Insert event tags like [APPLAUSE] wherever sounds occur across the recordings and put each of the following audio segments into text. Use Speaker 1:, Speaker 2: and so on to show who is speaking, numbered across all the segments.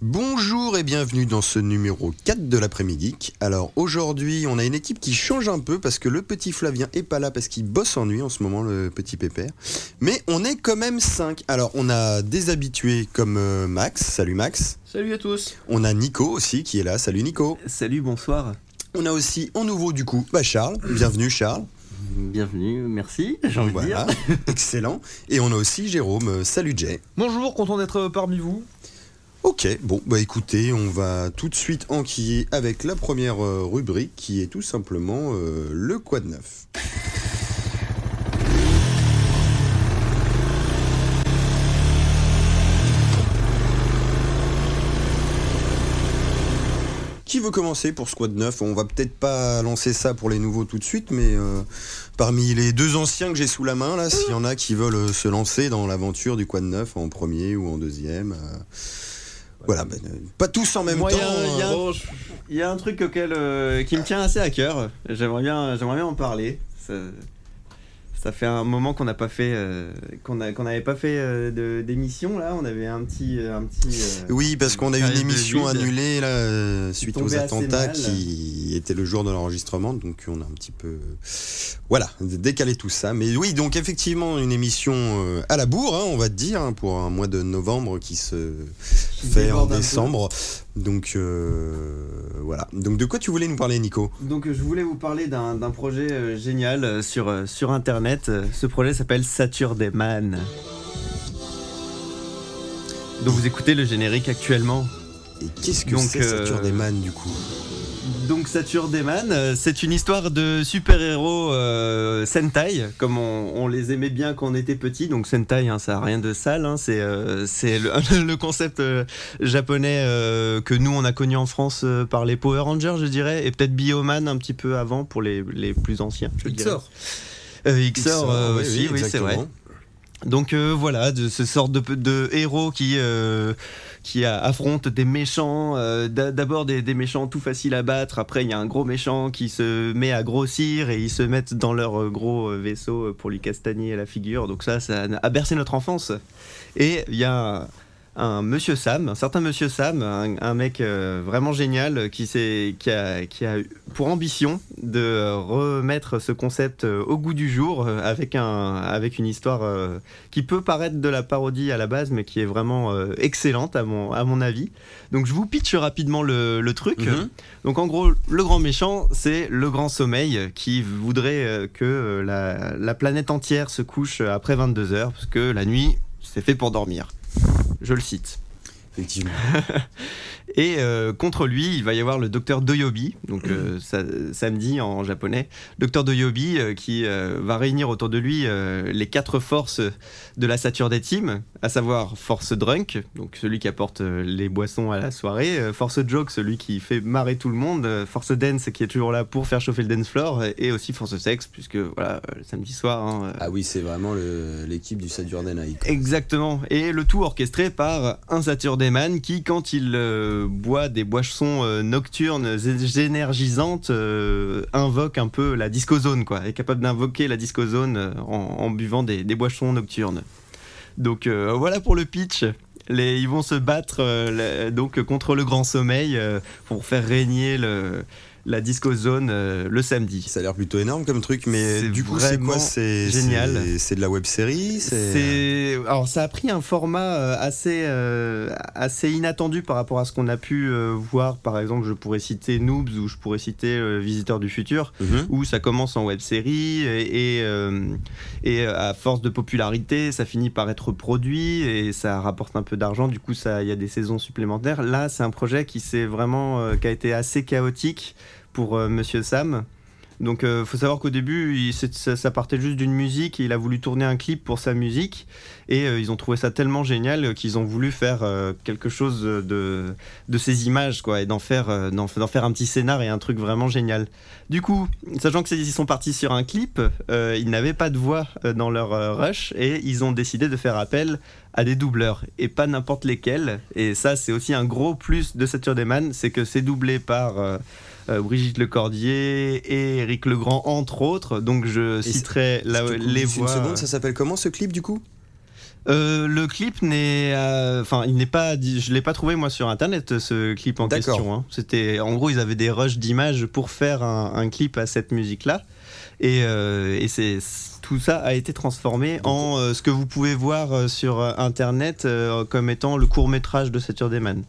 Speaker 1: Bonjour et bienvenue dans ce numéro 4 de l'après-midi. Alors aujourd'hui, on a une équipe qui change un peu parce que le petit Flavien est pas là parce qu'il bosse en nuit en ce moment, le petit pépère. Mais on est quand même 5. Alors on a des habitués comme euh, Max. Salut Max.
Speaker 2: Salut à tous.
Speaker 1: On a Nico aussi qui est là. Salut Nico.
Speaker 3: Salut, bonsoir.
Speaker 1: On a aussi en nouveau du coup bah Charles. Bienvenue Charles.
Speaker 3: Bienvenue, merci, j'ai envie
Speaker 1: Voilà,
Speaker 3: de dire.
Speaker 1: excellent. Et on a aussi Jérôme. Euh, Salut Jay.
Speaker 4: Bonjour, content d'être
Speaker 5: euh,
Speaker 4: parmi vous.
Speaker 1: Ok, bon, bah écoutez, on va tout de suite enquiller avec la première euh, rubrique qui est tout simplement euh, le quad neuf. Qui veut commencer pour ce quad neuf On va peut-être pas lancer ça pour les nouveaux tout de suite, mais euh, parmi les deux anciens que j'ai sous la main, là, s'il y en a qui veulent euh, se lancer dans l'aventure du quad neuf en premier ou en deuxième. euh, voilà, ben, euh, pas tous en même
Speaker 3: Moi,
Speaker 1: temps.
Speaker 3: il y a- il y a-
Speaker 1: euh,
Speaker 2: Bon, je-
Speaker 3: Il y a un truc auquel, euh, qui me tient assez à cœur, j'aimerais bien, j'aimerais bien en parler. Ça, ça fait un moment qu'on n'a pas fait, euh, qu'on a- qu'on n'avait pas fait euh, de- d'émission, là, on avait un petit... Un petit euh,
Speaker 1: Oui, parce qu'on a eu
Speaker 3: Période
Speaker 1: une
Speaker 3: de
Speaker 1: émission
Speaker 3: vide.
Speaker 1: annulée là, euh, suite
Speaker 3: Tombé
Speaker 1: aux
Speaker 3: assez
Speaker 1: attentats
Speaker 3: mal.
Speaker 1: qui était le jour de l'enregistrement, donc on a un petit peu, voilà, décalé tout ça. Mais oui, donc effectivement une émission euh, à la bourre, hein, on va te dire, hein, pour un mois de novembre qui se
Speaker 3: qui
Speaker 1: fait en
Speaker 3: déborde un peu.
Speaker 1: décembre. Donc euh, voilà. Donc de quoi tu voulais nous parler, Nico
Speaker 3: Donc euh, je voulais vous parler d'un d'un projet euh, génial euh, sur, euh, sur Internet. Euh, Ce projet s'appelle Saturday Man. Donc vous écoutez le générique actuellement.
Speaker 1: Et qu'est-ce que
Speaker 3: Donc,
Speaker 1: c'est
Speaker 3: euh,
Speaker 1: Saturday Man du coup
Speaker 3: Donc Saturday Man, euh, c'est une histoire de super-héros euh, Sentai, comme on, on les aimait bien quand on était petit. Donc Sentai, hein, ça n'a rien de sale, hein, c'est euh, c'est le, [LAUGHS] le concept euh, japonais euh, que nous on a connu en France euh, par les Power Rangers, je dirais, et peut-être Bioman un petit peu avant pour les, les plus anciens. Je dirais.
Speaker 4: Xor.
Speaker 3: Euh, Xor, euh,
Speaker 1: Oui,
Speaker 3: aussi,
Speaker 1: oui,
Speaker 3: oui, c'est
Speaker 1: exactement.
Speaker 3: vrai. Donc euh, voilà, de ce sorte de, de héros qui, euh, qui a- affronte des méchants, euh, d'a- d'abord des, des méchants tout faciles à battre, après il y a un gros méchant qui se met à grossir et ils se mettent dans leur euh, gros euh, vaisseau pour lui castagner la figure, donc ça, ça a bercé notre enfance. Et il y a un, un monsieur Sam, un certain monsieur Sam, un, un mec euh, vraiment génial qui, s'est- qui, a, qui a eu pour ambition de euh, remettre ce concept euh, au goût du jour euh, avec, un, avec une histoire euh, qui peut paraître de la parodie à la base, mais qui est vraiment euh, excellente à mon, à mon avis. Donc je vous pitch rapidement le, le truc.
Speaker 1: Mhm.
Speaker 3: Donc en gros, le grand méchant, c'est le grand sommeil qui voudrait euh, que euh, la, la planète entière se couche après 22 heures, parce que la nuit, c'est fait pour dormir. Je le cite.
Speaker 1: Effectivement.
Speaker 3: Et euh, contre lui, il va y avoir le docteur Doyobi, donc euh, sa- samedi en japonais, docteur Doyobi euh, qui euh, va réunir autour de lui euh, les quatre forces de la Saturday Team, à savoir force drunk, donc celui qui apporte euh, les boissons à la soirée, euh, force joke, celui qui fait marrer tout le monde, euh, force dance qui est toujours là pour faire chauffer le dance floor, et aussi force sexe, puisque voilà, euh, le samedi soir, hein, euh,
Speaker 1: Ah oui, c'est vraiment le- l'équipe du Saturday Night.
Speaker 3: Exactement. Et le tout orchestré par un Saturday Man qui, quand il euh, boit des boissons euh, nocturnes zé- énergisantes, euh, invoque un peu la disco zone, quoi. Est capable d'invoquer la disco zone euh, en, en buvant des, des boissons nocturnes. Donc euh, voilà pour le pitch. Les, ils vont se battre euh, la- donc contre le grand sommeil euh, pour faire régner le- la disco zone euh, le samedi.
Speaker 1: Ça a l'air plutôt énorme comme truc, mais
Speaker 3: C'est
Speaker 1: du coup, c'est quoi
Speaker 3: vraiment
Speaker 1: C'est
Speaker 3: génial.
Speaker 1: c'est- C'est de la web série
Speaker 3: C'est alors ça a pris un format euh, assez euh, assez inattendu par rapport à ce qu'on a pu euh, voir par exemple je pourrais citer Noobs ou je pourrais citer euh, Visiteurs du futur
Speaker 1: Mhm.
Speaker 3: où ça commence en web série et, et, euh, et à force de popularité, ça finit par être produit et ça rapporte un peu d'argent. Du coup, ça- il y a des saisons supplémentaires. Là, c'est un projet qui s'est vraiment, euh, qui a été assez chaotique pour euh, Monsieur Sam. Donc, euh, faut savoir qu'au début, il- c'est- ça, ça partait juste d'une musique. Et il a voulu tourner un clip pour sa musique et euh, ils ont trouvé ça tellement génial euh, qu'ils ont voulu faire euh, quelque chose de, de ces images, quoi, et d'en faire, euh, d'en d'en faire un petit scénar et un truc vraiment génial. Du coup, sachant que c'est- ils sont partis sur un clip, euh, ils n'avaient pas de voix euh, dans leur euh, rush et ils ont décidé de faire appel à des doubleurs et pas n'importe lesquels. Et ça, c'est aussi un gros plus de Saturday Man, c'est que c'est doublé par euh, euh, Brigitte Lecordier et Eric Legrand entre autres. Donc je
Speaker 1: c'est-
Speaker 3: citerai la-
Speaker 1: Je te coupe
Speaker 3: les
Speaker 1: juste
Speaker 3: voix.
Speaker 1: Une
Speaker 3: euh,
Speaker 1: seconde, ça s'appelle comment ce clip du coup
Speaker 3: Euh, le clip n'est, euh, enfin, il n'est pas, je l'ai pas trouvé moi sur internet euh, ce clip en
Speaker 1: D'accord.
Speaker 3: question. hein. C'était, en gros, ils avaient des rushs d'images pour faire un, un clip à cette musique-là, et, euh, et c'est tout ça a été transformé en euh, ce que vous pouvez voir euh, sur euh, internet euh, comme étant le court métrage de Saturday Man.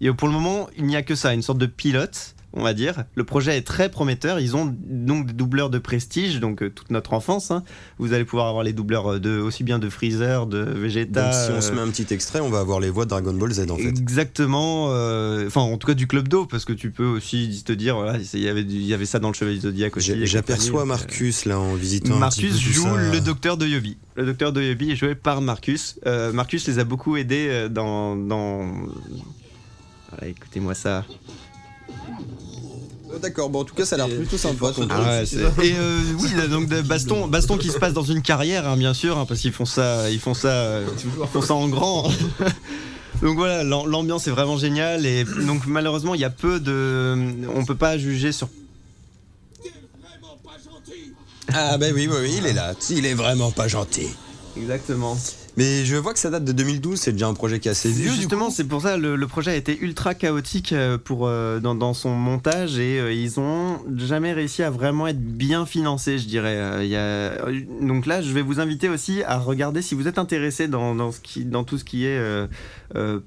Speaker 3: Et pour le moment, il n'y a que ça, une sorte de pilote, on va dire. Le projet est très prometteur. Ils ont donc des doubleurs de prestige, donc euh, toute notre enfance. hein. Vous allez pouvoir avoir les doubleurs euh, de aussi bien de Freezer, de Vegeta.
Speaker 1: Donc si on
Speaker 3: euh,
Speaker 1: se met un petit extrait, on va avoir les voix de Dragon Ball Z en fait.
Speaker 3: Exactement, euh, enfin en tout cas du club d'eau, parce que tu peux aussi te dire, voilà, il y avait, du- il y avait ça dans le Chevalier Zodiac aussi.
Speaker 1: J'ai-
Speaker 3: et
Speaker 1: J'aperçois
Speaker 3: compagnie, donc, euh,
Speaker 1: Marcus là en visitant. un
Speaker 3: Marcus
Speaker 1: petit peu tout
Speaker 3: joue
Speaker 1: ça.
Speaker 3: le docteur de Yobi. Le docteur de Yobi est joué par Marcus. Euh, Marcus les a beaucoup aidés euh, dans. dans... Voilà, écoutez-moi ça.
Speaker 1: Oh, D'accord, bon en tout cas ça a l'air
Speaker 4: Et-
Speaker 1: plutôt sympa. ton
Speaker 3: Ah
Speaker 1: truc.
Speaker 3: ouais, [LAUGHS] c'est- et euh, oui, là, donc de baston, baston qui se passe dans une carrière, hein, bien sûr, hein, parce qu'ils font ça, ils font ça, euh, ils font ça en grand. [LAUGHS] Donc voilà, l'am- l'ambiance est vraiment géniale et donc malheureusement il y a peu de, on peut pas juger sur.
Speaker 1: Ah bah oui, oui, oui, il est là. Il est vraiment pas gentil.
Speaker 3: Exactement.
Speaker 1: Mais je vois que ça date de 2012, c'est déjà un projet qui est assez vieux. du coup.
Speaker 3: Justement, c'est pour ça le, le projet a été ultra chaotique euh, pour euh, dans, dans son montage et euh, ils ont jamais réussi à vraiment être bien financés, je dirais. Euh, il y a- donc là, je vais vous inviter aussi à regarder si vous êtes intéressé dans, dans ce qui dans tout ce qui est euh, euh,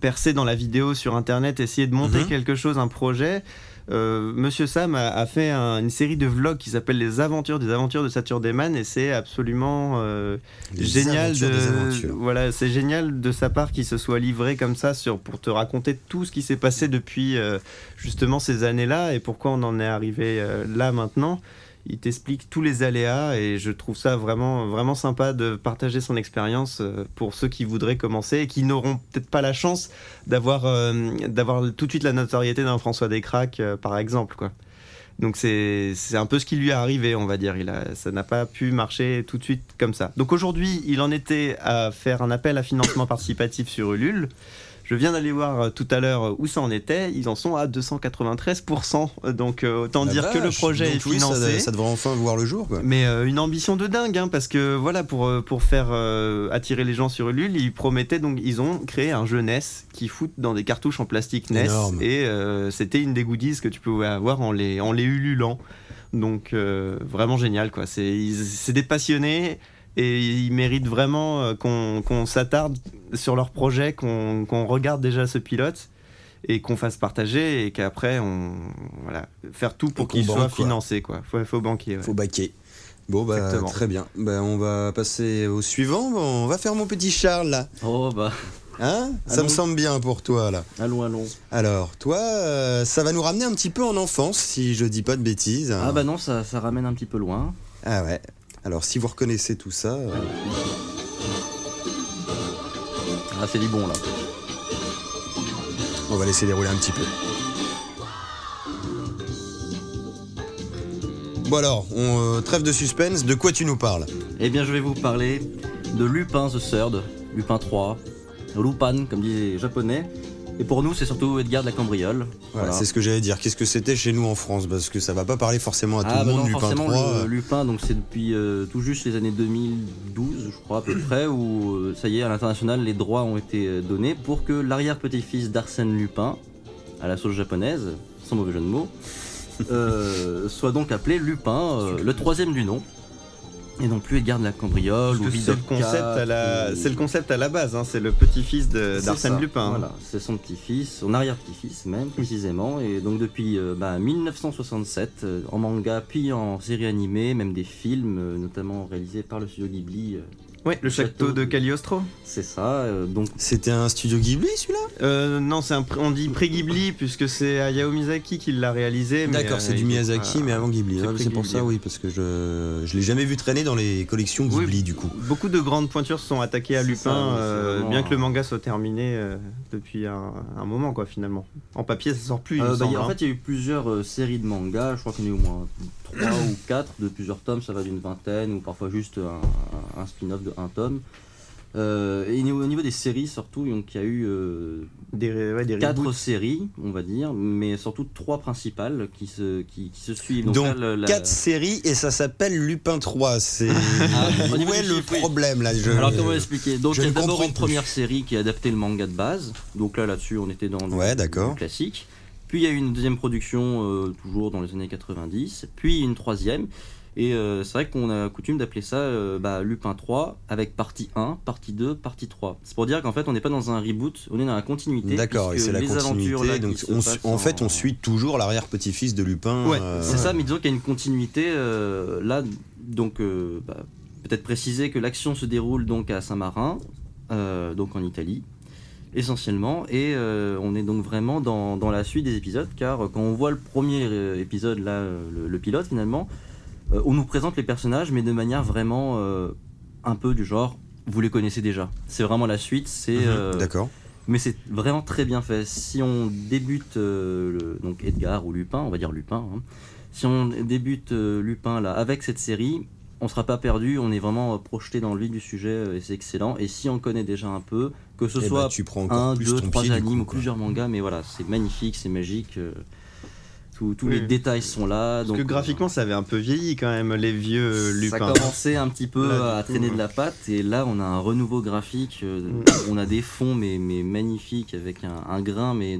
Speaker 3: percé dans la vidéo sur internet, essayer de monter
Speaker 1: Mhm.
Speaker 3: quelque chose, un projet. Euh, Monsieur Sam a, a fait un- une série de vlogs qui s'appelle Les Aventures des Aventures de Saturday Man et c'est absolument euh,
Speaker 1: Les
Speaker 3: génial
Speaker 1: aventures des
Speaker 3: de
Speaker 1: aventures.
Speaker 3: voilà c'est génial de sa part qu'il se soit livré comme ça sur pour te raconter tout ce qui s'est passé depuis euh, justement ces années là et pourquoi on en est arrivé euh, là maintenant il t'explique tous les aléas et je trouve ça vraiment vraiment sympa de partager son expérience euh, pour ceux qui voudraient commencer et qui n'auront peut-être pas la chance d'avoir euh, d'avoir tout de suite la notoriété d'un François Descraques euh, par exemple quoi donc c'est c'est un peu ce qui lui est arrivé, on va dire. Il a, ça n'a pas pu marcher tout de suite comme ça. Donc aujourd'hui, il en était à faire un appel à financement participatif sur Ulule. Je viens d'aller voir euh, tout à l'heure où ça en était. Ils en sont à 293%. Donc euh, autant
Speaker 1: La
Speaker 3: dire que le
Speaker 1: Ah vache.
Speaker 3: projet
Speaker 1: Donc
Speaker 3: est
Speaker 1: oui, ça-
Speaker 3: financé.
Speaker 1: Ça, devrait enfin voir le jour. quoi.
Speaker 3: Mais euh, une ambition de dingue, hein, parce que voilà, pour, euh, pour faire euh, attirer les gens sur Ulule, ils promettaient donc, ils ont créé un jeu NES qui fout dans des cartouches en plastique NES.
Speaker 1: Énorme.
Speaker 3: Et euh, c'était une des goodies que tu pouvais avoir en les, en les ululant. Donc euh, vraiment génial, quoi. C'est ils- c'est des passionnés. Et ils méritent vraiment euh, qu'on qu'on s'attarde sur leur projet, qu'on qu'on regarde déjà ce pilote et qu'on fasse partager et qu'après on voilà faire tout pour
Speaker 1: qu'on
Speaker 3: qu'il soit
Speaker 1: banque, quoi.
Speaker 3: financé quoi. Faut, faut banquier. ouais.
Speaker 1: Faut baquer. Bon bah
Speaker 3: Exactement.
Speaker 1: très bien. Bah, on va passer au suivant. Bon, on va faire mon petit Charles là.
Speaker 2: Oh bah,
Speaker 1: Hein Ça
Speaker 2: Allons.
Speaker 1: me semble bien pour toi là.
Speaker 2: allons, allons.
Speaker 1: Alors toi, euh, ça va nous ramener un petit peu en enfance si je dis pas de bêtises.
Speaker 2: Ah bah non, ça, ça ramène un petit peu loin.
Speaker 1: Ah ouais. Alors si vous reconnaissez tout ça, euh,
Speaker 2: Ah, c'est du bon là.
Speaker 1: on va laisser dérouler un petit peu. Bon alors, on euh, trêve de suspense. De quoi tu nous parles
Speaker 2: Eh bien, je vais vous parler de Lupin the Third, Lupin 3, Lupin, comme disent les japonais. Et pour nous, c'est surtout Edgar de la Cambriole.
Speaker 1: Voilà, c'est ce que j'allais dire. Qu'est-ce que c'était chez nous en France Parce que ça va pas parler forcément à tout
Speaker 2: ah,
Speaker 1: le
Speaker 2: bah
Speaker 1: monde
Speaker 2: non,
Speaker 1: du pain
Speaker 2: forcément,
Speaker 1: 3.
Speaker 2: le Lupin, donc c'est depuis euh, tout juste les années 2012, je crois à peu près, où euh, ça y est, à l'international, les droits ont été euh, donnés pour que l'arrière-petit-fils d'Arsène Lupin, à la sauce japonaise, sans mauvais jeu de mots,
Speaker 3: [LAUGHS]
Speaker 2: euh, soit donc appelé Lupin, euh, le troisième du nom, et non plus Edgar de la Cambriole ou
Speaker 3: Parce que C'est le
Speaker 2: Vidocq
Speaker 3: concept à la,
Speaker 2: ou-
Speaker 3: c'est le concept à la base. hein, c'est le petit-fils de-
Speaker 2: C'est
Speaker 3: d'Arsène
Speaker 2: ça,
Speaker 3: Lupin. hein.
Speaker 2: Voilà, c'est son petit-fils, son arrière-petit-fils même précisément. Et donc depuis euh, bah, 1967, euh, en manga, puis en série animée, même des films, euh, notamment réalisés par le studio Ghibli. euh,
Speaker 3: Ouais, le château
Speaker 2: Château
Speaker 3: de
Speaker 2: de-
Speaker 3: Cagliostro.
Speaker 2: c'est ça, euh, donc
Speaker 1: C'était un studio Ghibli celui-là
Speaker 3: Euh, non, c'est un, pr- on dit pré-Ghibli puisque c'est Hayao Miyazaki qui l'a réalisé. mais,
Speaker 1: D'accord,
Speaker 3: euh,
Speaker 1: c'est
Speaker 3: il
Speaker 1: du
Speaker 3: est-
Speaker 1: Miyazaki,
Speaker 3: euh,
Speaker 1: mais avant Ghibli.
Speaker 3: c'est
Speaker 1: Ouais, C'est pour
Speaker 3: pré-Ghibli.
Speaker 1: ça, oui, parce que je, je l'ai jamais vu traîner dans les collections
Speaker 3: Oui.
Speaker 1: Ghibli, du coup.
Speaker 3: Beaucoup de grandes pointures sont attaquées à
Speaker 2: C'est
Speaker 3: Lupin,
Speaker 2: ça, ouais, c'est
Speaker 3: euh,
Speaker 2: vraiment
Speaker 3: bien
Speaker 2: un-
Speaker 3: que le manga soit terminé euh, depuis un, un moment, quoi, finalement. En papier, ça sort plus. il me
Speaker 2: Euh, bah, y a-
Speaker 3: semble,
Speaker 2: en
Speaker 3: hein.
Speaker 2: fait, il y a eu plusieurs euh, séries de mangas, je crois qu'il y en a eu au moins 3 ou 4 de plusieurs tomes, ça va d'une vingtaine ou parfois juste un, un- un spin-off de un tome. Euh, et au niveau des séries, surtout, donc, il y a eu euh,
Speaker 3: Des, ré- ouais, des
Speaker 2: quatre
Speaker 3: reboots.
Speaker 2: séries, on va dire, mais surtout trois principales qui se, qui, qui se suivent.
Speaker 1: Donc,
Speaker 2: là, le- la-
Speaker 1: Quatre séries et ça s'appelle Lupin 3. C'est
Speaker 2: [LAUGHS] Ah, au niveau
Speaker 1: où est
Speaker 2: du
Speaker 1: le
Speaker 2: chiffre, oui.
Speaker 1: problème là je-
Speaker 2: Alors comment expliquer Donc
Speaker 1: je
Speaker 2: il y a
Speaker 1: ne
Speaker 2: d'abord
Speaker 1: comprends
Speaker 2: une
Speaker 1: plus.
Speaker 2: première série qui a adapté le manga de base. Donc là là-dessus on était dans le,
Speaker 1: Ouais, d'accord.
Speaker 2: le classique. Puis il y a eu une deuxième production euh, toujours dans les années 90. Puis une troisième. Et euh, c'est vrai qu'on a coutume d'appeler ça euh, bah, Lupin 3 avec partie 1, partie 2, partie 3. C'est pour dire qu'en fait on n'est pas dans un reboot, on est dans la continuité.
Speaker 1: D'accord, et
Speaker 2: puisque
Speaker 1: c'est la
Speaker 2: les aventures, là,
Speaker 1: continuité.
Speaker 2: qui
Speaker 1: Donc
Speaker 2: se
Speaker 1: on su-
Speaker 2: passent
Speaker 1: en fait, on suit toujours l'arrière-petit-fils de Lupin.
Speaker 3: Ouais,
Speaker 1: euh,
Speaker 2: c'est ça, mais disons qu'il y a une continuité euh, là, donc euh, bah, peut-être préciser que l'action se déroule donc à Saint-Marin, euh, donc en Italie, essentiellement, et euh, on est donc vraiment dans, dans la suite des épisodes, car euh, quand on voit le premier euh, épisode, là, euh, le, le pilote finalement, euh, on nous présente les personnages, mais de manière vraiment euh, un peu du genre, vous les connaissez déjà. C'est vraiment la suite, c'est...
Speaker 1: Mhm,
Speaker 2: euh,
Speaker 1: D'accord.
Speaker 2: mais c'est vraiment très bien fait. Si on débute euh, le- donc Edgar ou Lupin, on va dire Lupin. hein. Si on débute euh, Lupin là avec cette série, on sera pas perdu. On est vraiment euh, projeté dans le vif du sujet euh, et c'est excellent. Et si on connaît déjà un peu, que ce
Speaker 1: Eh ben,
Speaker 2: soit
Speaker 1: tu prends encore
Speaker 2: un,
Speaker 1: plus
Speaker 2: deux,
Speaker 1: ton
Speaker 2: trois
Speaker 1: pied, du
Speaker 2: animes
Speaker 1: coup,
Speaker 2: ou
Speaker 1: quoi.
Speaker 2: plusieurs mangas, mais voilà, c'est magnifique, c'est magique. euh, tous tous
Speaker 3: Oui.
Speaker 2: les détails sont là.
Speaker 3: Parce
Speaker 2: donc,
Speaker 3: que
Speaker 2: euh,
Speaker 3: graphiquement, ça avait un peu vieilli quand même, les
Speaker 1: euh,
Speaker 3: vieux
Speaker 2: ça
Speaker 1: hein.
Speaker 3: Lupin.
Speaker 2: commençait un petit peu
Speaker 3: Là, du
Speaker 2: à
Speaker 3: coup,
Speaker 2: traîner
Speaker 3: ouais.
Speaker 2: de la patte et là on a un renouveau graphique, euh,
Speaker 3: Mm.
Speaker 2: on a des fonds mais, mais magnifiques avec un, un grain mais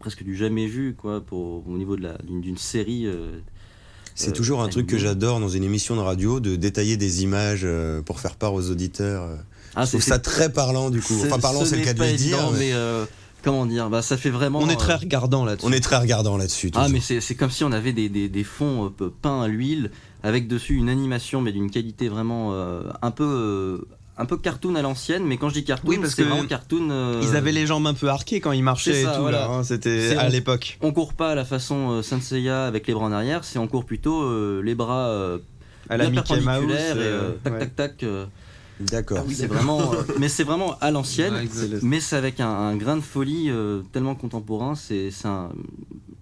Speaker 2: presque du jamais vu quoi pour au niveau de la d'une d'une série. euh,
Speaker 1: C'est
Speaker 2: euh,
Speaker 1: toujours un truc que
Speaker 2: animé.
Speaker 1: j'adore dans une émission de radio de détailler des images euh, pour faire part aux auditeurs. euh.
Speaker 2: Ah,
Speaker 1: je trouve
Speaker 2: c'est-
Speaker 1: ça très parlant du coup. Enfin parlant, c'est le
Speaker 2: n'est
Speaker 1: cas de
Speaker 2: pas
Speaker 1: le dire.
Speaker 2: évident,
Speaker 1: mais
Speaker 2: mais, euh, comment dire, bah ça fait vraiment.
Speaker 3: On est très
Speaker 2: euh,
Speaker 3: regardant là-dessus.
Speaker 1: On est très regardant là-dessus.
Speaker 2: Ah
Speaker 1: toujours.
Speaker 2: mais c'est c'est comme si on avait des, des, des fonds euh, pe- peints à l'huile avec dessus une animation mais d'une qualité vraiment euh, un peu euh, un peu cartoon à l'ancienne mais quand je dis cartoon
Speaker 3: Oui, parce
Speaker 2: c'est
Speaker 3: que
Speaker 2: vraiment cartoon euh,
Speaker 3: Ils avaient les jambes un peu arquées quand ils marchaient
Speaker 2: C'est ça,
Speaker 3: et tout
Speaker 2: voilà.
Speaker 3: là. hein, C'était
Speaker 2: C'est-
Speaker 3: à l'époque.
Speaker 2: On court pas à la façon euh, Saint Seiya avec les bras en arrière, c'est on court plutôt euh, les bras euh,
Speaker 3: À la
Speaker 2: bien
Speaker 3: Mickey Mouse.
Speaker 2: perpendiculaires et euh,
Speaker 3: euh,
Speaker 2: tac,
Speaker 3: ouais.
Speaker 2: tac tac euh,
Speaker 1: D'accord.
Speaker 2: c'est vraiment, euh, mais c'est vraiment à l'ancienne,
Speaker 5: Ah Ouais, exact.
Speaker 2: mais c'est avec un, un grain de folie euh, tellement contemporain. C'est c'est un-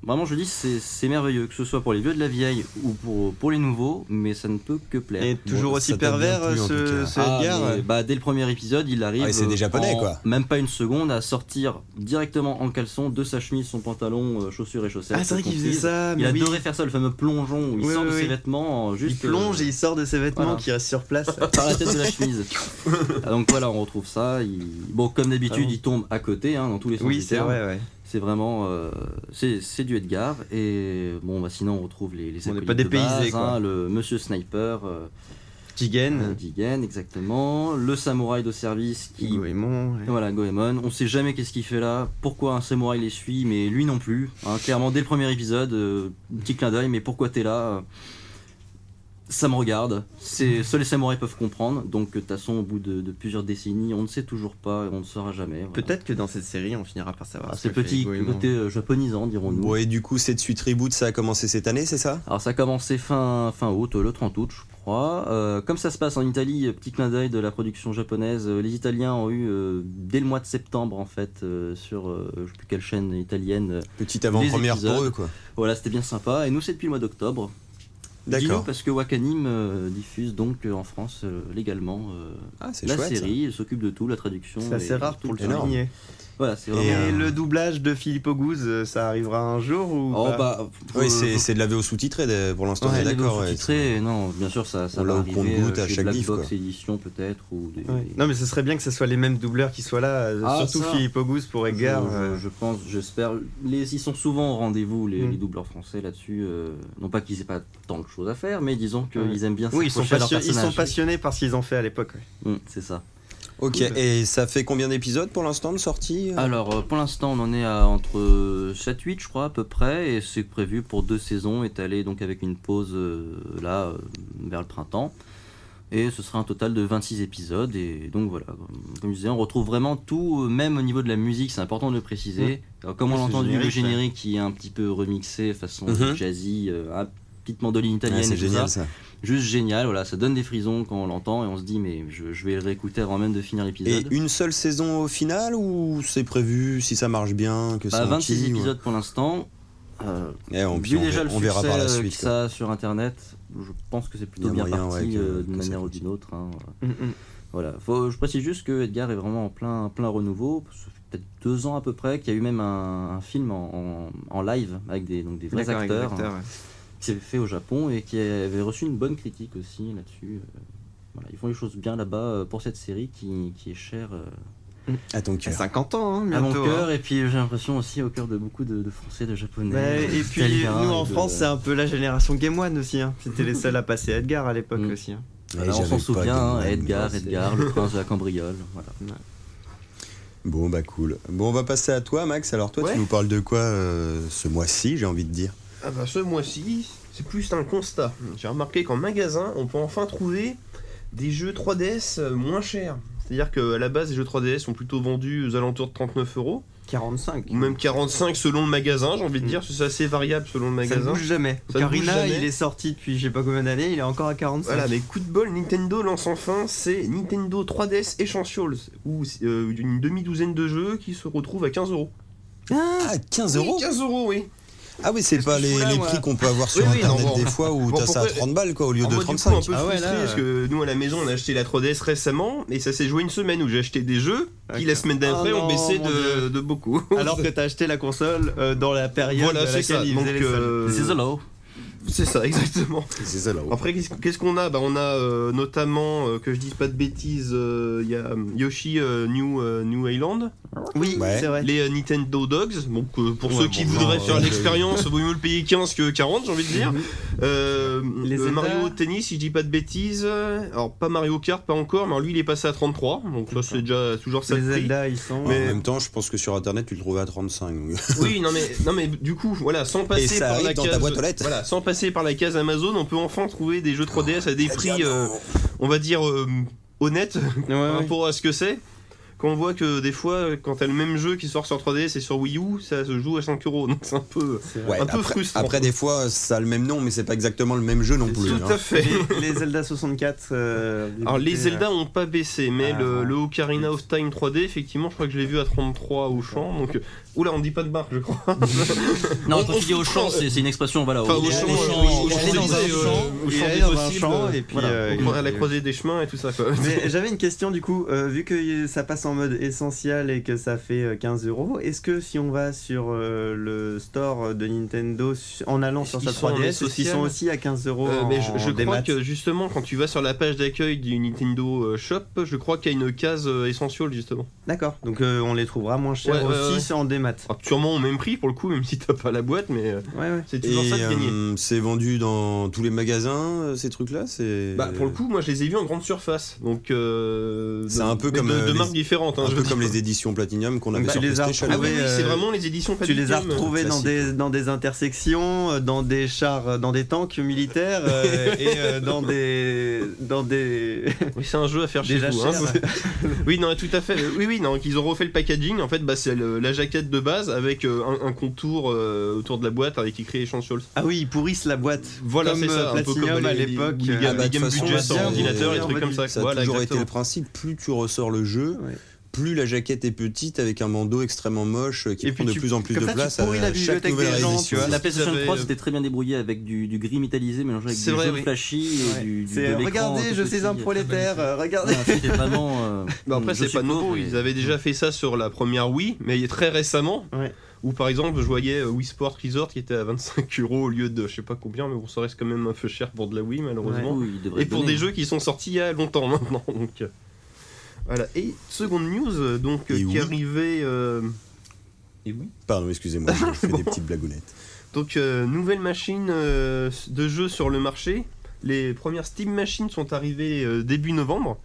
Speaker 2: vraiment, je dis, c'est c'est merveilleux que ce soit pour les vieux de la vieille ou pour pour les nouveaux, mais ça ne peut que plaire.
Speaker 3: Et toujours
Speaker 1: Bon,
Speaker 3: aussi
Speaker 1: ça t'a bien
Speaker 3: pervers
Speaker 1: plu, en tout
Speaker 3: ce,
Speaker 1: cas.
Speaker 3: ce
Speaker 2: Ah,
Speaker 3: Edgar.
Speaker 2: mais, bah, dès le premier épisode, il arrive.
Speaker 1: Ah, et c'est
Speaker 2: euh,
Speaker 1: des Japonais,
Speaker 2: en
Speaker 1: quoi.
Speaker 2: Même pas une seconde à sortir directement en caleçon de sa chemise, son pantalon, euh, chaussures et chaussettes.
Speaker 3: Ah, c'est vrai qu'il faisait
Speaker 2: comprises.
Speaker 3: ça.
Speaker 2: Il
Speaker 3: mais oui.
Speaker 2: adorait faire ça, le fameux plongeon où il
Speaker 3: Oui,
Speaker 2: sort de
Speaker 3: oui,
Speaker 2: ses
Speaker 3: oui.
Speaker 2: vêtements en
Speaker 3: Il
Speaker 2: juste.
Speaker 3: plonge
Speaker 2: euh,
Speaker 3: et il sort de ses vêtements
Speaker 2: voilà.
Speaker 3: qui restent sur place.
Speaker 2: par la tête de
Speaker 3: [LAUGHS]
Speaker 2: la chemise. Ah, Donc voilà, on retrouve ça. il- Bon, comme d'habitude,
Speaker 3: Ah bon.
Speaker 2: il tombe à côté, hein, dans tous les sens.
Speaker 3: oui,
Speaker 2: du
Speaker 3: c'est
Speaker 2: terme.
Speaker 3: vrai, ouais.
Speaker 2: C'est vraiment. euh, c'est c'est du Edgar. Et bon, bah, sinon, on retrouve les. les
Speaker 3: On n'est
Speaker 2: acolytes
Speaker 3: pas
Speaker 2: de
Speaker 3: dépaysés,
Speaker 2: base,
Speaker 3: quoi. Hmm.
Speaker 2: hein, le monsieur sniper, euh,
Speaker 3: Jigen.
Speaker 2: Jigen, exactement. Le samouraï de service qui.
Speaker 3: Goemon, ouais.
Speaker 2: Voilà, Goemon, on sait jamais qu'est-ce qu'il fait là, pourquoi un samouraï les suit, mais lui non plus. hein. clairement, dès le premier épisode, euh, petit clin d'œil, mais pourquoi t'es là euh, Ça me regarde.
Speaker 3: Mm.
Speaker 2: C'est Seuls les samouraïs peuvent comprendre, donc de toute façon, au bout de, de plusieurs décennies, on ne sait toujours pas et on ne saura jamais. voilà.
Speaker 3: Peut-être que dans cette série, on finira par savoir.
Speaker 2: Ah,
Speaker 3: ce
Speaker 2: C'est
Speaker 3: que fait
Speaker 2: petit
Speaker 3: Goemon.
Speaker 2: côté euh, japonisant, dirons-nous.
Speaker 1: Bon et du coup cette suite reboot ça a commencé cette année c'est ça
Speaker 2: Alors ça a commencé fin, fin août, euh, le 30 août je crois. Euh, comme ça se passe en Italie, euh, petit clin d'œil de la production japonaise, euh, les Italiens ont eu euh, dès le mois de septembre en fait euh, sur euh, je sais plus quelle chaîne italienne. euh,
Speaker 1: Petite avant-première
Speaker 2: épisodes.
Speaker 1: pour eux quoi.
Speaker 2: Voilà c'était bien sympa et nous c'est depuis le mois d'octobre. Dis-nous,
Speaker 1: D'accord.
Speaker 2: parce que Wakanim euh, diffuse donc euh, en France euh, légalement euh,
Speaker 1: Ah c'est
Speaker 2: la
Speaker 1: chouette. ça.
Speaker 2: série, il s'occupe de tout, la traduction.
Speaker 3: C'est assez
Speaker 2: et
Speaker 3: rare
Speaker 2: tout
Speaker 3: pour le
Speaker 1: énorme.
Speaker 3: souligner.
Speaker 2: Voilà c'est
Speaker 1: Et,
Speaker 2: vraiment...
Speaker 3: Et
Speaker 1: euh,
Speaker 3: le doublage de Philippe Auguste, euh, ça arrivera un jour ou
Speaker 2: Oh
Speaker 3: pas
Speaker 2: bah,
Speaker 1: Oui
Speaker 2: euh,
Speaker 1: c'est c'est de la VO sous-titrée de- pour l'instant. on est
Speaker 2: Ouais, les
Speaker 1: d'accord.
Speaker 2: deux
Speaker 1: ouais.
Speaker 2: sous-titrés, non, bien sûr, ça, ça
Speaker 1: On
Speaker 2: va
Speaker 1: l'a au
Speaker 2: arriver
Speaker 1: compte-goutte
Speaker 2: euh,
Speaker 1: à
Speaker 2: chez
Speaker 1: chaque gif,
Speaker 2: Blackbox
Speaker 1: quoi.
Speaker 2: édition peut-être ou des-
Speaker 3: Ouais. Non mais ce serait bien que ce soit les mêmes doubleurs qui soient là, euh,
Speaker 2: Ah,
Speaker 3: surtout
Speaker 2: ça.
Speaker 3: Philippe Auguste pour Edgar.
Speaker 2: Je-
Speaker 3: euh,
Speaker 2: Je, je pense, j'espère. Les, ils sont souvent au rendez-vous, les,
Speaker 3: Mm.
Speaker 2: les doubleurs français là-dessus. euh, non pas qu'ils aient pas tant de choses à faire, mais disons qu'ils
Speaker 3: Ouais.
Speaker 2: aiment bien
Speaker 3: Oui, ils sont,
Speaker 2: s'accrocher à leur
Speaker 3: passion- ils sont
Speaker 2: personnage.
Speaker 3: passionnés par ce qu'ils ont fait à l'époque. ouais.
Speaker 2: Mm, c'est ça.
Speaker 1: Ok
Speaker 3: Cool.
Speaker 1: et ça fait combien d'épisodes pour l'instant de sortie
Speaker 2: Alors, euh, pour l'instant, on en est à entre 7-8, je crois, à peu près, et c'est prévu pour deux saisons étalées, donc avec une pause euh, là, euh, vers le printemps. Et ce sera un total de 26 épisodes, et donc voilà, comme comme je disais, on retrouve vraiment tout, euh, même au niveau de la musique, c'est important de le préciser. Alors, comme on
Speaker 3: Oui,
Speaker 2: l'a
Speaker 3: c'est
Speaker 2: entendu, le
Speaker 3: générique, ouais.
Speaker 2: générique qui est un petit peu remixé façon
Speaker 1: Mhm.
Speaker 2: jazzy, euh, un petite mandoline
Speaker 1: Ah,
Speaker 2: italienne, et
Speaker 1: C'est
Speaker 2: tout
Speaker 1: génial
Speaker 2: ça.
Speaker 1: ça.
Speaker 2: juste génial, voilà, ça donne des frisons quand on l'entend, et on se dit, mais je, je vais le réécouter avant même de finir
Speaker 1: Et
Speaker 2: l'épisode.
Speaker 1: une seule saison au final ou c'est prévu si ça marche bien que
Speaker 2: Bah,
Speaker 1: ça
Speaker 2: 26
Speaker 1: enquille, ou-
Speaker 2: épisodes pour l'intant. Euh,
Speaker 1: Eh, on,
Speaker 2: Vu
Speaker 1: puis on
Speaker 2: déjà
Speaker 1: ver-
Speaker 2: le
Speaker 1: on verra
Speaker 2: succès,
Speaker 1: par la
Speaker 2: euh,
Speaker 1: suite.
Speaker 2: que
Speaker 1: quoi.
Speaker 2: ça a sur internet, je pense que c'est plutôt
Speaker 1: Il y a
Speaker 2: bien
Speaker 1: moyen,
Speaker 2: parti
Speaker 1: ouais, que-
Speaker 2: euh, d'une
Speaker 1: que ça
Speaker 2: manière ou
Speaker 1: continue.
Speaker 2: d'une autre. hein, voilà. Voilà. Faut- je précise juste que Edgar est vraiment en plein, plein renouveau. Ça fait Peut-être deux ans à peu près qu'il y a eu même un, un film en, en- en live avec des, donc des vrais
Speaker 3: D'accord, avec
Speaker 2: acteurs
Speaker 3: les acteurs,
Speaker 2: hein,
Speaker 3: ouais.
Speaker 2: qui s'est fait au Japon et qui avait reçu une bonne critique aussi là-dessus. Euh, voilà, ils font les choses bien là-bas euh, pour cette série qui, qui est chère euh,
Speaker 1: À ton
Speaker 3: À
Speaker 5: Ah,
Speaker 1: cœur.
Speaker 3: 50 ans, hein,
Speaker 2: à
Speaker 3: bientôt.
Speaker 2: mon
Speaker 3: hein.
Speaker 2: cœur et puis j'ai l'impression aussi au cœur de beaucoup de, de Français, de Japonais.
Speaker 5: Bah,
Speaker 3: Ouais,
Speaker 2: euh,
Speaker 3: et puis
Speaker 2: d'Italiens,
Speaker 3: nous en
Speaker 2: et de-
Speaker 3: France, c'est un peu la génération Game One aussi. hein.
Speaker 5: [LAUGHS]
Speaker 3: C'était les seuls à passer Edgar à l'époque
Speaker 2: Mm.
Speaker 3: aussi. hein.
Speaker 2: Voilà,
Speaker 1: Et
Speaker 2: on
Speaker 1: j'avais
Speaker 2: s'en
Speaker 1: pas
Speaker 2: souvient,
Speaker 1: de
Speaker 2: hein,
Speaker 1: nom.
Speaker 2: Edgar,
Speaker 3: c'est-
Speaker 2: Edgar, le prince de la cambriole. Voilà.
Speaker 1: Bon, bah cool. Bon, on va passer à toi, Max. Alors, toi,
Speaker 5: Ouais.
Speaker 1: tu nous parles de quoi euh, ce mois-ci, j'ai envie de dire
Speaker 5: Ah bah ce mois-ci, c'est plus un constat. J'ai remarqué qu'en magasin, on peut enfin trouver des jeux 3DS euh, moins chers. C'est-à-dire qu'à la base, les jeux 3DS sont plutôt vendus aux alentours de 39 euros,
Speaker 3: 45.
Speaker 5: ou même 45 selon le magasin, j'ai envie de dire, parce que c'est assez variable selon le
Speaker 3: Ça ne
Speaker 5: magasin.
Speaker 3: bouge jamais.
Speaker 5: Ça ne bouge
Speaker 3: Karina,
Speaker 5: jamais.
Speaker 3: il est sorti depuis je sais pas combien d'années, il est encore à 45.
Speaker 5: Voilà, mais coup de bol, Nintendo lance enfin, c'est Nintendo 3DS Essentials, où euh, une demi-douzaine de jeux qui se retrouvent à 15 euros.
Speaker 1: Ah, 15 euros
Speaker 5: Oui, 15 euros, oui.
Speaker 1: Ah oui, c'est
Speaker 3: Parce
Speaker 1: pas
Speaker 3: que
Speaker 1: les,
Speaker 3: celui-là,
Speaker 1: les
Speaker 3: moi-
Speaker 1: prix qu'on peut avoir sur
Speaker 5: Oui, oui,
Speaker 1: Internet
Speaker 5: non, bon.
Speaker 1: des fois où
Speaker 5: Bon,
Speaker 1: t'as ça à
Speaker 5: pourquoi-
Speaker 1: 30 balles, quoi, au lieu
Speaker 5: En
Speaker 1: de
Speaker 5: mode, du coup, un
Speaker 1: 35.
Speaker 5: peu
Speaker 3: Ah ouais,
Speaker 5: frustré,
Speaker 3: là,
Speaker 5: parce que nous à la maison on a acheté la 3DS récemment et ça s'est joué une semaine où j'ai acheté des jeux qui
Speaker 3: D'accord.
Speaker 5: la semaine d'après
Speaker 3: Oh
Speaker 5: ont
Speaker 3: non,
Speaker 5: baissé
Speaker 3: mon
Speaker 5: de,
Speaker 3: Dieu.
Speaker 5: de beaucoup. [LAUGHS]
Speaker 3: Alors que t'as acheté la console euh, dans la période
Speaker 5: voilà,
Speaker 3: à
Speaker 5: c'est
Speaker 3: laquelle
Speaker 5: ça.
Speaker 3: il
Speaker 5: Donc,
Speaker 3: faisait les soldes.
Speaker 5: euh,
Speaker 2: This is a law.
Speaker 5: c'est ça, exactement.
Speaker 1: C'est ça, là-haut.
Speaker 5: Après, qu'est-ce qu'est-ce qu'on a bah, On a euh, notamment, euh, que je dise pas de bêtises, euh, il y a euh, Yoshi euh, New, euh, New Island,
Speaker 3: Oui,
Speaker 1: Ouais.
Speaker 3: c'est vrai.
Speaker 5: les euh, Nintendo Dogs, donc euh, pour
Speaker 3: Ouais,
Speaker 5: ceux
Speaker 3: bon,
Speaker 5: qui
Speaker 3: non,
Speaker 5: voudraient
Speaker 1: euh,
Speaker 5: faire
Speaker 1: je-
Speaker 5: l'expérience, vaut mieux le payer 15 que 40, j'ai envie de
Speaker 3: [LAUGHS]
Speaker 5: dire. Euh,
Speaker 3: Les
Speaker 5: le
Speaker 3: Zelda.
Speaker 5: Mario Tennis, si je dis pas de bêtises, euh, alors pas Mario Kart, pas encore, mais alors, lui il est passé à 33, donc là c'est déjà toujours ça
Speaker 3: Les
Speaker 5: de prix.
Speaker 3: Zelda, ils sont. euh,
Speaker 1: En
Speaker 5: mais-
Speaker 1: même temps, je pense que sur Internet, tu le trouves à 35. donc.
Speaker 5: Oui, non mais, non mais du coup, voilà, sans passer
Speaker 1: Et ça
Speaker 5: par
Speaker 1: arrive
Speaker 5: la
Speaker 1: dans
Speaker 5: case,
Speaker 1: ta boîte aux lettres.
Speaker 5: voilà, sans passer par la case Amazon, on peut enfin trouver des jeux 3DS à des
Speaker 1: Oh,
Speaker 5: prix, euh, on va dire euh, honnêtes
Speaker 3: Ouais,
Speaker 5: par
Speaker 3: ouais.
Speaker 5: rapport à ce que c'est. Quand on voit que des fois, quand t'as le même jeu qui sort sur 3DS et sur Wii U, ça se joue à 5 euros, [LAUGHS] donc c'est un peu,
Speaker 3: C'est vrai.
Speaker 1: Ouais,
Speaker 5: un peu
Speaker 1: après,
Speaker 5: frustrant.
Speaker 1: après, des fois, ça a le même nom, mais c'est pas exactement le même jeu non plus.
Speaker 5: Tout
Speaker 1: hein.
Speaker 5: à fait.
Speaker 3: Les, les Zelda 64. euh,
Speaker 5: Alors les
Speaker 3: débutés,
Speaker 5: Zelda ont pas baissé, mais
Speaker 3: Ah,
Speaker 5: le,
Speaker 3: bon.
Speaker 5: le Ocarina of Time 3D, effectivement, je crois que je l'ai vu à 33 au champ. Donc, euh, oula, on dit pas de marque, je crois.
Speaker 2: Non,
Speaker 5: on-
Speaker 2: quand
Speaker 5: on
Speaker 2: tu dis
Speaker 5: se
Speaker 2: au champ,
Speaker 5: prend-
Speaker 2: c'est c'est une expression, voilà.
Speaker 5: Enfin,
Speaker 2: au-
Speaker 5: au
Speaker 3: est
Speaker 5: champ,
Speaker 3: allé
Speaker 5: euh,
Speaker 3: dans-
Speaker 5: au
Speaker 3: il est
Speaker 5: champ
Speaker 3: allé
Speaker 5: des
Speaker 3: dans
Speaker 5: possibles, euh, au champ des
Speaker 3: un champ, il est allé dans un
Speaker 5: possibles,
Speaker 3: champ,
Speaker 5: euh,
Speaker 3: et puis,
Speaker 5: voilà,
Speaker 3: euh,
Speaker 5: on
Speaker 3: il-
Speaker 5: va à la croisée des chemins et tout ça. quoi.
Speaker 3: Mais j'avais une question du coup, euh, vu que ça passe en mode essentiel et que ça fait euh, 15 euros, est-ce que si on va sur euh, le store de Nintendo su- en allant
Speaker 5: Est-ce
Speaker 3: sur
Speaker 5: qu'ils
Speaker 3: sa
Speaker 5: sont en
Speaker 3: 3DS, est-ce qu'ils
Speaker 5: essentiel
Speaker 3: sont aussi à 15 euros
Speaker 5: Euh, mais je,
Speaker 3: en-
Speaker 5: je
Speaker 3: en
Speaker 5: crois
Speaker 3: démat
Speaker 5: que justement, quand tu vas sur la page d'accueil du Nintendo euh, Shop, je crois qu'il y a une case euh, essentielle justement.
Speaker 3: D'accord, donc euh, on les trouvera moins chers
Speaker 5: Ouais, ouais,
Speaker 3: aussi
Speaker 5: ouais.
Speaker 3: c'est en démat.
Speaker 5: Alors, sûrement au même prix pour le coup, même si t'as pas la boîte, mais euh,
Speaker 3: Ouais, ouais.
Speaker 5: c'est
Speaker 1: Et
Speaker 5: toujours ça de gagner.
Speaker 1: euh, c'est vendu dans tous les magasins, euh, ces trucs-là c'est...
Speaker 5: Bah, pour le coup, moi je les ai vus en grande surface, donc euh,
Speaker 1: euh, C'est
Speaker 5: de-
Speaker 1: un peu
Speaker 5: mais
Speaker 1: comme,
Speaker 5: de,
Speaker 1: euh,
Speaker 5: de
Speaker 1: les-
Speaker 5: marques différentes. hein,
Speaker 1: Un
Speaker 5: je
Speaker 1: peu
Speaker 5: veux
Speaker 1: comme
Speaker 5: dire.
Speaker 1: les éditions Platinum qu'on avait
Speaker 3: Bah,
Speaker 1: sur
Speaker 3: tu les as
Speaker 1: PlayStation.
Speaker 5: Ah oui, oui,
Speaker 3: Ouais,
Speaker 5: c'est
Speaker 3: euh,
Speaker 5: vraiment les éditions
Speaker 3: Tu les as
Speaker 5: Platinum.
Speaker 3: retrouvés dans
Speaker 1: Classique,
Speaker 3: des, dans des intersections, euh, dans des chars, euh, dans des tanks militaires
Speaker 5: [LAUGHS]
Speaker 3: euh, et euh, dans des. dans des.
Speaker 5: Oui, c'est un jeu à
Speaker 3: [LAUGHS]
Speaker 5: faire chez
Speaker 3: Déjà
Speaker 5: vous. hein.
Speaker 3: cher.
Speaker 5: [LAUGHS] oui, non, tout à fait. Euh, Oui, oui, non, qu'ils ont refait le packaging. En fait, bah, c'est le- la jaquette de base avec euh, un, un contour euh, autour de la boîte avec écrit Essentials.
Speaker 3: Ah oui, ils pourrissent la boîte.
Speaker 5: Voilà,
Speaker 3: Comme,
Speaker 5: c'est
Speaker 3: euh,
Speaker 5: ça, un peu
Speaker 3: Platinum
Speaker 5: comme
Speaker 3: à
Speaker 5: les-
Speaker 3: l'époque. euh,
Speaker 5: les
Speaker 1: Ah
Speaker 5: gammes-
Speaker 1: bah,
Speaker 5: les
Speaker 1: de
Speaker 5: gammes
Speaker 1: toute façon,
Speaker 5: budget
Speaker 1: on
Speaker 5: sur
Speaker 1: va dire,
Speaker 5: ordinateur et
Speaker 1: on
Speaker 5: trucs
Speaker 3: va
Speaker 5: comme
Speaker 3: dire
Speaker 5: ça.
Speaker 1: Ça a
Speaker 5: Voilà,
Speaker 1: toujours été
Speaker 5: exactement.
Speaker 1: le principe. Plus tu ressors le jeu,
Speaker 3: Ouais.
Speaker 1: plus la jaquette est petite avec un bandeau extrêmement moche euh, qui
Speaker 3: Et
Speaker 1: prend de
Speaker 3: puis tu-
Speaker 1: plus en plus
Speaker 3: comme
Speaker 1: de
Speaker 3: ça, tu
Speaker 1: place
Speaker 3: pourris la
Speaker 1: à chaque
Speaker 3: bibliothèque
Speaker 1: nouvelle
Speaker 3: des gens,
Speaker 1: réalisation.
Speaker 3: tu vois.
Speaker 2: La PlayStation
Speaker 5: avait-
Speaker 2: 3 c'était très bien débrouillé avec du, du gris métallisé mélangé avec
Speaker 5: euh, C'est
Speaker 2: du
Speaker 5: vrai,
Speaker 2: jeu
Speaker 5: oui.
Speaker 2: flashy et du, du- de
Speaker 3: C'est
Speaker 2: l'écran
Speaker 3: regardez,
Speaker 2: tout
Speaker 3: je
Speaker 2: petit.
Speaker 3: suis un prolétaire, euh,
Speaker 2: Ouais,
Speaker 3: regardez.
Speaker 2: C'était vraiment. euh,
Speaker 5: [LAUGHS] Bah, après,
Speaker 2: je
Speaker 5: c'est
Speaker 2: suis
Speaker 5: pas nouveau.
Speaker 2: pauvre et-
Speaker 5: Ils avaient déjà fait ça sur la première Wii, mais il est très récemment.
Speaker 3: Ouais.
Speaker 5: Où par exemple, je voyais euh, Wii Sport Resort qui était à 25 euros au lieu de je sais pas combien, mais bon, ça reste quand même un peu cher pour de la Wii, malheureusement.
Speaker 2: Oui, ils devraient hein.
Speaker 5: Et pour
Speaker 2: donner.
Speaker 5: des jeux qui sont sortis il y a longtemps [LAUGHS] maintenant. Donc, euh, voilà. Et seconde news, euh, donc, euh,
Speaker 1: Et
Speaker 5: qui
Speaker 1: oui.
Speaker 5: est arrivée. euh,
Speaker 1: Pardon, excusez-moi, je fais des petites
Speaker 3: [LAUGHS]
Speaker 1: blagounettes.
Speaker 5: donc, euh, nouvelle machine euh, de jeu sur le marché. Les premières Steam Machines sont arrivées euh, début novembre.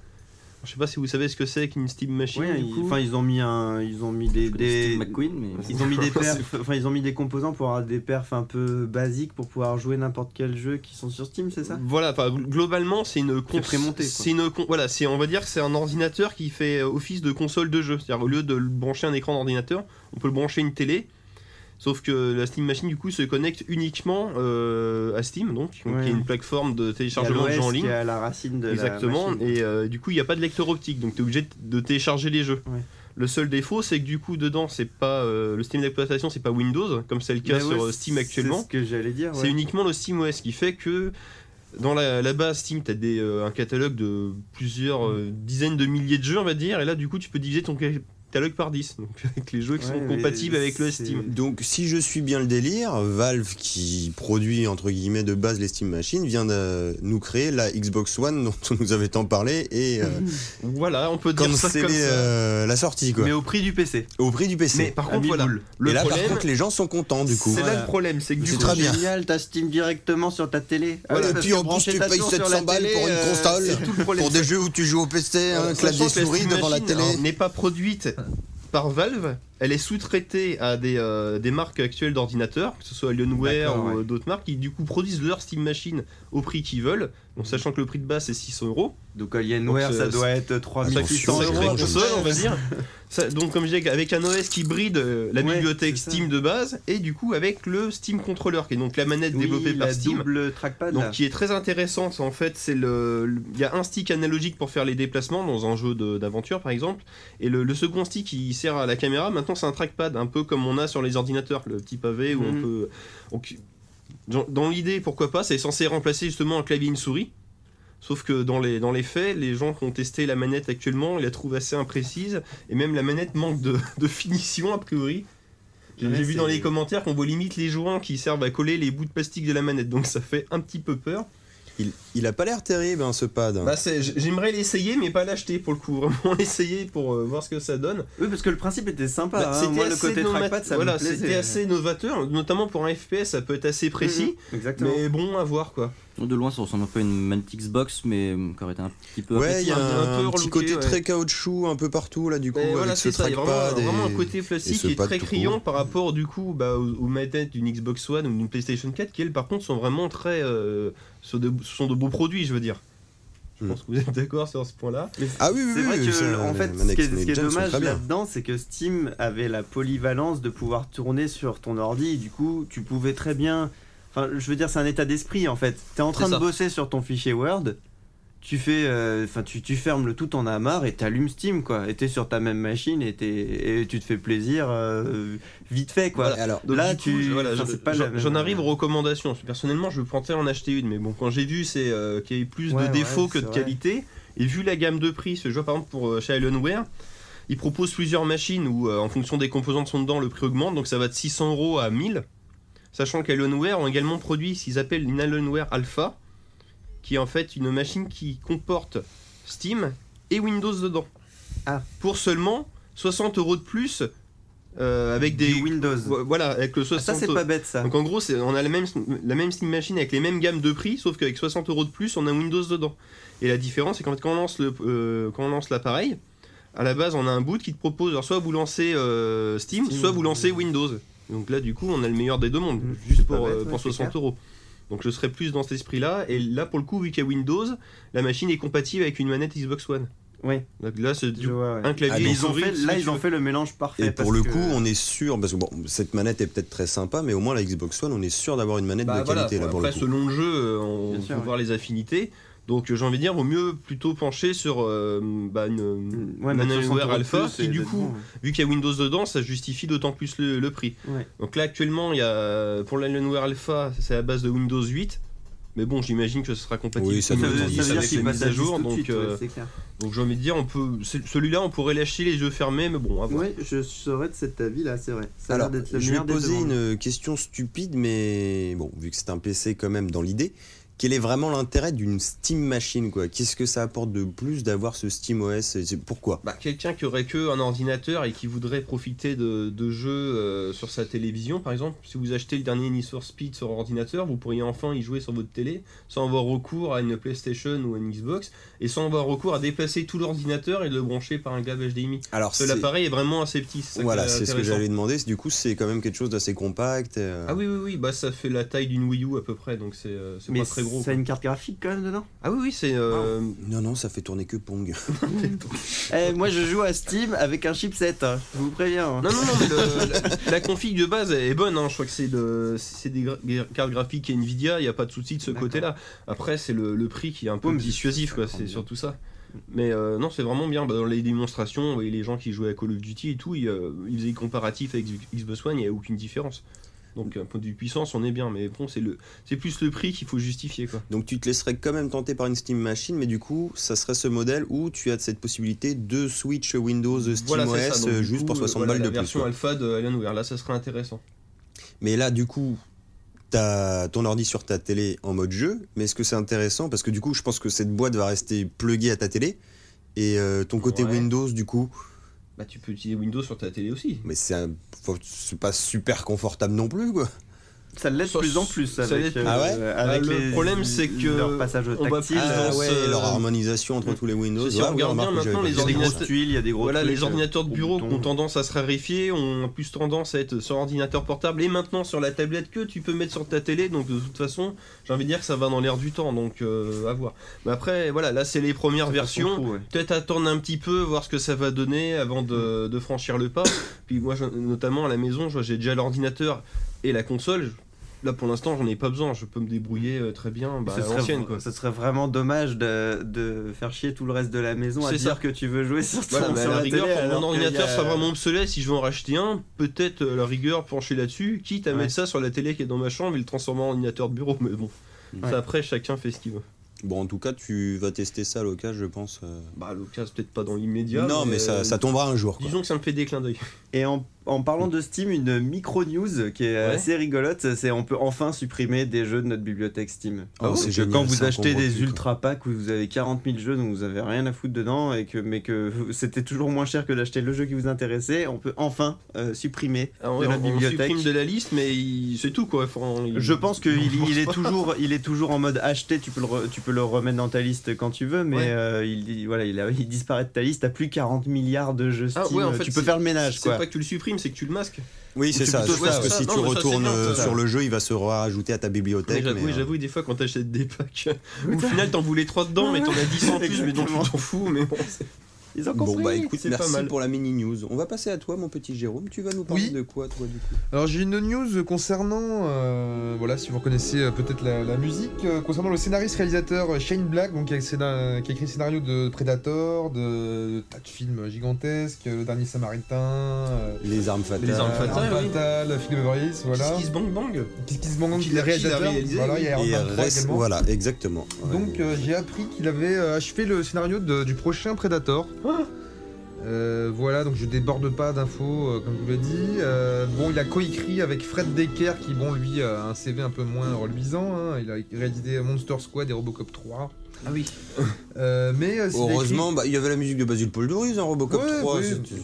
Speaker 5: Je sais pas si vous savez ce que c'est qu'une Steam Machine.
Speaker 3: Ouais,
Speaker 5: du
Speaker 3: ils-
Speaker 5: coup.
Speaker 3: enfin ils ont mis un, ils ont mis des,
Speaker 2: Je connais
Speaker 3: des-
Speaker 2: Steve McQueen, mais.
Speaker 3: ils ont mis des perfs, enfin ils ont mis des composants pour avoir des perfs un peu basiques pour pouvoir jouer n'importe quel jeu qui sont sur Steam, c'est ça
Speaker 5: Voilà, enfin, gl- globalement, c'est une
Speaker 3: Qui est prémonté, quoi.
Speaker 5: C'est une con- voilà, c'est on va dire que c'est un ordinateur qui fait euh, office de console de jeu. C'est-à-dire au lieu de le brancher un écran d'ordinateur, on peut le brancher une télé. Sauf que la Steam Machine du coup se connecte uniquement euh, à Steam, donc
Speaker 3: Ouais.
Speaker 5: qui est une plateforme de
Speaker 3: Il y a
Speaker 5: téléchargement de jeux en
Speaker 3: l'OS qui est
Speaker 5: ligne.
Speaker 3: à la racine de la
Speaker 5: Exactement.
Speaker 3: machine.
Speaker 5: et euh, du coup, il n'y a pas de lecteur optique, donc tu es obligé de- de télécharger les jeux.
Speaker 3: Ouais.
Speaker 5: Le seul défaut, c'est que du coup, dedans, c'est pas euh, le système d'exploitation, c'est pas Windows, comme c'est le cas
Speaker 3: Mais ouais,
Speaker 5: sur euh, Steam
Speaker 3: c'est
Speaker 5: actuellement.
Speaker 3: ce que j'allais dire.
Speaker 5: C'est
Speaker 3: ouais.
Speaker 5: uniquement le SteamOS qui fait que Dans la, la base Steam, tu as des, euh, un catalogue de plusieurs euh, dizaines de milliers de jeux, on va dire, et là, du coup, tu peux diviser ton catalogue par 10, donc [LAUGHS] avec les jeux qui
Speaker 3: Ouais,
Speaker 5: sont
Speaker 3: mais
Speaker 5: compatibles avec le
Speaker 3: c'est-
Speaker 5: Steam.
Speaker 1: Donc, si je suis bien le délire, Valve, qui produit entre guillemets de base les Steam Machines, vient de nous créer la Xbox One dont on nous avait tant parlé et euh,
Speaker 5: Voilà, on peut dire ça
Speaker 1: canceller
Speaker 5: comme ça.
Speaker 1: euh, la sortie, quoi.
Speaker 3: Mais au prix du PC.
Speaker 1: Au prix du PC.
Speaker 5: Mais par
Speaker 3: à
Speaker 5: contre,
Speaker 3: mille
Speaker 5: voilà,
Speaker 3: boules.
Speaker 5: le
Speaker 1: et là,
Speaker 5: problème,
Speaker 1: par contre, les gens sont contents, du coup.
Speaker 5: c'est là
Speaker 3: Voilà.
Speaker 5: le problème, c'est que du
Speaker 1: C'est
Speaker 5: coup,
Speaker 1: très bien.
Speaker 3: génial, t'as Steam directement sur ta télé.
Speaker 1: Voilà,
Speaker 3: Ouais,
Speaker 1: et
Speaker 3: parce
Speaker 1: puis
Speaker 3: que
Speaker 1: en plus,
Speaker 3: brancher
Speaker 1: tu
Speaker 3: ta
Speaker 1: payes
Speaker 3: tour sur la
Speaker 1: 700 balles
Speaker 3: télé,
Speaker 1: pour une
Speaker 3: euh,
Speaker 1: console.
Speaker 3: c'est tout le problème.
Speaker 1: Pour des jeux où tu joues au PC, un
Speaker 5: Voilà,
Speaker 1: clavier
Speaker 5: sachant que la
Speaker 1: souris
Speaker 5: Steam
Speaker 1: devant la
Speaker 5: Machine,
Speaker 1: télé.
Speaker 5: hein, n'est pas produite par Valve, elle est sous-traitée à des, euh, des marques actuelles d'ordinateurs, que ce soit Alienware
Speaker 3: D'accord,
Speaker 5: ou
Speaker 3: ouais.
Speaker 5: euh, d'autres marques, qui du coup produisent leur Steam Machine au prix qu'ils veulent, donc sachant que le prix de base c'est 600 euros,
Speaker 3: Donc Alienware,
Speaker 5: Donc,
Speaker 3: ça
Speaker 5: euh,
Speaker 3: doit être
Speaker 1: Attention,
Speaker 5: 600
Speaker 3: 3600
Speaker 1: c'est
Speaker 5: euros
Speaker 1: très
Speaker 5: à
Speaker 1: bon.
Speaker 5: console on va dire. Ça, donc comme je disais, avec un OS qui bride euh, la
Speaker 3: Ouais,
Speaker 5: bibliothèque
Speaker 3: c'est ça.
Speaker 5: Steam de base, et du coup avec le Steam Controller, qui est donc la manette développée par Steam.
Speaker 3: double trackpad.
Speaker 5: Donc
Speaker 3: là.
Speaker 5: qui est très intéressante en fait, c'est le le- il y a un stick analogique pour faire les déplacements dans un jeu de- d'aventure par exemple et le, le second stick qui sert à la caméra maintenant c'est un trackpad un peu comme on a sur les ordinateurs le petit pavé où on
Speaker 3: Mhm.
Speaker 5: peut donc, dans, dans l'idée pourquoi pas c'est censé remplacer justement un clavier et une souris sauf que dans les dans les faits les gens qui ont testé la manette actuellement ils la trouvent assez imprécise et même la manette manque de, [LAUGHS] de finition a priori j'ai
Speaker 3: Ouais,
Speaker 5: j'ai vu
Speaker 3: c'est-
Speaker 5: dans les commentaires qu'on voit limite les joints qui servent à coller les bouts de plastique de la manette, donc ça fait un petit peu peur.
Speaker 1: Il, il a pas l'air terrible, hein, ce pad.
Speaker 5: Bah, c'est- j- j'aimerais l'essayer, mais pas l'acheter pour le coup. [LAUGHS] Vraiment l'essayer pour euh, voir ce que ça donne.
Speaker 3: Oui, parce que le principe était sympa.
Speaker 5: Bah,
Speaker 3: hein.
Speaker 5: c'était
Speaker 3: Moi, le
Speaker 5: assez
Speaker 3: côté
Speaker 5: noma-
Speaker 3: trackpad, ça
Speaker 5: voilà,
Speaker 3: me plaisait. Mm-hmm.
Speaker 5: c'était assez novateur, notamment pour un FPS, ça peut être assez précis.
Speaker 3: Mhm, Exactement.
Speaker 5: Mais bon, à voir quoi.
Speaker 2: De loin, ça ressemble un peu à une manette Xbox, mais euh, qui aurait été un petit peu.
Speaker 1: ouais, il y a
Speaker 5: un-
Speaker 1: un,
Speaker 5: un peu
Speaker 1: petit
Speaker 5: relooké,
Speaker 1: côté
Speaker 5: ouais.
Speaker 1: très caoutchouc un peu partout, là, du coup,
Speaker 5: Mais
Speaker 1: avec
Speaker 5: voilà,
Speaker 1: ce
Speaker 5: c'est ça. Il y a
Speaker 1: trackpad.
Speaker 5: vraiment, vraiment
Speaker 1: et-
Speaker 5: un côté
Speaker 1: et
Speaker 5: classique
Speaker 1: ce
Speaker 5: qui est
Speaker 1: pad
Speaker 5: très
Speaker 1: tout
Speaker 5: criant
Speaker 1: court.
Speaker 5: par rapport du coup bah, aux, aux manettes d'une Xbox One ou d'une PlayStation 4 qui elles par contre sont vraiment très. euh, sont de- ce sont de beaux produits, je veux dire. Je
Speaker 1: Mhm.
Speaker 5: pense que vous êtes d'accord sur ce point-là.
Speaker 1: Ah oui, oui,
Speaker 3: C'est
Speaker 1: oui,
Speaker 3: vrai
Speaker 1: oui,
Speaker 3: que,
Speaker 1: ça,
Speaker 3: en
Speaker 1: les
Speaker 3: fait, ce
Speaker 1: manettes
Speaker 3: qui est, ce qui est
Speaker 1: Next Gen sont
Speaker 3: dommage
Speaker 1: très bien.
Speaker 3: là-dedans, c'est que Steam avait la polyvalence de pouvoir tourner sur ton ordi. Du coup, tu pouvais très bien. Enfin, je veux dire, c'est un état d'esprit en fait. T'es en train
Speaker 2: C'est
Speaker 3: de
Speaker 2: ça.
Speaker 3: bosser sur ton fichier Word. Tu fais, euh, enfin, tu, tu fermes le tout en amarre et t'allumes Steam quoi. Et t'es sur ta même machine et, t'es- et tu te fais plaisir euh, vite fait quoi.
Speaker 1: Voilà, Alors,
Speaker 5: Donc,
Speaker 3: Là,
Speaker 5: du coup,
Speaker 3: tu-
Speaker 5: je- voilà,
Speaker 3: enfin,
Speaker 5: je-
Speaker 3: c'est pas
Speaker 5: j'en-
Speaker 3: la même-
Speaker 5: j'en arrive aux recommandations. Personnellement, je pensais en acheter une, mais bon, quand j'ai vu c'est euh, qu'il y avait plus
Speaker 3: Ouais,
Speaker 5: de
Speaker 3: ouais,
Speaker 5: défauts que
Speaker 3: c'est
Speaker 5: de
Speaker 3: vrai.
Speaker 5: qualité, et vu la gamme de prix, ce jeu par exemple pour euh, chez Alienware, il propose plusieurs machines où euh, en fonction des composants qui sont dedans, le prix augmente, donc ça va de 600 euros à 1000. Sachant qu'Alienware ont également produit ce qu'ils appellent une Alienware Alpha, qui est en fait une machine qui comporte Steam et Windows dedans.
Speaker 3: Ah.
Speaker 5: Pour seulement 60 euros de plus. euh, avec
Speaker 3: Du
Speaker 5: des
Speaker 3: Windows.
Speaker 5: Vo- Voilà, avec le
Speaker 3: Ah,
Speaker 5: 60.
Speaker 3: ça c'est pas bête ça.
Speaker 5: Donc en gros, c'est- on a la même, la même Steam Machine avec les mêmes gammes de prix, sauf qu'avec 60 euros de plus, on a Windows dedans. Et la différence, c'est qu'en fait, quand on lance le, euh, quand on lance l'appareil, à la base, on a un boot qui te propose alors, soit vous lancez euh, Steam,
Speaker 3: Steam,
Speaker 5: soit vous lancez
Speaker 3: oui.
Speaker 5: Windows. Donc là, du coup, on a le meilleur des deux mondes,
Speaker 3: Mm,
Speaker 5: juste
Speaker 3: c'est pas
Speaker 5: pour,
Speaker 3: bête,
Speaker 5: euh,
Speaker 3: ouais,
Speaker 5: pour
Speaker 3: c'est
Speaker 5: 60
Speaker 3: clair.
Speaker 5: euros. Donc je serais plus dans cet esprit-là. Et là, pour le coup, vu qu'il y a Windows, la machine est compatible avec une manette Xbox One.
Speaker 3: Ouais.
Speaker 5: Donc là, c'est du
Speaker 3: Je vois, ouais.
Speaker 5: un clavier,
Speaker 1: Ah,
Speaker 3: Et
Speaker 5: une
Speaker 3: ils ont
Speaker 5: souris,
Speaker 3: fait,
Speaker 5: ce que
Speaker 3: là,
Speaker 5: tu
Speaker 3: ils ont
Speaker 5: veux.
Speaker 3: fait le mélange parfait.
Speaker 1: Et pour
Speaker 3: parce
Speaker 1: le
Speaker 3: que-
Speaker 1: coup, on est sûr, parce que bon, cette manette est peut-être très sympa, mais au moins la Xbox One, on est sûr d'avoir une manette
Speaker 5: Bah
Speaker 1: de
Speaker 5: voilà,
Speaker 1: qualité là pour
Speaker 5: après,
Speaker 1: le coup.
Speaker 5: selon le jeu, euh, on
Speaker 3: Bien
Speaker 5: peut
Speaker 3: sûr, ouais.
Speaker 5: voir les affinités. Donc euh, j'ai envie de dire, vaut mieux plutôt pencher sur euh, bah, une,
Speaker 3: Ouais, mais
Speaker 5: Nanoware
Speaker 3: 60 euros de
Speaker 5: Alpha,
Speaker 3: plus,
Speaker 5: qui,
Speaker 3: c'est
Speaker 5: du
Speaker 3: d'être
Speaker 5: coup,
Speaker 3: bon.
Speaker 5: vu qu'il y a Windows dedans, ça justifie d'autant plus le, le prix.
Speaker 3: Ouais.
Speaker 5: Donc là actuellement, il y a pour l'Alienware Alpha, c'est à base de Windows 8. Mais bon, j'imagine que ce sera compatible
Speaker 1: Oui,
Speaker 5: avec
Speaker 1: ça
Speaker 3: Ça veut,
Speaker 1: Windows
Speaker 5: Windows
Speaker 3: ça veut
Speaker 1: 10,
Speaker 5: 10
Speaker 3: dire
Speaker 5: avec les
Speaker 3: qu'il passe
Speaker 5: mises
Speaker 3: à
Speaker 5: à jour.
Speaker 3: donc,
Speaker 5: Donc, euh,
Speaker 3: c'est clair.
Speaker 5: donc j'ai envie de dire, on peut c'est- celui-là, on pourrait l'acheter les yeux fermés, mais bon, à voir.
Speaker 3: Ouais, je serais de cet avis là, c'est vrai. Ça a
Speaker 1: Alors,
Speaker 3: l'air d'être le
Speaker 1: je vais
Speaker 3: meilleur des
Speaker 1: poser
Speaker 3: deux mondes.
Speaker 1: une euh, question stupide, mais bon, vu que c'est un PC quand même dans l'idée, quel est vraiment l'intérêt d'une Steam Machine quoi Qu'est-ce que ça apporte de plus d'avoir ce Steam OS Et c'est- Pourquoi
Speaker 5: Bah, quelqu'un qui aurait que un ordinateur et qui voudrait profiter de, de jeux euh, sur sa télévision, par exemple, si vous achetez le dernier Need for Speed sur ordinateur, vous pourriez enfin y jouer sur votre télé sans avoir recours à une PlayStation ou à une Xbox et sans avoir recours à déplacer tout l'ordinateur et le brancher par un câble HDMI.
Speaker 1: Alors,
Speaker 5: Parce que
Speaker 1: c'est-
Speaker 5: l'appareil est vraiment assez petit. ça qui
Speaker 1: Voilà, c'est ce que
Speaker 5: euh, intéressant.
Speaker 1: j'allais demander. Du coup, c'est quand même quelque chose d'assez compact. euh,
Speaker 5: Ah oui, oui, oui, bah ça fait la taille d'une Wii U à peu près, donc c'est euh, c'est
Speaker 3: Mais
Speaker 5: pas très gros.
Speaker 3: ça a une carte graphique quand même dedans
Speaker 5: Ah oui, oui, c'est. euh,
Speaker 1: Non, non, ça fait tourner que Pong. [LAUGHS]
Speaker 3: Eh, Moi je joue à Steam avec un chipset, hein, je vous préviens. hein.
Speaker 5: Non, non, non, mais le- la, la config de base est bonne. hein. Je crois que c'est de, c'est des gra- des cartes graphiques Nvidia. Il n'y a pas de souci de ce
Speaker 3: D'accord.
Speaker 5: côté-là. Après, c'est le, le prix qui est un peu
Speaker 3: Ouais, mais
Speaker 5: dissuasif,
Speaker 3: ça
Speaker 5: quoi.
Speaker 3: prend
Speaker 5: C'est
Speaker 3: bien.
Speaker 5: surtout ça. Mais euh, non, c'est vraiment bien. Bah, dans les démonstrations, vous voyez les gens qui jouaient à Call of Duty et tout, ils, euh, ils faisaient des comparatifs avec Xbox One. Il n'y a aucune différence. Donc, un point de vue puissance, on est bien, mais bon, c'est le, c'est plus le prix qu'il faut justifier, quoi.
Speaker 1: Donc tu te laisserais quand même tenter par une Steam Machine, mais du coup, ça serait ce modèle où tu as cette possibilité de switch Windows Steam
Speaker 5: c'est
Speaker 1: OS
Speaker 5: ça. Donc,
Speaker 1: euh,
Speaker 5: du
Speaker 1: juste
Speaker 5: coup,
Speaker 1: pour 60
Speaker 5: voilà,
Speaker 1: balles
Speaker 5: la
Speaker 1: de plus.
Speaker 5: version
Speaker 1: quoi.
Speaker 5: alpha de Alienware, là, ça serait intéressant.
Speaker 1: Mais là, du coup, t'as ton ordi sur ta télé en mode jeu, mais est-ce que c'est intéressant Parce que du coup, je pense que cette boîte va rester pluguée à ta télé, et euh, ton côté
Speaker 5: Ouais.
Speaker 1: Windows, du coup,
Speaker 5: Bah, tu peux utiliser Windows sur ta télé aussi.
Speaker 1: mais c'est un- faut- c'est pas super confortable non plus, quoi.
Speaker 3: Ça l'aide de
Speaker 5: Ça-
Speaker 3: plus en plus
Speaker 5: ça l'aide
Speaker 3: avec,
Speaker 5: plus.
Speaker 3: euh,
Speaker 1: Ah ouais
Speaker 3: avec
Speaker 5: Ah, le
Speaker 3: les-
Speaker 5: problème, c'est que
Speaker 3: leur passage au
Speaker 5: on va
Speaker 3: tactile.
Speaker 5: plus
Speaker 1: Ah
Speaker 5: dans
Speaker 1: ouais,
Speaker 5: ce-
Speaker 1: leur harmonisation entre tous les Windows.
Speaker 5: euh, Si on
Speaker 1: Ouais, oui,
Speaker 5: regarde
Speaker 1: remarque,
Speaker 5: bien
Speaker 1: j'avais
Speaker 5: maintenant,
Speaker 1: pas
Speaker 5: les
Speaker 3: Il y
Speaker 1: vu
Speaker 3: a des
Speaker 1: ça.
Speaker 3: grosses
Speaker 5: ordinateurs-
Speaker 3: tuiles, il y a des gros
Speaker 5: Voilà,
Speaker 3: trucs,
Speaker 5: les ordinateurs de
Speaker 3: euh,
Speaker 5: bureau
Speaker 3: boutons.
Speaker 5: ont tendance à se raréfier, ont plus tendance à être sur ordinateur portable et maintenant sur la tablette que tu peux mettre sur ta télé. Donc de toute façon, j'ai envie de dire que ça va dans l'air du temps, donc euh, à voir. Mais après, voilà, là c'est les premières versions.
Speaker 3: Ouais.
Speaker 5: Peut-être attendre un petit peu, voir ce que ça va donner avant
Speaker 3: Mm.
Speaker 5: de, de franchir le pas. Puis moi, je- notamment à la maison, je vois, j'ai déjà l'ordinateur et la console. Là pour l'instant, j'en ai pas besoin. Je peux me débrouiller euh, très bien bah,
Speaker 3: ce,
Speaker 5: à
Speaker 3: serait,
Speaker 5: l'ancienne, quoi.
Speaker 3: ce serait vraiment dommage de, de faire chier tout le reste de la maison à
Speaker 5: C'est
Speaker 3: dire
Speaker 5: ça.
Speaker 3: que tu veux jouer sur, ton-
Speaker 5: Voilà, mais à
Speaker 3: sur
Speaker 5: la rigueur,
Speaker 3: télé,
Speaker 5: pour
Speaker 3: alors
Speaker 5: mon
Speaker 3: qu'il y a-
Speaker 5: ordinateur sera vraiment obsolète, si je veux en racheter un, peut-être euh, à la rigueur pencher là-dessus, quitte à
Speaker 3: Ouais.
Speaker 5: mettre ça sur la télé qui est dans ma chambre et le transformer en ordinateur de bureau. Mais bon,
Speaker 2: Ouais.
Speaker 5: ça, après, chacun fait ce qu'il veut.
Speaker 1: Bon, en tout cas, tu vas tester ça à l'occasion, je pense. euh.
Speaker 5: Bah, l'occasion, peut-être pas dans l'immédiat.
Speaker 1: non, mais, ça,
Speaker 5: euh,
Speaker 1: ça tombera un jour. quoi.
Speaker 5: Disons que ça me fait des clins d'œil.
Speaker 3: Et en, en parlant de Steam, une micro news qui est
Speaker 5: Ouais.
Speaker 3: assez rigolote, c'est on peut enfin supprimer des jeux de notre bibliothèque Steam.
Speaker 1: Ah bon
Speaker 3: Parce
Speaker 1: C'est
Speaker 3: que
Speaker 1: génial,
Speaker 3: oh, quand
Speaker 1: ça,
Speaker 3: vous
Speaker 1: on
Speaker 3: achetez
Speaker 1: comprend
Speaker 3: des
Speaker 1: plus,
Speaker 3: ultra packs où vous avez 40 000 jeux dont vous avez rien à foutre dedans et que mais que c'était toujours moins cher que d'acheter le jeu qui vous intéressait, on peut enfin euh, supprimer
Speaker 5: Alors,
Speaker 3: de
Speaker 5: Ah, on,
Speaker 3: notre
Speaker 5: on
Speaker 3: bibliothèque.
Speaker 5: supprime de la liste, mais il- c'est tout quoi. Faut en- il-
Speaker 3: Je pense qu'il
Speaker 5: pense
Speaker 3: il est
Speaker 5: pas.
Speaker 3: toujours, il est toujours en mode acheter. Tu peux le, re- tu peux le remettre dans ta liste quand tu veux, mais
Speaker 5: Ouais.
Speaker 3: euh, il, il- voilà, il, a- il disparaît de ta liste. T'as plus 40 milliards de jeux Steam. euh,
Speaker 5: Ah ouais, en fait,
Speaker 3: tu peux
Speaker 5: c'est-
Speaker 3: faire le ménage,
Speaker 5: C'est
Speaker 3: quoi.
Speaker 5: pas que tu le supprimes, c'est que tu le masques.
Speaker 1: Oui, c'est
Speaker 3: C'est
Speaker 1: ça.
Speaker 3: plutôt
Speaker 1: Je
Speaker 3: ça,
Speaker 1: pense que
Speaker 5: ouais.
Speaker 1: si
Speaker 5: Non,
Speaker 1: tu
Speaker 5: mais ça, c'est
Speaker 1: retournes
Speaker 5: bien,
Speaker 1: euh,
Speaker 5: ça.
Speaker 1: sur le jeu, il va se rajouter à ta
Speaker 5: Mais hein.
Speaker 1: bibliothèque.
Speaker 5: J'avoue,
Speaker 1: mais, euh,
Speaker 5: j'avoue, des fois quand t'achètes des packs, où au final t'en voulais 3 dedans, mais t'en as 10 en plus, mais donc tu
Speaker 3: Exactement.
Speaker 5: t'en fous. Mais bon, c'est-
Speaker 3: Ils ont
Speaker 1: Bon
Speaker 3: compris.
Speaker 1: bah écoute,
Speaker 5: c'est pas
Speaker 1: merci
Speaker 5: mal.
Speaker 1: pour la mini news. On va passer à toi, mon petit Jérôme. Tu vas nous parler
Speaker 4: Oui.
Speaker 1: de quoi, toi, du coup
Speaker 4: Alors j'ai une news concernant, euh, voilà, si vous reconnaissez euh, peut-être la, la musique, euh, concernant le scénariste réalisateur euh, Shane Black, donc, qui, a, scéna- qui a écrit le scénario de Predator, de, de tas de films gigantesques, euh, Le Dernier Samaritain, euh,
Speaker 1: Les armes fatales.
Speaker 5: Les armes
Speaker 4: euh,
Speaker 5: fatales, oui.
Speaker 4: Fatales, Phil de Beverly Hills, voilà.
Speaker 5: Kiss Kiss Bang Bang.
Speaker 4: Qu'est-ce qui se manque
Speaker 5: Qui
Speaker 4: Il
Speaker 5: l'a-
Speaker 4: est
Speaker 5: qui l'a
Speaker 4: réalisateur,
Speaker 5: réalisé,
Speaker 4: voilà, il y a
Speaker 1: Et
Speaker 4: Iron Man 3
Speaker 1: reste-
Speaker 4: également.
Speaker 1: voilà, exactement.
Speaker 4: Donc euh, j'ai appris qu'il avait euh, achevé le scénario de- du prochain Predator. Euh, voilà, donc je déborde pas d'infos, euh, comme je vous l'ai dit. Euh, bon, il a coécrit avec Fred Decker, qui, bon, lui, a un CV un peu moins reluisant. hein. Il a réalisé Monster Squad et Robocop 3
Speaker 5: Ah oui.
Speaker 4: Euh, mais euh, s'il a écrit-
Speaker 1: Heureusement, bah, il y avait la musique de Basil Paul Doris en Robocop
Speaker 4: Ouais,
Speaker 1: 3.
Speaker 4: oui.
Speaker 1: c'était-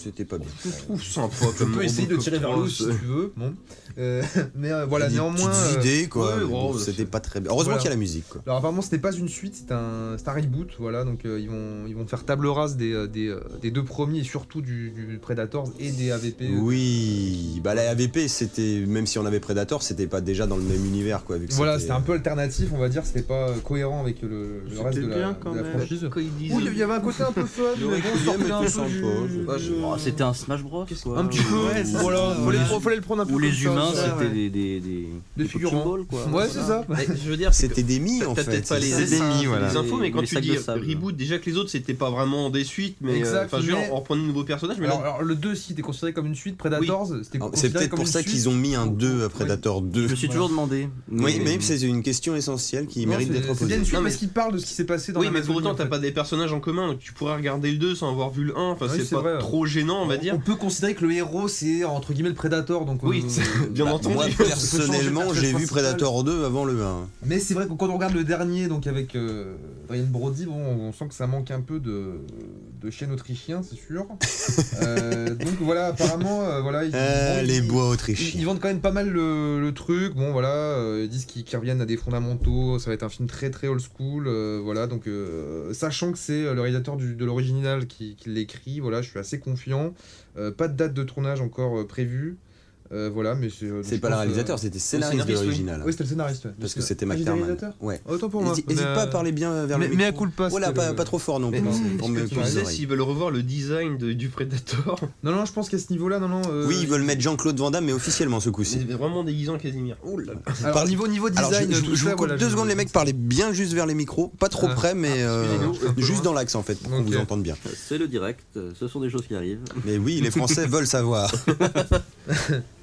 Speaker 1: C'était pas bien.
Speaker 5: Je trouve sympa
Speaker 4: tu
Speaker 5: comme
Speaker 4: peux essayer de
Speaker 5: Robocop
Speaker 4: tirer vers le haut
Speaker 5: 3,
Speaker 4: si
Speaker 5: c'est-
Speaker 4: tu veux. Bon. Euh, mais euh,
Speaker 1: Il
Speaker 4: voilà,
Speaker 1: y a des
Speaker 4: néanmoins.
Speaker 1: petites
Speaker 4: euh,
Speaker 1: idées, quoi.
Speaker 5: ouais,
Speaker 1: mais
Speaker 5: bon,
Speaker 1: bon,
Speaker 5: c'est-
Speaker 1: C'était pas très bien. Heureusement
Speaker 4: Voilà.
Speaker 1: qu'il y a la musique, quoi.
Speaker 4: Alors apparemment ce n'est pas une suite, c'est un, c'est un reboot, voilà, donc euh, ils, vont, ils vont faire table rase des, euh, des, euh, des deux premiers et surtout du, du Predators et des AVP. euh,
Speaker 1: Oui, bah la AVP, c'était même si on avait Predator, c'était pas déjà dans le même univers, quoi. Vu que
Speaker 4: Voilà, c'était un peu alternatif, on va dire, c'était pas euh, cohérent avec le, le
Speaker 3: C'était
Speaker 4: reste de la,
Speaker 3: bien, quand
Speaker 4: de la
Speaker 3: même.
Speaker 4: franchise.
Speaker 5: Quand ils disent- euh,
Speaker 4: Oui, il y avait un côté un peu fun,
Speaker 1: euh, Le
Speaker 4: mais bon,
Speaker 1: Requiem
Speaker 4: sortait un
Speaker 1: était
Speaker 4: peu du-
Speaker 1: sympa, je-
Speaker 2: Oh, c'était un Smash Bros. quoi.
Speaker 4: Un petit peu,
Speaker 2: Ouais, c'est
Speaker 4: voilà,
Speaker 2: ça.
Speaker 4: fallait,
Speaker 2: Où les-
Speaker 4: le prendre- fallait le prendre un peu
Speaker 2: Où
Speaker 4: comme
Speaker 2: les
Speaker 4: ça,
Speaker 2: humains,
Speaker 4: ça,
Speaker 2: c'était
Speaker 4: ouais.
Speaker 2: des, des, des,
Speaker 4: Des figurants.
Speaker 2: Pokéballs, quoi.
Speaker 4: Ouais, c'est ça.
Speaker 5: Mais je veux dire, c'est que
Speaker 1: C'était des mis en
Speaker 5: t'as
Speaker 1: fait.
Speaker 5: peut-être pas
Speaker 1: c'est
Speaker 5: les,
Speaker 1: ça.
Speaker 3: des
Speaker 5: dessins,
Speaker 3: mis, voilà.
Speaker 5: les infos, mais
Speaker 2: Les-
Speaker 5: quand
Speaker 2: les
Speaker 5: tu
Speaker 2: sacs
Speaker 5: dis euh,
Speaker 2: de sable.
Speaker 5: reboot, déjà que les autres c'était pas vraiment des suites, mais euh,
Speaker 4: Exact,
Speaker 5: enfin, je veux dire,
Speaker 4: mais-
Speaker 5: on reprend de nouveaux personnages, mais
Speaker 4: Alors,
Speaker 5: là,
Speaker 4: alors, le 2 si était considéré comme une suite, Predators c'était
Speaker 1: Alors, C'est
Speaker 4: considéré
Speaker 1: peut-être
Speaker 4: comme
Speaker 1: pour
Speaker 4: une
Speaker 1: ça
Speaker 4: suite.
Speaker 1: qu'ils ont mis un 2 à
Speaker 4: Oui.
Speaker 1: Predator 2.
Speaker 2: Je me suis toujours demandé.
Speaker 1: Oui, mais c'est une question essentielle qui
Speaker 4: Non,
Speaker 1: mérite
Speaker 4: c'est-
Speaker 1: d'être
Speaker 4: C'est bien
Speaker 1: posée.
Speaker 4: une suite
Speaker 5: Non, mais-
Speaker 4: parce qu'ils parlent de ce qui s'est passé dans
Speaker 5: oui,
Speaker 4: la
Speaker 5: mais pour
Speaker 4: Amazonie,
Speaker 5: autant
Speaker 4: en
Speaker 5: t'as
Speaker 4: fait.
Speaker 5: pas des personnages en commun, donc tu pourrais regarder le 2 sans avoir vu le 1, enfin
Speaker 4: Oui,
Speaker 5: c'est
Speaker 4: c'est
Speaker 5: pas
Speaker 4: vrai.
Speaker 5: trop gênant, on va dire.
Speaker 4: On peut considérer que le héros c'est entre guillemets le Predator, donc
Speaker 5: Oui,
Speaker 4: euh,
Speaker 5: c'est- bien
Speaker 1: Bah,
Speaker 5: entendu.
Speaker 1: moi personnellement,
Speaker 4: changer le
Speaker 1: j'ai vu
Speaker 4: principal.
Speaker 1: Predator 2 avant le 1.
Speaker 4: Mais c'est vrai que quand on regarde le dernier, donc avec euh, Ryan Brody, bon, on sent que ça manque un peu de, de chêne autrichien, c'est sûr.
Speaker 1: [LAUGHS]
Speaker 4: Euh, donc voilà, apparemment, euh, voilà, ils,
Speaker 1: Euh,
Speaker 4: ils-
Speaker 1: les
Speaker 4: ils-
Speaker 1: bois
Speaker 4: ils-
Speaker 1: autrichiens.
Speaker 4: ils vendent quand même pas mal le, le truc. Bon voilà, euh, ils disent qu'ils qu'ils reviennent à des fondamentaux. Ça va être un film très très old school, euh, voilà. Donc euh, sachant que c'est euh, le réalisateur du- de l'original qui, qui l'écrit, voilà, je suis assez confiant. Euh, pas de date de tournage encore euh, prévue, Euh, voilà, mais c'est. euh,
Speaker 1: C'est
Speaker 4: je
Speaker 1: pas le
Speaker 4: pense, euh,
Speaker 1: réalisateur, c'était scénariste de
Speaker 5: scénariste, oui.
Speaker 1: l'original.
Speaker 4: Oui, c'était le scénariste. ouais.
Speaker 1: Parce que c'était
Speaker 4: Ah, j'ai dit
Speaker 1: McTerman.
Speaker 4: réalisateur
Speaker 1: Ouais.
Speaker 4: Autant pour moi.
Speaker 1: N'hésite n'hésite
Speaker 4: Mais,
Speaker 1: pas à
Speaker 4: euh,
Speaker 1: parler bien vers
Speaker 4: Mais,
Speaker 1: le
Speaker 4: mais à
Speaker 1: micro.
Speaker 4: coup de passe.
Speaker 1: Voilà, pas, pas trop fort non
Speaker 4: Mais
Speaker 1: plus,
Speaker 4: non,
Speaker 1: c'est
Speaker 4: mais
Speaker 1: pour
Speaker 4: qu'est-ce
Speaker 1: mes
Speaker 4: que tu
Speaker 5: Tu
Speaker 1: pour mes
Speaker 5: sais
Speaker 1: oreilles.
Speaker 5: s'ils veulent revoir le design de- du Predator,
Speaker 4: Non, non, je pense qu'à ce niveau-là, non, non. euh,
Speaker 1: Oui, ils veulent mettre Jean-Claude Van Damme, mais officiellement ce coup-ci.
Speaker 5: c'est vraiment déguisant Casimir. Ouh là là.
Speaker 4: Alors,
Speaker 1: Par-
Speaker 4: niveau, niveau design,
Speaker 1: Alors, je, je-
Speaker 4: tout
Speaker 1: je
Speaker 4: ça,
Speaker 1: vous coupe
Speaker 4: voilà,
Speaker 1: deux
Speaker 4: je-
Speaker 1: secondes, les mecs, parlez bien juste vers les micros, pas trop
Speaker 4: Ah.
Speaker 1: près, mais euh,
Speaker 4: excusez-nous, je suis un peu
Speaker 1: juste
Speaker 4: loin.
Speaker 1: dans l'axe en fait, pour qu'on
Speaker 4: Ok.
Speaker 1: vous entende bien.
Speaker 2: C'est le direct, ce sont des choses qui arrivent.
Speaker 4: [LAUGHS]
Speaker 1: Mais oui, les Français veulent savoir.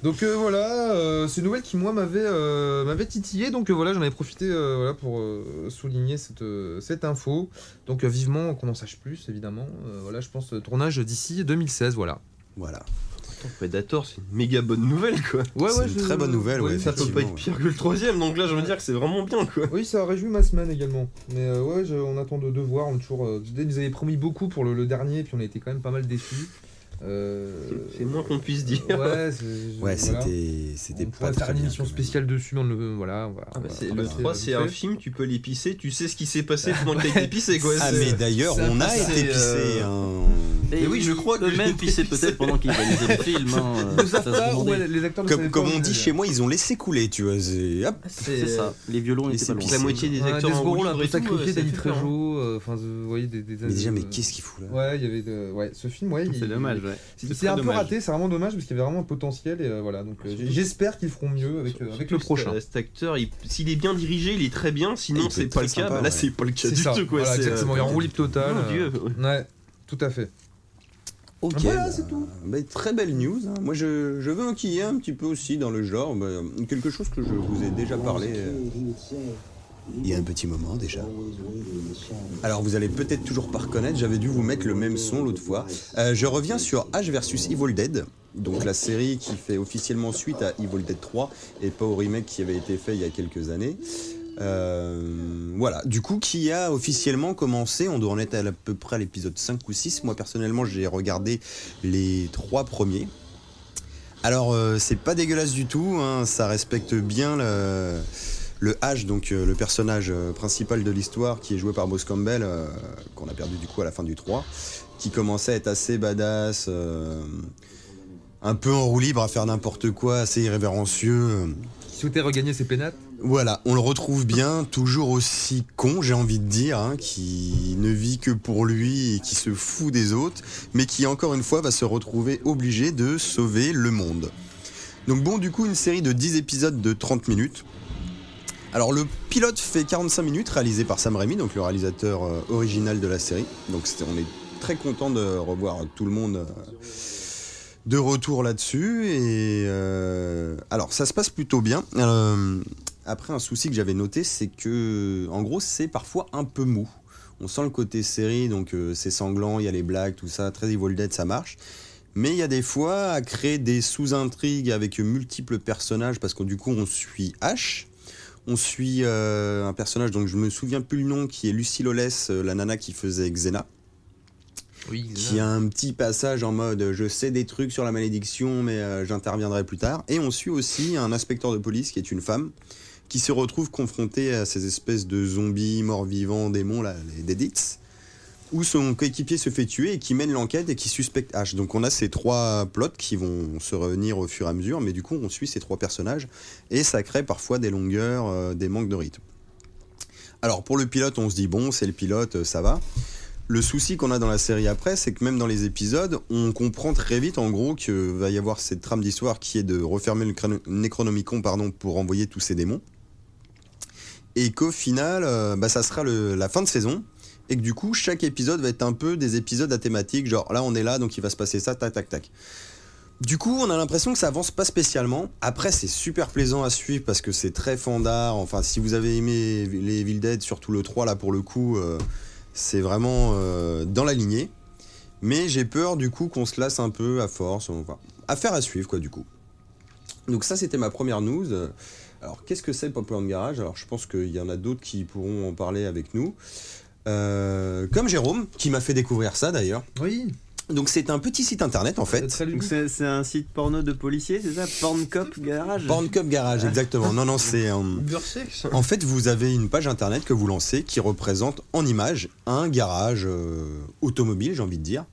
Speaker 4: Donc euh, voilà, euh, c'est une nouvelle qui moi m'avait euh, m'avait titillé, donc euh, voilà, j'en avais profité euh, voilà, pour euh, souligner cette, euh, cette info. Donc euh, vivement qu'on en sache plus, évidemment. Euh, voilà, je pense euh, tournage d'ici 2016, voilà.
Speaker 1: Voilà.
Speaker 5: Predator, c'est une méga bonne nouvelle quoi.
Speaker 4: Ouais,
Speaker 1: C'est une très bonne nouvelle, ouais,
Speaker 5: Ça peut
Speaker 1: Effectivement,
Speaker 5: pas être pire que le troisième, donc là je veux dire que c'est vraiment bien quoi.
Speaker 4: Oui, ça a réjoui ma semaine également. Mais euh, ouais, je- on attend de, de voir. On est toujours, euh, dès- nous avait promis beaucoup pour le, le dernier, puis on a été quand même pas mal déçus. Euh,
Speaker 5: C'est moins qu'on puisse dire.
Speaker 4: Ouais, c'est-
Speaker 1: Ouais,
Speaker 4: voilà.
Speaker 1: c'était c'était
Speaker 4: On
Speaker 1: pas
Speaker 4: pourrait
Speaker 1: très
Speaker 4: faire une
Speaker 1: bien,
Speaker 4: émission
Speaker 1: quand même.
Speaker 4: spéciale dessus, mais on le voilà. on va-
Speaker 5: Ah bah,
Speaker 4: on va-
Speaker 5: c'est-
Speaker 4: on va
Speaker 5: le
Speaker 4: faire
Speaker 5: 3 c'est
Speaker 4: vite [LAUGHS]
Speaker 5: un
Speaker 4: fait.
Speaker 5: film, tu peux l'épicer, tu sais ce qui s'est passé pendant que t'as été pissé quoi.
Speaker 1: Ah,
Speaker 5: C'est-
Speaker 1: mais d'ailleurs,
Speaker 5: ça,
Speaker 1: on a
Speaker 5: c'est,
Speaker 1: été pissé.
Speaker 5: euh,
Speaker 1: hein.
Speaker 5: Mais oui, je crois que j'ai
Speaker 2: Eux-mêmes
Speaker 5: été
Speaker 2: pissaient
Speaker 5: pissé.
Speaker 2: peut-être pendant qu'ils réalisaient le film. hein, euh,
Speaker 4: [LAUGHS] Ils ne
Speaker 2: ça
Speaker 4: savent
Speaker 2: se
Speaker 4: pas où
Speaker 2: demandait.
Speaker 4: est- les acteurs ne
Speaker 1: Comme,
Speaker 4: savaient
Speaker 1: comme
Speaker 4: pas où
Speaker 1: on dit
Speaker 4: aller.
Speaker 1: chez moi, ils ont laissé couler, tu vois. c'est- Hop.
Speaker 2: C'est
Speaker 5: euh,
Speaker 2: ça. Les violons
Speaker 1: Les
Speaker 2: étaient pas loin.
Speaker 5: La moitié des
Speaker 4: Ouais,
Speaker 5: acteurs en
Speaker 4: Despero
Speaker 5: roue
Speaker 4: l'a
Speaker 5: libre
Speaker 4: un peu
Speaker 5: et tout,
Speaker 4: sacrifié,
Speaker 5: ouais, ça
Speaker 4: Danny
Speaker 5: fait peur, hein.
Speaker 4: Trejo, euh, enfin vous voyez des, des-
Speaker 1: Mais déjà, mais
Speaker 4: euh,
Speaker 1: qu'est-ce qu'il fout là
Speaker 4: Ouais, il y avait de- ouais, ce film ouais, il-
Speaker 3: C'est dommage, ouais.
Speaker 4: Il
Speaker 3: très
Speaker 4: s'est un peu
Speaker 3: dommage.
Speaker 4: raté, c'est vraiment dommage parce qu'il y avait vraiment un potentiel et euh, voilà. Donc euh, j'ai- j'espère qu'ils feront mieux avec, euh, avec le
Speaker 5: Surtout,
Speaker 4: prochain.
Speaker 5: euh, Cet acteur, il- s'il est bien dirigé, il est très bien,
Speaker 1: Et
Speaker 5: sinon
Speaker 1: il peut
Speaker 5: c'est
Speaker 1: être
Speaker 5: pas le
Speaker 1: très
Speaker 5: cas.
Speaker 1: sympa,
Speaker 5: Bah, là,
Speaker 1: ouais.
Speaker 5: c'est pas le cas
Speaker 4: C'est
Speaker 5: du
Speaker 4: ça,
Speaker 5: tout quoi.
Speaker 4: voilà,
Speaker 5: c'est, euh,
Speaker 4: exactement. Il y a un roue libre total.
Speaker 5: mon
Speaker 4: euh,
Speaker 5: Dieu. ouais.
Speaker 4: Ouais, tout à fait.
Speaker 1: Ok,
Speaker 4: Ah, Voilà,
Speaker 1: bah,
Speaker 4: c'est tout.
Speaker 1: bah, très belle news. hein. Moi, je, je veux enquiller un petit peu aussi dans le genre. bah, quelque chose que je vous ai déjà parlé euh, il y a un petit moment déjà. Alors, vous allez peut-être toujours pas reconnaître, j'avais dû vous mettre le même son l'autre fois. Euh, je reviens sur H versus Evil Dead, donc la série qui fait officiellement suite à Evil Dead 3 et pas au remake qui avait été fait il y a quelques années. Euh, voilà, du coup, qui a officiellement commencé, on doit en être à, à peu près à l'épisode 5 ou 6. Moi, personnellement, j'ai regardé les trois premiers. Alors, euh, c'est pas dégueulasse du tout, hein, ça respecte bien le, le H, donc euh, le personnage euh, principal de l'histoire qui est joué par Bruce Campbell, euh, qu'on a perdu du coup à la fin du 3, qui commençait à être assez badass, euh, un peu en roue libre, à faire n'importe quoi, assez irrévérencieux. euh.
Speaker 4: Qui souhaitait regagner ses pénates
Speaker 1: Voilà, on le retrouve bien, toujours aussi con, j'ai envie de dire, hein, qui ne vit que pour lui et qui se fout des autres, mais qui encore une fois va se retrouver obligé de sauver le monde. Donc bon, du coup, une série de 10 épisodes de 30 minutes. Alors le pilote fait 45 minutes, réalisé par Sam Raimi, donc le réalisateur euh, original de la série. Donc c'était- on est très content de revoir tout le monde euh, de retour là-dessus. Et euh, alors ça se passe plutôt bien. Euh, après, un souci que j'avais noté, c'est que, en gros, c'est parfois un peu mou. On sent le côté série, donc euh, c'est sanglant, il y a les blagues, tout ça, très Evil Dead, ça marche. Mais il y a des fois à créer des sous-intrigues avec multiples personnages, parce que du coup, on suit H. On suit euh, un personnage, donc je me souviens plus le nom, qui est Lucie Loles, euh, la nana qui faisait Xena
Speaker 4: Oui,
Speaker 1: qui a un petit passage en mode euh, je sais des trucs sur la malédiction mais euh, j'interviendrai plus tard et on suit aussi un inspecteur de police qui est une femme qui se retrouve confrontée à ces espèces de zombies morts-vivants démons là les dédits où son coéquipier se fait tuer et qui mène l'enquête et qui suspecte H. Donc on a ces trois plots qui vont se revenir au fur et à mesure, mais du coup on suit ces trois personnages et ça crée parfois des longueurs, euh, des manques de rythme. Alors pour le pilote, on se dit bon, c'est le pilote, euh, ça va. Le souci qu'on a dans la série après, c'est que même dans les épisodes, on comprend très vite en gros que va y avoir cette trame d'histoire qui est de refermer le crano- Necronomicon pardon, pour envoyer tous ces démons. Et qu'au final, euh, bah, ça sera le- la fin de saison. Et que du coup, chaque épisode va être un peu des épisodes à thématique, genre là on est là, donc il va se passer ça, tac tac tac. Du coup, on a l'impression que ça avance pas spécialement. Après, c'est super plaisant à suivre parce que c'est très fandard. Enfin, si vous avez aimé les Evil Dead, surtout le 3 là pour le coup, euh, c'est vraiment euh, dans la lignée. Mais j'ai peur du coup qu'on se lasse un peu à force. Enfin, affaire à suivre quoi du coup. Donc ça c'était ma première news. Euh, Alors qu'est-ce que c'est Popcorn Garage Alors je pense qu'il y en a d'autres qui pourront en parler avec nous. Euh, comme Jérôme qui m'a fait découvrir ça d'ailleurs.
Speaker 4: Oui,
Speaker 1: Donc c'est un petit site internet en fait.
Speaker 4: euh, très
Speaker 3: Donc
Speaker 4: ludique.
Speaker 3: c'est c'est un site porno de policiers, c'est ça Porncop Garage
Speaker 1: Porncup Garage exactement. Non non c'est euh,
Speaker 5: Uber sex.
Speaker 1: En fait, vous avez une page internet que vous lancez qui représente en image un garage euh, automobile, j'ai envie de dire,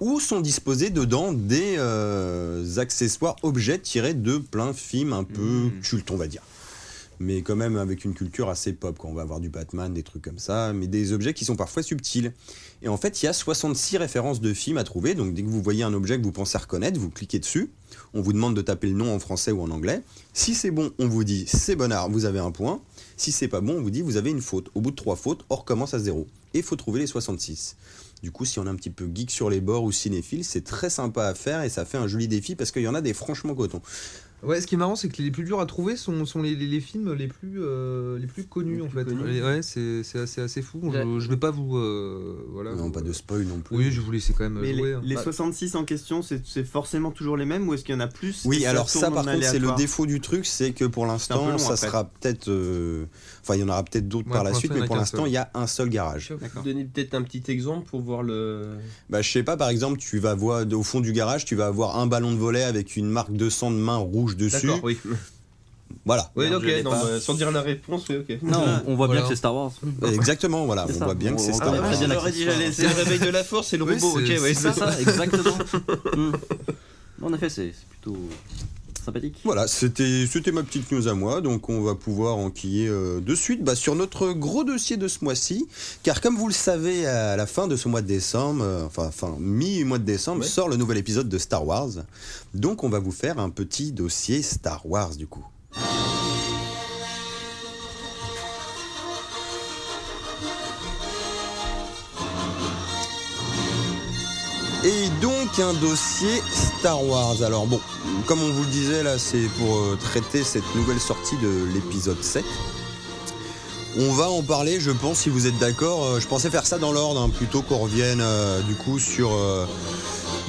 Speaker 1: où sont disposés dedans des euh, accessoires, objets tirés de plein films un peu
Speaker 4: Mhm.
Speaker 1: cultes, on va dire. Mais quand même avec une culture assez pop, quand on va avoir du Batman, des trucs comme ça, mais des objets qui sont parfois subtils. Et en fait, il y a 66 références de films à trouver, donc dès que vous voyez un objet que vous pensez reconnaître, vous cliquez dessus, on vous demande de taper le nom en français ou en anglais. Si c'est bon, on vous dit c'est bonnard, vous avez un point. Si c'est pas bon, on vous dit vous avez une faute. Au bout de trois fautes, on recommence à zéro. Et il faut trouver les 66. Du coup, si on est un petit peu geek sur les bords ou cinéphile, c'est très sympa à faire et ça fait un joli défi parce qu'il y en a des franchement coton.
Speaker 4: Ouais, ce qui est marrant, c'est que les plus durs à trouver sont, sont les, les- les films les plus, euh, les plus connus
Speaker 5: Les
Speaker 4: en
Speaker 5: plus
Speaker 4: fait.
Speaker 5: connus.
Speaker 4: Les- Ouais, c'est c'est assez, assez fou. Je, je vais pas vous. euh, voilà.
Speaker 1: Non,
Speaker 4: vous-
Speaker 1: pas de spoil non plus.
Speaker 4: Oui, je vais vous laisser quand même
Speaker 5: euh,
Speaker 3: Mais
Speaker 4: jouer.
Speaker 3: les,
Speaker 4: hein.
Speaker 3: les
Speaker 4: Bah,
Speaker 3: 66 en question, c'est c'est forcément toujours les mêmes ou est-ce qu'il y en a plus et
Speaker 1: Oui, alors ça,
Speaker 3: tourne
Speaker 1: par
Speaker 3: en
Speaker 1: contre, c'est le
Speaker 3: aléatoire
Speaker 1: défaut du truc, c'est que pour l'instant,
Speaker 3: long,
Speaker 1: ça
Speaker 3: après.
Speaker 1: sera peut-être. euh, Enfin, il y en aura peut-être d'autres
Speaker 4: Ouais,
Speaker 1: par la
Speaker 4: pour
Speaker 1: suite,
Speaker 4: l'instant, il y en
Speaker 1: mais
Speaker 4: a
Speaker 1: pour
Speaker 4: qu'un
Speaker 1: l'instant,
Speaker 4: seul.
Speaker 1: il y a un seul garage.
Speaker 3: D'accord.
Speaker 5: Donner peut-être un petit exemple pour voir le.
Speaker 1: Bah, je sais pas, par exemple, tu vas voir au fond du garage, tu vas avoir un ballon de volet avec une marque de sang de main rouge dessus.
Speaker 5: D'accord, oui.
Speaker 1: Voilà.
Speaker 5: Oui,
Speaker 2: Merde, je l'ai Ah,
Speaker 5: ok, non,
Speaker 1: pas.
Speaker 5: bah, sans dire la réponse, oui, ok.
Speaker 2: Non, on, on voit
Speaker 4: Voilà.
Speaker 2: bien que c'est Star Wars.
Speaker 1: Exactement, voilà.
Speaker 2: C'est
Speaker 1: On
Speaker 2: ça.
Speaker 1: voit bien que c'est
Speaker 2: On-
Speaker 1: Star
Speaker 2: on-
Speaker 1: Wars.
Speaker 2: on- on-
Speaker 5: J'aurais déjà laissé le réveil de la force et le
Speaker 4: Oui,
Speaker 5: robot, ok,
Speaker 4: c'est-
Speaker 5: ouais,
Speaker 2: C'est ça, [LAUGHS] exactement. Mm. En effet, c'est c'est plutôt sympathique.
Speaker 1: Voilà, c'était c'était ma petite news à moi, donc on va pouvoir enquiller euh, de suite bah, sur notre gros dossier de ce mois-ci, car comme vous le savez, à la fin de ce mois de décembre, euh, enfin, fin mi-mois de décembre,
Speaker 5: Ouais.
Speaker 1: sort le nouvel épisode de Star Wars, donc on va vous faire un petit dossier Star Wars du coup. Et donc un dossier Star Wars. Alors bon, comme on vous le disait là, c'est pour euh, traiter cette nouvelle sortie de l'épisode 7. On va en parler, je pense, si vous êtes d'accord. Euh, Je pensais faire ça dans l'ordre, hein, plutôt qu'on revienne euh, du coup sur euh,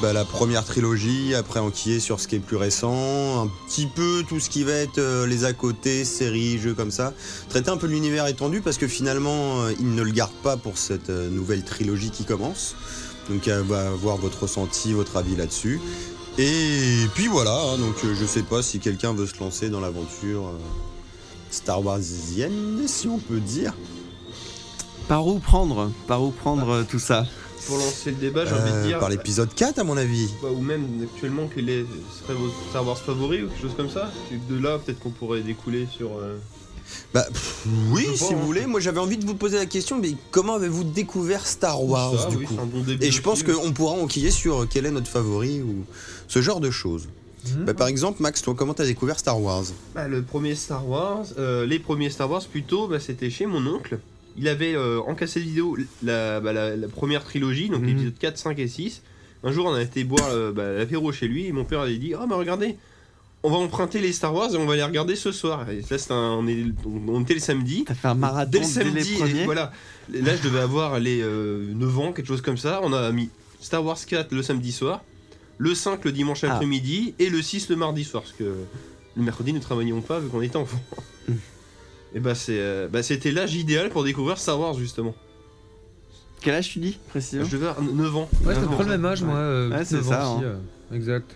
Speaker 1: bah, la première trilogie, après enquiller sur ce qui est plus récent, un petit peu tout ce qui va être euh, les à côté, séries, jeux comme ça. Traiter un peu l'univers étendu parce que finalement, euh, ils ne le gardent pas pour cette euh, nouvelle trilogie qui commence. Donc euh, va voir votre ressenti, votre avis là-dessus. Et puis voilà, hein, donc euh, je sais pas si quelqu'un veut se lancer dans l'aventure euh, Star Warsienne, si on peut dire.
Speaker 3: Par où prendre Par où prendre euh, tout ça
Speaker 5: Pour lancer le débat, j'ai envie de
Speaker 1: Euh,
Speaker 5: dire.
Speaker 1: Par l'épisode 4 à mon avis.
Speaker 5: bah, ou même actuellement, quel est, serait vos Star Wars favoris ou quelque chose comme ça De là, peut-être qu'on pourrait découler sur. euh,
Speaker 1: Bah pff, oui,
Speaker 5: Je sais pas,
Speaker 1: si
Speaker 5: hein.
Speaker 1: vous voulez, moi j'avais envie de vous poser la question, mais comment avez-vous découvert Star Wars
Speaker 5: ça,
Speaker 1: du
Speaker 5: oui,
Speaker 1: coup
Speaker 5: c'est un bon début
Speaker 1: Et je
Speaker 5: de
Speaker 1: pense
Speaker 5: film.
Speaker 1: qu'on pourra enquiller sur euh, quel est notre favori ou ce genre de choses.
Speaker 4: Mhm.
Speaker 1: Bah, par exemple, Max, toi comment t'as découvert Star Wars
Speaker 5: Bah, le premier Star Wars, euh, les premiers Star Wars plutôt, bah, c'était chez mon oncle. Il avait euh, en cassette vidéo la, bah, la- la première trilogie, donc
Speaker 3: Mhm.
Speaker 5: l'épisode 4, 5 et 6. Un jour, on a été boire euh, bah, l'apéro chez lui et mon père avait dit Ah, bah regardez, on va emprunter les Star Wars et on va les regarder ce soir. Et là, c'était un- on, est, on, on était le samedi.
Speaker 3: T'as fait un marathon
Speaker 5: Ah, Dès
Speaker 3: dès,
Speaker 5: le samedi,
Speaker 3: les
Speaker 5: et
Speaker 3: premiers
Speaker 5: voilà. Là, je devais avoir les euh, 9 ans, quelque chose comme ça. On a mis Star Wars 4 le samedi soir, le 5 le dimanche
Speaker 3: Ah.
Speaker 5: après-midi et le 6 le mardi soir. Parce que le mercredi, nous travaillions pas vu qu'on était enfants.
Speaker 3: Mm.
Speaker 5: et bah, c'est, euh, bah, c'était l'âge idéal pour découvrir Star Wars, justement.
Speaker 3: Quel âge tu dis
Speaker 5: Je
Speaker 3: précisément
Speaker 5: devais avoir 9 ans.
Speaker 4: Ouais, c'est à peu
Speaker 3: Ah,
Speaker 4: près le même âge,
Speaker 3: ouais.
Speaker 4: moi. euh,
Speaker 3: Ouais, c'est
Speaker 4: 19 ans
Speaker 3: ça,
Speaker 4: aussi, euh, Exact.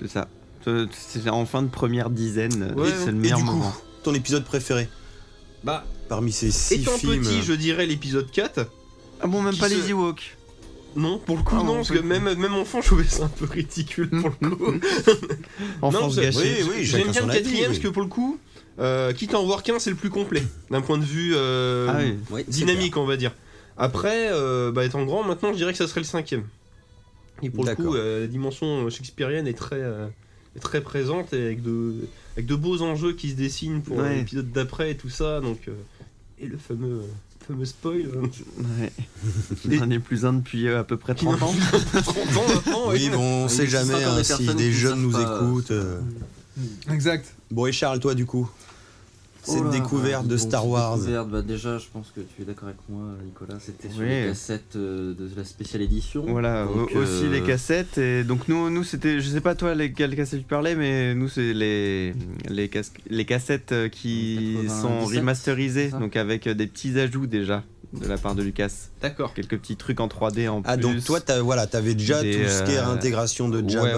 Speaker 3: C'est ça. Euh, C'est en fin de première dizaine.
Speaker 5: Ouais,
Speaker 3: euh, c'est
Speaker 5: ouais.
Speaker 3: le
Speaker 1: Et
Speaker 3: meilleur
Speaker 1: du coup,
Speaker 3: moment.
Speaker 1: ton épisode préféré
Speaker 5: Bah,
Speaker 1: parmi ces six
Speaker 5: étant
Speaker 1: films
Speaker 5: petit, je dirais l'épisode 4.
Speaker 3: Ah bon, même
Speaker 5: qui
Speaker 3: pas
Speaker 5: se-
Speaker 3: les Ewoks.
Speaker 5: Non, pour le coup,
Speaker 3: Ah,
Speaker 5: non,
Speaker 3: on
Speaker 5: parce
Speaker 3: peut-
Speaker 5: que même, même enfant, je trouvais ça un peu ridicule pour
Speaker 3: [LAUGHS]
Speaker 5: le coup.
Speaker 3: Enfance
Speaker 5: c'est-
Speaker 3: gâchée.
Speaker 1: Oui, oui,
Speaker 5: J'aime
Speaker 1: chacun
Speaker 5: bien
Speaker 1: son
Speaker 5: le
Speaker 1: avis,
Speaker 5: quatrième
Speaker 1: oui.
Speaker 5: parce que pour le coup, euh, quitte à en voir qu'un, c'est le plus complet d'un point de vue euh,
Speaker 3: Ah oui.
Speaker 1: Ouais, c'est clair.
Speaker 5: dynamique, on va dire. Après, euh, bah, étant grand, maintenant, je dirais que ça serait le cinquième. Et pour le
Speaker 1: D'accord.
Speaker 5: coup, euh, la dimension shakespearienne est très, euh, est très présente et avec de, avec de beaux enjeux qui se dessinent pour euh,
Speaker 3: Ouais.
Speaker 5: l'épisode d'après et tout ça. Donc, euh, et le fameux, euh, fameux spoil. euh,
Speaker 3: Ouais. J'en ai plus un depuis euh, à peu près 30 ans.
Speaker 5: 30 ans [LAUGHS] maintenant,
Speaker 1: Oui, bon, on
Speaker 2: Il
Speaker 1: sait
Speaker 2: existe
Speaker 1: jamais
Speaker 2: encore
Speaker 1: hein,
Speaker 2: des
Speaker 1: si
Speaker 2: personnes
Speaker 1: des
Speaker 2: qui
Speaker 1: jeunes
Speaker 2: savent
Speaker 1: nous
Speaker 2: pas, euh,
Speaker 1: écoutent. euh.
Speaker 4: Exact.
Speaker 1: Bon, et Charles, toi, du coup, cette
Speaker 2: Oh là,
Speaker 1: découverte de
Speaker 2: donc,
Speaker 1: Star
Speaker 2: cette
Speaker 1: Wars.
Speaker 2: découverte, bah, déjà, je pense que tu es d'accord avec moi, Nicolas. C'était sur
Speaker 3: Oui.
Speaker 2: les cassettes euh, de la spéciale édition.
Speaker 3: Voilà,
Speaker 2: Donc,
Speaker 3: au- aussi
Speaker 2: euh,
Speaker 3: les cassettes. Et donc nous, nous c'était, je sais pas toi les, quelles cassettes tu parlais, mais nous c'est les les, cas- les cassettes euh, qui
Speaker 2: 97,
Speaker 3: sont
Speaker 2: c'est
Speaker 3: remasterisées,
Speaker 2: ça
Speaker 3: donc avec euh, des petits ajouts déjà de la part de Lucas,
Speaker 5: D'accord.
Speaker 3: quelques petits trucs en 3D en
Speaker 1: Ah,
Speaker 3: plus.
Speaker 1: donc toi, t'as- voilà, t'avais déjà
Speaker 3: Des,
Speaker 1: tout ce qui est
Speaker 3: euh,
Speaker 1: intégration de
Speaker 3: ouais,
Speaker 1: Java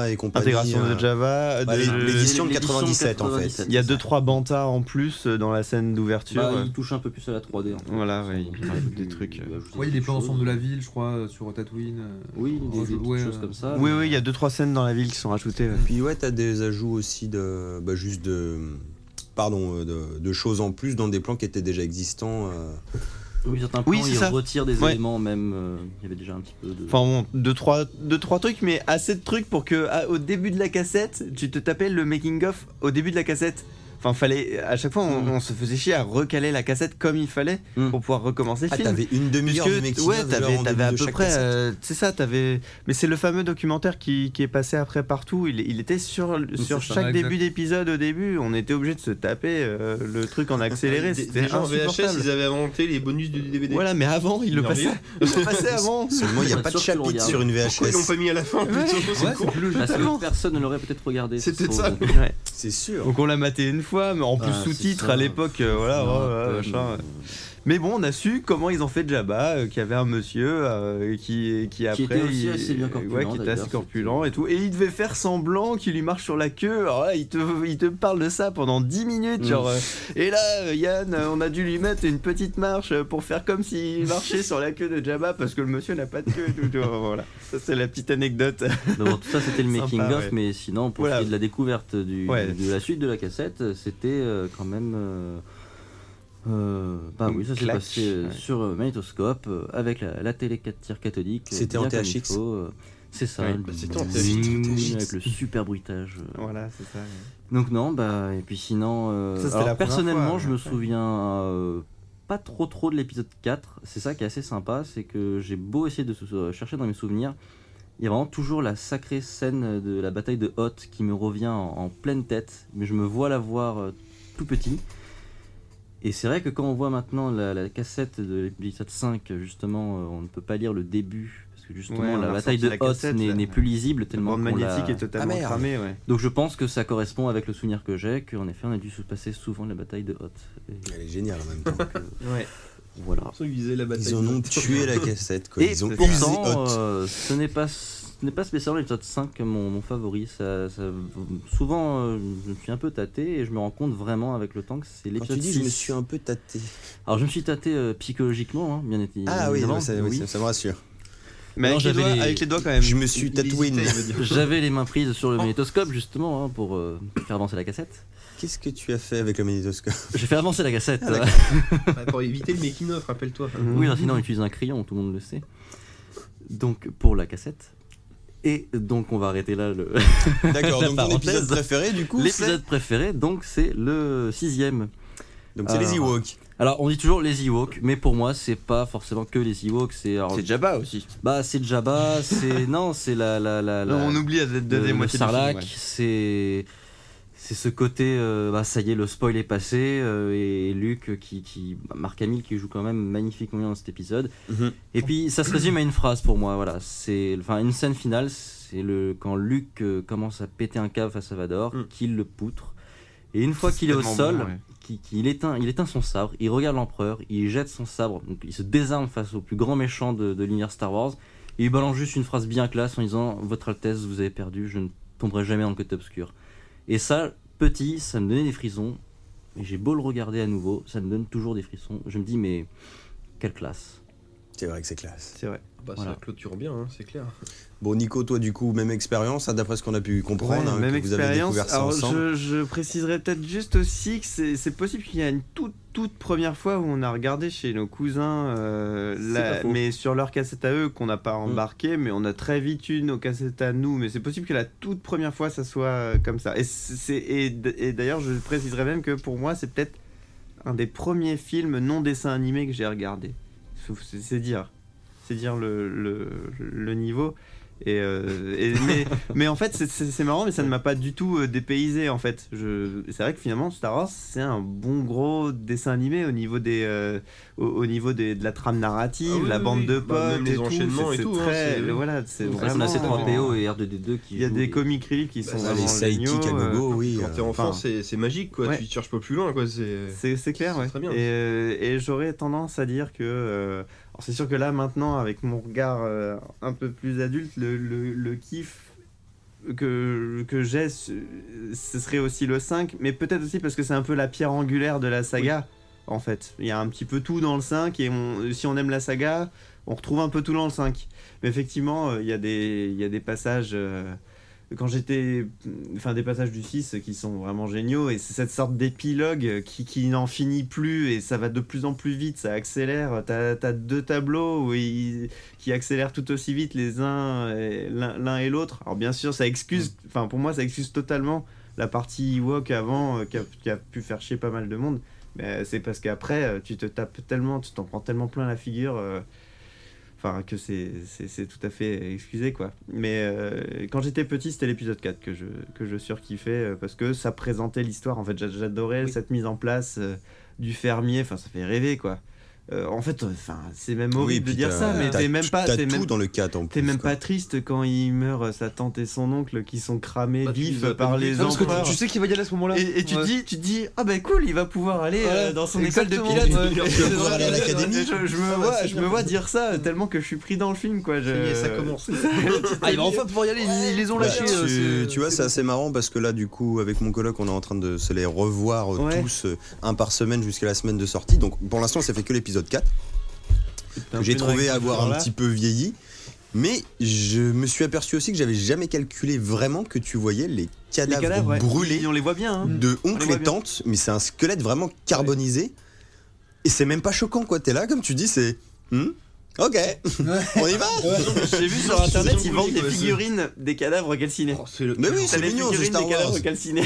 Speaker 3: voilà.
Speaker 1: et compagnie.
Speaker 3: intégration
Speaker 1: euh,
Speaker 3: de Java.
Speaker 1: bah,
Speaker 3: de-
Speaker 1: les- l'édition de
Speaker 2: l'édition
Speaker 1: 97, en fait.
Speaker 2: 97.
Speaker 3: Il y a deux trois bantas en plus euh, dans la scène d'ouverture.
Speaker 2: Bah,
Speaker 3: euh,
Speaker 2: Il touche un peu plus à la 3D. en fait.
Speaker 3: Voilà, ouais,
Speaker 2: Donc,
Speaker 3: il
Speaker 2: aurait
Speaker 3: rajoute
Speaker 2: pu
Speaker 3: des trucs. euh.
Speaker 2: ajouter
Speaker 4: Ouais, il
Speaker 2: des
Speaker 4: est plein
Speaker 2: choses.
Speaker 4: d'ensemble de la ville, je crois, euh, sur Tatooine. euh,
Speaker 2: Oui, des, des
Speaker 4: rajoute-
Speaker 2: petites
Speaker 4: ouais,
Speaker 2: choses
Speaker 4: euh,
Speaker 2: comme ça.
Speaker 3: Oui,
Speaker 2: mais-
Speaker 3: oui, il y a deux trois scènes dans la ville qui sont rajoutées. ouais.
Speaker 1: Puis ouais, t'as des ajouts aussi de, bah, juste de, pardon, euh, de, de choses en plus dans des plans qui étaient déjà existants. euh.
Speaker 2: Oui, certains
Speaker 3: Oui,
Speaker 2: plans,
Speaker 3: c'est
Speaker 2: ils
Speaker 3: ça.
Speaker 2: retirent des
Speaker 3: Ouais.
Speaker 2: éléments même. euh, il y avait déjà un petit peu de.
Speaker 3: Enfin bon, deux trois, deux, trois trucs, ah, mais assez de trucs pour que à- au début de la cassette, tu te tapais le making of au début de la cassette Enfin, fallait, à chaque fois, on,
Speaker 2: Mm.
Speaker 3: on se faisait chier à recaler la cassette comme il fallait
Speaker 2: Mm.
Speaker 3: pour pouvoir recommencer le
Speaker 1: Ah,
Speaker 3: film.
Speaker 1: t'avais une demi-heure
Speaker 3: Puisque-
Speaker 1: du Mexique. hein,
Speaker 3: ouais, t'avais, t'avais à peu près, euh, c'est ça, t'avais. Mais c'est le fameux documentaire qui, qui est passé après partout. Il, il était sur, sur
Speaker 4: c'est ça,
Speaker 3: chaque
Speaker 4: exact.
Speaker 3: début d'épisode. Au début, on était obligé de se taper euh, le truc en accéléré.
Speaker 5: [LAUGHS] Des-
Speaker 3: C'était
Speaker 5: Déjà en VHS,
Speaker 3: insupportable.
Speaker 5: ils avaient inventé les bonus du DVD.
Speaker 3: Voilà, mais avant, ils le
Speaker 5: Merveilleux.
Speaker 3: passaient.
Speaker 5: [LAUGHS]
Speaker 3: Ils le passaient avant.
Speaker 1: Seulement, il n'y a
Speaker 2: Ouais,
Speaker 1: pas de
Speaker 2: sûr que tu le
Speaker 1: chapitre
Speaker 2: regardes.
Speaker 1: sur une
Speaker 5: Pourquoi ils l'ont
Speaker 1: VHS.
Speaker 5: pas mis à la fin plutôt C'est
Speaker 4: Ouais,
Speaker 5: con.
Speaker 4: c'est plus logique.
Speaker 2: Parce que personne ne l'aurait peut-être regardé.
Speaker 5: C'est peut-être ça.
Speaker 3: Ouais.
Speaker 1: C'est sûr.
Speaker 3: Donc on l'a maté une fois, mais en plus
Speaker 2: Ah, c'est
Speaker 3: sous-titre
Speaker 2: ça.
Speaker 3: à l'époque, euh, voilà,
Speaker 2: Non,
Speaker 3: ouais, ouais,
Speaker 2: euh,
Speaker 3: machin, ouais. Mais bon, on a su comment ils ont fait Jabba, euh, qu'il y avait un monsieur euh, qui, qui après,
Speaker 2: était aussi
Speaker 3: il-
Speaker 2: assez bien corpulent,
Speaker 3: ouais, qui était assez
Speaker 2: d'ailleurs,
Speaker 3: corpulent et tout, et il devait faire semblant qu'il lui marche sur la queue. Alors là, il te, il te parle de ça pendant 10 minutes,
Speaker 2: Mm.
Speaker 3: genre. euh, et là, euh, Yann, euh, on a dû lui mettre une petite marche euh, pour faire comme s'il marchait sur la queue de Jabba parce que le monsieur n'a pas de queue. et tout, tout. [LAUGHS] voilà, ça c'est la petite anecdote. [LAUGHS]
Speaker 2: D'abord, tout ça c'était le
Speaker 3: Sympa,
Speaker 2: making of,
Speaker 3: ouais.
Speaker 2: mais sinon pour ce qui
Speaker 3: Voilà.
Speaker 2: est de la découverte du,
Speaker 3: Ouais.
Speaker 2: de la suite de la cassette, c'était euh, quand même. euh, euh, bah
Speaker 3: Une
Speaker 2: oui, ça s'est
Speaker 3: claque,
Speaker 2: passé euh,
Speaker 3: ouais.
Speaker 2: sur euh, magnétoscope euh, avec la, la télé 4 tirs cathodique. euh,
Speaker 1: C'était en
Speaker 2: bien comme il
Speaker 1: THX.
Speaker 2: faut, euh, C'est ça,
Speaker 3: Ouais,
Speaker 2: le-
Speaker 5: bah, c'était en
Speaker 1: THX.
Speaker 2: avec le super bruitage. euh,
Speaker 3: Voilà, c'est ça.
Speaker 2: donc non, bah et puis sinon, euh,
Speaker 3: Ça, c'était
Speaker 2: alors,
Speaker 3: la première
Speaker 2: personnellement,
Speaker 3: fois,
Speaker 2: je
Speaker 3: ouais.
Speaker 2: me souviens euh, pas trop trop de l'épisode 4. C'est ça qui est assez sympa, c'est que j'ai beau essayer de sou- euh, chercher dans mes souvenirs, il y a vraiment toujours la sacrée scène de la bataille de Hoth qui me revient en, en pleine tête, mais je me vois la voir euh, tout petit. Et c'est vrai que quand on voit maintenant la, la cassette de l'épisode 5, justement, euh, on ne peut pas lire le début. Parce que justement,
Speaker 3: Ouais, on
Speaker 2: la
Speaker 3: a
Speaker 2: bataille
Speaker 3: ressorti
Speaker 2: de
Speaker 3: la
Speaker 2: Hoth
Speaker 3: cassette,
Speaker 2: n'est
Speaker 3: là.
Speaker 2: n'est plus lisible
Speaker 3: La
Speaker 2: tellement
Speaker 3: bande
Speaker 2: qu'on l'a-
Speaker 3: magnétique est totalement
Speaker 1: Ah, merde.
Speaker 3: cramée, ouais.
Speaker 2: donc je pense que ça correspond avec le souvenir que j'ai, qu'en effet on a dû se passer souvent la bataille de Hoth. Et
Speaker 1: Elle est géniale en même temps.
Speaker 2: donc, euh, voilà.
Speaker 5: Ceux qui disaient la bataille
Speaker 1: Ils en
Speaker 5: de-
Speaker 1: ont tué la cassette, quoi.
Speaker 2: Et
Speaker 1: Ils ont usé
Speaker 2: pourtant,
Speaker 1: Hot.
Speaker 2: euh, ce n'est pas ce n'est pas spécialement l'épisode 5 mon, mon favori. Ça, ça- souvent, euh, je me suis un peu tâté et je me rends compte vraiment avec le temps que c'est
Speaker 1: Quand tu
Speaker 2: l'épisode
Speaker 1: dis,
Speaker 2: 6.
Speaker 1: je me suis un peu tâté.
Speaker 2: Alors je me suis tâté euh, psychologiquement, hein, bien évidemment.
Speaker 1: Ah oui, non, ça, oui, ça- ça me rassure.
Speaker 3: Mais
Speaker 2: Non,
Speaker 3: avec, les
Speaker 2: j'avais
Speaker 3: doigts,
Speaker 2: les-
Speaker 3: avec les doigts quand même.
Speaker 1: Je me suis tatoué une.
Speaker 2: J'avais les mains prises sur le magnétoscope justement hein, pour euh, faire avancer la cassette.
Speaker 1: [LAUGHS] Qu'est-ce que tu as fait avec le
Speaker 3: [LAUGHS]
Speaker 1: magnétoscope
Speaker 2: J'ai fait avancer la cassette.
Speaker 1: Ah, d'accord.
Speaker 5: Ouais, [LAUGHS] Pour éviter le making of, rappelle-toi.
Speaker 2: Oui,
Speaker 3: Mhm.
Speaker 2: alors sinon on utilise un crayon, tout le monde le sait. Donc pour la cassette. Et donc on va arrêter là le-
Speaker 1: D'accord,
Speaker 2: La
Speaker 1: donc ton épisode
Speaker 2: parenthèse.
Speaker 1: préféré, du
Speaker 2: [LAUGHS]
Speaker 1: coup, c'est.
Speaker 2: l'épisode préféré, donc c'est le sixième.
Speaker 1: Donc c'est
Speaker 3: Ah.
Speaker 1: les
Speaker 2: Alors.
Speaker 1: Ewoks.
Speaker 2: Alors on dit toujours les Ewoks, mais pour moi c'est pas forcément que les Ewoks, c'est alors,
Speaker 3: C'est Jabba aussi.
Speaker 2: bah c'est Jabba, c'est non c'est la la la, la-
Speaker 3: on oublie de
Speaker 2: le-
Speaker 3: donner
Speaker 2: le
Speaker 3: moitié du film,
Speaker 2: Sarlacc,
Speaker 3: ouais.
Speaker 2: c'est c'est ce côté euh, bah ça y est le spoil est passé euh, et Luc qui qui bah, Mark Hamill qui joue quand même magnifiquement bien dans cet épisode.
Speaker 3: Mm-hmm.
Speaker 2: Et puis ça se résume à une phrase pour moi, voilà. C'est enfin une scène finale, c'est le quand Luc euh, commence à péter un câble face à Vador,
Speaker 5: Mm.
Speaker 2: qu'il le poutre. Et une fois qu'il est au
Speaker 3: tellement
Speaker 2: sol,
Speaker 3: bon, ouais.
Speaker 2: qui- qui- il, éteint, il éteint son sabre, il regarde l'empereur, il jette son sabre, donc il se désarme face au plus grand méchant de, de l'univers Star Wars, et il balance juste une phrase bien classe en disant Votre Altesse, vous avez perdu, je ne tomberai jamais dans le côté obscur. Et ça, petit, ça me donnait des frissons, et j'ai beau le regarder à nouveau, ça me donne toujours des frissons. Je me dis, mais quelle classe
Speaker 1: C'est vrai que c'est classe.
Speaker 3: C'est vrai.
Speaker 5: Bah,
Speaker 2: Voilà.
Speaker 5: Ça clôture bien, hein, c'est clair.
Speaker 1: Bon, Nico, toi, du coup, même expérience, hein, d'après ce qu'on a pu comprendre, hein,
Speaker 3: même
Speaker 1: que vous avez
Speaker 3: expérience.
Speaker 1: découvert ça
Speaker 3: Alors,
Speaker 1: ensemble.
Speaker 3: je, je préciserai peut-être juste aussi que c'est c'est possible qu'il y a une toute, toute première fois où on a regardé chez nos cousins, euh, la-
Speaker 2: pas faux.
Speaker 3: mais sur leur cassette à eux qu'on n'a pas
Speaker 1: Mm.
Speaker 3: embarqué, mais on a très vite eu nos cassettes à nous. Mais c'est possible que la toute première fois ça soit euh, comme ça. Et, c'est- et d- et d'ailleurs, je préciserai même que pour moi, c'est peut-être un des premiers films non dessin animé que j'ai regardé. Sauf- C'est c'est dire. C'est dire le, le, le niveau. Et, euh, et- mais, mais en fait, c'est- c'est c'est marrant, mais ça ne m'a pas du tout euh, dépaysé en fait. Je- C'est vrai que finalement, Star Wars, c'est un bon gros dessin animé au niveau, des, euh, au, au niveau des, de la trame narrative,
Speaker 5: Ah oui,
Speaker 3: la
Speaker 5: oui,
Speaker 3: bande
Speaker 5: oui.
Speaker 3: de potes,
Speaker 5: Bah, même les
Speaker 3: et tout,
Speaker 5: enchaînements
Speaker 3: c'est-
Speaker 5: et
Speaker 3: c'est
Speaker 5: tout, hein,
Speaker 3: très-
Speaker 5: c'est-
Speaker 3: voilà, c'est
Speaker 5: Oui,
Speaker 2: C'est
Speaker 3: vraiment.
Speaker 2: vrai qu'on a C3PO
Speaker 5: vraiment-
Speaker 2: et R2D2 qui
Speaker 3: Il y a
Speaker 2: jouent
Speaker 3: des comic reliefs qui sont
Speaker 5: Bah, ça,
Speaker 1: Ah,
Speaker 3: vraiment
Speaker 1: les sidekicks à
Speaker 3: géniaux, euh,
Speaker 1: gogo, oui.
Speaker 5: Quand
Speaker 1: euh,
Speaker 5: t'es enfant,
Speaker 3: enfin.
Speaker 5: c'est c'est magique, quoi.
Speaker 3: Ouais.
Speaker 5: Tu cherches pas plus loin, quoi. C'est.
Speaker 3: C'est c'est clair,
Speaker 5: C'est
Speaker 3: ouais.
Speaker 5: très bien.
Speaker 3: Et, euh, et j'aurais tendance à dire que. euh, alors c'est sûr que là, maintenant, avec mon regard euh, un peu plus adulte, le, le- le kiff que, que j'ai, ce ce serait aussi le 5, mais peut-être aussi parce que c'est un peu la pierre angulaire de la saga, en fait. Il y a un petit peu tout dans le 5, et on- si on aime la saga, on retrouve un peu tout dans le 5. Mais effectivement, euh, il y, a des- il y a des passages. euh, quand j'étais. Enfin, des passages du 6 qui sont vraiment géniaux. Et c'est cette sorte d'épilogue qui, qui n'en finit plus. Et ça va de plus en plus vite. Ça accélère. T'as as deux tableaux où ils- qui accélèrent tout aussi vite les uns et- l'un l'un et l'autre. Alors, bien sûr, ça excuse. Enfin, pour moi, ça excuse totalement la partie Ewok avant euh, qui, a, qui a pu faire chier pas mal de monde. Mais c'est parce qu'après, euh, tu te tapes tellement, tu t'en prends tellement plein la figure. euh, Enfin, que c'est- c'est c'est tout à fait excusé, quoi. Mais euh, quand j'étais petit, c'était l'épisode 4 que je, que je surkiffais euh, parce que ça présentait l'histoire. En fait, j'a- j'adorais
Speaker 5: Oui.
Speaker 3: cette mise en place euh, du fermier. Enfin, ça fait rêver, quoi. Euh, en fait, euh, enfin, c'est même horrible
Speaker 1: puis
Speaker 3: de dire
Speaker 1: t'as-
Speaker 3: ça, mais
Speaker 1: t'as-
Speaker 3: t'es même pas.
Speaker 1: T'as
Speaker 3: t'es
Speaker 1: tout
Speaker 3: même-
Speaker 1: dans le 4 en plus.
Speaker 3: T'es même
Speaker 1: quoi.
Speaker 3: pas triste quand il meurt euh, sa tante et son oncle qui sont cramés
Speaker 5: Bah, tu les
Speaker 3: vifs
Speaker 5: as
Speaker 3: par
Speaker 5: pas
Speaker 3: les
Speaker 5: vus. Non,
Speaker 4: Ah, parce que
Speaker 3: empereurs.
Speaker 4: tu, tu sais qu'il va y aller à ce moment-là.
Speaker 3: Et, et tu
Speaker 4: Ouais.
Speaker 3: te dis, tu te dis, ah ben cool, il va pouvoir aller euh,
Speaker 4: Ouais,
Speaker 3: dans son
Speaker 4: exactement.
Speaker 3: école de pilote.
Speaker 5: Il va
Speaker 3: Et-
Speaker 1: pouvoir aller à
Speaker 4: [LAUGHS]
Speaker 1: l'académie.
Speaker 3: et Je, je me
Speaker 4: Ah ouais,
Speaker 3: vois,
Speaker 4: c'est
Speaker 3: je
Speaker 4: bien.
Speaker 3: me vois dire ça tellement que je suis pris dans le film, quoi. Je...
Speaker 5: Ça y est, ça commence.
Speaker 4: Ah, il va enfin pouvoir y aller, ils, ils les ont
Speaker 1: Bah,
Speaker 4: lâchés.
Speaker 1: tu,
Speaker 4: euh, c'est-
Speaker 1: tu vois, c'est assez marrant parce que là, du coup, avec mon coloc, on est en train de se les revoir euh,
Speaker 3: Ouais.
Speaker 1: tous euh, un par semaine jusqu'à la semaine de sortie. Donc pour l'instant, ça fait que l'épisode 4
Speaker 3: T'es un
Speaker 1: que j'ai
Speaker 3: peu
Speaker 1: trouvé
Speaker 3: dans la
Speaker 1: avoir un
Speaker 3: culture,
Speaker 1: petit peu vieilli. Mais je me suis aperçu aussi que j'avais jamais calculé vraiment que tu voyais les
Speaker 3: là.
Speaker 1: cadavres,
Speaker 3: Les cadavres, ouais.
Speaker 1: brûlés
Speaker 3: Ils- On les voit bien. hein.
Speaker 1: de
Speaker 3: les
Speaker 1: oncle
Speaker 3: voit
Speaker 1: et
Speaker 3: bien.
Speaker 1: tante, mais c'est un squelette vraiment carbonisé. Et c'est même pas choquant, quoi. T'es là, comme tu dis, c'est. Hmm
Speaker 3: [LAUGHS]
Speaker 1: ok, on y va
Speaker 3: [LAUGHS] J'ai vu sur internet,
Speaker 5: Ils
Speaker 3: ils
Speaker 5: sont
Speaker 3: vendent
Speaker 5: cool,
Speaker 3: des
Speaker 5: quoi, ça.
Speaker 3: figurines des cadavres calcinés.
Speaker 5: Oh, c'est le-
Speaker 1: Mais oui,
Speaker 3: T'as
Speaker 1: c'est
Speaker 3: les
Speaker 1: mignon, c'est
Speaker 3: figurines
Speaker 1: Star
Speaker 3: des
Speaker 1: Wars.
Speaker 3: cadavres calcinés.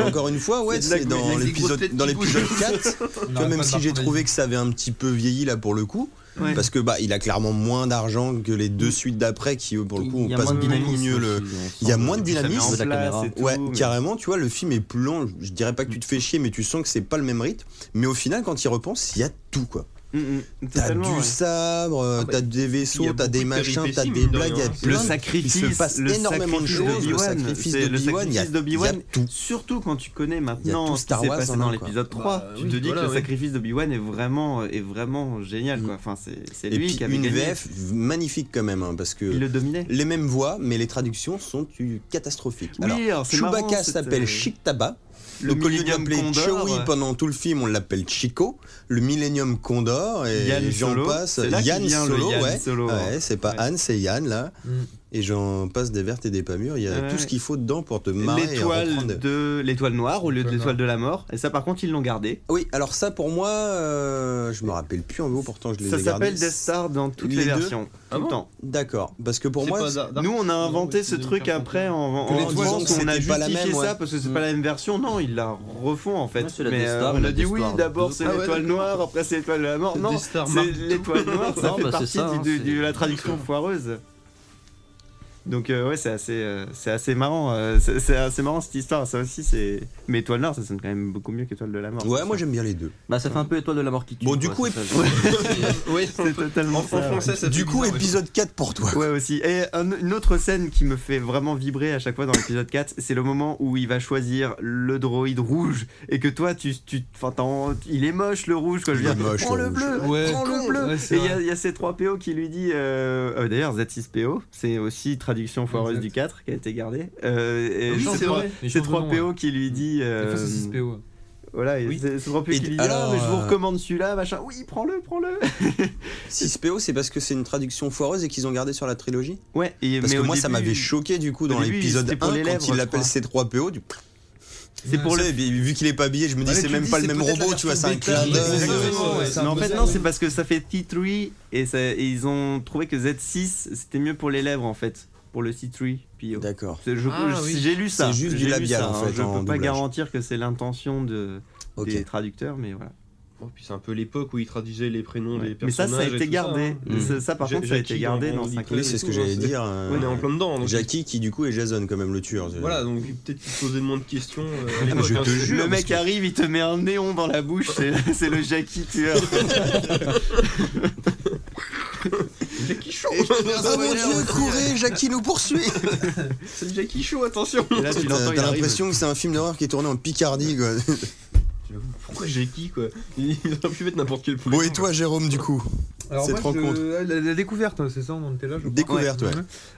Speaker 1: Encore une fois, ouais,
Speaker 3: C'est de la
Speaker 1: c'est
Speaker 3: goutte,
Speaker 1: dans
Speaker 5: avec des
Speaker 1: l'épisode
Speaker 5: grosses têtes
Speaker 1: dans
Speaker 5: qui bougent.
Speaker 1: l'épisode 4.
Speaker 4: on
Speaker 1: Tu vois,
Speaker 4: arrête
Speaker 1: même
Speaker 4: pas de
Speaker 1: si j'ai
Speaker 4: marchander.
Speaker 1: trouvé que ça avait un petit peu vieilli là pour le coup,
Speaker 3: Ouais. Mm.
Speaker 1: parce que bah il a clairement moins d'argent que les deux suites d'après qui eux pour le coup ont
Speaker 2: Il y a
Speaker 1: passe
Speaker 2: moins de
Speaker 1: beaucoup
Speaker 2: dynamisme.
Speaker 1: mieux le.
Speaker 2: aussi,
Speaker 1: Il y a
Speaker 2: ensemble.
Speaker 1: moins de
Speaker 2: Et puis, ça met en
Speaker 1: dynamisme.
Speaker 2: place la caméra.
Speaker 3: et tout,
Speaker 1: Ouais,
Speaker 3: mais- Mm.
Speaker 1: carrément, tu vois, le film est plus lent. Je dirais pas que tu te fais chier, mais tu sens que c'est pas le même rythme. Mais au final, quand il repense, il y a tout quoi.
Speaker 3: Mm, mm,
Speaker 1: T'as
Speaker 3: totalement,
Speaker 1: du
Speaker 3: ouais.
Speaker 1: sabre,
Speaker 5: Ah bah,
Speaker 1: t'as des
Speaker 5: il y
Speaker 1: vaisseaux,
Speaker 5: a
Speaker 1: t'as des
Speaker 5: beaucoup de
Speaker 1: machins, t'as
Speaker 5: péripéties,
Speaker 1: des
Speaker 5: mine de
Speaker 1: blagues, il y a
Speaker 5: rien.
Speaker 3: hein. le
Speaker 1: plein de-
Speaker 3: sacrifice,
Speaker 1: il se passe
Speaker 3: le
Speaker 1: énormément de
Speaker 3: sacrifice
Speaker 1: choses, le
Speaker 3: d'Obi-Wan,
Speaker 1: sacrifice
Speaker 3: c'est- le
Speaker 1: d'Obi-Wan, il y a-
Speaker 3: sacrifice
Speaker 1: il
Speaker 3: d'Obi-Wan,
Speaker 1: y a tout.
Speaker 3: surtout quand tu
Speaker 1: Il
Speaker 3: connais
Speaker 1: y a
Speaker 3: maintenant
Speaker 1: tout
Speaker 3: ce qui
Speaker 1: Star
Speaker 3: s'est
Speaker 1: Wars
Speaker 3: passé
Speaker 1: en
Speaker 3: dans
Speaker 1: un, quoi.
Speaker 3: l'épisode 3,
Speaker 5: Bah,
Speaker 3: tu
Speaker 5: oui,
Speaker 3: te dis
Speaker 5: voilà,
Speaker 3: que le
Speaker 5: oui.
Speaker 3: sacrifice d'Obi-Wan est vraiment, est vraiment génial. Quoi. Enfin, c'est c'est
Speaker 1: Mm. Et
Speaker 3: lui
Speaker 1: puis
Speaker 3: qui avait
Speaker 1: une
Speaker 3: gagné.
Speaker 1: VF magnifique quand même, hein, parce que
Speaker 3: Il le dominait.
Speaker 1: les mêmes voix, mais les traductions sont euh, catastrophiques. Alors,
Speaker 3: oui, alors c'est marrant,
Speaker 1: Chewbacca
Speaker 3: cette,
Speaker 1: s'appelle
Speaker 3: euh,
Speaker 1: Chic Taba.
Speaker 3: le
Speaker 1: Donc au lieu de
Speaker 3: Millennium
Speaker 1: l'appeler
Speaker 3: Condor,
Speaker 1: Chewie
Speaker 3: euh,
Speaker 1: pendant tout le film, on l'appelle Chico. Le Millennium Condor
Speaker 3: Yann
Speaker 1: et j'en
Speaker 3: Solo.
Speaker 1: passe.
Speaker 3: C'est là qu'il
Speaker 1: Yann
Speaker 3: vient le
Speaker 1: Solo,
Speaker 3: Yann
Speaker 1: ouais.
Speaker 3: Solo,
Speaker 1: Ouais, c'est pas
Speaker 3: Ouais.
Speaker 1: Anne, c'est Yann là.
Speaker 4: Mm.
Speaker 1: Et j'en passe des vertes et des pas mûres. Il y a
Speaker 3: Ouais.
Speaker 1: tout ce qu'il faut dedans pour te marrer. et reprendre.
Speaker 3: L'étoile de l'étoile noire au lieu de l'étoile de la mort. Et ça, par contre, ils l'ont gardé.
Speaker 1: Oui, alors ça pour moi, euh, je me rappelle plus un mot. Pourtant, je l'ai
Speaker 3: Ça
Speaker 1: gardé.
Speaker 3: s'appelle Death Star dans toutes
Speaker 1: Les
Speaker 3: les,
Speaker 1: deux
Speaker 3: versions,
Speaker 5: Ah
Speaker 3: tout
Speaker 5: bon
Speaker 3: le temps.
Speaker 1: D'accord, parce que pour
Speaker 5: C'est
Speaker 1: moi,
Speaker 5: pas
Speaker 1: c'est-
Speaker 5: Dar- Dar-
Speaker 3: Nous, on a inventé
Speaker 5: ouais,
Speaker 3: ce
Speaker 5: c'est
Speaker 3: truc
Speaker 5: 2040.
Speaker 3: après en, en,
Speaker 1: Que les
Speaker 3: en
Speaker 1: étoiles
Speaker 3: France,
Speaker 1: sont-
Speaker 3: on a
Speaker 1: c'était pas la
Speaker 3: justifié
Speaker 1: même, ouais.
Speaker 3: ça parce que c'est pas la même version. Non, ils la refont en fait.
Speaker 2: Ouais, c'est la
Speaker 3: Mais
Speaker 2: Death Star,
Speaker 3: euh, on
Speaker 2: la
Speaker 3: a dit
Speaker 2: Death
Speaker 3: oui,
Speaker 2: Star
Speaker 3: d'abord
Speaker 2: deux.
Speaker 3: c'est
Speaker 5: Ah ouais,
Speaker 3: l'étoile
Speaker 5: d'accord.
Speaker 3: noire, après c'est l'étoile de la mort. Non,
Speaker 5: Death Star
Speaker 3: c'est
Speaker 5: Mark
Speaker 3: [LAUGHS]
Speaker 5: [LAUGHS]
Speaker 3: l'étoile noire, ça
Speaker 2: Non,
Speaker 3: fait
Speaker 2: bah, c'est
Speaker 3: partie
Speaker 2: ça, hein,
Speaker 3: du-
Speaker 2: c'est-
Speaker 3: de la traduction foireuse. Donc euh, ouais, c'est assez, euh, c'est assez marrant. euh, c'est c'est assez marrant cette histoire. Ça aussi, c'est. Mais étoile noire, ça sonne quand même beaucoup mieux qu'étoile de la mort.
Speaker 1: ouais, moi j'aime bien les deux.
Speaker 2: Bah, ça fait un peu étoile de la mort qui tue.
Speaker 1: Bon, du
Speaker 2: quoi,
Speaker 1: coup,
Speaker 2: c'est
Speaker 1: ép-
Speaker 2: ça, le-
Speaker 5: oui,
Speaker 3: C'est totalement.
Speaker 5: en, en
Speaker 3: ça, ouais.
Speaker 5: français, ça
Speaker 1: Du
Speaker 5: fait
Speaker 1: coup,
Speaker 5: bizarre,
Speaker 1: épisode 4 pour toi.
Speaker 3: Ouais aussi. Et un- une autre scène qui me fait vraiment vibrer à chaque fois dans l'épisode 4, c'est le moment où il va choisir le droïde rouge et que toi tu, tu enfin, t'en- il est moche le rouge quoi. Je
Speaker 1: Il
Speaker 3: veux
Speaker 1: est
Speaker 3: dire,
Speaker 1: moche,
Speaker 3: prends
Speaker 1: le
Speaker 3: le,
Speaker 1: rouge.
Speaker 3: bleu,
Speaker 4: Ouais.
Speaker 3: prends le
Speaker 4: Con.
Speaker 3: bleu.
Speaker 4: Ouais, c'est
Speaker 3: et il y a-
Speaker 4: vrai.
Speaker 3: il y, a C3PO qui lui dit, euh, euh, d'ailleurs Z6PO, c'est aussi traduction foireuse
Speaker 4: Exact.
Speaker 3: du 4 qui a été gardée. Euh, et
Speaker 5: Oui,
Speaker 3: C3-
Speaker 5: c'est vrai.
Speaker 4: Les choses de nom, ouais.
Speaker 3: C3PO qui lui dit,
Speaker 4: Des fois,
Speaker 3: euh,
Speaker 4: c'est 6PO.
Speaker 3: voilà, et
Speaker 4: Oui.
Speaker 3: c'est C3PO qui
Speaker 1: Et
Speaker 3: lui dit,
Speaker 1: alors,
Speaker 3: ah, mais je vous
Speaker 1: euh,
Speaker 3: recommande celui-là, machin. Oui, prends-le, prends-le.
Speaker 1: 6PO, c'est parce que c'est une traduction foireuse et qu'ils ont gardé sur la trilogie
Speaker 3: Ouais. Et,
Speaker 1: Parce
Speaker 3: mais
Speaker 1: que
Speaker 3: au
Speaker 1: moi, ça
Speaker 3: début,
Speaker 1: m'avait choqué du coup
Speaker 3: au
Speaker 1: dans
Speaker 3: début,
Speaker 1: l'épisode 1
Speaker 3: c'était pour les
Speaker 1: quand
Speaker 3: lèvres,
Speaker 1: il
Speaker 3: je
Speaker 1: l'appelle
Speaker 3: crois.
Speaker 1: C3PO. Du...
Speaker 3: C'est pour
Speaker 1: Tu
Speaker 3: le
Speaker 1: sais, vu vu qu'il est pas habillé, je me dis
Speaker 4: Ouais,
Speaker 1: c'est
Speaker 4: tu
Speaker 1: même
Speaker 4: dis,
Speaker 1: pas le
Speaker 4: c'est
Speaker 1: même
Speaker 4: peut-être la
Speaker 1: robot, tu vois, c'est
Speaker 4: version
Speaker 1: un clin
Speaker 4: bêta,
Speaker 1: d'œil.
Speaker 4: exactement,
Speaker 1: ouais.
Speaker 4: ouais.
Speaker 3: Mais en
Speaker 4: un
Speaker 3: fait,
Speaker 4: buzzer,
Speaker 3: non,
Speaker 4: ouais.
Speaker 3: c'est parce que ça fait T3 et, ça- et ils ont trouvé que Z6 c'était mieux pour les lèvres en fait, pour le C3. Puis, euh,
Speaker 1: D'accord.
Speaker 3: c'est- je-
Speaker 5: Ah,
Speaker 3: je-
Speaker 5: oui.
Speaker 3: J'ai lu ça.
Speaker 1: C'est juste du
Speaker 3: j'ai lu
Speaker 1: labial,
Speaker 3: ça,
Speaker 1: en
Speaker 3: hein.
Speaker 1: fait,
Speaker 3: Je
Speaker 1: en
Speaker 3: peux pas
Speaker 1: doublage.
Speaker 3: garantir que c'est l'intention de,
Speaker 1: Ok.
Speaker 3: des traducteurs, mais voilà.
Speaker 5: Oh, puis c'est un peu l'époque où ils traduisaient les prénoms
Speaker 3: Ouais.
Speaker 5: des
Speaker 3: Mais ça,
Speaker 5: personnages.
Speaker 3: ça a
Speaker 5: et
Speaker 3: été
Speaker 5: tout
Speaker 3: gardé.
Speaker 5: ça, hein.
Speaker 3: Ça, ça, par
Speaker 5: Ja-
Speaker 3: contre, ça a été
Speaker 5: Jackie
Speaker 3: gardé
Speaker 5: dans
Speaker 3: dans
Speaker 5: Andy
Speaker 3: 5
Speaker 1: Oui, c'est ce que
Speaker 5: Ouais,
Speaker 3: hein.
Speaker 1: j'allais
Speaker 5: c'est-
Speaker 1: dire. euh,
Speaker 5: On est en plein dedans. donc-
Speaker 1: Jackie qui du coup est Jason quand même le tueur.
Speaker 5: Voilà, donc peut-être qu'ils se posaient moins de questions.
Speaker 3: Ah,
Speaker 5: euh, à
Speaker 1: mais je
Speaker 5: l'époque,
Speaker 1: te
Speaker 5: hein.
Speaker 1: jure,
Speaker 3: Le
Speaker 1: parce
Speaker 3: mec
Speaker 1: que-
Speaker 3: arrive, il te met un néon dans la bouche, c'est [LAUGHS] c'est le Jackie tueur.
Speaker 5: Jackie Show
Speaker 1: Ah mon dieu, courez, Jackie nous poursuit
Speaker 5: C'est le Jackie Show, attention
Speaker 3: Et là, tu l'entends,
Speaker 1: T'as
Speaker 3: il arrive.
Speaker 1: l'impression que c'est un film d'horreur qui est tourné en Picardie. quoi.
Speaker 5: Pourquoi Jackie, quoi Ils auraient pu mettre n'importe quel poulet.
Speaker 1: Bon, et toi, Jérôme, du coup
Speaker 4: Alors
Speaker 1: Cette
Speaker 4: moi,
Speaker 1: rencontre.
Speaker 4: je- euh, la, la découverte, hein, c'est ça, on en était là. Je crois.
Speaker 1: Découverte, ouais.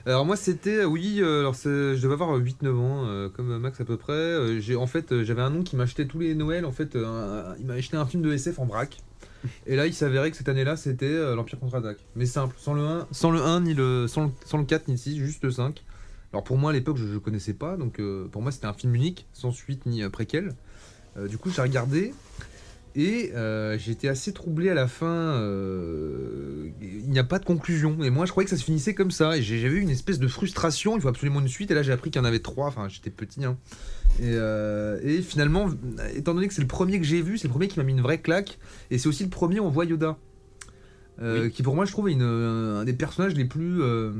Speaker 4: Alors moi, c'était, oui, euh, alors c'est- je devais avoir 8-9 ans, euh, comme Max à peu près. Euh, J'ai, en fait, euh, j'avais un oncle qui m'achetait tous les Noëls. En fait, euh, un- il m'a acheté un film de SF en braque. Et là, il s'avérait que cette année-là, c'était euh, l'Empire contre-attaque. Mais simple, sans le 1, sans le 1 ni le, sans le, sans le 4 ni le 6, juste le 5. Alors pour moi, à l'époque, je ne connaissais pas, donc euh, pour moi, c'était un film unique, sans suite ni euh, préquel. Euh, du coup, j'ai regardé. Et euh, j'étais assez troublé à la fin. euh, il n'y a pas de conclusion. Et moi, je croyais que ça se finissait comme ça. Et j'ai- j'avais eu une espèce de frustration. Il faut absolument une suite. Et là, j'ai appris qu'il y en avait trois. Enfin, j'étais petit. hein. Et, euh, et finalement, étant donné que c'est le premier que j'ai vu, c'est le premier qui m'a mis une vraie claque. Et c'est aussi le premier où on voit Yoda. Euh, Qui pour moi, je trouve, est une- euh, un des personnages les plus. euh,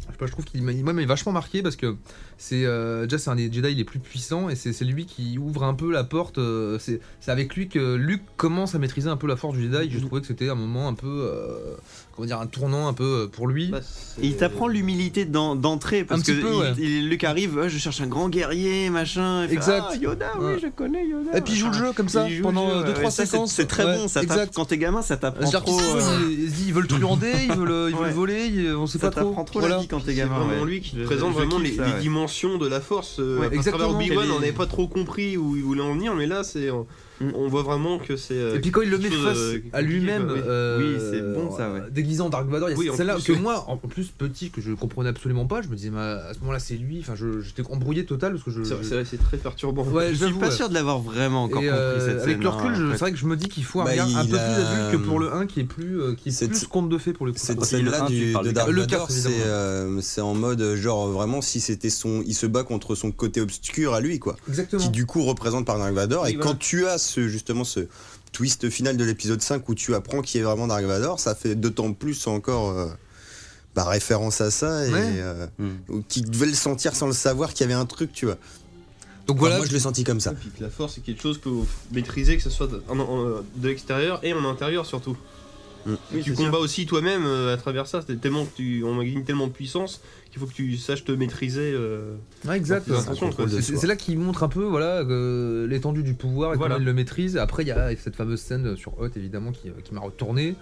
Speaker 4: je sais pas, je trouve qu'il m'a moi, il m'a vachement marqué parce que c'est euh, déjà c'est un des Jedi les plus puissants et c'est c'est lui qui ouvre un peu la porte. euh, c'est c'est avec lui que Luke commence à maîtriser un peu la force du Jedi.
Speaker 3: Mhm.
Speaker 4: Je trouvais que c'était un moment un peu euh, comment dire un tournant un peu euh, pour lui.
Speaker 5: Bah, c'est-
Speaker 3: Et il t'apprend l'humilité d'en- d'entrée parce
Speaker 4: Un
Speaker 3: que
Speaker 4: petit peu,
Speaker 3: il-
Speaker 4: ouais.
Speaker 3: il- Luke arrive, Ah, je cherche un grand guerrier, machin. Il fait,
Speaker 4: Exact.
Speaker 3: Ah, Yoda,
Speaker 4: Ouais.
Speaker 3: oui, je connais Yoda.
Speaker 4: Et puis il joue le jeu comme ça
Speaker 3: Il joue le
Speaker 4: pendant
Speaker 3: jeu, ouais.
Speaker 4: 2-3
Speaker 3: Ouais, ça, c'est-
Speaker 4: séquences.
Speaker 3: C'est très
Speaker 4: Ouais,
Speaker 3: bon, ça tape-
Speaker 4: Exact.
Speaker 3: quand t'es gamin, ça t'apprend
Speaker 4: C'est-à-dire
Speaker 3: trop.
Speaker 4: qu'ils
Speaker 3: euh,
Speaker 4: ils, ils- ils veulent truander, ils veulent, ils veulent
Speaker 3: Ouais.
Speaker 4: voler, ils- euh, on sait
Speaker 3: Ça
Speaker 4: pas trop.
Speaker 3: t'apprend trop la
Speaker 4: Voilà.
Speaker 3: vie quand
Speaker 5: C'est
Speaker 3: t'es gamin.
Speaker 5: vraiment
Speaker 3: ouais.
Speaker 5: lui qui
Speaker 3: Je-
Speaker 5: présente
Speaker 3: je
Speaker 5: vraiment
Speaker 3: kiffe
Speaker 5: les,
Speaker 3: ça,
Speaker 5: les
Speaker 3: ouais.
Speaker 5: dimensions de la force. euh,
Speaker 3: Ouais,
Speaker 5: à travers
Speaker 4: exactement.
Speaker 5: Obi-Wan,
Speaker 3: Et les-
Speaker 5: on n'avait pas trop compris où il voulait en venir, mais là, c'est on,
Speaker 3: Mm.
Speaker 5: on voit vraiment que c'est. euh,
Speaker 4: Et puis quand il le met
Speaker 5: quelque chose,
Speaker 4: face
Speaker 5: euh,
Speaker 4: à lui-même,
Speaker 5: compliqué, quoi, oui.
Speaker 4: euh,
Speaker 3: Oui, c'est bon, ça, ouais.
Speaker 4: déguisé en Dark Vador, il y a
Speaker 5: Oui, en
Speaker 4: celle-là
Speaker 5: plus,
Speaker 4: que
Speaker 5: oui.
Speaker 4: moi, en plus petit, que je comprenais absolument pas, je me disais, mais à ce moment-là, c'est lui. Enfin, je- j'étais embrouillé total parce que je.
Speaker 5: C'est
Speaker 4: je-
Speaker 5: vrai, c'est vrai, c'est très perturbant.
Speaker 4: Ouais,
Speaker 3: Je suis
Speaker 4: j'avoue,
Speaker 3: pas
Speaker 4: ouais.
Speaker 3: sûr de l'avoir vraiment encore
Speaker 4: Et,
Speaker 3: compris
Speaker 4: euh,
Speaker 3: cette
Speaker 4: avec
Speaker 3: scène,
Speaker 4: le
Speaker 3: hein,
Speaker 4: recul, je-
Speaker 3: en fait.
Speaker 4: c'est vrai que je me dis qu'il faut un
Speaker 1: Bah,
Speaker 4: regard un
Speaker 1: il
Speaker 4: peu plus
Speaker 1: a-
Speaker 4: adulte que pour le 1 qui est plus, euh, qui est
Speaker 1: C'est-
Speaker 4: plus compte de fait pour le coup.
Speaker 1: Cette
Speaker 2: Ah, c'est
Speaker 1: scène-là
Speaker 2: le un, tu
Speaker 1: du-
Speaker 2: parles
Speaker 1: de
Speaker 2: du
Speaker 1: Dark
Speaker 4: quatre. Le
Speaker 1: Vador,
Speaker 4: quatre,
Speaker 1: c'est
Speaker 4: évidemment.
Speaker 1: euh, c'est en mode euh, genre vraiment si c'était son, il se bat contre son côté obscur à lui quoi, qui
Speaker 4: Exactement.
Speaker 1: du coup représente par Dark Vador.
Speaker 5: Oui,
Speaker 1: et
Speaker 5: voilà.
Speaker 1: quand tu as ce justement ce twist final de l'épisode 5 où tu apprends qui est vraiment Dark Vador, ça fait d'autant plus encore euh, bah, référence à ça et
Speaker 4: Ouais.
Speaker 1: euh,
Speaker 2: Hmm.
Speaker 1: ou qui devait le sentir sans le savoir qu'il y avait un truc tu vois.
Speaker 4: Donc
Speaker 1: Enfin,
Speaker 4: voilà,
Speaker 1: moi je l'ai senti comme ça.
Speaker 5: Et puis que la force, c'est quelque chose que vous maîtrisez, que ce soit de, en- en- de l'extérieur et en intérieur surtout.
Speaker 1: Mm.
Speaker 5: Et tu combats aussi toi-même euh, à travers ça. C'est tellement que tu, on gagne tellement de puissance qu'il faut que tu saches te maîtriser. euh,
Speaker 4: Ouais, exact.
Speaker 5: dans tes
Speaker 4: ouais.
Speaker 5: intentions, quoi.
Speaker 1: contrôle de
Speaker 4: C'est-
Speaker 1: soi.
Speaker 4: C'est c'est là qu'il montre un peu voilà euh, l'étendue du pouvoir et
Speaker 5: Voilà.
Speaker 4: comment il le maîtrise. Après, il y a cette fameuse scène sur Hot évidemment qui, qui m'a retourné.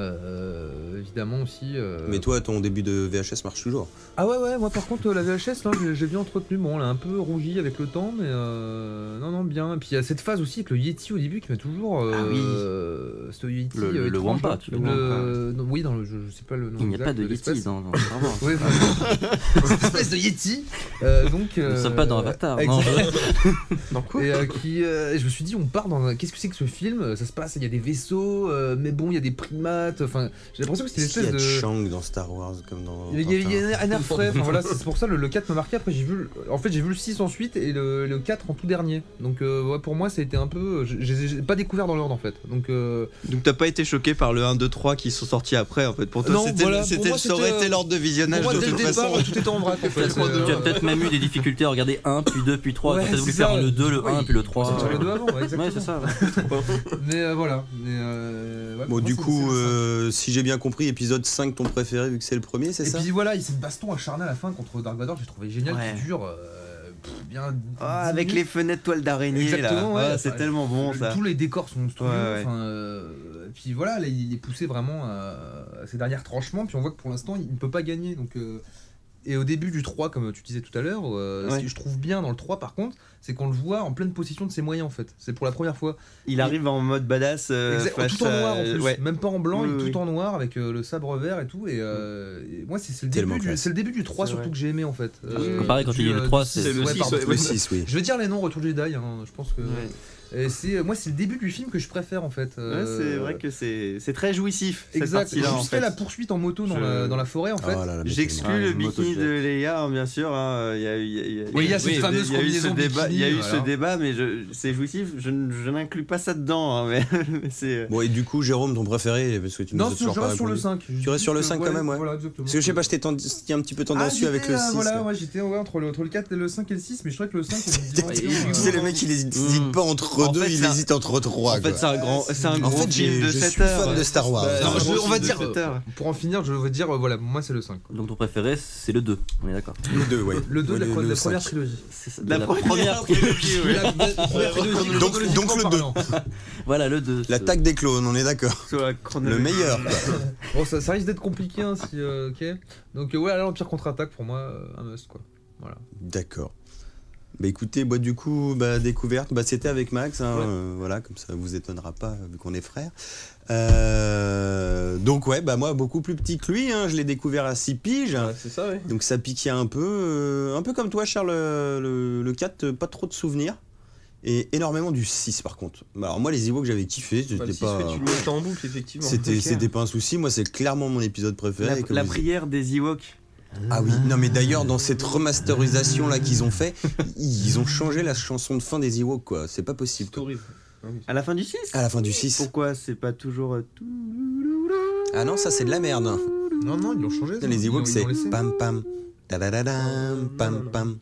Speaker 4: Euh, évidemment aussi. euh,
Speaker 1: Mais toi ton début de VHS marche toujours.
Speaker 4: Ah ouais ouais moi par contre euh, la VHS là j'ai- j'ai bien entretenu bon elle a un peu rougi avec le temps mais euh, non non bien et puis il y a cette phase aussi avec le Yeti au début qui m'a toujours
Speaker 3: Ah oui.
Speaker 4: euh, ce Yeti
Speaker 2: Le-
Speaker 4: euh,
Speaker 2: le
Speaker 4: étrange,
Speaker 2: Wampa,
Speaker 4: là.
Speaker 2: tu le
Speaker 4: Le- non, oui dans le je, je sais pas le nom
Speaker 2: Il n'y a
Speaker 4: exact
Speaker 2: pas de hein, Yeti
Speaker 4: l'espèce.
Speaker 2: dans, dans Star Wars.
Speaker 4: Ouais, enfin, [LAUGHS] cette espèce de Yeti euh, donc
Speaker 2: Nous ne
Speaker 4: euh,
Speaker 2: sommes pas dans Avatar.
Speaker 4: exact.
Speaker 2: Non, [LAUGHS]
Speaker 5: Dans quoi
Speaker 4: et euh, qui, euh, je me suis dit, on part dans un. Qu'est-ce que c'est que ce film Ça se passe, il y a des vaisseaux, euh, mais bon, il y a des primates. Enfin, j'ai l'impression que c'était une
Speaker 1: Est-ce qu'il y
Speaker 4: espèce
Speaker 1: a de
Speaker 4: de.
Speaker 1: Shang dans Star Wars comme dans.
Speaker 4: Il y a- il y
Speaker 1: Tintin
Speaker 4: a un air frais, enfin voilà, c'est pour ça le, le 4 m'a marqué. Après, j'ai vu, le- en fait, j'ai vu le 6 ensuite et le, le 4 en tout dernier. Donc, euh, ouais, pour moi, ça a été un peu. je- Je je- j'ai pas découvert dans l'ordre en fait. Donc, euh,
Speaker 3: Donc t'as pas été choqué par le 1, 2, 3 qui sont sortis après en fait. Pour toi,
Speaker 4: Non,
Speaker 3: c'était,
Speaker 4: voilà, pour
Speaker 3: c'était-
Speaker 4: moi,
Speaker 3: ça aurait
Speaker 4: c'était, euh,
Speaker 3: été l'ordre de visionnage
Speaker 4: pour
Speaker 3: de
Speaker 4: moi, dès le
Speaker 3: toute
Speaker 4: départ,
Speaker 3: façon.
Speaker 4: tout était en vrac. En fait.
Speaker 2: tu as peut-être même eu des difficultés à regarder 1, puis 2, puis 3.
Speaker 4: Ouais,
Speaker 2: quand t'as voulu
Speaker 4: c'est ça.
Speaker 2: faire le 2, le
Speaker 4: Ouais,
Speaker 2: 1, puis le 3.
Speaker 4: Sur les deux avant, ouais,
Speaker 2: Ouais, c'est
Speaker 4: exactement.
Speaker 2: ça. ouais.
Speaker 4: Mais euh, voilà. Mais, euh, ouais, pour
Speaker 1: Bon,
Speaker 4: moi,
Speaker 1: du
Speaker 4: c'est- c'est
Speaker 1: coup,
Speaker 4: le cinq.
Speaker 1: euh, si j'ai bien compris, épisode 5, ton préféré, vu que c'est le premier, c'est
Speaker 4: Et
Speaker 1: ça
Speaker 4: puis voilà, il y a cette baston acharnée à la fin contre Dark Vador, j'ai trouvé génial,
Speaker 3: Ouais.
Speaker 4: qui dure euh, pff, bien.
Speaker 3: Ah,
Speaker 4: 10
Speaker 3: avec les
Speaker 4: minutes.
Speaker 3: fenêtres toiles d'araignée là.
Speaker 4: Exactement, ouais.
Speaker 3: Ah, c'est
Speaker 4: Ouais.
Speaker 3: tellement bon ça.
Speaker 4: Tous les décors sont monstrueux.
Speaker 3: Ouais, ouais.
Speaker 4: enfin, euh, et puis voilà, là, il est poussé vraiment à, à ses derniers tranchements, puis on voit que pour l'instant, il ne peut pas gagner. Donc. euh, et au début du 3, comme tu disais tout à l'heure, euh, ce
Speaker 3: Ouais.
Speaker 4: que je trouve bien dans le 3 par contre, c'est qu'on le voit en pleine possession de ses moyens en fait. C'est pour la première fois.
Speaker 3: Il arrive en mode badass. euh,
Speaker 4: Exact-
Speaker 3: face
Speaker 4: tout en noir en
Speaker 3: à-
Speaker 4: plus, Euh,
Speaker 3: ouais.
Speaker 4: même pas en blanc,
Speaker 3: Oui,
Speaker 4: il est
Speaker 3: oui.
Speaker 4: tout en noir avec euh, le sabre vert et tout. Et, euh, et moi, c'est c'est le,
Speaker 1: Tellement
Speaker 4: début du-
Speaker 1: classe.
Speaker 4: c'est le début du 3
Speaker 3: C'est
Speaker 4: surtout
Speaker 3: vrai.
Speaker 4: que j'ai aimé en fait.
Speaker 5: Euh,
Speaker 2: Comparé quand
Speaker 4: du,
Speaker 2: il y a eu le
Speaker 4: euh,
Speaker 2: 3,
Speaker 4: du-
Speaker 2: c'est-
Speaker 5: c'est le
Speaker 4: ouais,
Speaker 5: six,
Speaker 4: pardon.
Speaker 5: ouais,
Speaker 1: Le 6, oui.
Speaker 4: Je vais dire les noms Retour Jedi, hein, je pense que. Et c'est, moi, c'est le début du film que je préfère en fait.
Speaker 3: Ouais,
Speaker 4: euh,
Speaker 3: c'est vrai que c'est, c'est très jouissif. cette
Speaker 4: Exact.
Speaker 3: partie-là,
Speaker 4: Juste
Speaker 3: en
Speaker 4: fait
Speaker 3: fait.
Speaker 4: la poursuite en moto dans,
Speaker 3: Je-
Speaker 4: la, dans la forêt en fait.
Speaker 1: Ah là là, mais
Speaker 3: J'exclus
Speaker 2: Ah,
Speaker 3: le
Speaker 2: une moto
Speaker 3: bikini
Speaker 2: jet.
Speaker 3: de Léa, hein, bien sûr. hein, Il y a eu- il y a- il y a-
Speaker 4: Oui, il y a cette
Speaker 3: ce dé-
Speaker 4: fameuse
Speaker 3: il y a eu ce
Speaker 4: combinaison
Speaker 3: débat, il y a eu
Speaker 4: bikini,
Speaker 3: ce
Speaker 4: voilà.
Speaker 3: débat, mais je, c'est jouissif. Je, n- je n'inclus pas ça dedans. hein, mais, mais [LAUGHS] c'est.
Speaker 1: Bon, et du coup, Jérôme, ton préféré, parce que tu nous
Speaker 4: non,
Speaker 1: as
Speaker 4: sur,
Speaker 1: toujours
Speaker 4: je
Speaker 1: pas
Speaker 4: reste sur le
Speaker 1: répondu.
Speaker 4: 5.
Speaker 1: Tu restes sur le 5 quand même, ouais.
Speaker 4: Voilà, exactement.
Speaker 1: Parce que je sais pas, j'étais tendi- un petit peu tendancieux avec le 6.
Speaker 4: Ah, euh, Voilà,
Speaker 1: là.
Speaker 4: ouais, j'étais ouais, entre, le, entre le 4 et le 5 et le 6, mais je trouvais que le 5
Speaker 1: C'était-
Speaker 4: on me dit,
Speaker 1: Tu
Speaker 4: ouais, ouais,
Speaker 1: sais, le mec, il hésite, hésite pas entre
Speaker 3: En
Speaker 1: deux,
Speaker 3: fait,
Speaker 1: il
Speaker 3: c'est un-
Speaker 1: hésite entre trois.
Speaker 3: en fait,
Speaker 1: quoi.
Speaker 3: c'est un grand, c'est un
Speaker 4: En
Speaker 1: En
Speaker 3: grand
Speaker 1: fait,
Speaker 3: film
Speaker 1: j'ai-
Speaker 3: de
Speaker 1: je suis
Speaker 3: 7 heures.
Speaker 1: fan de Star Wars.
Speaker 4: Bah,
Speaker 3: Non,
Speaker 4: c'est un
Speaker 3: je-
Speaker 4: grand
Speaker 3: on va
Speaker 4: film de
Speaker 3: dire
Speaker 4: sept
Speaker 3: 7 heures.
Speaker 4: Pour en finir, je veux dire, euh, voilà, moi c'est le 5.
Speaker 2: Donc ton préféré, c'est le 2. On est d'accord.
Speaker 1: Le 2, ouais.
Speaker 4: Le 2 de la,
Speaker 1: le-
Speaker 4: pro- de
Speaker 1: le
Speaker 4: la première
Speaker 1: cinq.
Speaker 4: trilogie.
Speaker 2: C'est ça, de
Speaker 3: La, première trilogie, ouais.
Speaker 4: La- la première trilogie,
Speaker 1: Donc-
Speaker 4: chronologiquement
Speaker 1: donc le
Speaker 4: parlant.
Speaker 2: Voilà, le 2.
Speaker 1: L'attaque des clones, on est d'accord.
Speaker 3: Sur la
Speaker 1: Le
Speaker 3: chronologie.
Speaker 1: meilleur.
Speaker 4: Bon, ça, ça risque d'être compliqué, hein, si. euh, ok. Donc, euh, voilà, l'Empire contre-attaque, pour moi, euh, un must, quoi.
Speaker 1: D'accord. Bah écoutez, bah, du coup, bah, découverte, bah, c'était avec Max, hein, euh, voilà, comme ça vous étonnera pas vu qu'on est frères. Euh, donc ouais, bah moi beaucoup plus petit que lui, hein, je l'ai découvert à 6 piges,
Speaker 5: Ah, c'est ça, ouais.
Speaker 1: donc ça piquait un peu, euh, un peu comme toi Charles, euh, le, le 4, euh, pas trop de souvenirs. Et énormément du 6 par contre. Bah, Alors moi les Ewoks j'avais kiffé,
Speaker 5: Enfin,
Speaker 1: c'était
Speaker 5: le six,
Speaker 1: pas...
Speaker 5: ouais, tu le mettais en boucle, effectivement.
Speaker 1: C'était
Speaker 4: Ok.
Speaker 1: c'était pas un souci, moi c'est clairement mon épisode préféré.
Speaker 3: La,
Speaker 1: et comme
Speaker 3: la
Speaker 1: je dis-
Speaker 3: prière des Ewoks.
Speaker 1: Ah oui, non mais d'ailleurs dans cette remasterisation là qu'ils ont fait, ils ont changé la chanson de fin des Ewoks quoi, c'est pas possible.
Speaker 5: C'est horrible.
Speaker 3: À la fin du 6
Speaker 1: À la fin du 6.
Speaker 3: Pourquoi c'est pas toujours. euh, tout-
Speaker 1: Ah non, ça c'est de la merde.
Speaker 4: Non, non, ils l'ont changé. ça.
Speaker 1: Les
Speaker 4: Ils l'ont-
Speaker 1: Ewoks
Speaker 4: ils
Speaker 1: c'est
Speaker 4: l'ont laissé.
Speaker 1: pam pam, tadadadam, pam pam,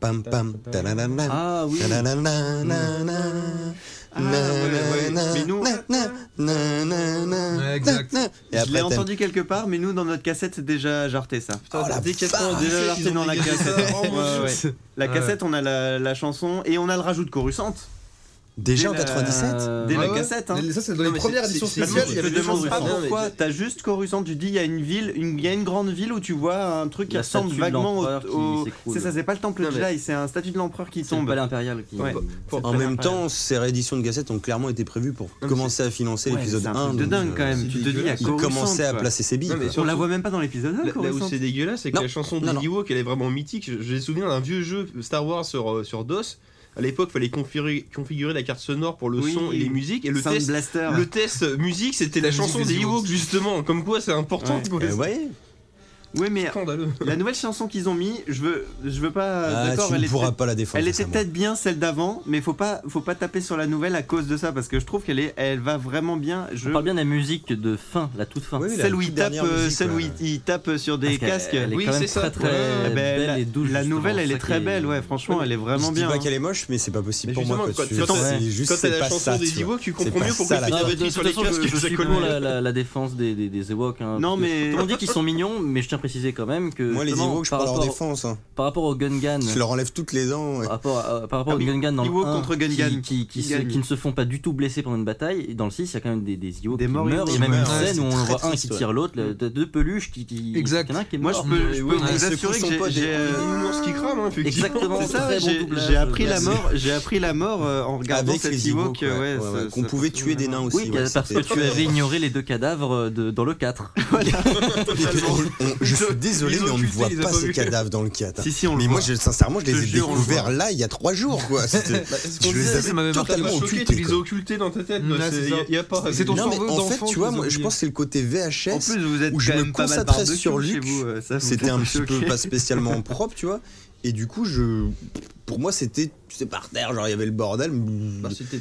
Speaker 1: pam pam, tadadadam.
Speaker 2: Ah oui.
Speaker 4: exact.
Speaker 1: Et
Speaker 3: Je l'ai
Speaker 1: après, t'aimes.
Speaker 3: entendu quelque part, mais nous dans notre cassette c'est déjà jarté ça.
Speaker 1: Oh, la
Speaker 5: dès
Speaker 1: vache.
Speaker 5: ans,
Speaker 3: Déjà jarté dans la cassette.
Speaker 5: Oh, mon
Speaker 3: Ouais,
Speaker 5: Dieu.
Speaker 3: ouais. La
Speaker 4: Ouais.
Speaker 3: cassette, on a la, la chanson et on a le rajout de Coruscant
Speaker 1: Déjà en
Speaker 3: Dès la-
Speaker 1: 97
Speaker 3: dès
Speaker 4: Ouais,
Speaker 3: la
Speaker 4: ouais.
Speaker 3: cassette. Hein.
Speaker 4: Mais Ça, c'est dans
Speaker 5: Non,
Speaker 4: les
Speaker 5: mais
Speaker 4: premières
Speaker 5: c'est-
Speaker 4: éditions
Speaker 5: c'est- c'est-
Speaker 4: spéciales.
Speaker 5: c'est-
Speaker 4: Il y
Speaker 3: Je
Speaker 4: avait
Speaker 3: te
Speaker 5: des
Speaker 4: déjà
Speaker 5: gens
Speaker 3: demande
Speaker 5: qui
Speaker 3: pas
Speaker 5: font ça.
Speaker 3: pourquoi, t'as juste Coruscant, tu dis il y a une ville, une- il y a une grande ville où tu vois un truc qui
Speaker 2: La
Speaker 3: ressemble
Speaker 2: statue de
Speaker 3: vaguement au.
Speaker 2: l'empereur qui
Speaker 3: au-
Speaker 2: s'écroule.
Speaker 3: C'est ça, c'est pas le temple
Speaker 5: Non, mais-
Speaker 3: Jedi, c'est un statut de l'empereur qui
Speaker 2: C'est le
Speaker 3: tombe.
Speaker 2: palais impérial qui.
Speaker 3: Ouais.
Speaker 1: En même temps, ces rééditions de cassettes ont clairement été prévues pour
Speaker 5: mais
Speaker 1: commencer à financer
Speaker 3: Ouais,
Speaker 1: l'épisode
Speaker 3: c'est
Speaker 1: 1.
Speaker 3: un truc de
Speaker 1: donc,
Speaker 3: dingue
Speaker 1: euh,
Speaker 3: quand même.
Speaker 4: c'est
Speaker 3: Tu te dis, il y a
Speaker 1: Ils
Speaker 3: Coruscant,
Speaker 1: commençaient à
Speaker 3: quoi.
Speaker 1: placer ses billes.
Speaker 5: Non, mais
Speaker 1: quoi.
Speaker 3: On la voit même pas dans l'épisode 1,
Speaker 5: Là, là où
Speaker 3: Coruscant.
Speaker 5: c'est dégueulasse, c'est que
Speaker 1: Non.
Speaker 5: la chanson
Speaker 1: Non, non.
Speaker 5: de Ewok, elle est vraiment mythique. Je- J'ai souvenir d'un vieux jeu Star Wars sur, euh, sur DOS. À l'époque, fallait configurer, configurer la carte sonore pour le
Speaker 3: Oui,
Speaker 5: son et les musiques. Et le
Speaker 3: Sound
Speaker 5: test,
Speaker 3: Blaster.
Speaker 5: le test musique, c'était la,
Speaker 4: La musique
Speaker 5: chanson
Speaker 4: des
Speaker 5: des Ewoks,
Speaker 4: Ewoks.
Speaker 5: justement. Comme quoi, c'est important.
Speaker 3: Ouais.
Speaker 5: quoi.
Speaker 1: Euh, ouais.
Speaker 3: Oui, mais
Speaker 5: Scandaleux.
Speaker 3: la nouvelle chanson qu'ils ont mis, je veux, je veux pas.
Speaker 1: Ah,
Speaker 3: D'accord,
Speaker 1: tu
Speaker 3: elle
Speaker 1: ne
Speaker 3: est
Speaker 1: pourras pas la défendre.
Speaker 3: Elle était
Speaker 1: ça, moi.
Speaker 3: peut-être bien celle d'avant, mais faut pas, faut pas taper sur la nouvelle à cause de ça parce que je trouve qu'elle est, elle va vraiment bien. Je...
Speaker 2: Je parle bien de la musique Ah, de fin, la toute fin.
Speaker 1: Oui, oui, la
Speaker 3: celle où
Speaker 1: toute
Speaker 3: il tape,
Speaker 1: dernière
Speaker 3: euh,
Speaker 1: musique,
Speaker 3: celle où
Speaker 1: ouais.
Speaker 3: il, il tape sur des
Speaker 2: Parce qu'elle-
Speaker 3: casques.
Speaker 2: elle est
Speaker 5: Oui,
Speaker 2: quand même
Speaker 5: c'est ça.
Speaker 2: très très
Speaker 5: Ouais.
Speaker 3: Eh ben,
Speaker 2: belle
Speaker 3: la,
Speaker 2: et douce.
Speaker 3: la
Speaker 2: justement,
Speaker 3: nouvelle, elle
Speaker 2: ça
Speaker 3: est
Speaker 2: qui
Speaker 3: très belle, ouais. Franchement, elle est
Speaker 1: Je
Speaker 3: vraiment
Speaker 1: dis
Speaker 3: bien.
Speaker 1: pas
Speaker 3: hein.
Speaker 1: qu'elle est moche, mais c'est pas possible
Speaker 5: Mais
Speaker 1: pour moi.
Speaker 5: justement,
Speaker 1: quoi,
Speaker 5: quand-
Speaker 1: tu-
Speaker 5: quand
Speaker 1: c'est
Speaker 5: t'as-
Speaker 1: juste
Speaker 5: Quand t'as
Speaker 1: c'est
Speaker 5: la
Speaker 1: pas
Speaker 5: chanson
Speaker 1: ça, tu
Speaker 5: des
Speaker 1: vois.
Speaker 5: Ewoks, tu comprends
Speaker 1: pas
Speaker 5: mieux
Speaker 1: ça,
Speaker 5: pourquoi
Speaker 1: la
Speaker 5: ils
Speaker 2: Non,
Speaker 5: faisaient
Speaker 2: de,
Speaker 5: avec
Speaker 2: de toute
Speaker 5: sur les
Speaker 2: façon, je,
Speaker 5: casques
Speaker 2: je
Speaker 5: que ça
Speaker 2: suis
Speaker 5: colle mieux.
Speaker 2: pour la, la- la défense des, des, des Ewoks. hein,
Speaker 3: Non,
Speaker 2: parce que
Speaker 3: mais-
Speaker 2: tout le monde dit qu'ils sont mignons, mais je tiens à préciser quand même que.
Speaker 1: Moi, les
Speaker 2: justement,
Speaker 1: Ewoks, je
Speaker 2: par,
Speaker 1: prends leur
Speaker 2: rapport,
Speaker 1: défense. hein.
Speaker 2: par rapport au Gungan,
Speaker 1: Je leur enlève toutes les dents. ouais.
Speaker 2: par rapport, à- par rapport
Speaker 3: Ah
Speaker 2: au
Speaker 3: oui,
Speaker 2: Gungan dans le
Speaker 3: Ewoks
Speaker 2: 1,
Speaker 3: contre Gungan.
Speaker 2: qui, qui, qui,
Speaker 3: Qui
Speaker 2: se-
Speaker 3: gagne.
Speaker 2: qui ne se font pas du tout blesser pendant une bataille, et dans le 6, il y a quand même des, des Ewoks
Speaker 3: Des
Speaker 2: qui
Speaker 3: morts,
Speaker 2: meurent, il y a
Speaker 3: ils
Speaker 2: même une
Speaker 1: meurent, ouais,
Speaker 2: scène où
Speaker 1: c'est
Speaker 2: on
Speaker 1: très
Speaker 2: voit un qui
Speaker 1: triste, ouais.
Speaker 2: tire l'autre, le- deux deux peluches qui. qui
Speaker 4: Exact.
Speaker 2: Il y en a un qui est
Speaker 3: Moi,
Speaker 2: mort.
Speaker 3: je peux, je peux
Speaker 5: Oui,
Speaker 1: on
Speaker 3: vous
Speaker 1: secoue
Speaker 3: assurer
Speaker 1: son
Speaker 3: que j'ai-
Speaker 1: pote et-
Speaker 3: j'ai.
Speaker 5: Il y a
Speaker 3: euh,
Speaker 5: une nuance qui crame, hein, effectivement.
Speaker 2: Exactement.
Speaker 3: C'est ça,
Speaker 2: Très bon
Speaker 3: j'ai
Speaker 2: doublage,
Speaker 3: j'ai appris la
Speaker 1: merci.
Speaker 3: mort, j'ai appris la mort euh, en regardant
Speaker 1: Avec
Speaker 3: cette
Speaker 1: les
Speaker 3: Ewok,
Speaker 1: Ewoks, ouais,
Speaker 3: ouais,
Speaker 1: ouais,
Speaker 3: ça-
Speaker 1: ouais,
Speaker 3: ça
Speaker 1: qu'on
Speaker 3: passe
Speaker 1: pouvait tuer des
Speaker 3: vraiment.
Speaker 1: nains aussi.
Speaker 2: Oui,
Speaker 1: ouais,
Speaker 2: parce que
Speaker 1: c'était-
Speaker 2: tu avais ignoré les deux cadavres euh, de- dans le 4.
Speaker 1: On- Je suis désolé,
Speaker 5: Ils
Speaker 1: mais
Speaker 5: ont
Speaker 1: on ne
Speaker 5: occulté,
Speaker 1: voit
Speaker 5: ils les ont
Speaker 1: pas
Speaker 5: pas
Speaker 1: ces
Speaker 5: vus.
Speaker 1: cadavres dans le 4. hein.
Speaker 3: Si si, on
Speaker 1: Mais
Speaker 3: le
Speaker 1: moi,
Speaker 3: voit.
Speaker 1: je- sincèrement, je
Speaker 3: Je
Speaker 1: les ai
Speaker 3: te jure, on le
Speaker 1: découverts là il y a trois jours. quoi. C'était-
Speaker 5: Bah, c'est ce
Speaker 1: Je
Speaker 5: qu'on
Speaker 1: les
Speaker 5: disait,
Speaker 1: avais
Speaker 5: ça
Speaker 4: m'avait
Speaker 5: T'as
Speaker 1: totalement
Speaker 5: pas choqué,
Speaker 1: occultés.
Speaker 5: tu les as
Speaker 1: quoi.
Speaker 5: occultés dans ta tête.
Speaker 4: Ouais, c'est ça.
Speaker 5: Il n'y a pas.
Speaker 4: C'est ton
Speaker 1: Non, mais
Speaker 4: cerveau
Speaker 1: en fait,
Speaker 4: d'enfant
Speaker 1: tu
Speaker 4: qui
Speaker 1: vois,
Speaker 4: les a
Speaker 1: moi, je
Speaker 4: oubliés.
Speaker 1: pense que c'est le côté VHS.
Speaker 3: En plus, vous êtes
Speaker 1: où je
Speaker 3: quand
Speaker 1: me
Speaker 3: même pas mal
Speaker 1: concentrais
Speaker 3: barbecue
Speaker 1: sur
Speaker 3: chez
Speaker 1: Luke,
Speaker 3: vous, euh, ça, vous
Speaker 1: c'était
Speaker 3: êtes
Speaker 1: un petit peu
Speaker 3: choqués.
Speaker 1: pas spécialement propre, tu vois. Et du coup, je, pour moi, c'était c'est par terre, genre il y avait le bordel.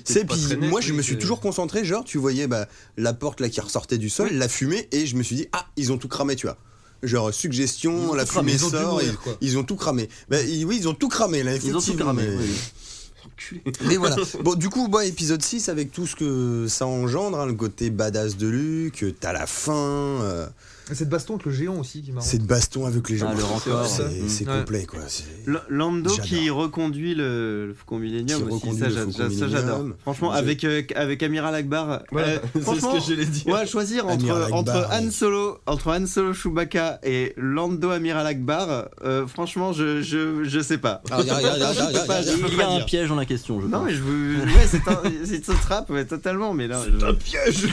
Speaker 1: C'est puis moi, je me suis toujours concentré, genre tu voyais bah, la porte là qui ressortait du sol, la fumée, et je me suis dit ah ils ont tout cramé, tu vois. Genre
Speaker 2: Ils
Speaker 1: suggestion,
Speaker 2: ont
Speaker 1: la
Speaker 2: tout cramé,
Speaker 1: fumée
Speaker 4: ils ont dû
Speaker 1: sort,
Speaker 4: mourir,
Speaker 1: ils-
Speaker 4: quoi.
Speaker 1: ils ont tout cramé. Bah, ils- oui, ils ont tout cramé là,
Speaker 2: Ils ont tout
Speaker 1: effectivement.
Speaker 2: cramé.
Speaker 1: mais-
Speaker 2: oui.
Speaker 1: mais voilà. Bon, du coup, bah, épisode 6 avec tout ce que ça engendre, hein, le côté badass de Luke, euh, t'as la fin, euh,
Speaker 4: Cette baston avec le géant aussi qui m'a.
Speaker 1: c'est de baston avec les gens.
Speaker 2: Ah, le rencor.
Speaker 1: C'est
Speaker 2: Mm.
Speaker 1: c'est
Speaker 4: Ouais.
Speaker 1: complet, quoi. c'est-
Speaker 3: L- Lando qui
Speaker 1: J'adore.
Speaker 3: reconduit le, le Faucon Millenium
Speaker 1: Qui
Speaker 3: aussi,
Speaker 1: reconduit
Speaker 3: ça
Speaker 1: le
Speaker 3: j'a-
Speaker 1: Faucon
Speaker 3: j'a- ça, j'adore.
Speaker 1: Millenium.
Speaker 3: Franchement,
Speaker 1: Je-
Speaker 3: avec, euh, avec Amiral Akbar,
Speaker 1: [LAUGHS]
Speaker 3: euh,
Speaker 5: C'est ce
Speaker 3: franchement,
Speaker 5: que j'allais dire.
Speaker 3: ouais, choisir
Speaker 1: Amiral
Speaker 3: entre,
Speaker 1: Akbar,
Speaker 3: entre,
Speaker 1: ouais.
Speaker 3: Han Solo, entre Han Solo Chewbacca et Lando Amiral Akbar, euh, franchement, je, je, je sais pas.
Speaker 1: Ah, regarde, regarde, regarde, regarde, regarde.
Speaker 3: Je peux
Speaker 2: Il y
Speaker 3: pas
Speaker 2: a un
Speaker 3: dire.
Speaker 2: piège dans la question, je
Speaker 3: Non,
Speaker 2: pense.
Speaker 3: mais je vous. Ouais, c'est un, [LAUGHS] c'est une trappe, ouais, totalement, mais là. je-
Speaker 5: Un piège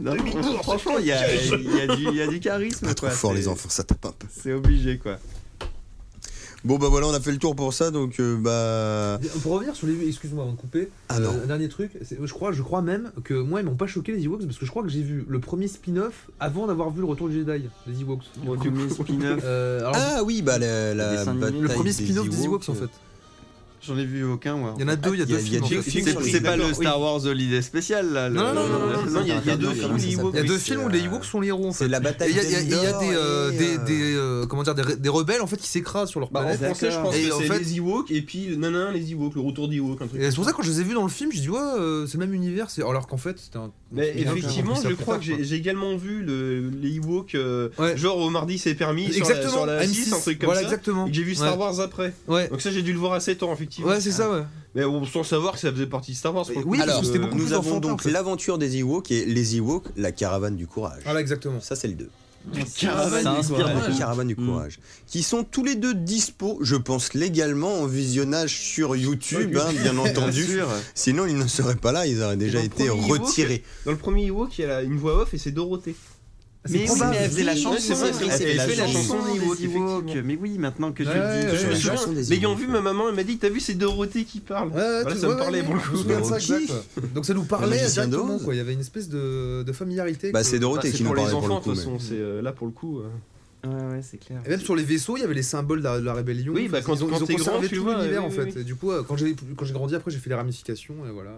Speaker 3: non,
Speaker 5: Demi-tour,
Speaker 3: franchement, il y a, il y, a du- il y a du charisme.
Speaker 1: Pas trop
Speaker 3: quoi,
Speaker 1: fort,
Speaker 3: c'est-
Speaker 1: les enfants, ça tape un peu.
Speaker 3: C'est obligé, quoi.
Speaker 1: Bon, bah voilà, on a fait le tour pour ça, donc euh, bah.
Speaker 4: Pour revenir sur les. Excuse-moi avant de couper.
Speaker 1: Ah
Speaker 4: euh,
Speaker 1: non.
Speaker 4: un dernier truc. c'est- Je crois, je crois même que moi, ils m'ont pas choqué les Ewoks parce que je crois que j'ai vu le premier spin-off avant d'avoir vu le retour du Jedi des Ewoks.
Speaker 3: Le
Speaker 4: [LAUGHS]
Speaker 3: premier spin-off,
Speaker 4: Euh, alors,
Speaker 1: Ah oui, bah la, la
Speaker 2: Le dessin animé.
Speaker 1: bataille
Speaker 4: le premier
Speaker 1: des euh,
Speaker 4: spin-off des Ewoks en fait.
Speaker 3: j'en ai vu aucun, moi.
Speaker 4: Il y en a deux, il y a
Speaker 1: Ah, il y
Speaker 4: deux
Speaker 1: a- il y a deux
Speaker 4: films. en fait.
Speaker 1: films.
Speaker 3: C'est
Speaker 1: Oui,
Speaker 3: c'est pas
Speaker 5: d'accord,
Speaker 3: le Star Wars Holiday spécial, là. le-
Speaker 4: Non, non, non, non,
Speaker 3: la
Speaker 4: non,
Speaker 3: saison
Speaker 5: non, il y a- il y a
Speaker 3: interdite,
Speaker 5: deux
Speaker 3: là.
Speaker 5: films, les Ewoks.
Speaker 4: Il y a
Speaker 1: Oui,
Speaker 4: deux
Speaker 1: c'est,
Speaker 4: films où les
Speaker 1: euh,
Speaker 4: Ewoks sont les héros en fait.
Speaker 1: C'est la
Speaker 4: Et
Speaker 1: bataille
Speaker 4: il y a, il y a- il y a
Speaker 1: d'Endor
Speaker 4: des, euh,
Speaker 1: et,
Speaker 4: des,
Speaker 1: euh,
Speaker 4: des, euh, comment dire, des, ré- des rebelles en fait qui s'écrasent sur leur
Speaker 5: Bah, en
Speaker 4: planète.
Speaker 5: français, je
Speaker 3: d'accord.
Speaker 5: pense
Speaker 4: Et
Speaker 5: que
Speaker 4: en
Speaker 5: c'est
Speaker 4: fait-
Speaker 5: les Ewoks et puis le nanan, les Ewoks, le retour d'Ewok, un truc.
Speaker 4: Et c'est pour ça que quand je les ai vus dans le film, j'ai dit ouais, euh, c'est le même univers, c'est- alors qu'en fait c'était un.
Speaker 5: Mais
Speaker 4: un spin-off,
Speaker 5: effectivement,
Speaker 4: ils ont
Speaker 5: je
Speaker 4: repris ça
Speaker 5: crois que
Speaker 4: plus tard,
Speaker 5: j'ai j'ai également vu le, les Ewoks, euh,
Speaker 4: Ouais.
Speaker 5: genre au mardi c'est permis,
Speaker 4: quoi.
Speaker 5: sur la-
Speaker 4: Exactement,
Speaker 5: sur la,
Speaker 4: M6,
Speaker 5: 6, un truc comme
Speaker 4: voilà,
Speaker 5: ça.
Speaker 4: exactement.
Speaker 5: Et que j'ai vu
Speaker 4: Ouais.
Speaker 5: Star Wars après.
Speaker 4: Ouais,
Speaker 5: Donc ça, j'ai dû le voir à 7 ans, effectivement.
Speaker 4: ouais c'est ça, ouais.
Speaker 5: Mais bon, sans savoir que ça faisait partie de Star Wars. pour le coup,
Speaker 4: Oui, parce
Speaker 1: Alors,
Speaker 4: que c'était beaucoup
Speaker 1: nous
Speaker 4: plus
Speaker 1: avons
Speaker 4: enfantin, en
Speaker 1: donc
Speaker 4: fait.
Speaker 1: l'aventure des Ewoks et les Ewoks, la caravane du courage.
Speaker 4: Voilà, exactement.
Speaker 1: Ça, c'est le 2.
Speaker 2: Ça inspire
Speaker 1: Ah, la
Speaker 2: beaucoup.
Speaker 1: caravane du
Speaker 4: Hmm.
Speaker 2: Mm.
Speaker 1: courage. Qui sont tous les deux dispo, je pense, légalement en visionnage sur YouTube, hein, bien
Speaker 3: Bien
Speaker 1: entendu.
Speaker 3: sûr.
Speaker 1: Sinon, ils ne seraient pas là, ils auraient déjà
Speaker 5: Et dans le
Speaker 1: été
Speaker 5: premier Ewok,
Speaker 1: retirés.
Speaker 5: Dans le premier Ewok, il y a la- une voix off et c'est Dorothée.
Speaker 3: Mais oui,
Speaker 6: probable.
Speaker 3: mais elle faisait la
Speaker 6: Oui,
Speaker 3: chanson.
Speaker 5: c'est vrai, c'est vrai,
Speaker 3: Elle
Speaker 5: elle
Speaker 3: faisait la
Speaker 5: fait la
Speaker 3: chanson
Speaker 5: chanson
Speaker 3: des
Speaker 5: des
Speaker 3: Ewoks.
Speaker 5: Ewoks,
Speaker 3: Mais oui, maintenant que
Speaker 4: Ouais,
Speaker 3: tu le dis,
Speaker 4: ouais,
Speaker 3: je
Speaker 5: Je me
Speaker 3: me
Speaker 6: ouais.
Speaker 5: souviens,
Speaker 6: chanson des
Speaker 5: l'ayant
Speaker 6: Ewoks,
Speaker 5: vu,
Speaker 6: ouais.
Speaker 5: ma maman elle m'a dit T'as vu, c'est Dorothée qui parle.
Speaker 4: Ouais,
Speaker 5: Voilà,
Speaker 4: tu-
Speaker 5: ça me
Speaker 4: ouais,
Speaker 5: parlait
Speaker 4: ouais,
Speaker 5: pour le
Speaker 4: je
Speaker 5: coup.
Speaker 4: me souviens de ça,
Speaker 1: Dorothée.
Speaker 4: exact. Donc ça nous parlait
Speaker 1: magicien
Speaker 4: directement,
Speaker 1: d'Oz.
Speaker 4: quoi. Il y avait une espèce de, de familiarité.
Speaker 1: Bah,
Speaker 4: quoi.
Speaker 1: c'est Dorothée
Speaker 5: Bah,
Speaker 1: qui
Speaker 5: c'est
Speaker 1: nous
Speaker 5: pour les
Speaker 1: parlait pour le
Speaker 5: enfants, de
Speaker 1: coup.
Speaker 5: toute
Speaker 1: mais-
Speaker 5: façon, c'est euh, là pour le coup. euh.
Speaker 3: Ouais, ouais, c'est clair.
Speaker 4: Et même sur les vaisseaux, il y avait les symboles de la, de la rébellion.
Speaker 5: Oui, bah,
Speaker 4: Enfin,
Speaker 5: quand-
Speaker 4: ils ont,
Speaker 5: quand
Speaker 4: ils ont
Speaker 5: t'es grand,
Speaker 4: conservé
Speaker 5: tu
Speaker 4: tout
Speaker 5: vois,
Speaker 4: l'univers
Speaker 5: oui,
Speaker 4: en fait.
Speaker 5: oui, oui.
Speaker 4: Et du coup, euh, quand j'ai quand j'ai grandi, après, j'ai fait les ramifications et voilà.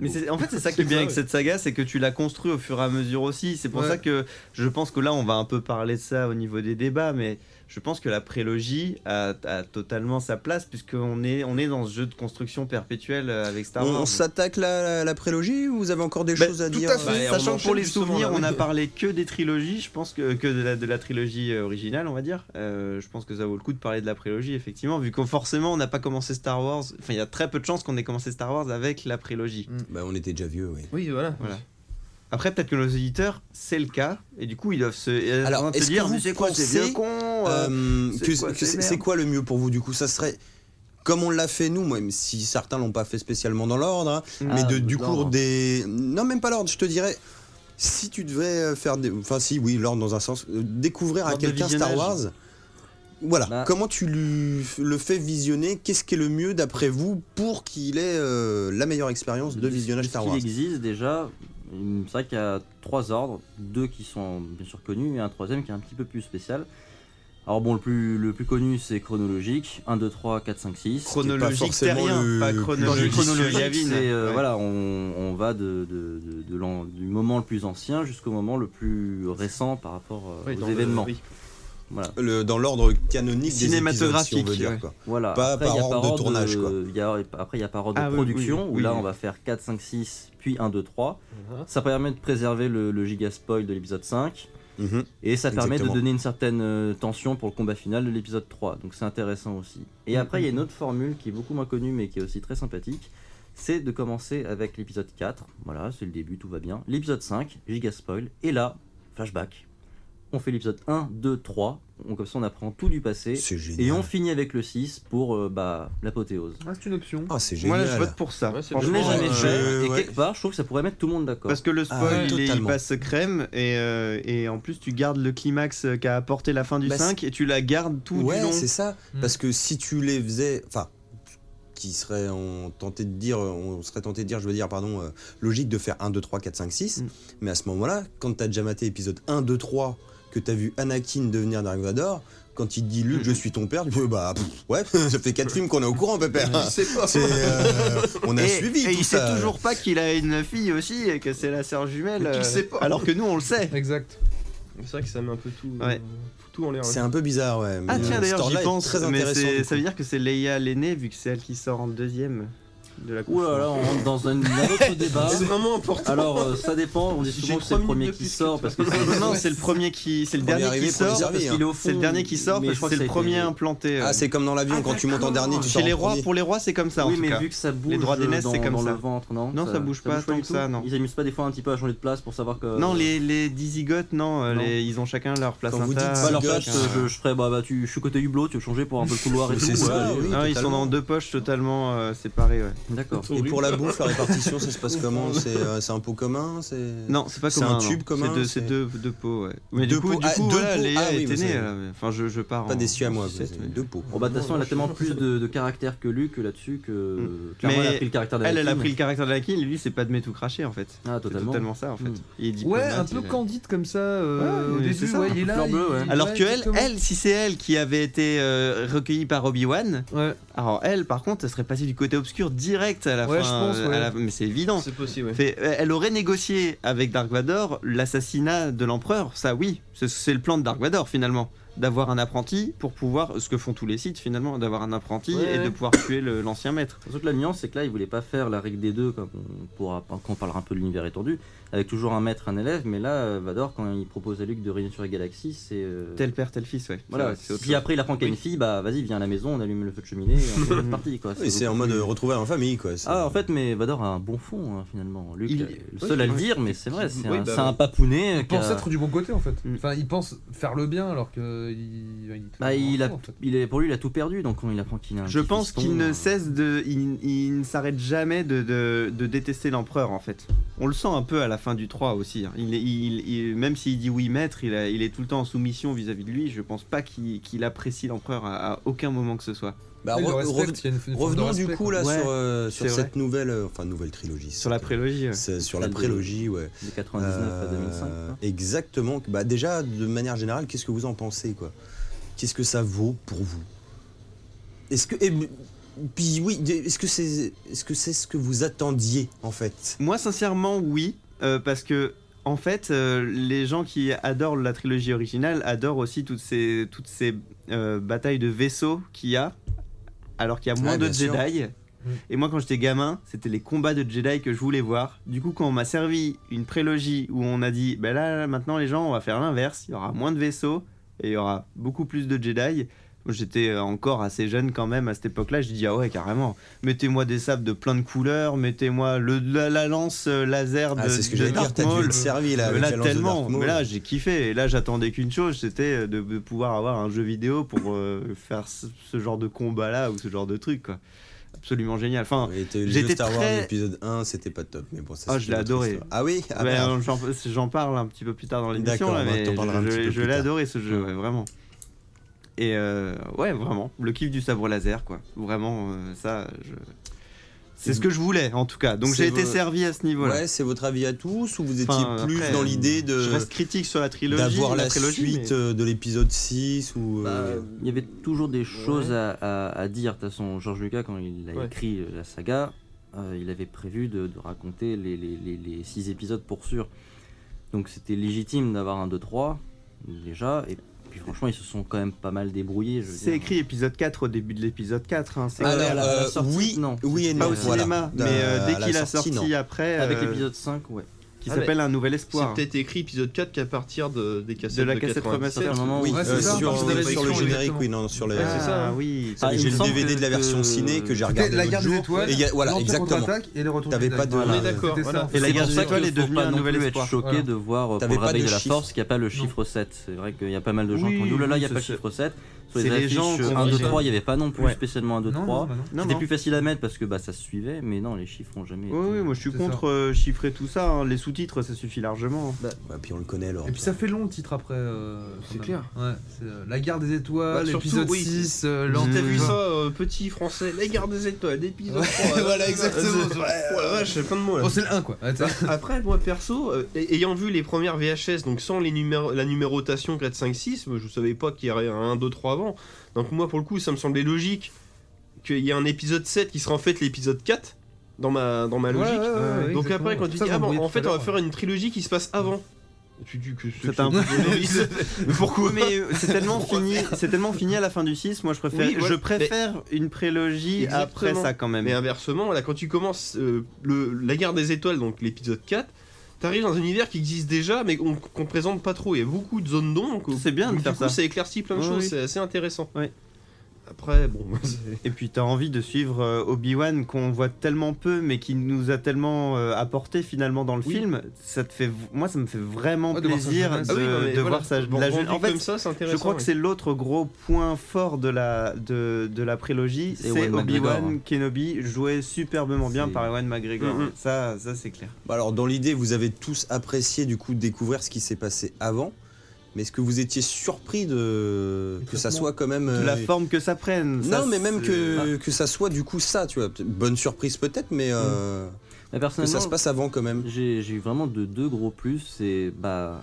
Speaker 3: Mais c'est- en fait, c'est ça qui est bien avec cette saga, c'est que tu l'as construit au fur et à mesure aussi. C'est pour
Speaker 4: Ouais.
Speaker 3: ça que je pense que là, on va un peu parler de ça au niveau des débats, mais je pense que la prélogie a, a totalement sa place, puisqu'on est, on est dans ce jeu de construction perpétuelle euh, avec Star
Speaker 1: On,
Speaker 3: Wars.
Speaker 1: on s'attaque là à la, la prélogie ou vous avez encore des
Speaker 3: Bah,
Speaker 1: choses à
Speaker 4: tout
Speaker 1: dire
Speaker 4: à fait.
Speaker 1: euh,
Speaker 3: Bah,
Speaker 5: et on
Speaker 3: sachant que pour
Speaker 5: enchaîne
Speaker 3: les
Speaker 5: justement
Speaker 3: souvenirs,
Speaker 5: là,
Speaker 3: on
Speaker 5: oui.
Speaker 3: a parlé que des trilogies, je pense que, que de, la, de la trilogie euh, originale, on va dire. Euh, je pense que ça vaut le coup de parler de la prélogie, effectivement, vu qu'on forcément, on n'a pas commencé Star Wars. Enfin, il y a très peu de chances qu'on ait commencé Star Wars avec la prélogie.
Speaker 1: Bah, on était déjà vieux, oui.
Speaker 5: Oui, voilà.
Speaker 3: Voilà. Après, peut-être que nos auditeurs, c'est le cas, et du coup, ils doivent se, ils
Speaker 1: Alors,
Speaker 3: doivent se
Speaker 1: est-ce que
Speaker 3: dire,
Speaker 1: vous
Speaker 3: mais c'est quoi ces
Speaker 1: pensez,
Speaker 3: vieux cons euh,
Speaker 1: Euh,
Speaker 3: c'est
Speaker 1: que-
Speaker 3: quoi
Speaker 1: que
Speaker 3: ces
Speaker 1: C'est
Speaker 3: merdes
Speaker 1: c'est quoi le mieux pour vous du coup Ça serait comme on l'a fait nous, même si certains l'ont pas fait spécialement dans l'ordre, hein,
Speaker 3: Mm.
Speaker 1: mais
Speaker 2: Ah,
Speaker 1: de-
Speaker 2: dans
Speaker 1: du cours
Speaker 2: l'ordre.
Speaker 1: des. Non, même pas l'ordre. Je te dirais, si tu devais euh, faire, des... enfin si, oui, l'ordre dans un sens, euh, découvrir à
Speaker 3: L'ordre de
Speaker 1: quelqu'un Star
Speaker 3: visionnage.
Speaker 1: Wars. Voilà.
Speaker 2: Bah.
Speaker 1: Comment tu lui- le fais visionner Qu'est-ce qui est le mieux d'après vous pour qu'il ait euh, la meilleure expérience de visionnage Star Wars
Speaker 2: Il existe déjà, il- c'est vrai qu'il y a trois ordres, deux qui sont bien sûr connus et un troisième qui est un petit peu plus spécial. Alors bon, le plus, le plus connu c'est chronologique, 1, 2, 3, 4, 5, 6.
Speaker 1: qui est pas
Speaker 3: Chronologique
Speaker 1: forcément
Speaker 3: terrien,
Speaker 1: le
Speaker 3: pas
Speaker 1: plus
Speaker 3: chronologique
Speaker 1: logique.
Speaker 3: chronologique,
Speaker 2: Chronologique, c'est, euh,
Speaker 3: ouais.
Speaker 2: voilà, on, on va de, de- de- de l'an- du moment le plus ancien jusqu'au moment le plus récent par rapport euh,
Speaker 5: Oui,
Speaker 2: aux
Speaker 5: dans le-
Speaker 2: événements.
Speaker 5: oui.
Speaker 2: Voilà.
Speaker 1: Le- Dans l'ordre canonique des
Speaker 3: Cinématographique,
Speaker 1: épisodes, si on veut dire,
Speaker 3: ouais.
Speaker 1: quoi.
Speaker 2: Voilà.
Speaker 1: Pas par
Speaker 2: il y a
Speaker 1: ordre de tournage, quoi.
Speaker 2: il y a- après, il y a par ordre
Speaker 3: Ah
Speaker 2: de
Speaker 3: oui,
Speaker 2: production,
Speaker 3: oui,
Speaker 2: où
Speaker 3: oui,
Speaker 2: là,
Speaker 3: oui.
Speaker 2: on va faire 4, 5, 6, puis 1, 2, 3.
Speaker 5: Voilà.
Speaker 2: Ça permet de préserver le, le giga spoil de l'épisode 5.
Speaker 1: Mhm.
Speaker 2: Et ça permet
Speaker 1: Exactement.
Speaker 2: de donner une certaine euh, tension pour le combat final de l'épisode 3. Donc c'est intéressant aussi. Et
Speaker 1: Mm,
Speaker 2: après, il y a une autre formule qui est beaucoup moins connue, mais qui est aussi très sympathique. C'est de commencer avec l'épisode 4. Voilà, c'est le début, tout va bien. L'épisode 5, giga spoil. Et là, flashback. On fait l'épisode 1, 2, 3. On, comme ça, on apprend tout du passé.
Speaker 1: C'est génial.
Speaker 2: Et on finit avec le 6 pour euh, bah, l'apothéose.
Speaker 4: Ah, c'est une option.
Speaker 1: Ah, c'est
Speaker 3: Moi,
Speaker 1: génial.
Speaker 3: je vote pour ça.
Speaker 5: Ouais, c'est
Speaker 2: Je
Speaker 3: Franchement,
Speaker 2: l'ai jamais
Speaker 1: euh,
Speaker 2: fait, et
Speaker 1: ouais.
Speaker 2: quelque part, je trouve que ça pourrait mettre tout le monde d'accord.
Speaker 3: Parce que le spoil,
Speaker 1: Ah,
Speaker 3: il, est- il
Speaker 1: totalement.
Speaker 3: passe crème et, euh, et en plus tu gardes le climax euh, qu'a apporté la fin du
Speaker 1: Bah,
Speaker 3: 5 et tu la gardes tout
Speaker 1: ouais,
Speaker 3: du long.
Speaker 1: c'est ça.
Speaker 4: Mm.
Speaker 1: Parce que si tu les faisais, enfin, qui serait on tenté de dire, on serait tenté de dire, je veux dire, pardon, euh, logique de faire 1, 2, 3, 4, 5, 6.
Speaker 3: Mm.
Speaker 1: Mais à ce moment-là, quand t'as déjà maté épisode 1, 2, 3, que t'as vu Anakin devenir Dark Vador, quand il te dit
Speaker 3: Mm.
Speaker 1: Luke, je suis ton père, tu fais bah pff, ouais, [LAUGHS] ça fait 4 films qu'on est au courant, pépère. Ah. [LAUGHS] C'est, euh, on a
Speaker 3: et,
Speaker 1: suivi
Speaker 3: et
Speaker 1: tout
Speaker 3: il
Speaker 1: ça.
Speaker 3: sait toujours pas qu'il a une fille aussi et que c'est la sœur jumelle.
Speaker 5: Mais tu le
Speaker 3: euh,
Speaker 5: sais pas.
Speaker 3: Alors que nous on le sait.
Speaker 4: Exact.
Speaker 5: C'est vrai que ça met un peu tout, euh,
Speaker 3: Ouais.
Speaker 5: tout en l'air.
Speaker 1: C'est un peu bizarre, ouais.
Speaker 3: Ah
Speaker 1: mais, euh,
Speaker 3: tiens
Speaker 1: cette
Speaker 3: d'ailleurs
Speaker 1: histoire-là
Speaker 3: j'y
Speaker 1: est
Speaker 3: pense.
Speaker 1: Très
Speaker 3: mais
Speaker 1: intéressant,
Speaker 3: c'est-
Speaker 1: du
Speaker 3: ça
Speaker 1: coup.
Speaker 3: veut dire que c'est Leia l'aînée vu que c'est elle qui sort en deuxième de la
Speaker 2: Ouh là là, on rentre dans un, un autre débat.
Speaker 5: C'est vraiment important.
Speaker 2: Alors, euh, ça dépend, on dit
Speaker 5: J'ai
Speaker 2: souvent que c'est
Speaker 5: trois
Speaker 2: le premier
Speaker 5: minutes de
Speaker 2: qui
Speaker 5: plus
Speaker 2: sort
Speaker 5: que
Speaker 2: parce que
Speaker 5: toi.
Speaker 3: [LAUGHS]
Speaker 2: c'est
Speaker 3: conférence. [LAUGHS] Non, c'est le premier qui, c'est le
Speaker 1: Premier
Speaker 3: dernier
Speaker 1: arrivé,
Speaker 3: qui
Speaker 1: premier
Speaker 3: sort.
Speaker 1: servi.
Speaker 2: parce qu'il est au fond.
Speaker 3: C'est le dernier qui sort
Speaker 2: mais
Speaker 3: parce
Speaker 2: je crois
Speaker 3: que c'est
Speaker 2: ça
Speaker 3: le
Speaker 2: a été-
Speaker 3: premier implanté. euh.
Speaker 1: Ah, c'est comme dans l'avion,
Speaker 6: Ah,
Speaker 1: quand tu montes en
Speaker 6: d'accord.
Speaker 1: dernier, tu sors
Speaker 3: Chez les
Speaker 1: en
Speaker 3: rois,
Speaker 1: premier.
Speaker 3: pour les rois c'est comme ça. en
Speaker 2: Oui,
Speaker 3: tout
Speaker 2: mais
Speaker 3: cas.
Speaker 2: vu que ça bouge
Speaker 3: Les droits d'aînés,
Speaker 2: dans,
Speaker 3: c'est comme
Speaker 2: dans
Speaker 3: ça.
Speaker 2: le ventre, non
Speaker 3: Non, ça bouge pas tant
Speaker 2: du
Speaker 3: que
Speaker 2: tout.
Speaker 3: ça, non.
Speaker 2: Ils amusent pas des fois un petit peu à changer de place pour savoir que. euh,
Speaker 3: Non, les, les Dizygotes, non, euh,
Speaker 2: Non.
Speaker 3: les- ils ont chacun leur place
Speaker 1: Quand vous dites
Speaker 2: Bah, à leur
Speaker 1: Zigote,
Speaker 2: place,
Speaker 1: euh,
Speaker 2: je, je ferais, bah, bah, tu, je suis côté hublot, tu veux changer pour un peu le couloir et tout.
Speaker 1: C'est ça,
Speaker 2: ouais,
Speaker 1: oui,
Speaker 3: Ah, ils sont
Speaker 1: totalement.
Speaker 3: dans deux poches totalement euh, séparées. ouais.
Speaker 2: D'accord.
Speaker 1: Et pour la bouffe, la répartition, ça se
Speaker 4: [LAUGHS]
Speaker 1: passe comment C'est euh, c'est un pot commun c'est-
Speaker 3: Non, c'est pas
Speaker 1: C'est
Speaker 3: comme
Speaker 1: un tube commun,
Speaker 3: C'est deux,
Speaker 1: c'est-
Speaker 3: c'est deux, deux pots. Ouais. Mais
Speaker 1: Deux
Speaker 3: du coup,
Speaker 1: pots-
Speaker 3: du
Speaker 1: ah,
Speaker 3: coup
Speaker 1: deux
Speaker 3: voilà,
Speaker 1: pots,
Speaker 3: Léa
Speaker 1: ah oui,
Speaker 3: était
Speaker 1: vous
Speaker 3: née.
Speaker 1: savez.
Speaker 3: là, mais- Enfin, je, je pars.
Speaker 1: Pas
Speaker 3: en-
Speaker 1: des siamois,
Speaker 3: en
Speaker 1: vous
Speaker 3: sucette,
Speaker 1: avez
Speaker 3: mais-
Speaker 1: deux pots.
Speaker 2: Bon, bah, de toute façon, elle a tellement plus de, de caractère que Luc là-dessus que. Clairement,
Speaker 3: Mais
Speaker 2: elle a pris le caractère
Speaker 3: Elle, elle a
Speaker 2: d'Anakin.
Speaker 3: pris le caractère de la kill, lui, c'est pas de tout cracher en fait.
Speaker 2: Ah,
Speaker 3: C'est
Speaker 2: totalement.
Speaker 3: totalement ça en fait.
Speaker 2: Mm.
Speaker 3: Il est
Speaker 4: Hmm. Ouais,
Speaker 3: diplomate,
Speaker 4: un peu
Speaker 3: il a-
Speaker 4: candide comme ça euh,
Speaker 3: Ouais,
Speaker 4: au
Speaker 3: mais
Speaker 4: début.
Speaker 3: c'est ça,
Speaker 4: ouais,
Speaker 3: un
Speaker 4: il
Speaker 2: peu
Speaker 4: est là.
Speaker 2: fleur
Speaker 4: il-
Speaker 2: bleue, ouais.
Speaker 4: il-
Speaker 3: Alors
Speaker 4: ouais,
Speaker 3: que elle,
Speaker 4: exactement.
Speaker 3: elle, si c'est elle qui avait été euh, recueillie par Obi-Wan,
Speaker 4: Ouais.
Speaker 3: alors elle, par contre, elle serait passée du côté obscur direct à la
Speaker 4: Ouais,
Speaker 3: fin.
Speaker 4: je pense,
Speaker 3: euh, à
Speaker 4: ouais.
Speaker 3: la- Mais c'est évident.
Speaker 5: C'est possible, ouais.
Speaker 3: Fait, euh, elle aurait négocié avec Dark Vador l'assassinat de l'empereur, ça oui, c'est- c'est le plan de Dark Vador finalement, d'avoir un apprenti pour pouvoir, ce que font tous les sites finalement, d'avoir un apprenti
Speaker 5: Ouais,
Speaker 3: et
Speaker 5: ouais.
Speaker 3: de pouvoir tuer le- l'ancien maître.
Speaker 2: Surtout que la nuance, c'est que là, ils voulaient pas faire la règle des deux, comme on pourra, quand on parlera un peu de l'univers étendu, avec toujours un maître, un élève, mais là, euh, Vador, quand il propose à Luc de régner sur la galaxie, c'est. euh,
Speaker 3: Tel père, tel fils, ouais.
Speaker 2: Voilà,
Speaker 3: c'est autre
Speaker 2: si après il apprend qu'il y a une fille, bah vas-y, viens à la maison, on allume le feu de cheminée, et on fait partie, quoi.
Speaker 1: Oui, c'est en
Speaker 2: beaucoup
Speaker 1: mode
Speaker 2: plus-
Speaker 1: euh, retrouver en famille, quoi. c'est-
Speaker 2: Ah, en fait, mais Vador a un bon fond, hein, finalement. Luc,
Speaker 3: Il-
Speaker 2: euh, le seul à le dire, mais c'est vrai, c'est
Speaker 5: Oui,
Speaker 2: un,
Speaker 5: bah
Speaker 2: c'est un
Speaker 5: oui.
Speaker 2: papounet.
Speaker 4: Il
Speaker 2: qui a-
Speaker 4: pense être du bon côté en fait.
Speaker 3: Mm.
Speaker 4: Enfin, il pense faire le bien alors que. Il, il-
Speaker 2: Bah, il a,
Speaker 4: en fait.
Speaker 2: il est, pour lui, il a tout perdu, donc quand il apprend qu'il a un
Speaker 3: Je
Speaker 2: petit
Speaker 3: pense
Speaker 2: fiston,
Speaker 3: qu'il
Speaker 2: euh,
Speaker 3: ne cesse de. Il, il ne s'arrête jamais de, de- de détester l'empereur en fait. on le sent un peu à la fin du 3 aussi. hein. Il, est- il- il- même s'il dit oui maître, il, a- il est tout le temps en soumission vis-à-vis de lui. Je pense pas qu'il qu'il apprécie l'empereur à, à aucun moment que ce soit.
Speaker 4: Ah,
Speaker 1: Bah,
Speaker 4: il le
Speaker 1: re-
Speaker 4: respecte,
Speaker 1: re-
Speaker 4: il y a une- une forme de
Speaker 1: revenons
Speaker 4: respect,
Speaker 1: du coup
Speaker 4: quoi.
Speaker 1: là
Speaker 3: Ouais,
Speaker 1: sur, euh, sur
Speaker 3: c'est
Speaker 1: cette nouvelle, euh, enfin nouvelle trilogie.
Speaker 3: Sur la
Speaker 1: c'est-
Speaker 3: prélogie.
Speaker 1: c'est- sur la
Speaker 2: Celle de-
Speaker 1: prélogie, ouais.
Speaker 2: De 99 à
Speaker 1: Euh,
Speaker 2: 2005. quoi.
Speaker 1: Exactement. Bah, déjà, de manière générale, qu'est-ce que vous en pensez quoi Qu'est-ce que ça vaut pour vous Est-ce que. et- puis oui, est-ce que c'est est-ce que c'est ce que vous attendiez en fait
Speaker 3: Moi, sincèrement, oui, euh, parce que en fait, euh, les gens qui adorent la trilogie originale adorent aussi toutes ces toutes ces euh, batailles de vaisseaux qu'il y a, alors qu'il y a moins
Speaker 1: Ouais,
Speaker 3: de
Speaker 1: bien sûr.
Speaker 3: Jedi.
Speaker 4: Mm.
Speaker 3: Et moi, quand j'étais gamin, c'était les combats de Jedi que je voulais voir. Du coup, quand on m'a servi une prélogie où on a dit, ben là, maintenant les gens, on va faire l'inverse, il y aura moins de vaisseaux et il y aura beaucoup plus de Jedi. J'étais euh, encore assez jeune quand même à cette époque-là. Je dis ah ouais carrément. Mettez-moi des sables de plein de couleurs. Mettez-moi le la, la lance euh, laser de,
Speaker 1: Ah, c'est ce que
Speaker 3: de
Speaker 1: j'allais dire.
Speaker 3: Darth
Speaker 1: T'as dû
Speaker 3: Maul.
Speaker 1: être servi là.
Speaker 3: Mais
Speaker 1: avec
Speaker 3: là
Speaker 1: la lance de
Speaker 3: tellement.
Speaker 1: Darth Maul.
Speaker 3: Mais là j'ai kiffé. Et là j'attendais qu'une chose, c'était euh, de, de pouvoir avoir un jeu vidéo pour euh, faire ce, ce genre de combat là ou ce genre de truc quoi. Absolument génial. Enfin
Speaker 1: Ouais, t'as eu le
Speaker 3: j'étais
Speaker 1: jeu Star Wars
Speaker 3: très-
Speaker 1: épisode 1, c'était pas top, mais bon, ça,
Speaker 3: Ah,
Speaker 1: c'est
Speaker 3: je
Speaker 1: une
Speaker 3: l'ai
Speaker 1: autre
Speaker 3: adoré.
Speaker 1: histoire. Ah oui Ah
Speaker 3: ben,
Speaker 1: merde.
Speaker 3: j'en j'en parle un petit peu plus tard dans l'émission,
Speaker 1: D'accord,
Speaker 3: là,
Speaker 1: bah,
Speaker 3: mais
Speaker 1: t'en parleras un petit peu
Speaker 3: je, je
Speaker 1: plus
Speaker 3: l'ai
Speaker 1: tard.
Speaker 3: adoré ce jeu, ouais, vraiment. Et euh, ouais, vraiment, le kiff du sabre laser, quoi. Vraiment, euh, ça, je... c'est ce que je voulais en tout cas. Donc
Speaker 1: C'est
Speaker 3: j'ai été
Speaker 1: vo-
Speaker 3: servi à ce niveau-là.
Speaker 1: Ouais, c'est votre avis à tous ou vous étiez
Speaker 3: Enfin,
Speaker 1: plus
Speaker 3: après, euh,
Speaker 1: dans l'idée de
Speaker 3: Je reste critique sur la trilogie,
Speaker 1: d'avoir la,
Speaker 3: trilogie,
Speaker 1: suite
Speaker 3: mais-
Speaker 1: euh, de l'épisode 6 ou
Speaker 2: Bah,
Speaker 1: euh,
Speaker 2: il y avait toujours des choses à, à- à dire. De toute façon, George Lucas, quand il a
Speaker 5: Ouais.
Speaker 2: écrit euh, la saga, euh, il avait prévu de, de raconter les, les- les- les six épisodes pour sûr. Donc c'était légitime d'avoir un 2-3, déjà. Et puis franchement, ils se sont quand même pas mal débrouillés. je veux
Speaker 3: C'est
Speaker 2: dire.
Speaker 3: écrit épisode 4 au début de l'épisode 4. hein, c'est
Speaker 2: Ah,
Speaker 3: clair.
Speaker 2: la-
Speaker 1: Alors,
Speaker 2: la
Speaker 1: euh,
Speaker 2: sortie,
Speaker 1: oui,
Speaker 2: non.
Speaker 1: oui et
Speaker 2: C'était
Speaker 1: non.
Speaker 3: pas
Speaker 2: euh,
Speaker 3: au
Speaker 1: voilà.
Speaker 3: cinéma,
Speaker 1: Dans-
Speaker 3: mais euh,
Speaker 1: à
Speaker 3: dès
Speaker 1: la
Speaker 3: qu'il a
Speaker 1: sortie,
Speaker 3: sorti après,
Speaker 2: Avec
Speaker 3: euh,
Speaker 2: l'épisode 5, ouais.
Speaker 3: qui
Speaker 5: Ah,
Speaker 3: s'appelle Un Nouvel
Speaker 5: C'est
Speaker 3: Espoir.
Speaker 5: peut-être écrit épisode 4 qu'à partir de, des cassettes
Speaker 3: De la cassette
Speaker 5: 87.
Speaker 2: À un moment
Speaker 1: Oui,
Speaker 2: où-
Speaker 4: Ouais, c'est
Speaker 1: euh,
Speaker 4: ça,
Speaker 1: sur,
Speaker 4: dans
Speaker 1: sur
Speaker 4: la
Speaker 1: le
Speaker 4: version,
Speaker 1: générique,
Speaker 4: exactement.
Speaker 1: oui, non, sur le.
Speaker 5: Ouais, c'est ça.
Speaker 3: Ah oui.
Speaker 2: Ah, il
Speaker 1: J'ai
Speaker 2: me
Speaker 1: le
Speaker 2: semble
Speaker 1: DVD de la
Speaker 2: que-
Speaker 1: version
Speaker 2: que-
Speaker 1: ciné que j'ai regardé
Speaker 4: C'était la
Speaker 1: l'autre
Speaker 4: guerre des
Speaker 1: jour.
Speaker 4: étoiles.
Speaker 1: Et il y a- voilà,
Speaker 4: l'Empire
Speaker 1: exactement.
Speaker 4: contre-attaque et les retours
Speaker 1: T'avais pas de-
Speaker 5: On est d'accord, voilà.
Speaker 3: Et la
Speaker 2: C'est
Speaker 3: guerre
Speaker 2: pour
Speaker 3: des
Speaker 2: ça
Speaker 3: étoiles
Speaker 2: qu'il
Speaker 3: est
Speaker 2: faut
Speaker 3: devenue
Speaker 2: pas
Speaker 3: un
Speaker 2: non
Speaker 3: nouvel
Speaker 2: plus
Speaker 3: espoir.
Speaker 2: Être choqué
Speaker 4: Voilà.
Speaker 2: de voir euh, pour
Speaker 1: T'avais
Speaker 2: le
Speaker 1: pas
Speaker 2: réveil
Speaker 1: de
Speaker 2: de, la
Speaker 1: chiffre.
Speaker 2: force qu'il n'y a pas le chiffre 7. C'est vrai qu'il y a pas mal de gens
Speaker 3: Oui,
Speaker 2: qui ont dit oh là là, il n'y a
Speaker 3: oui,
Speaker 2: pas de
Speaker 3: ça,
Speaker 2: chiffre 7. Sur
Speaker 3: c'est
Speaker 2: les
Speaker 3: les
Speaker 2: affiches
Speaker 3: gens qui ont
Speaker 2: 1, 2,
Speaker 3: dit
Speaker 2: 3, il n'y avait pas non plus
Speaker 3: Ouais.
Speaker 2: spécialement un 2,
Speaker 4: Non,
Speaker 2: 3.
Speaker 4: non, bah non.
Speaker 3: Non,
Speaker 2: C'était
Speaker 3: non.
Speaker 2: plus facile à mettre parce que bah, ça se suivait, mais non, les chiffres ont jamais.
Speaker 3: Oui,
Speaker 2: été-
Speaker 3: oui, moi je suis
Speaker 4: C'est
Speaker 3: contre euh, chiffrer tout ça. hein. Les sous-titres, ça suffit largement. hein.
Speaker 1: Bah, puis on le connaît alors.
Speaker 4: Et puis [LAUGHS] ça fait long le titre après. euh,
Speaker 5: Oh, C'est
Speaker 4: quand même.
Speaker 5: clair.
Speaker 4: Ouais, c'est, euh, la guerre des étoiles,
Speaker 5: Bah, surtout,
Speaker 4: l'épisode
Speaker 5: oui,
Speaker 4: 6, euh,
Speaker 5: Alors,
Speaker 4: l'an-
Speaker 5: t'as vu
Speaker 4: Ouais.
Speaker 5: ça, euh, petit français, la guerre des étoiles, l'épisode
Speaker 4: Ouais,
Speaker 5: 3.
Speaker 4: voilà, exactement.
Speaker 5: Ouais, la vache, j'ai plein de mots là.
Speaker 4: Oh, c'est le 1 quoi. Ouais, t'as-
Speaker 5: Après, moi perso, euh, ay- ayant vu les premières VHS, donc sans les numéro- la numérotation 4, 5, 6, moi, je savais pas qu'il y aurait un 1, 2, 3 avant. Donc, moi pour le coup, ça me semblait logique qu'il y ait un épisode 7 qui sera en fait l'épisode 4 dans ma, dans ma
Speaker 4: Ouais,
Speaker 5: bah, logique.
Speaker 4: ouais, ouais, ouais,
Speaker 5: donc,
Speaker 4: exactement.
Speaker 5: après, quand tu
Speaker 4: Ça,
Speaker 5: dis,
Speaker 4: vous
Speaker 5: ah bon,
Speaker 4: voyez
Speaker 5: en
Speaker 4: tout à
Speaker 5: fait, on va
Speaker 4: l'heure.
Speaker 5: faire une trilogie qui se passe avant. Tu dis que
Speaker 3: Ça t'a un peu
Speaker 5: [LAUGHS] Mais pourquoi
Speaker 3: Oui, mais euh, c'est tellement fini, c'est tellement fini à la fin du 6. Moi, je préfère,
Speaker 5: Oui, voilà.
Speaker 3: je préfère une prélogie
Speaker 5: Exactement.
Speaker 3: après ça quand même.
Speaker 5: Mais euh, inversement, là, quand tu commences euh, le, la guerre des étoiles, donc l'épisode 4, t'arrives dans un univers qui existe déjà, mais qu'on qu'on présente pas trop. Il y a beaucoup de zones d'ombre. donc,
Speaker 3: C'est bien de
Speaker 5: donc,
Speaker 3: faire
Speaker 5: du coup,
Speaker 3: ça.
Speaker 5: éclaircit plein de
Speaker 3: Oui,
Speaker 5: choses,
Speaker 3: oui.
Speaker 5: c'est assez intéressant.
Speaker 3: Oui.
Speaker 5: Après, bon, [LAUGHS] c'est-
Speaker 3: Et puis, t'as envie de suivre euh, Obi-Wan qu'on voit tellement peu, mais qui nous a tellement euh, apporté finalement dans le
Speaker 5: Oui.
Speaker 3: film. Ça te fait, moi, ça me fait vraiment
Speaker 4: Ouais, de voir sa
Speaker 3: plaisir
Speaker 4: jeunesse.
Speaker 3: de,
Speaker 4: Ah oui,
Speaker 5: non, mais
Speaker 3: de
Speaker 5: voilà,
Speaker 3: voir ça.
Speaker 5: bon,
Speaker 3: la
Speaker 5: rendu
Speaker 3: jeune- En fait,
Speaker 5: comme ça, c'est
Speaker 3: je
Speaker 5: intéressant.
Speaker 3: crois que
Speaker 5: ouais.
Speaker 3: c'est l'autre gros point fort de la de, de la prélogie,
Speaker 2: C'est
Speaker 3: c'est
Speaker 2: Ewan McGregor,
Speaker 1: hein.
Speaker 3: Obi-Wan Kenobi joué superbement bien
Speaker 2: C'est-
Speaker 3: par Ewan McGregor.
Speaker 1: Mm,
Speaker 5: Mhm.
Speaker 3: Ça, ça c'est clair.
Speaker 1: Bah, alors dans l'idée, vous avez tous apprécié du coup de découvrir ce qui s'est passé avant. Mais est-ce que vous étiez surpris de que ça
Speaker 4: Exactement.
Speaker 1: soit quand même
Speaker 3: De
Speaker 1: euh,
Speaker 3: la forme que ça prenne. ça,
Speaker 1: non, mais même
Speaker 3: c'est-
Speaker 1: que, que ça soit du coup ça, tu vois. peut- Bonne surprise peut-être, mais euh,
Speaker 2: Mais
Speaker 1: que
Speaker 2: personnellement,
Speaker 1: ça se passe avant quand même.
Speaker 2: j'ai j'ai eu vraiment de deux gros plus c'est bah,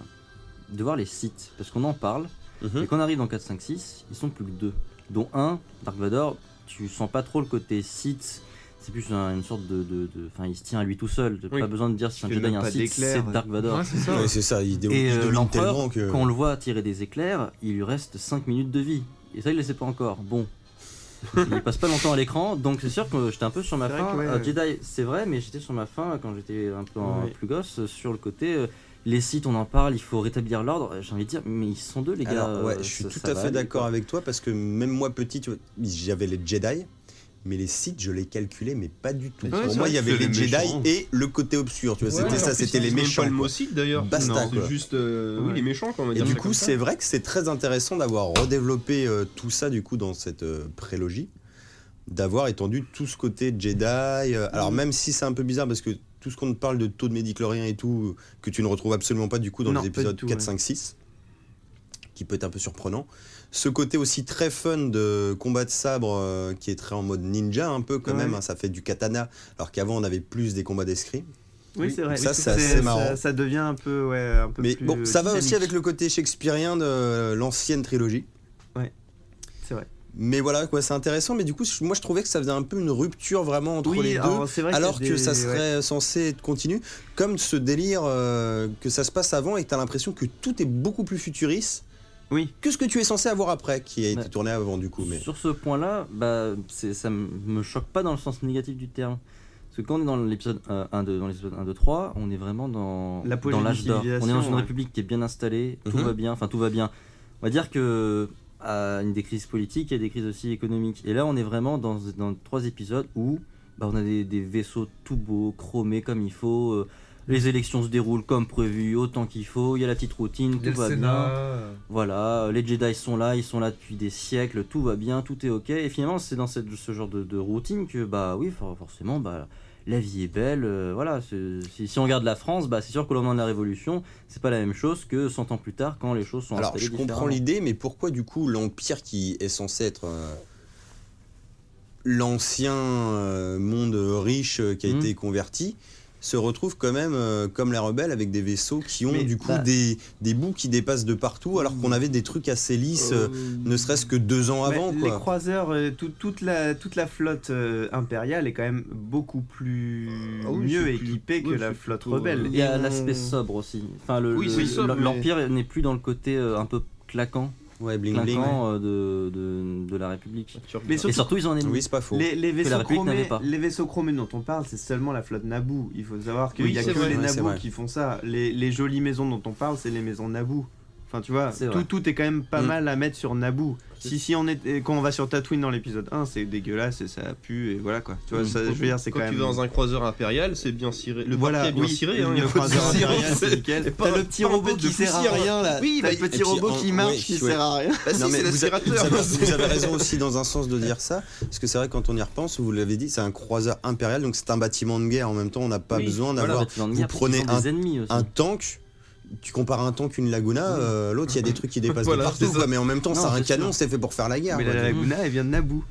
Speaker 2: de voir les sites. Parce qu'on en parle, et
Speaker 3: Hmm.
Speaker 1: Mhm.
Speaker 2: quand on arrive dans 4, 5, 6, ils sont plus que deux. Dont un, Dark Vador, tu sens pas trop le côté site. C'est plus un- une sorte de. de- de- Enfin, il se tient à lui tout seul. T'as
Speaker 5: Oui.
Speaker 2: Pas besoin de dire si c'est un
Speaker 3: Il fait
Speaker 2: Jedi,
Speaker 3: même
Speaker 2: un
Speaker 3: pas
Speaker 2: Sith,
Speaker 3: d'éclair.
Speaker 2: c'est Dark Vador.
Speaker 4: Ouais, c'est ça.
Speaker 1: Ouais, c'est ça, il, dé-
Speaker 2: Et
Speaker 1: il
Speaker 2: euh,
Speaker 1: domine tellement
Speaker 2: l'empereur,
Speaker 1: que.
Speaker 2: quand on le voit tirer des éclairs, il lui reste 5 minutes de vie. Et ça, il ne sait pas encore.
Speaker 3: [LAUGHS]
Speaker 2: Bon. il passe pas longtemps à l'écran, donc c'est sûr que j'étais un peu sur ma
Speaker 3: C'est vrai
Speaker 2: fin.
Speaker 3: que, ouais,
Speaker 2: Euh,
Speaker 3: ouais.
Speaker 2: Jedi, c'est vrai, mais j'étais sur ma fin quand j'étais un peu en-
Speaker 3: Ouais.
Speaker 2: plus gosse, euh, sur le côté. euh, les sites, on en parle, il faut rétablir l'ordre. J'ai envie de dire, mais ils sont deux, les gars.
Speaker 1: Alors, ouais, je
Speaker 2: euh,
Speaker 1: suis
Speaker 2: ça-
Speaker 1: tout
Speaker 2: ça
Speaker 1: à
Speaker 2: va
Speaker 1: fait
Speaker 2: aller,
Speaker 1: d'accord
Speaker 2: quoi.
Speaker 1: avec toi parce que même moi petit, tu vois, j'avais les Jedi, mais les Sith, je les calculais, mais pas du tout.
Speaker 3: Ouais,
Speaker 1: Pour
Speaker 3: c'est
Speaker 1: moi, il
Speaker 3: vrai
Speaker 1: y
Speaker 3: que
Speaker 1: avait
Speaker 3: c'est
Speaker 1: les,
Speaker 3: les
Speaker 1: Jedi
Speaker 3: méchants.
Speaker 1: et le côté obscur, tu vois.
Speaker 4: Ouais,
Speaker 1: c'était
Speaker 4: en
Speaker 1: ça,
Speaker 4: plus,
Speaker 1: c'était
Speaker 4: ils
Speaker 1: les
Speaker 5: C'est même
Speaker 1: méchants.
Speaker 5: pas le
Speaker 1: quoi.
Speaker 5: mot site, d'ailleurs.
Speaker 1: Basta,
Speaker 5: Non,
Speaker 1: quoi.
Speaker 5: C'est juste euh, oui,
Speaker 3: Ouais.
Speaker 5: les méchants, quand on va
Speaker 1: Et
Speaker 5: dire.
Speaker 1: du
Speaker 5: ça
Speaker 1: coup,
Speaker 5: comme
Speaker 1: c'est
Speaker 5: ça.
Speaker 1: vrai que c'est très intéressant d'avoir redéveloppé euh, tout ça du coup dans cette euh, prélogie. d'avoir étendu tout ce côté Jedi. euh, Alors
Speaker 3: Mm.
Speaker 1: même si c'est un peu bizarre parce que tout ce qu'on te parle de taux de médiclorien et tout, que tu ne retrouves absolument pas du coup dans
Speaker 3: Non,
Speaker 1: les
Speaker 3: pas du
Speaker 1: épisodes
Speaker 3: tout,
Speaker 1: 4,
Speaker 3: ouais.
Speaker 1: 5, 6, qui peut être un peu surprenant. Ce côté aussi très fun de combat de sabre euh, qui est très en mode ninja un peu quand
Speaker 3: Ouais.
Speaker 1: même, hein, ça fait du katana, alors qu'avant on avait plus des combats d'escrime.
Speaker 3: Oui, c'est vrai.
Speaker 1: Ça,
Speaker 3: Oui,
Speaker 1: c'est
Speaker 3: tout à
Speaker 1: assez
Speaker 3: fait.
Speaker 1: marrant.
Speaker 3: Ça, ça devient un peu, ouais, un peu
Speaker 1: Mais
Speaker 3: plus,
Speaker 1: bon,
Speaker 3: euh,
Speaker 1: ça va aussi
Speaker 3: dynamique.
Speaker 1: avec le côté shakespearien de euh, l'ancienne trilogie.
Speaker 3: C'est vrai.
Speaker 1: Mais voilà, quoi, c'est intéressant. Mais du coup, moi, je trouvais que ça faisait un peu une rupture vraiment entre
Speaker 3: Oui,
Speaker 1: les deux.
Speaker 3: alors, c'est vrai qu'il y a
Speaker 1: alors que
Speaker 3: des-
Speaker 1: ça
Speaker 3: ouais.
Speaker 1: serait censé être continu, comme ce délire euh, que ça se passe avant et que t'as l'impression que tout est beaucoup plus futuriste
Speaker 3: Oui.
Speaker 1: que ce que tu es censé avoir après, qui a été
Speaker 2: Ouais.
Speaker 1: tourné avant du coup. Mais
Speaker 2: Sur ce point-là, bah, c'est- ça m- me choque pas dans le sens négatif du terme. Parce que quand on est dans l'épisode euh, 1, 2, dans l'épisode 1, 2, 3, on est vraiment dans
Speaker 3: L'apogée
Speaker 2: dans
Speaker 3: d'une
Speaker 2: l'âge d'or. On est dans
Speaker 3: civilisation,
Speaker 2: une
Speaker 3: ouais.
Speaker 2: république qui est bien installée, tout
Speaker 1: Mhm.
Speaker 2: va bien, enfin tout va bien. On va dire que à une des crises politiques, il y a des crises aussi économiques. Et là, on est vraiment dans, dans trois épisodes où bah, on a des, des vaisseaux tout beaux, chromés comme il faut. euh, les élections se déroulent comme prévu, autant qu'il faut. Il y a la petite routine,
Speaker 4: Il y a
Speaker 2: tout
Speaker 4: le
Speaker 2: va bien.
Speaker 4: Sénat.
Speaker 2: Voilà, euh, les Jedi sont là, ils sont là depuis des siècles, tout va bien, tout est ok. Et finalement, c'est dans cette- ce genre de, de routine que, bah oui, for- forcément, bah, la vie est belle. euh, voilà, c'est- si, si on regarde la France, bah, c'est sûr qu'au moment de la Révolution, c'est pas la même chose que 100 ans plus tard quand les choses sont
Speaker 1: alors,
Speaker 2: installées
Speaker 1: je comprends
Speaker 2: différemment.
Speaker 1: l'idée, mais pourquoi du coup l'empire qui est censé être euh, l'ancien euh, monde riche euh, qui a
Speaker 3: Mmh.
Speaker 2: Mhm.
Speaker 1: été converti se retrouve quand même euh, comme les rebelles avec des vaisseaux qui ont
Speaker 3: Mais
Speaker 1: du coup
Speaker 2: bah-
Speaker 1: des, des bouts qui dépassent de partout alors qu'on avait des trucs assez lisses euh, ne serait-ce que deux ans
Speaker 3: Mais
Speaker 1: avant
Speaker 3: les
Speaker 1: quoi.
Speaker 3: croiseurs, euh, tout- toute, la, toute la flotte euh, impériale est quand même beaucoup plus
Speaker 5: Ah oui,
Speaker 3: mieux
Speaker 5: c'est plus-
Speaker 3: équipée que
Speaker 5: oui,
Speaker 3: la
Speaker 5: c'est
Speaker 3: flotte
Speaker 5: plutôt,
Speaker 3: rebelle.
Speaker 5: euh,
Speaker 2: Il y a
Speaker 3: Et on-
Speaker 2: l'aspect sobre aussi. Enfin, le-
Speaker 5: Oui,
Speaker 2: le-
Speaker 5: c'est sobre,
Speaker 2: l'empire n'est plus dans le côté euh, un peu claquant,
Speaker 1: Ouais, bling bling.
Speaker 2: clinquant euh, de, de- de la République.
Speaker 3: Mais
Speaker 2: Et
Speaker 3: surtout,
Speaker 2: surtout, ils en ennemis.
Speaker 1: Oui, c'est pas faux.
Speaker 3: les, les
Speaker 2: la
Speaker 3: vaisseaux
Speaker 2: République
Speaker 3: chromés,
Speaker 2: n'avait pas.
Speaker 3: les vaisseaux chromés dont on parle, c'est seulement la flotte Naboo. Il faut savoir qu'il
Speaker 5: Oui,
Speaker 3: n'y a
Speaker 5: c'est
Speaker 3: que
Speaker 5: vrai.
Speaker 3: les
Speaker 1: Ouais, c'est
Speaker 3: Naboo
Speaker 1: vrai.
Speaker 3: qui font ça. Les, les jolies maisons dont on parle, c'est les maisons Naboo. Enfin, tu vois,
Speaker 2: C'est
Speaker 3: tout,
Speaker 2: vrai.
Speaker 3: tout est quand même pas
Speaker 1: Mm.
Speaker 3: mal à mettre sur Naboo. Si, si on est, quand on va sur Tatooine dans l'épisode 1, c'est dégueulasse et ça pue et voilà quoi. Tu vois,
Speaker 1: Mm.
Speaker 3: ça, je veux dire, c'est quand,
Speaker 5: Quand tu
Speaker 3: même.
Speaker 5: vas dans un croiseur impérial, c'est bien ciré. Le parquet est bien ciré. hein, il y a pas de
Speaker 3: le croiseur
Speaker 5: souci, hein,
Speaker 3: impérial,
Speaker 5: [LAUGHS]
Speaker 3: c'est
Speaker 5: c'est-
Speaker 3: nickel.
Speaker 5: pas-
Speaker 3: T'as le petit
Speaker 5: pas un
Speaker 3: robot
Speaker 5: bête de
Speaker 3: qui sert à
Speaker 5: poussière.
Speaker 3: rien là.
Speaker 5: Oui,
Speaker 3: T'as
Speaker 5: bah,
Speaker 3: le petit
Speaker 1: et puis,
Speaker 3: robot
Speaker 1: en-
Speaker 3: qui marche,
Speaker 1: ouais,
Speaker 3: qui
Speaker 1: ouais.
Speaker 3: sert à rien.
Speaker 5: Bah si,
Speaker 1: Non, mais
Speaker 5: c'est
Speaker 1: vous, a- vous
Speaker 5: l'aspirateur.
Speaker 1: avez, vous avez raison aussi dans un sens de dire ça, parce que c'est vrai quand on y repense, vous l'avez dit, c'est un croiseur impérial, donc c'est un bâtiment de guerre. En même temps, on n'a pas
Speaker 5: Oui,
Speaker 1: besoin
Speaker 2: Voilà,
Speaker 1: d'avoir
Speaker 2: parce qu'ils en
Speaker 1: vous
Speaker 2: guerre, parce
Speaker 1: prenez
Speaker 2: qu'ils ont des ennemis aussi.
Speaker 1: un tank. Tu compares un tank, une Laguna, euh, l'autre il y a des trucs qui dépassent
Speaker 5: Voilà,
Speaker 1: de
Speaker 5: c'est
Speaker 1: partout,
Speaker 5: ça.
Speaker 1: quoi, mais en même temps,
Speaker 2: Non,
Speaker 1: c'est un
Speaker 2: c'est sûr.
Speaker 1: canon, c'est fait pour faire la guerre.
Speaker 3: Mais
Speaker 1: quoi.
Speaker 3: la Laguna, elle vient de Naboo.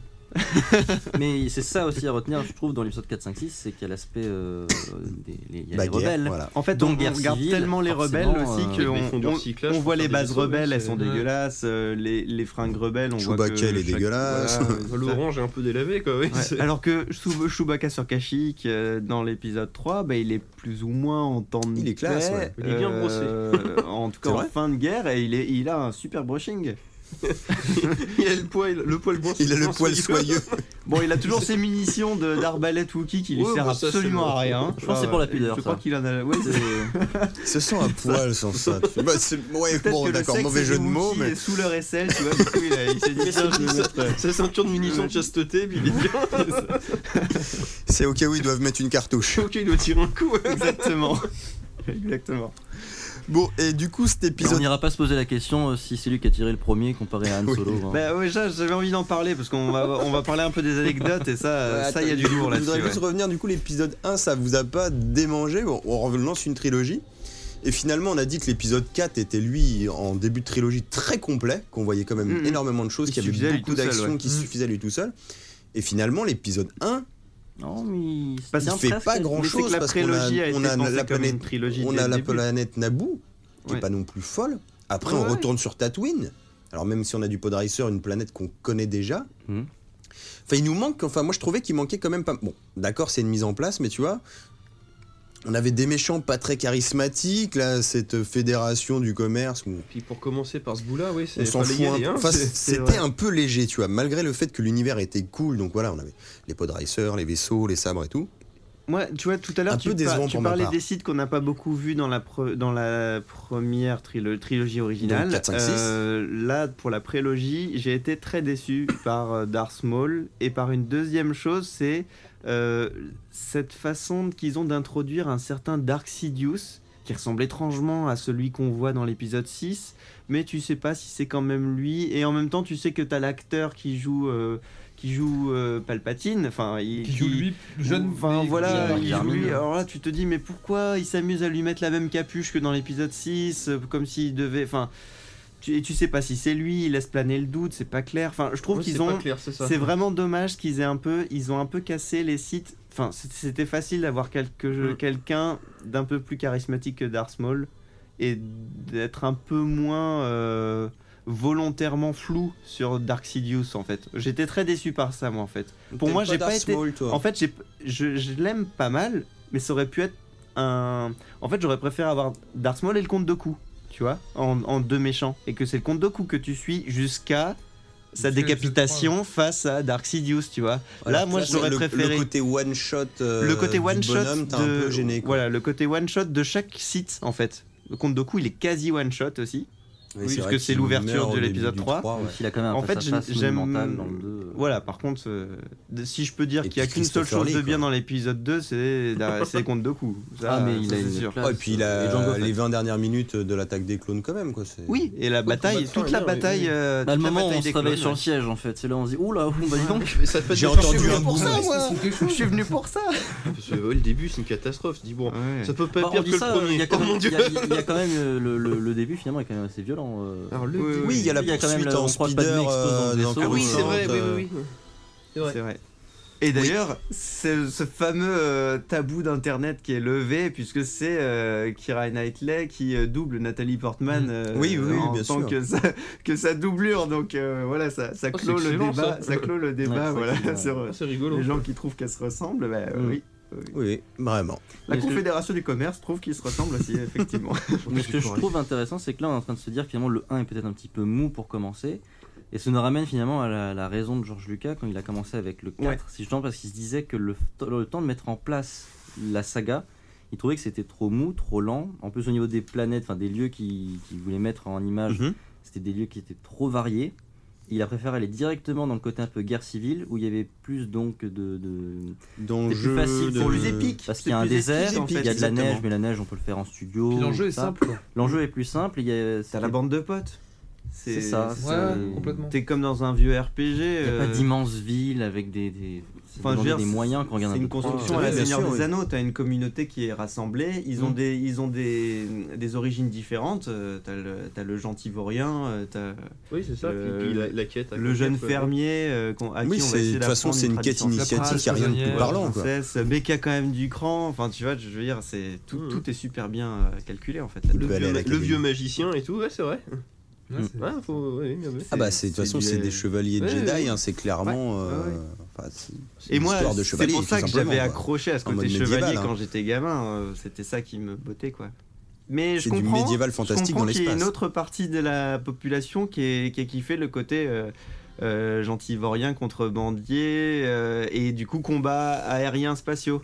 Speaker 2: Mais c'est ça aussi à retenir, je trouve, dans l'épisode 4, 5, 6, c'est qu'il y a l'aspect. euh, des, les- il y a
Speaker 1: Bah,
Speaker 2: les
Speaker 1: guerre,
Speaker 2: rebelles.
Speaker 3: [LAUGHS]
Speaker 1: voilà.
Speaker 3: En fait,
Speaker 2: Donc,
Speaker 3: on, on
Speaker 2: guerre
Speaker 3: regarde
Speaker 2: civile,
Speaker 3: tellement les rebelles
Speaker 2: forcément,
Speaker 3: aussi
Speaker 2: euh,
Speaker 3: que
Speaker 5: Avec les
Speaker 3: on-
Speaker 5: fonds de
Speaker 3: on,
Speaker 5: recyclage,
Speaker 3: on
Speaker 5: pour
Speaker 3: voit
Speaker 5: faire
Speaker 3: les
Speaker 5: des
Speaker 3: bases
Speaker 5: vaisseaux,
Speaker 3: rebelles,
Speaker 5: oui,
Speaker 3: elles
Speaker 5: c'est-
Speaker 3: sont
Speaker 4: ouais.
Speaker 3: dégueulasses, euh, les, les fringues rebelles, on voit
Speaker 1: Chewbacca,
Speaker 3: que
Speaker 1: elle est
Speaker 3: chaque-
Speaker 5: Ah,
Speaker 1: dégueulasse. [LAUGHS]
Speaker 3: voilà, c'est ça.
Speaker 5: L'orange est un peu délavé quoi. oui,
Speaker 3: Ouais,
Speaker 5: c'est- [LAUGHS]
Speaker 3: Alors que Chou- Chewbacca sur Kashyyyk euh, dans l'épisode 3, bah, il est plus ou moins en temps de
Speaker 1: Il est classe,
Speaker 3: paix,
Speaker 1: ouais.
Speaker 5: Il est bien
Speaker 3: euh, en tout
Speaker 1: C'est
Speaker 3: cas, en
Speaker 1: vrai
Speaker 3: fin de guerre, et il, est, il a un super brushing.
Speaker 5: Il a le poil, le poil blanc.
Speaker 1: Il a le poil soyeux.
Speaker 3: Bon, il a toujours ses munitions de- d'arbalète Wookie qui lui
Speaker 5: Ouais,
Speaker 3: servent
Speaker 5: bah, ça,
Speaker 3: absolument
Speaker 5: c'est-
Speaker 3: à rien.
Speaker 2: Je pense que c'est pour la pudeur,
Speaker 3: Je crois
Speaker 2: ça.
Speaker 3: qu'il en a. Ouais,
Speaker 1: [LAUGHS] [LAUGHS]
Speaker 3: c'est-
Speaker 1: Ce sont un poil sans ça. tu- Bah, c'est- ouais,
Speaker 3: peut-être
Speaker 1: bon,
Speaker 3: que le
Speaker 1: d'accord,
Speaker 3: sexe
Speaker 1: mauvais
Speaker 3: des
Speaker 1: jeu de mots,
Speaker 3: Wookiees
Speaker 1: mais.
Speaker 3: est sous leur aisselle, tu vois. Du coup, il, a- il s'est dit, tiens, je vais mettre. euh,
Speaker 5: [LAUGHS] Sa ceinture de munitions de chasteté, puis il est bien.
Speaker 1: C'est au cas où ils doivent mettre une cartouche.
Speaker 5: ok, il doit tirer un coup.
Speaker 3: [LAUGHS] Exactement. Exactement.
Speaker 1: Bon, et du coup, cet
Speaker 2: on
Speaker 1: épisode.
Speaker 2: n'ira pas se poser la question euh, si c'est lui qui a tiré le premier comparé à Han
Speaker 1: Oui.
Speaker 2: Solo. hein.
Speaker 3: Bah ouais, ça, j'avais envie d'en parler parce qu'on va, on va parler un peu des anecdotes et ça, ça, il y a du lourd
Speaker 1: Je
Speaker 3: là-dessus.
Speaker 1: voudrais
Speaker 3: ouais.
Speaker 1: juste revenir, du coup, l'épisode 1, ça vous a pas démangé Bon, On relance une trilogie. Et finalement, on a dit que l'épisode 4 était, lui, en début de trilogie très complet, qu'on voyait quand même
Speaker 3: Mhm.
Speaker 1: énormément de choses,
Speaker 3: Il
Speaker 1: qu'il y
Speaker 3: suffisait à
Speaker 1: avait
Speaker 3: lui
Speaker 1: beaucoup
Speaker 3: tout seul,
Speaker 1: d'actions
Speaker 3: ouais. Mm.
Speaker 1: qui
Speaker 4: Mhm.
Speaker 1: suffisaient à lui tout seul. Et finalement, l'épisode 1,
Speaker 2: Non, mais
Speaker 3: Parce
Speaker 2: tient
Speaker 1: qu'il fait
Speaker 2: presque.
Speaker 1: pas grand
Speaker 3: Mais c'est
Speaker 1: chose
Speaker 3: que la
Speaker 1: parce qu'on a-
Speaker 3: prélogie a,
Speaker 1: on
Speaker 3: été
Speaker 1: a
Speaker 3: pensée
Speaker 1: la
Speaker 3: comme
Speaker 1: planète-
Speaker 3: une trilogie.
Speaker 1: on
Speaker 3: dès
Speaker 1: a
Speaker 3: le
Speaker 1: la
Speaker 3: début.
Speaker 1: planète Naboo, qui
Speaker 3: Ouais.
Speaker 1: est pas non plus folle. Après,
Speaker 3: Ouais,
Speaker 1: on
Speaker 3: ouais.
Speaker 1: retourne sur Tatooine. Alors, même si on a du Podracer, une planète qu'on connaît déjà.
Speaker 3: Hmm.
Speaker 2: Mhm.
Speaker 1: Enfin, il nous manque. Enfin, moi, je trouvais qu'il manquait quand même pas. Bon, d'accord, c'est une mise en place, mais tu vois. On avait des méchants pas très charismatiques, là, cette fédération du commerce. Où
Speaker 5: Puis pour commencer par ce bout-là, oui, c'est
Speaker 1: on s'en
Speaker 5: pas
Speaker 1: fout un
Speaker 5: légal.
Speaker 1: peu.
Speaker 5: hein,
Speaker 1: Enfin,
Speaker 5: c'est-
Speaker 1: c'était
Speaker 3: vrai.
Speaker 1: un peu léger, tu vois, malgré le fait que l'univers était cool. Donc voilà, on avait les Podracers, les vaisseaux, les sabres et tout.
Speaker 3: Moi, tu vois, tout à
Speaker 1: Un
Speaker 3: l'heure, tu,
Speaker 1: peu
Speaker 3: par-
Speaker 1: décevant
Speaker 3: tu
Speaker 1: pour ma
Speaker 3: parlais
Speaker 1: part.
Speaker 3: des sites qu'on n'a pas beaucoup vus dans la, pre- dans la première trilo- trilogie originale.
Speaker 1: Donc, 4, 5, 6.
Speaker 3: Euh, là, pour la prélogie, j'ai été très déçu [COUGHS] par euh, Darth Maul. Et par une deuxième chose, c'est euh, cette façon qu'ils ont d'introduire un certain Dark Sidious qui ressemble étrangement à celui qu'on voit dans l'épisode 6, mais tu sais pas si c'est quand même lui, et en même temps tu sais que t'as l'acteur qui joue euh, qui qui joue euh, Palpatine, enfin, il
Speaker 4: Qui joue
Speaker 3: qui-
Speaker 4: lui, jeune.
Speaker 3: Enfin
Speaker 4: et-
Speaker 3: voilà,
Speaker 2: Gérard
Speaker 3: il
Speaker 2: Carmine.
Speaker 3: lui-
Speaker 4: hein.
Speaker 3: alors là tu te dis mais pourquoi il s'amuse à lui mettre la même capuche que dans l'épisode 6 euh, comme s'il devait enfin tu, et tu sais pas si c'est lui, il laisse planer le doute, c'est pas clair. Enfin, je trouve
Speaker 5: Ouais, c'est
Speaker 3: qu'ils
Speaker 5: pas
Speaker 3: ont
Speaker 5: clair, c'est ça.
Speaker 3: c'est vraiment dommage qu'ils aient un peu ils ont un peu cassé les sites. Enfin, c- c'était facile d'avoir quelque-
Speaker 5: Mm.
Speaker 3: quelqu'un d'un peu plus charismatique que Darth Maul et d'être un peu moins euh, volontairement flou sur Dark Sidious en fait. J'étais très déçu par ça moi en fait. Pour moi, j'ai pas été- En fait, j'ai- je, je l'aime pas mal, mais ça aurait pu être un. En fait, j'aurais préféré avoir Darth Maul et le comte Doku, tu vois, en, en deux méchants. Et que c'est le comte Doku que tu suis jusqu'à sa
Speaker 4: Jusqu'à
Speaker 3: décapitation face à Dark Sidious, tu vois. là, moi, j'aurais préféré-
Speaker 1: Le côté one shot. euh,
Speaker 3: le côté one shot
Speaker 1: T'as
Speaker 3: de...
Speaker 1: un peu gêné. quoi.
Speaker 3: Voilà, le côté one shot de chaque site, en fait. Le comte Doku, il est quasi one shot aussi.
Speaker 1: Ouais,
Speaker 3: oui,
Speaker 1: c'est
Speaker 3: parce
Speaker 1: vrai
Speaker 3: que
Speaker 1: qu'il
Speaker 3: c'est l'ouverture
Speaker 1: meurt au
Speaker 3: de
Speaker 1: début
Speaker 3: l'épisode
Speaker 1: du
Speaker 3: 3.
Speaker 1: ouais.
Speaker 2: S'il a quand même un
Speaker 3: En fait,
Speaker 2: face-à-face
Speaker 3: j'aime-
Speaker 2: monumental dans le deux.
Speaker 3: Voilà, par contre, euh, de- si je peux dire
Speaker 1: Et
Speaker 3: qu'il n'y a
Speaker 1: puis
Speaker 3: qu'une seule
Speaker 1: Christopher
Speaker 3: chose
Speaker 1: Lee,
Speaker 3: de
Speaker 1: quoi.
Speaker 3: bien dans l'épisode 2, c'est c'est le comte Doku. Ça,
Speaker 2: Ah, mais il
Speaker 3: ça,
Speaker 2: a
Speaker 3: c'est
Speaker 2: une
Speaker 3: sûr.
Speaker 2: classe.
Speaker 1: Ouais, et puis il
Speaker 2: Et Jango
Speaker 1: a
Speaker 2: Fett.
Speaker 1: les 20 dernières minutes de l'attaque des clones, quand même. Quoi. c'est-
Speaker 3: Oui, et la bataille,
Speaker 5: combattre
Speaker 3: toute
Speaker 5: un
Speaker 3: la
Speaker 5: lien, oui, oui.
Speaker 3: bataille. euh,
Speaker 2: Bah, le
Speaker 3: toute la
Speaker 2: moment où
Speaker 3: bataille
Speaker 2: on
Speaker 3: des
Speaker 2: se réveille
Speaker 3: clones,
Speaker 2: sur le
Speaker 3: ouais.
Speaker 2: siège, en fait. C'est là où on se dit Oula, bah dis donc
Speaker 5: Mais ça te fait
Speaker 1: J'ai
Speaker 5: des
Speaker 1: entendu
Speaker 5: tortures,
Speaker 1: un
Speaker 5: pour ça,
Speaker 1: bruit.
Speaker 5: moi.
Speaker 4: C'est quelque
Speaker 3: Je
Speaker 4: chose.
Speaker 3: suis venu pour ça.
Speaker 5: Parce que, ouais, le début, c'est une catastrophe. Tu dis, bon, ça peut pas
Speaker 2: Bah,
Speaker 5: être pire
Speaker 2: on dit
Speaker 5: que le
Speaker 2: ça,
Speaker 5: premier.
Speaker 2: il y a quand
Speaker 5: Oh,
Speaker 2: même,
Speaker 5: mon
Speaker 2: il
Speaker 5: Dieu.
Speaker 2: y a- il y a quand même euh, le, le- le début finalement est quand même assez violent. euh.
Speaker 5: Alors, le
Speaker 3: Oui,
Speaker 5: début-
Speaker 1: Oui, il y a la
Speaker 2: Il y a quand même
Speaker 1: poursuite
Speaker 2: le-
Speaker 1: en
Speaker 2: on croit pas de
Speaker 1: speeder
Speaker 2: Nick Explode dans le
Speaker 1: euh,
Speaker 2: vaisseau.
Speaker 1: dans
Speaker 5: Ah oui, c'est vrai, oui,
Speaker 1: euh,
Speaker 5: oui, oui. C'est vrai.
Speaker 3: C'est vrai. Et d'ailleurs, c'est ce fameux euh, tabou d'internet qui est levé, puisque c'est euh, Kira Knightley qui euh, double Nathalie
Speaker 2: Mm.
Speaker 3: Portman euh,
Speaker 1: Oui, oui, oui,
Speaker 3: en
Speaker 1: bien
Speaker 3: tant
Speaker 1: sûr.
Speaker 3: Que, sa, que sa doublure. Donc euh, voilà, ça, ça,
Speaker 5: Oh, c'est
Speaker 3: clôt le
Speaker 5: excellent,
Speaker 3: débat,
Speaker 5: ça.
Speaker 3: ça. clôt le débat
Speaker 2: c'est
Speaker 3: voilà,
Speaker 2: excellent.
Speaker 3: sur euh,
Speaker 5: Ah, C'est rigolo.
Speaker 3: les gens qui trouvent qu'elles se ressemblent. bah, euh,
Speaker 2: Mm.
Speaker 3: oui.
Speaker 1: Oui, oui, vraiment.
Speaker 3: La
Speaker 5: Mais je-
Speaker 3: Confédération du commerce trouve qu'ils se ressemblent aussi, effectivement.
Speaker 2: Mais ce que je trouve intéressant, c'est que là on est en train de se dire que finalement le 1 est peut-être un petit peu mou pour commencer. Et ça nous ramène finalement à la, la raison de George Lucas quand il a commencé avec le 4,
Speaker 3: Ouais.
Speaker 2: si je parce qu'il se disait que le, f- le temps de mettre en place la saga, il trouvait que c'était trop mou, trop lent. En plus au niveau des planètes, enfin des lieux qu'il qu'il voulait mettre en image,
Speaker 1: Mhm.
Speaker 2: c'était des lieux qui étaient trop variés. Il a préféré aller directement dans le côté un peu guerre civile, où il y avait plus donc de... de-
Speaker 1: Dans
Speaker 2: C'est plus
Speaker 1: jeu
Speaker 2: facile
Speaker 1: de-
Speaker 2: pour les
Speaker 3: épiques.
Speaker 2: Parce qu'il
Speaker 3: C'est
Speaker 2: y a un
Speaker 3: plus
Speaker 2: désert,
Speaker 3: épique, en
Speaker 2: il y a de
Speaker 3: fait,
Speaker 2: la
Speaker 1: exactement.
Speaker 2: neige, mais la neige on peut le faire en studio.
Speaker 4: Puis L'enjeu
Speaker 2: tout
Speaker 4: est
Speaker 2: ça.
Speaker 4: simple.
Speaker 2: L'enjeu est plus simple, il y a...
Speaker 3: T'as la bande de potes.
Speaker 2: C'est ça.
Speaker 4: Ouais,
Speaker 2: c'est-
Speaker 4: complètement.
Speaker 3: T'es comme dans un vieux RPG.
Speaker 2: Il n'y a
Speaker 3: euh,
Speaker 2: pas d'immenses villes avec des, des, ça
Speaker 3: Enfin, je veux
Speaker 2: demandait
Speaker 3: dire,
Speaker 2: des
Speaker 3: c'est-
Speaker 2: moyens qu'on regarde
Speaker 3: C'est
Speaker 2: un
Speaker 3: une
Speaker 2: peu de
Speaker 3: construction
Speaker 1: Ah,
Speaker 3: à la
Speaker 1: oui, bien
Speaker 3: Seigneur
Speaker 1: sûr,
Speaker 3: des
Speaker 1: oui.
Speaker 3: Anneaux, t'as une communauté qui est rassemblée, ils ont,
Speaker 2: Mm.
Speaker 3: des, ils ont des, des origines différentes, euh, t'as le, t'as le gentilvorien, euh, t'as
Speaker 5: Oui, c'est ça. Puis
Speaker 3: Le-
Speaker 5: puis la, la quête. à
Speaker 3: le jeune
Speaker 5: quoi.
Speaker 3: fermier euh, qu'on- à
Speaker 1: Oui,
Speaker 3: qui on
Speaker 1: c'est-
Speaker 3: va
Speaker 1: de
Speaker 3: essayer
Speaker 1: toute façon,
Speaker 3: d'apprendre
Speaker 1: c'est une quête
Speaker 3: tradition.
Speaker 1: initiatique, il n'y a rien de plus
Speaker 4: saisonnière,
Speaker 1: parlant. quoi.
Speaker 3: Princesse, mais qui a quand même du cran, enfin tu vois, je veux dire, c'est tout,
Speaker 5: Mm.
Speaker 3: tout est super bien euh, calculé en fait.
Speaker 1: Il
Speaker 5: Le
Speaker 1: peut aller à
Speaker 5: vieux, le
Speaker 1: l'académie.
Speaker 5: vieux magicien et tout, ouais, c'est vrai.
Speaker 4: Ouais, c'est-
Speaker 5: Ouais, faut. ouais, bien vu.
Speaker 1: Ah bah c'est- de toute façon
Speaker 3: du- euh,
Speaker 1: c'est des chevaliers de
Speaker 5: Ouais,
Speaker 1: Jedi,
Speaker 5: ouais.
Speaker 1: hein, c'est clairement.
Speaker 3: Ouais, ouais,
Speaker 1: euh,
Speaker 3: ouais.
Speaker 1: enfin, c'est- c'est
Speaker 3: Et
Speaker 1: une
Speaker 3: moi,
Speaker 1: histoire de
Speaker 3: c'est
Speaker 1: chevalier,
Speaker 3: pour ça
Speaker 1: tout
Speaker 3: que
Speaker 1: simplement,
Speaker 3: j'avais
Speaker 1: quoi.
Speaker 3: accroché à ce
Speaker 1: En
Speaker 3: côté
Speaker 1: mode médiéval,
Speaker 3: chevalier
Speaker 1: hein.
Speaker 3: quand j'étais gamin. euh, C'était ça qui me bottait, quoi. Mais je
Speaker 1: C'est du
Speaker 3: comprends.
Speaker 1: médiéval fantastique
Speaker 3: je comprends
Speaker 1: dans
Speaker 3: qu'il y a une
Speaker 1: l'espace.
Speaker 3: autre partie de la population qui est, qui est kiffé le côté euh, euh, gentilvorien, contrebandier euh, et du coup combat aérien spatiaux.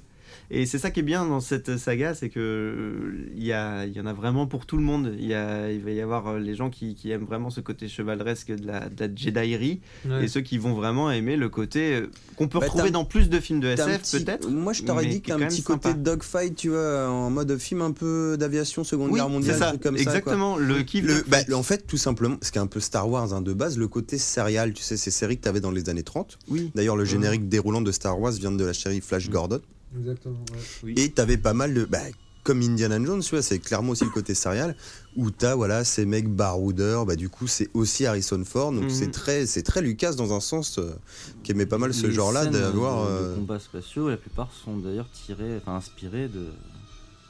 Speaker 3: Et c'est ça qui est bien dans cette saga, c'est que euh, il y, a- il y en a vraiment pour tout le monde. Il y a, il va y avoir euh, les gens qui, qui aiment vraiment ce côté chevaleresque de la, de la Jedirie,
Speaker 4: Ouais.
Speaker 3: et ceux qui vont vraiment aimer le côté euh, qu'on peut
Speaker 1: Bah,
Speaker 3: retrouver
Speaker 1: t'as-
Speaker 3: dans plus de films de
Speaker 1: T'as un
Speaker 3: SF
Speaker 1: petit-
Speaker 3: peut-être.
Speaker 1: Moi je t'aurais
Speaker 3: mais
Speaker 1: dit que
Speaker 3: qui est
Speaker 1: t'as un
Speaker 3: quand
Speaker 1: petit
Speaker 3: même
Speaker 1: côté
Speaker 3: sympa.
Speaker 1: dogfight, tu vois, en mode film un peu d'aviation Seconde
Speaker 3: Oui,
Speaker 1: Guerre
Speaker 3: c'est
Speaker 1: mondiale, un
Speaker 3: ça,
Speaker 1: truc comme ça. quoi.
Speaker 3: exactement. Le kiff.
Speaker 1: Le- bah, le- en fait, tout simplement, ce qui est un peu Star Wars hein, de base, le côté serial, tu sais, ces séries que t'avais dans les années 30.
Speaker 3: Oui.
Speaker 1: D'ailleurs, le générique déroulant de Star Wars vient de la série Flash Gordon.
Speaker 4: Exactement. ouais.
Speaker 1: Et t'avais pas mal de. bah, comme Indiana Jones, tu vois, c'est clairement aussi le côté serial, où t'as voilà, ces mecs baroudeurs, bah, du coup c'est aussi Harrison Ford, donc
Speaker 3: Mhm.
Speaker 1: c'est très, c'est très Lucas dans un sens euh, qui aimait pas mal ce
Speaker 2: Les
Speaker 1: genre-là
Speaker 2: scènes
Speaker 1: d'avoir.
Speaker 2: de- de
Speaker 1: euh,
Speaker 2: combats spatiaux, la plupart sont d'ailleurs tirés, enfin inspirés de,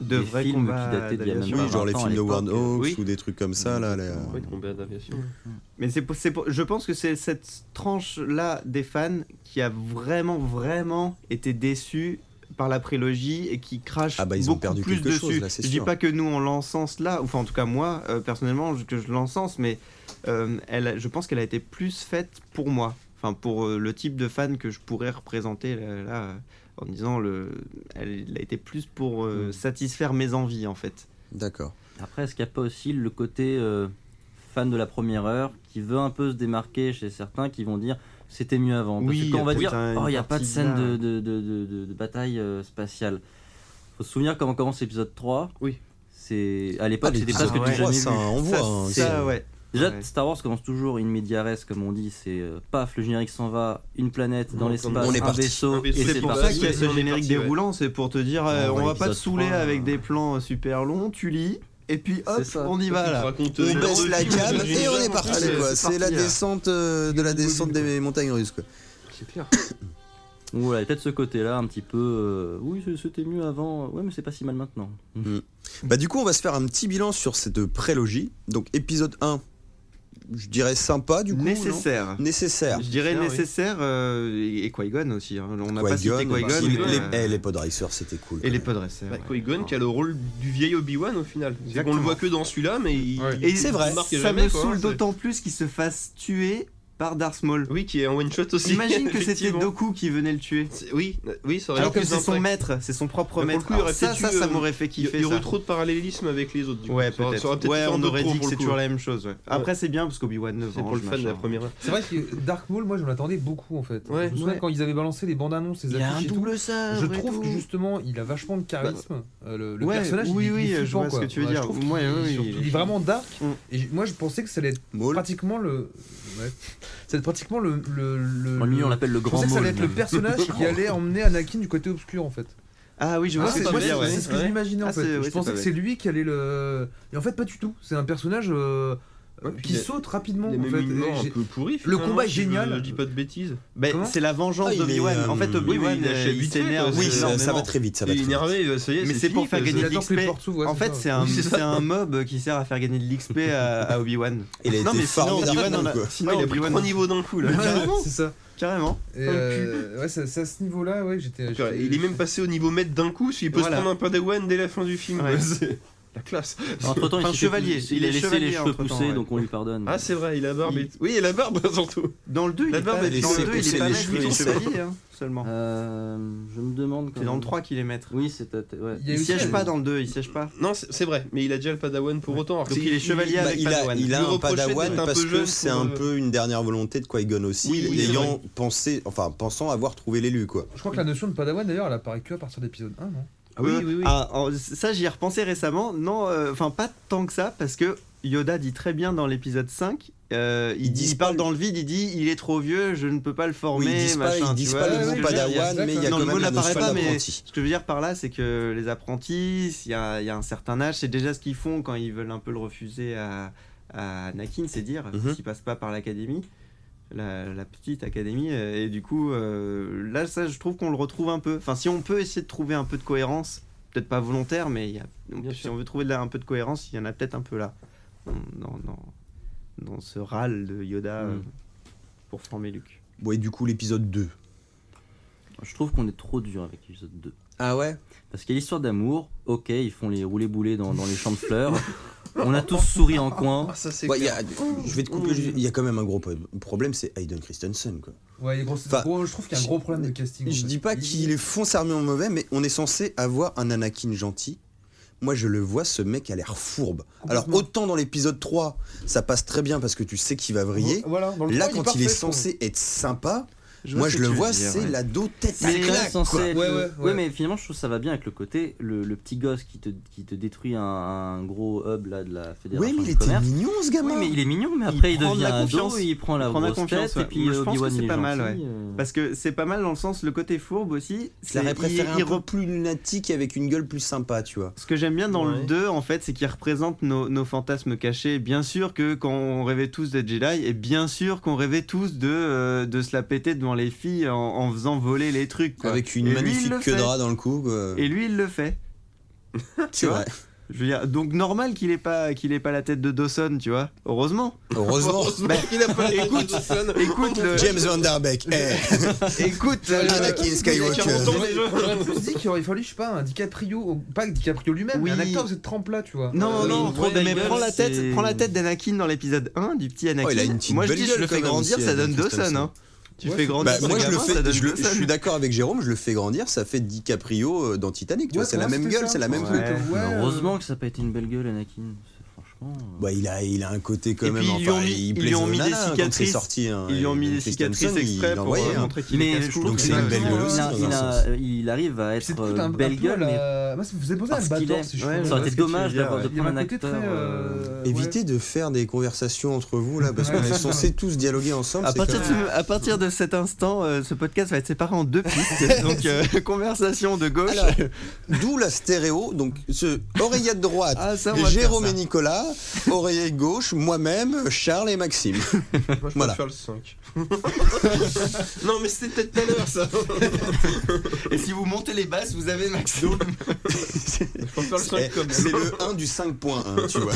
Speaker 3: de
Speaker 2: des
Speaker 3: vrais
Speaker 2: films
Speaker 3: combats
Speaker 2: qui dataient d'il y a même
Speaker 3: d'aviation.
Speaker 1: oui,
Speaker 2: pas
Speaker 1: genre les
Speaker 2: longtemps,
Speaker 1: films
Speaker 2: à
Speaker 1: de
Speaker 2: l'époque,
Speaker 1: Warren Hawks
Speaker 3: oui.
Speaker 1: ou des trucs comme ça, là. les, euh,
Speaker 5: Ouais, de combat d'aviation.
Speaker 3: Mais c'est pour, c'est pour- je pense que c'est cette tranche-là des fans qui a vraiment, vraiment été déçue par la prélogie et qui crache
Speaker 1: Ah bah, ils ont
Speaker 3: beaucoup
Speaker 1: perdu
Speaker 3: plus
Speaker 1: quelque
Speaker 3: dessus.
Speaker 1: chose, là, c'est
Speaker 3: je dis
Speaker 1: sûr.
Speaker 3: pas que nous on l'encense là, enfin en tout cas moi euh, personnellement je- que je l'encense, mais euh, elle, a- je pense qu'elle a été plus faite pour moi, enfin pour euh, le type de fan que je pourrais représenter là, là, euh, en disant le, elle, elle a été plus pour euh,
Speaker 1: Hmm.
Speaker 2: Mm.
Speaker 3: satisfaire mes envies en fait.
Speaker 1: D'accord.
Speaker 2: Après, est-ce qu'il n'y a pas aussi le côté euh, fan de la première heure qui veut un peu se démarquer chez certains qui vont dire c'était mieux avant Parce
Speaker 3: Oui,
Speaker 2: que quand on va
Speaker 3: oui,
Speaker 2: dire
Speaker 3: t'as une
Speaker 2: oh, il n'y a pas de
Speaker 3: partie
Speaker 2: scène
Speaker 3: là.
Speaker 2: de, de, de, de- de- de bataille euh, spatiale. faut se souvenir comment commence l'épisode 3.
Speaker 5: Oui.
Speaker 2: C'est, à
Speaker 1: Ah,
Speaker 2: l'époque,
Speaker 1: les
Speaker 2: c'était presque
Speaker 3: ah
Speaker 2: du
Speaker 3: ouais.
Speaker 2: jamais
Speaker 1: ça
Speaker 2: vu.
Speaker 1: on voit. hein,
Speaker 3: ça,
Speaker 1: c'est-
Speaker 3: ouais.
Speaker 2: Déjà,
Speaker 3: Ouais.
Speaker 2: Star Wars commence toujours in media res, comme on dit. C'est euh, paf, le générique s'en va, une planète dans
Speaker 5: On
Speaker 2: l'espace,
Speaker 1: est
Speaker 2: un
Speaker 1: parti.
Speaker 5: Un
Speaker 2: vaisseau, et
Speaker 5: vaisseau,
Speaker 2: c'est
Speaker 3: C'est pour
Speaker 2: parti.
Speaker 3: ça qu'il y a
Speaker 5: On
Speaker 3: ce
Speaker 5: est
Speaker 3: générique
Speaker 5: parti, ouais.
Speaker 3: déroulant, c'est pour te dire euh,
Speaker 2: On
Speaker 3: on,
Speaker 2: voit
Speaker 3: va pas te
Speaker 2: l'épisode
Speaker 3: saouler
Speaker 2: trois,
Speaker 3: avec
Speaker 2: hein.
Speaker 3: des plans euh, super longs, tu lis et puis hop,
Speaker 2: C'est ça.
Speaker 3: on y va
Speaker 5: Tu
Speaker 3: là.
Speaker 5: racontes,
Speaker 1: On
Speaker 5: euh,
Speaker 1: baisse
Speaker 5: le [LAUGHS]
Speaker 1: la
Speaker 5: film,
Speaker 1: cam
Speaker 5: le
Speaker 1: et on
Speaker 5: générique,
Speaker 1: est parti.
Speaker 5: c'est-
Speaker 1: quoi.
Speaker 3: c'est hein.
Speaker 1: C'est la
Speaker 3: parti, là.
Speaker 1: descente euh, de la descente des montagnes russes. Quoi.
Speaker 5: C'est clair.
Speaker 2: Donc voilà, peut-être ce côté-là, un petit peu. euh, oui, c- c'était mieux avant. Ouais, mais c'est pas si mal maintenant.
Speaker 1: Bah, du coup, on va se faire un petit bilan sur cette prélogie. Donc, épisode 1, je dirais sympa du coup. non
Speaker 3: Nécessaire.
Speaker 1: Nécessaire.
Speaker 3: Je dirais
Speaker 5: Nécessaire, oui.
Speaker 3: nécessaire euh, et et Qui-Gon aussi. hein. On n'a pas cité
Speaker 1: Qui-Gon,
Speaker 3: Qui-Gon.
Speaker 1: bah,
Speaker 5: Qui-Gon,
Speaker 1: les,
Speaker 3: mais,
Speaker 1: les-
Speaker 3: euh,
Speaker 1: eh, les Podracers, c'était cool.
Speaker 3: et
Speaker 1: quand
Speaker 3: les
Speaker 1: même.
Speaker 3: Podracers.
Speaker 5: Bah,
Speaker 3: ouais.
Speaker 5: Qui-Gon qui a le rôle du vieil Obi-Wan au final. C'est qu'on le
Speaker 3: Exactement.
Speaker 5: voit que dans celui-là, mais il,
Speaker 4: Ouais.
Speaker 5: il-
Speaker 3: Et
Speaker 5: il
Speaker 1: C'est vrai,
Speaker 5: marque
Speaker 3: Ça
Speaker 5: jamais,
Speaker 3: me
Speaker 5: quoi, hein,
Speaker 3: saoule
Speaker 5: c'est-
Speaker 3: d'autant plus qu'il se fasse tuer par Darth Maul.
Speaker 5: Oui, qui est en one shot aussi.
Speaker 3: Imagine que c'était
Speaker 5: effectivement.
Speaker 3: Doku qui venait le tuer.
Speaker 5: C'est- Oui, euh, oui, ça aurait
Speaker 3: Alors
Speaker 5: été
Speaker 3: que c'est son maître, c'est son propre
Speaker 5: Mais pour le
Speaker 3: maître.
Speaker 5: coup, il aurait
Speaker 3: Alors ça,
Speaker 5: peut-être
Speaker 3: ça,
Speaker 5: eu,
Speaker 3: ça
Speaker 5: euh,
Speaker 3: m'aurait fait
Speaker 5: Il
Speaker 3: kiffer.
Speaker 5: y
Speaker 3: ça.
Speaker 5: aurait eu trop de parallélisme avec les autres. du coup.
Speaker 3: Ouais,
Speaker 5: Ça aurait- ça
Speaker 3: peut-être.
Speaker 5: aurait peut-être
Speaker 3: ouais,
Speaker 5: fait un
Speaker 3: on
Speaker 5: peu
Speaker 3: aurait
Speaker 5: trop
Speaker 3: dit que
Speaker 5: pour
Speaker 3: c'est
Speaker 5: le coup.
Speaker 3: toujours la même chose. ouais. Ah, Après, c'est bien parce qu'Obi-Wan ne
Speaker 5: C'est pour le fan de la première.
Speaker 4: C'est vrai que Dark Maul, moi, je m'attendais beaucoup en fait.
Speaker 5: Ouais.
Speaker 4: je me souviens
Speaker 3: Ouais.
Speaker 4: quand ils avaient balancé les bandes annonces, les
Speaker 3: Il y a un
Speaker 4: affiches et tout.
Speaker 3: double sabre.
Speaker 4: Je
Speaker 3: et
Speaker 4: trouve
Speaker 3: tout.
Speaker 4: que justement, il a vachement de charisme. Euh, le le
Speaker 3: Bah, Ouais,
Speaker 4: personnage,
Speaker 3: oui,
Speaker 4: il, est- il
Speaker 3: oui,
Speaker 4: est
Speaker 3: je
Speaker 4: flippant,
Speaker 3: vois ce
Speaker 4: quoi.
Speaker 3: que tu veux
Speaker 4: Ouais, je
Speaker 3: dire.
Speaker 4: trouve qu'il-
Speaker 3: Ouais, ouais,
Speaker 4: surtout,
Speaker 3: il est-
Speaker 4: il est vraiment dark.
Speaker 3: Mm.
Speaker 4: Et j- moi, je pensais que ça allait être
Speaker 1: Maul.
Speaker 4: pratiquement le. Ouais. Ça allait être pratiquement le. le, le-
Speaker 2: Moi, lui, on l'appelle le
Speaker 4: je
Speaker 2: grand
Speaker 4: pensais que ça allait être
Speaker 2: Maul.
Speaker 4: le personnage qui allait emmener Anakin du côté obscur en fait.
Speaker 3: Ah oui, je vois
Speaker 4: Ah,
Speaker 3: ce
Speaker 4: c'est
Speaker 3: que tu
Speaker 4: moi,
Speaker 3: veux
Speaker 4: c'est-
Speaker 3: dire. ouais.
Speaker 4: c'est ce que
Speaker 3: Ouais.
Speaker 4: j'imaginais
Speaker 3: Ah,
Speaker 4: en
Speaker 3: c'est-
Speaker 4: fait.
Speaker 3: ouais,
Speaker 4: je
Speaker 3: c'est
Speaker 4: pensais
Speaker 3: pas
Speaker 4: que
Speaker 3: bête.
Speaker 4: c'est lui qui allait le. Et en fait, pas du tout. C'est un personnage euh,
Speaker 5: Ouais,
Speaker 4: euh,
Speaker 5: puis
Speaker 4: qui
Speaker 5: il a-
Speaker 4: saute rapidement.
Speaker 5: Il est
Speaker 4: En
Speaker 5: même
Speaker 4: fait.
Speaker 5: humainement
Speaker 4: Et
Speaker 5: un
Speaker 4: j'ai-
Speaker 5: peu pourri.
Speaker 4: Le
Speaker 5: finalement,
Speaker 4: combat est
Speaker 5: si je-
Speaker 4: génial.
Speaker 5: Je dis pas de bêtises.
Speaker 3: Ben,
Speaker 4: Comment
Speaker 3: c'est la vengeance
Speaker 1: Ah, il est,
Speaker 3: d'Obi-Wan. En fait,
Speaker 1: euh,
Speaker 5: oui,
Speaker 3: Obi-Wan,
Speaker 5: mais il achète
Speaker 3: euh, il
Speaker 5: vite fait,
Speaker 3: s'énerve.
Speaker 5: quoi.
Speaker 1: Oui, ça, ça
Speaker 3: énormément.
Speaker 1: va très vite. Ça
Speaker 5: Il
Speaker 1: va
Speaker 5: est
Speaker 1: très vite.
Speaker 5: énervé, ça y est.
Speaker 3: Mais c'est pour
Speaker 5: fini,
Speaker 3: faire
Speaker 5: quoi,
Speaker 3: gagner
Speaker 4: Il
Speaker 5: c'est-
Speaker 3: de
Speaker 4: attend que les
Speaker 3: l'XP.
Speaker 4: portes s'ouvrent. ouais,
Speaker 3: euh, En
Speaker 4: c'est
Speaker 3: fait,
Speaker 4: ça.
Speaker 3: c'est un,
Speaker 5: Oui, c'est ça.
Speaker 3: c'est un mob qui sert à faire gagner de l'XP à, à Obi-Wan.
Speaker 1: Il a été
Speaker 3: Non, mais sinon,
Speaker 1: formidable,
Speaker 3: Obi-Wan, on a-
Speaker 1: quoi.
Speaker 5: Ah,
Speaker 3: sinon,
Speaker 5: Il a pris
Speaker 3: Obi-Wan,
Speaker 5: trois niveaux d'un coup là.
Speaker 4: [LAUGHS] Ouais,
Speaker 3: Carrément.
Speaker 4: C'est ça.
Speaker 3: carrément.
Speaker 4: Et,
Speaker 5: Dans le
Speaker 4: euh, ouais, c'est c'est à ce niveau-là, ouais, j'étais.
Speaker 5: Donc, euh,
Speaker 4: j'étais-
Speaker 5: Il est même passé au niveau maître d'un coup, s'il peut
Speaker 3: Voilà.
Speaker 5: se prendre un padawan dès la fin du film.
Speaker 3: Ouais.
Speaker 5: quoi, c'est la classe.
Speaker 2: Entre
Speaker 3: Enfin,
Speaker 2: temps, il, s'est fait-
Speaker 3: chevalier.
Speaker 2: il
Speaker 3: Il
Speaker 2: a
Speaker 3: est
Speaker 2: laissé les
Speaker 3: chevalier
Speaker 2: cheveux
Speaker 3: entre-temps,
Speaker 2: pousser,
Speaker 3: ouais.
Speaker 2: donc on lui pardonne.
Speaker 5: Ah, c'est vrai, il a la barbe.
Speaker 3: Il-
Speaker 5: et tout. Oui, et la barbe [LAUGHS] surtout.
Speaker 3: Dans le 2, il
Speaker 5: La
Speaker 3: est
Speaker 5: barbe,
Speaker 3: pas,
Speaker 5: elle est
Speaker 3: dans le 2, il
Speaker 1: séponcée,
Speaker 3: est pas
Speaker 1: les
Speaker 3: maître,
Speaker 1: cheveux,
Speaker 3: il est
Speaker 1: c'est-
Speaker 3: chevalier hein, seulement.
Speaker 2: Euh, je me demande. quand
Speaker 3: C'est dans
Speaker 2: même.
Speaker 3: le 3 qu'il est maître.
Speaker 2: Oui, c'est. Ouais.
Speaker 4: Il y
Speaker 3: Il
Speaker 4: a aussi
Speaker 3: siège
Speaker 4: un-
Speaker 2: euh,
Speaker 3: pas dans le 2, il siège pas.
Speaker 5: Non, c'est c'est vrai, mais il a déjà le padawan pour autant. alors
Speaker 3: Donc
Speaker 5: que
Speaker 3: il est
Speaker 5: si-
Speaker 3: chevalier
Speaker 1: Bah,
Speaker 3: avec
Speaker 1: il a,
Speaker 3: Padawan.
Speaker 1: il a
Speaker 5: Lui
Speaker 1: un
Speaker 5: reprocher
Speaker 1: padawan
Speaker 5: d'être un
Speaker 1: parce
Speaker 5: peu
Speaker 1: que
Speaker 5: jeune
Speaker 1: c'est
Speaker 5: pour
Speaker 1: un
Speaker 5: le-
Speaker 1: peu une dernière volonté de Qui-Gon aussi,
Speaker 5: Oui, oui,
Speaker 1: ayant pensé, enfin pensant avoir trouvé l'élu quoi.
Speaker 4: Je crois que la notion de Padawan d'ailleurs, elle apparaît que à partir d'épisode 1, non
Speaker 5: Ah oui,
Speaker 3: Euh,
Speaker 5: oui, oui.
Speaker 3: ah, en- ça, j'y ai repensé récemment. Non, euh, enfin, pas tant que ça, parce que Yoda dit très bien dans l'épisode 5. euh, il,
Speaker 1: Ils
Speaker 3: dit,
Speaker 1: disent
Speaker 3: il parle
Speaker 1: pas-
Speaker 3: dans le vide, il dit il est trop vieux, je ne peux pas le
Speaker 1: Oui,
Speaker 3: former.
Speaker 1: ils disent pas,
Speaker 3: machin,
Speaker 1: ils
Speaker 3: tu
Speaker 1: disent
Speaker 3: vois.
Speaker 1: pas
Speaker 4: ouais,
Speaker 1: le mot
Speaker 4: ouais,
Speaker 1: padawan,
Speaker 4: exact,
Speaker 1: mais il y a
Speaker 4: non,
Speaker 1: quand
Speaker 4: le
Speaker 1: même
Speaker 3: mot
Speaker 1: la
Speaker 3: n'apparaît
Speaker 1: notion
Speaker 3: pas, mais-
Speaker 1: d'apprenti.
Speaker 3: Ce que je veux dire par là, c'est que les apprentis, il y a, il y a un certain âge, c'est déjà ce qu'ils font quand ils veulent un peu le refuser à, à Anakin, c'est dire,
Speaker 1: Mhm.
Speaker 3: s'ils passent pas par l'académie, la, la petite académie. euh, Et du coup, euh, là, ça, je trouve qu'on le retrouve un peu. Enfin, si on peut essayer de trouver un peu de cohérence, peut-être pas volontaire, mais il y a-
Speaker 5: Bien
Speaker 3: si
Speaker 5: sûr.
Speaker 3: on veut trouver de la- un peu de cohérence, il y en a peut-être un peu là. Dans, dans- dans- dans ce râle de Yoda
Speaker 2: Mm.
Speaker 3: euh, pour former Luke.
Speaker 1: Ouais, du coup l'épisode 2.
Speaker 2: Je trouve qu'on est trop dur avec l'épisode 2.
Speaker 1: Ah ouais
Speaker 2: Parce qu'il y a l'histoire d'amour, ok, ils font les roulés boulés dans, dans les champs de fleurs. On a tous souri en coin.
Speaker 5: Ah, ça c'est
Speaker 1: il y
Speaker 5: clair.
Speaker 1: a- Je vais te couper, juste- il y a quand même un gros po- problème, c'est Hayden Christensen quoi.
Speaker 4: Ouais, il est gros, c'est
Speaker 1: Enfin,
Speaker 4: gros- je trouve qu'il y a un
Speaker 1: je-
Speaker 4: gros problème de casting. en
Speaker 1: Je
Speaker 4: fait.
Speaker 1: dis pas
Speaker 4: Il-
Speaker 1: qu'il est foncièrement mauvais, mais on est censé avoir un Anakin gentil. Moi, je le vois, ce mec a l'air fourbe. Alors,
Speaker 4: Complètement.
Speaker 1: autant dans l'épisode 3, ça passe très bien parce que tu sais qu'il va vriller.
Speaker 4: Voilà, dans le
Speaker 1: Là,
Speaker 4: trois,
Speaker 1: quand
Speaker 4: parfait,
Speaker 1: il est
Speaker 4: je trouve.
Speaker 1: censé être sympa,
Speaker 3: Je
Speaker 1: moi
Speaker 3: ce
Speaker 1: je
Speaker 3: que
Speaker 1: le
Speaker 3: tu veux
Speaker 1: vois,
Speaker 3: dire,
Speaker 1: c'est
Speaker 3: ouais.
Speaker 1: la dos tête à
Speaker 2: C'est quand même
Speaker 1: claque,
Speaker 2: censé
Speaker 1: quoi.
Speaker 2: être
Speaker 4: Ouais,
Speaker 2: le-
Speaker 4: ouais, ouais.
Speaker 2: mais finalement, je trouve que ça va bien avec le côté le, le petit gosse qui te, qui te détruit un, un gros hub là, de la fédération
Speaker 1: Oui, mais il
Speaker 2: du
Speaker 1: était
Speaker 2: commerce.
Speaker 1: mignon ce gamin.
Speaker 2: Oui, mais il est mignon, mais
Speaker 3: Il
Speaker 2: après il,
Speaker 3: prend de
Speaker 2: devient
Speaker 3: la
Speaker 2: ado,
Speaker 3: confiance.
Speaker 2: il prend la
Speaker 3: Il prend de la
Speaker 2: grosse
Speaker 3: confiance,
Speaker 2: tête
Speaker 3: ouais.
Speaker 2: et puis
Speaker 3: Moi, je pense que
Speaker 2: Obi-Wan
Speaker 3: c'est
Speaker 2: il est
Speaker 3: pas mal,
Speaker 2: gentil,
Speaker 3: ouais.
Speaker 2: euh.
Speaker 3: Parce que c'est pas mal dans le sens, le côté fourbe aussi.
Speaker 1: Mm. Je l'aurais
Speaker 3: c'est-
Speaker 1: préféré
Speaker 3: il-
Speaker 1: un
Speaker 3: il
Speaker 1: peu
Speaker 3: rep-
Speaker 1: plus lunatique avec une gueule plus sympa, tu vois.
Speaker 3: Ce que j'aime bien dans
Speaker 5: Ouais.
Speaker 3: le 2, en fait, c'est qu'il représente nos, nos fantasmes cachés. Bien sûr que quand on rêvait tous d'être Jedi, et bien sûr qu'on rêvait tous de, euh, de se la péter devant les filles en, en faisant voler les trucs. quoi.
Speaker 1: Avec euh,
Speaker 3: Et
Speaker 1: une
Speaker 3: lui, il
Speaker 1: magnifique
Speaker 3: le
Speaker 1: queue de
Speaker 3: fait.
Speaker 1: rat dans le cou, quoi.
Speaker 3: Et lui, il le fait.
Speaker 1: tu vois.
Speaker 3: Je veux dire, donc normal qu'il ait pas qu'il ait pas la tête de Dawson, tu vois. Heureusement.
Speaker 1: Heureusement.
Speaker 5: Heureusement qu'il a pas les goûts de Sun.
Speaker 3: Écoute, le-
Speaker 1: James Van Der Beek, eh,
Speaker 3: écoute, euh,
Speaker 1: Anakin
Speaker 5: Il y a 40
Speaker 1: Skywalker.
Speaker 5: ans déjà.
Speaker 4: J'aurais plus dit qu'il aurait fallu, je sais pas, un DiCaprio, ou- pas DiCaprio lui-même,
Speaker 3: Oui.
Speaker 4: mais un acteur de cette trempe-là, tu vois.
Speaker 3: Non,
Speaker 5: Euh,
Speaker 3: non,
Speaker 5: une trop
Speaker 3: mais
Speaker 5: belle gueule,
Speaker 3: prends la
Speaker 2: c'est-
Speaker 3: tête, prends la tête d'Anakin dans l'épisode 1 du petit Anakin.
Speaker 1: Oh, il a une petite
Speaker 3: moi je
Speaker 1: belle
Speaker 3: dis, je
Speaker 1: gueule,
Speaker 3: le
Speaker 1: quand
Speaker 3: fais
Speaker 1: même,
Speaker 3: grandir,
Speaker 1: aussi, euh,
Speaker 3: ça donne
Speaker 1: Adam
Speaker 3: Dawson. Hein. Tu
Speaker 4: Ouais,
Speaker 3: fais
Speaker 4: c'est-
Speaker 3: grandir,
Speaker 1: Bah,
Speaker 3: ce
Speaker 1: moi, je le
Speaker 3: gamin,
Speaker 1: fais,
Speaker 3: ça donne
Speaker 1: je, le- je
Speaker 3: Dawson.
Speaker 1: suis d'accord avec Jérôme, je le fais grandir, ça fait DiCaprio euh, dans Titanic, tu
Speaker 4: Ouais,
Speaker 1: vois, c'est la
Speaker 4: pour moi,
Speaker 1: même
Speaker 4: c'était
Speaker 1: gueule,
Speaker 4: ça.
Speaker 1: c'est la même
Speaker 3: Ouais.
Speaker 1: gueule.
Speaker 4: Ouais,
Speaker 2: Heureusement que ça n'a pas été une belle gueule, Anakin. C'est- Franchement.
Speaker 1: Bah, il, a, il a un côté quand
Speaker 3: Et
Speaker 1: même.
Speaker 3: puis, ils lui ont
Speaker 1: enfin,
Speaker 3: mis-
Speaker 1: il
Speaker 3: ils
Speaker 1: plaisait
Speaker 3: lui ont
Speaker 1: aux
Speaker 3: mis des
Speaker 1: nanas, hein, quand c'est
Speaker 3: cicatrices.
Speaker 1: sorti, hein,
Speaker 3: Ils lui ont mis
Speaker 1: et
Speaker 3: des
Speaker 1: Christensen,
Speaker 3: cicatrices
Speaker 1: il
Speaker 3: exprès pour
Speaker 1: l'envoyait,
Speaker 3: euh,
Speaker 1: hein.
Speaker 3: montrer qu'il est
Speaker 2: Mais je
Speaker 3: casse-cou.
Speaker 2: trouve
Speaker 1: Donc
Speaker 2: que
Speaker 1: c'est une belle
Speaker 2: il a-
Speaker 1: gueule aussi,
Speaker 2: il a-
Speaker 1: dans un
Speaker 2: il a-
Speaker 1: sens.
Speaker 2: Il arrive à
Speaker 4: C'est
Speaker 2: être
Speaker 4: peut-être
Speaker 2: euh,
Speaker 4: un, un
Speaker 2: belle
Speaker 4: peu
Speaker 2: gueule,
Speaker 4: la-
Speaker 2: mais
Speaker 4: Moi, ça me faisait penser à
Speaker 2: parce qu'il
Speaker 4: Albator,
Speaker 2: est.
Speaker 4: si je
Speaker 3: Ouais,
Speaker 4: trouve.
Speaker 2: ça aurait
Speaker 3: ouais,
Speaker 2: été
Speaker 3: ce que tu
Speaker 2: dommage
Speaker 3: veux dire,
Speaker 2: d'avoir de
Speaker 4: Il y a
Speaker 2: prendre
Speaker 4: un
Speaker 2: un
Speaker 4: côté
Speaker 2: acteur.
Speaker 4: très.
Speaker 2: euh,
Speaker 4: euh,
Speaker 1: Évitez
Speaker 4: ouais.
Speaker 1: de faire des conversations entre vous là parce
Speaker 4: Ouais,
Speaker 1: qu'on
Speaker 4: c'est
Speaker 1: est
Speaker 3: [LAUGHS]
Speaker 4: ça.
Speaker 1: censés tous dialoguer ensemble.
Speaker 3: À
Speaker 1: c'est
Speaker 3: partir,
Speaker 1: quand
Speaker 3: de
Speaker 1: même-
Speaker 3: ce- à partir de cet instant, euh, ce podcast va être séparé en
Speaker 1: [LAUGHS]
Speaker 3: deux pistes. Donc, euh, [LAUGHS] conversation de gauche.
Speaker 1: Alors, D'où la stéréo, donc ce oreillette droite,
Speaker 3: Ah, ça, on va
Speaker 1: Jérôme
Speaker 3: faire
Speaker 1: et
Speaker 3: ça.
Speaker 1: Nicolas, oreillette gauche, moi-même, Charles et
Speaker 3: [LAUGHS]
Speaker 1: Maxime.
Speaker 5: Moi, je
Speaker 1: Voilà.
Speaker 5: préfère le 5. non, mais c'était peut-être tout à l'heure, ça.
Speaker 3: Et si vous montez les basses, vous avez Maxime.
Speaker 5: Je préfère le 5
Speaker 1: Eh,
Speaker 5: comme
Speaker 1: C'est le 1 du 5.1, tu vois.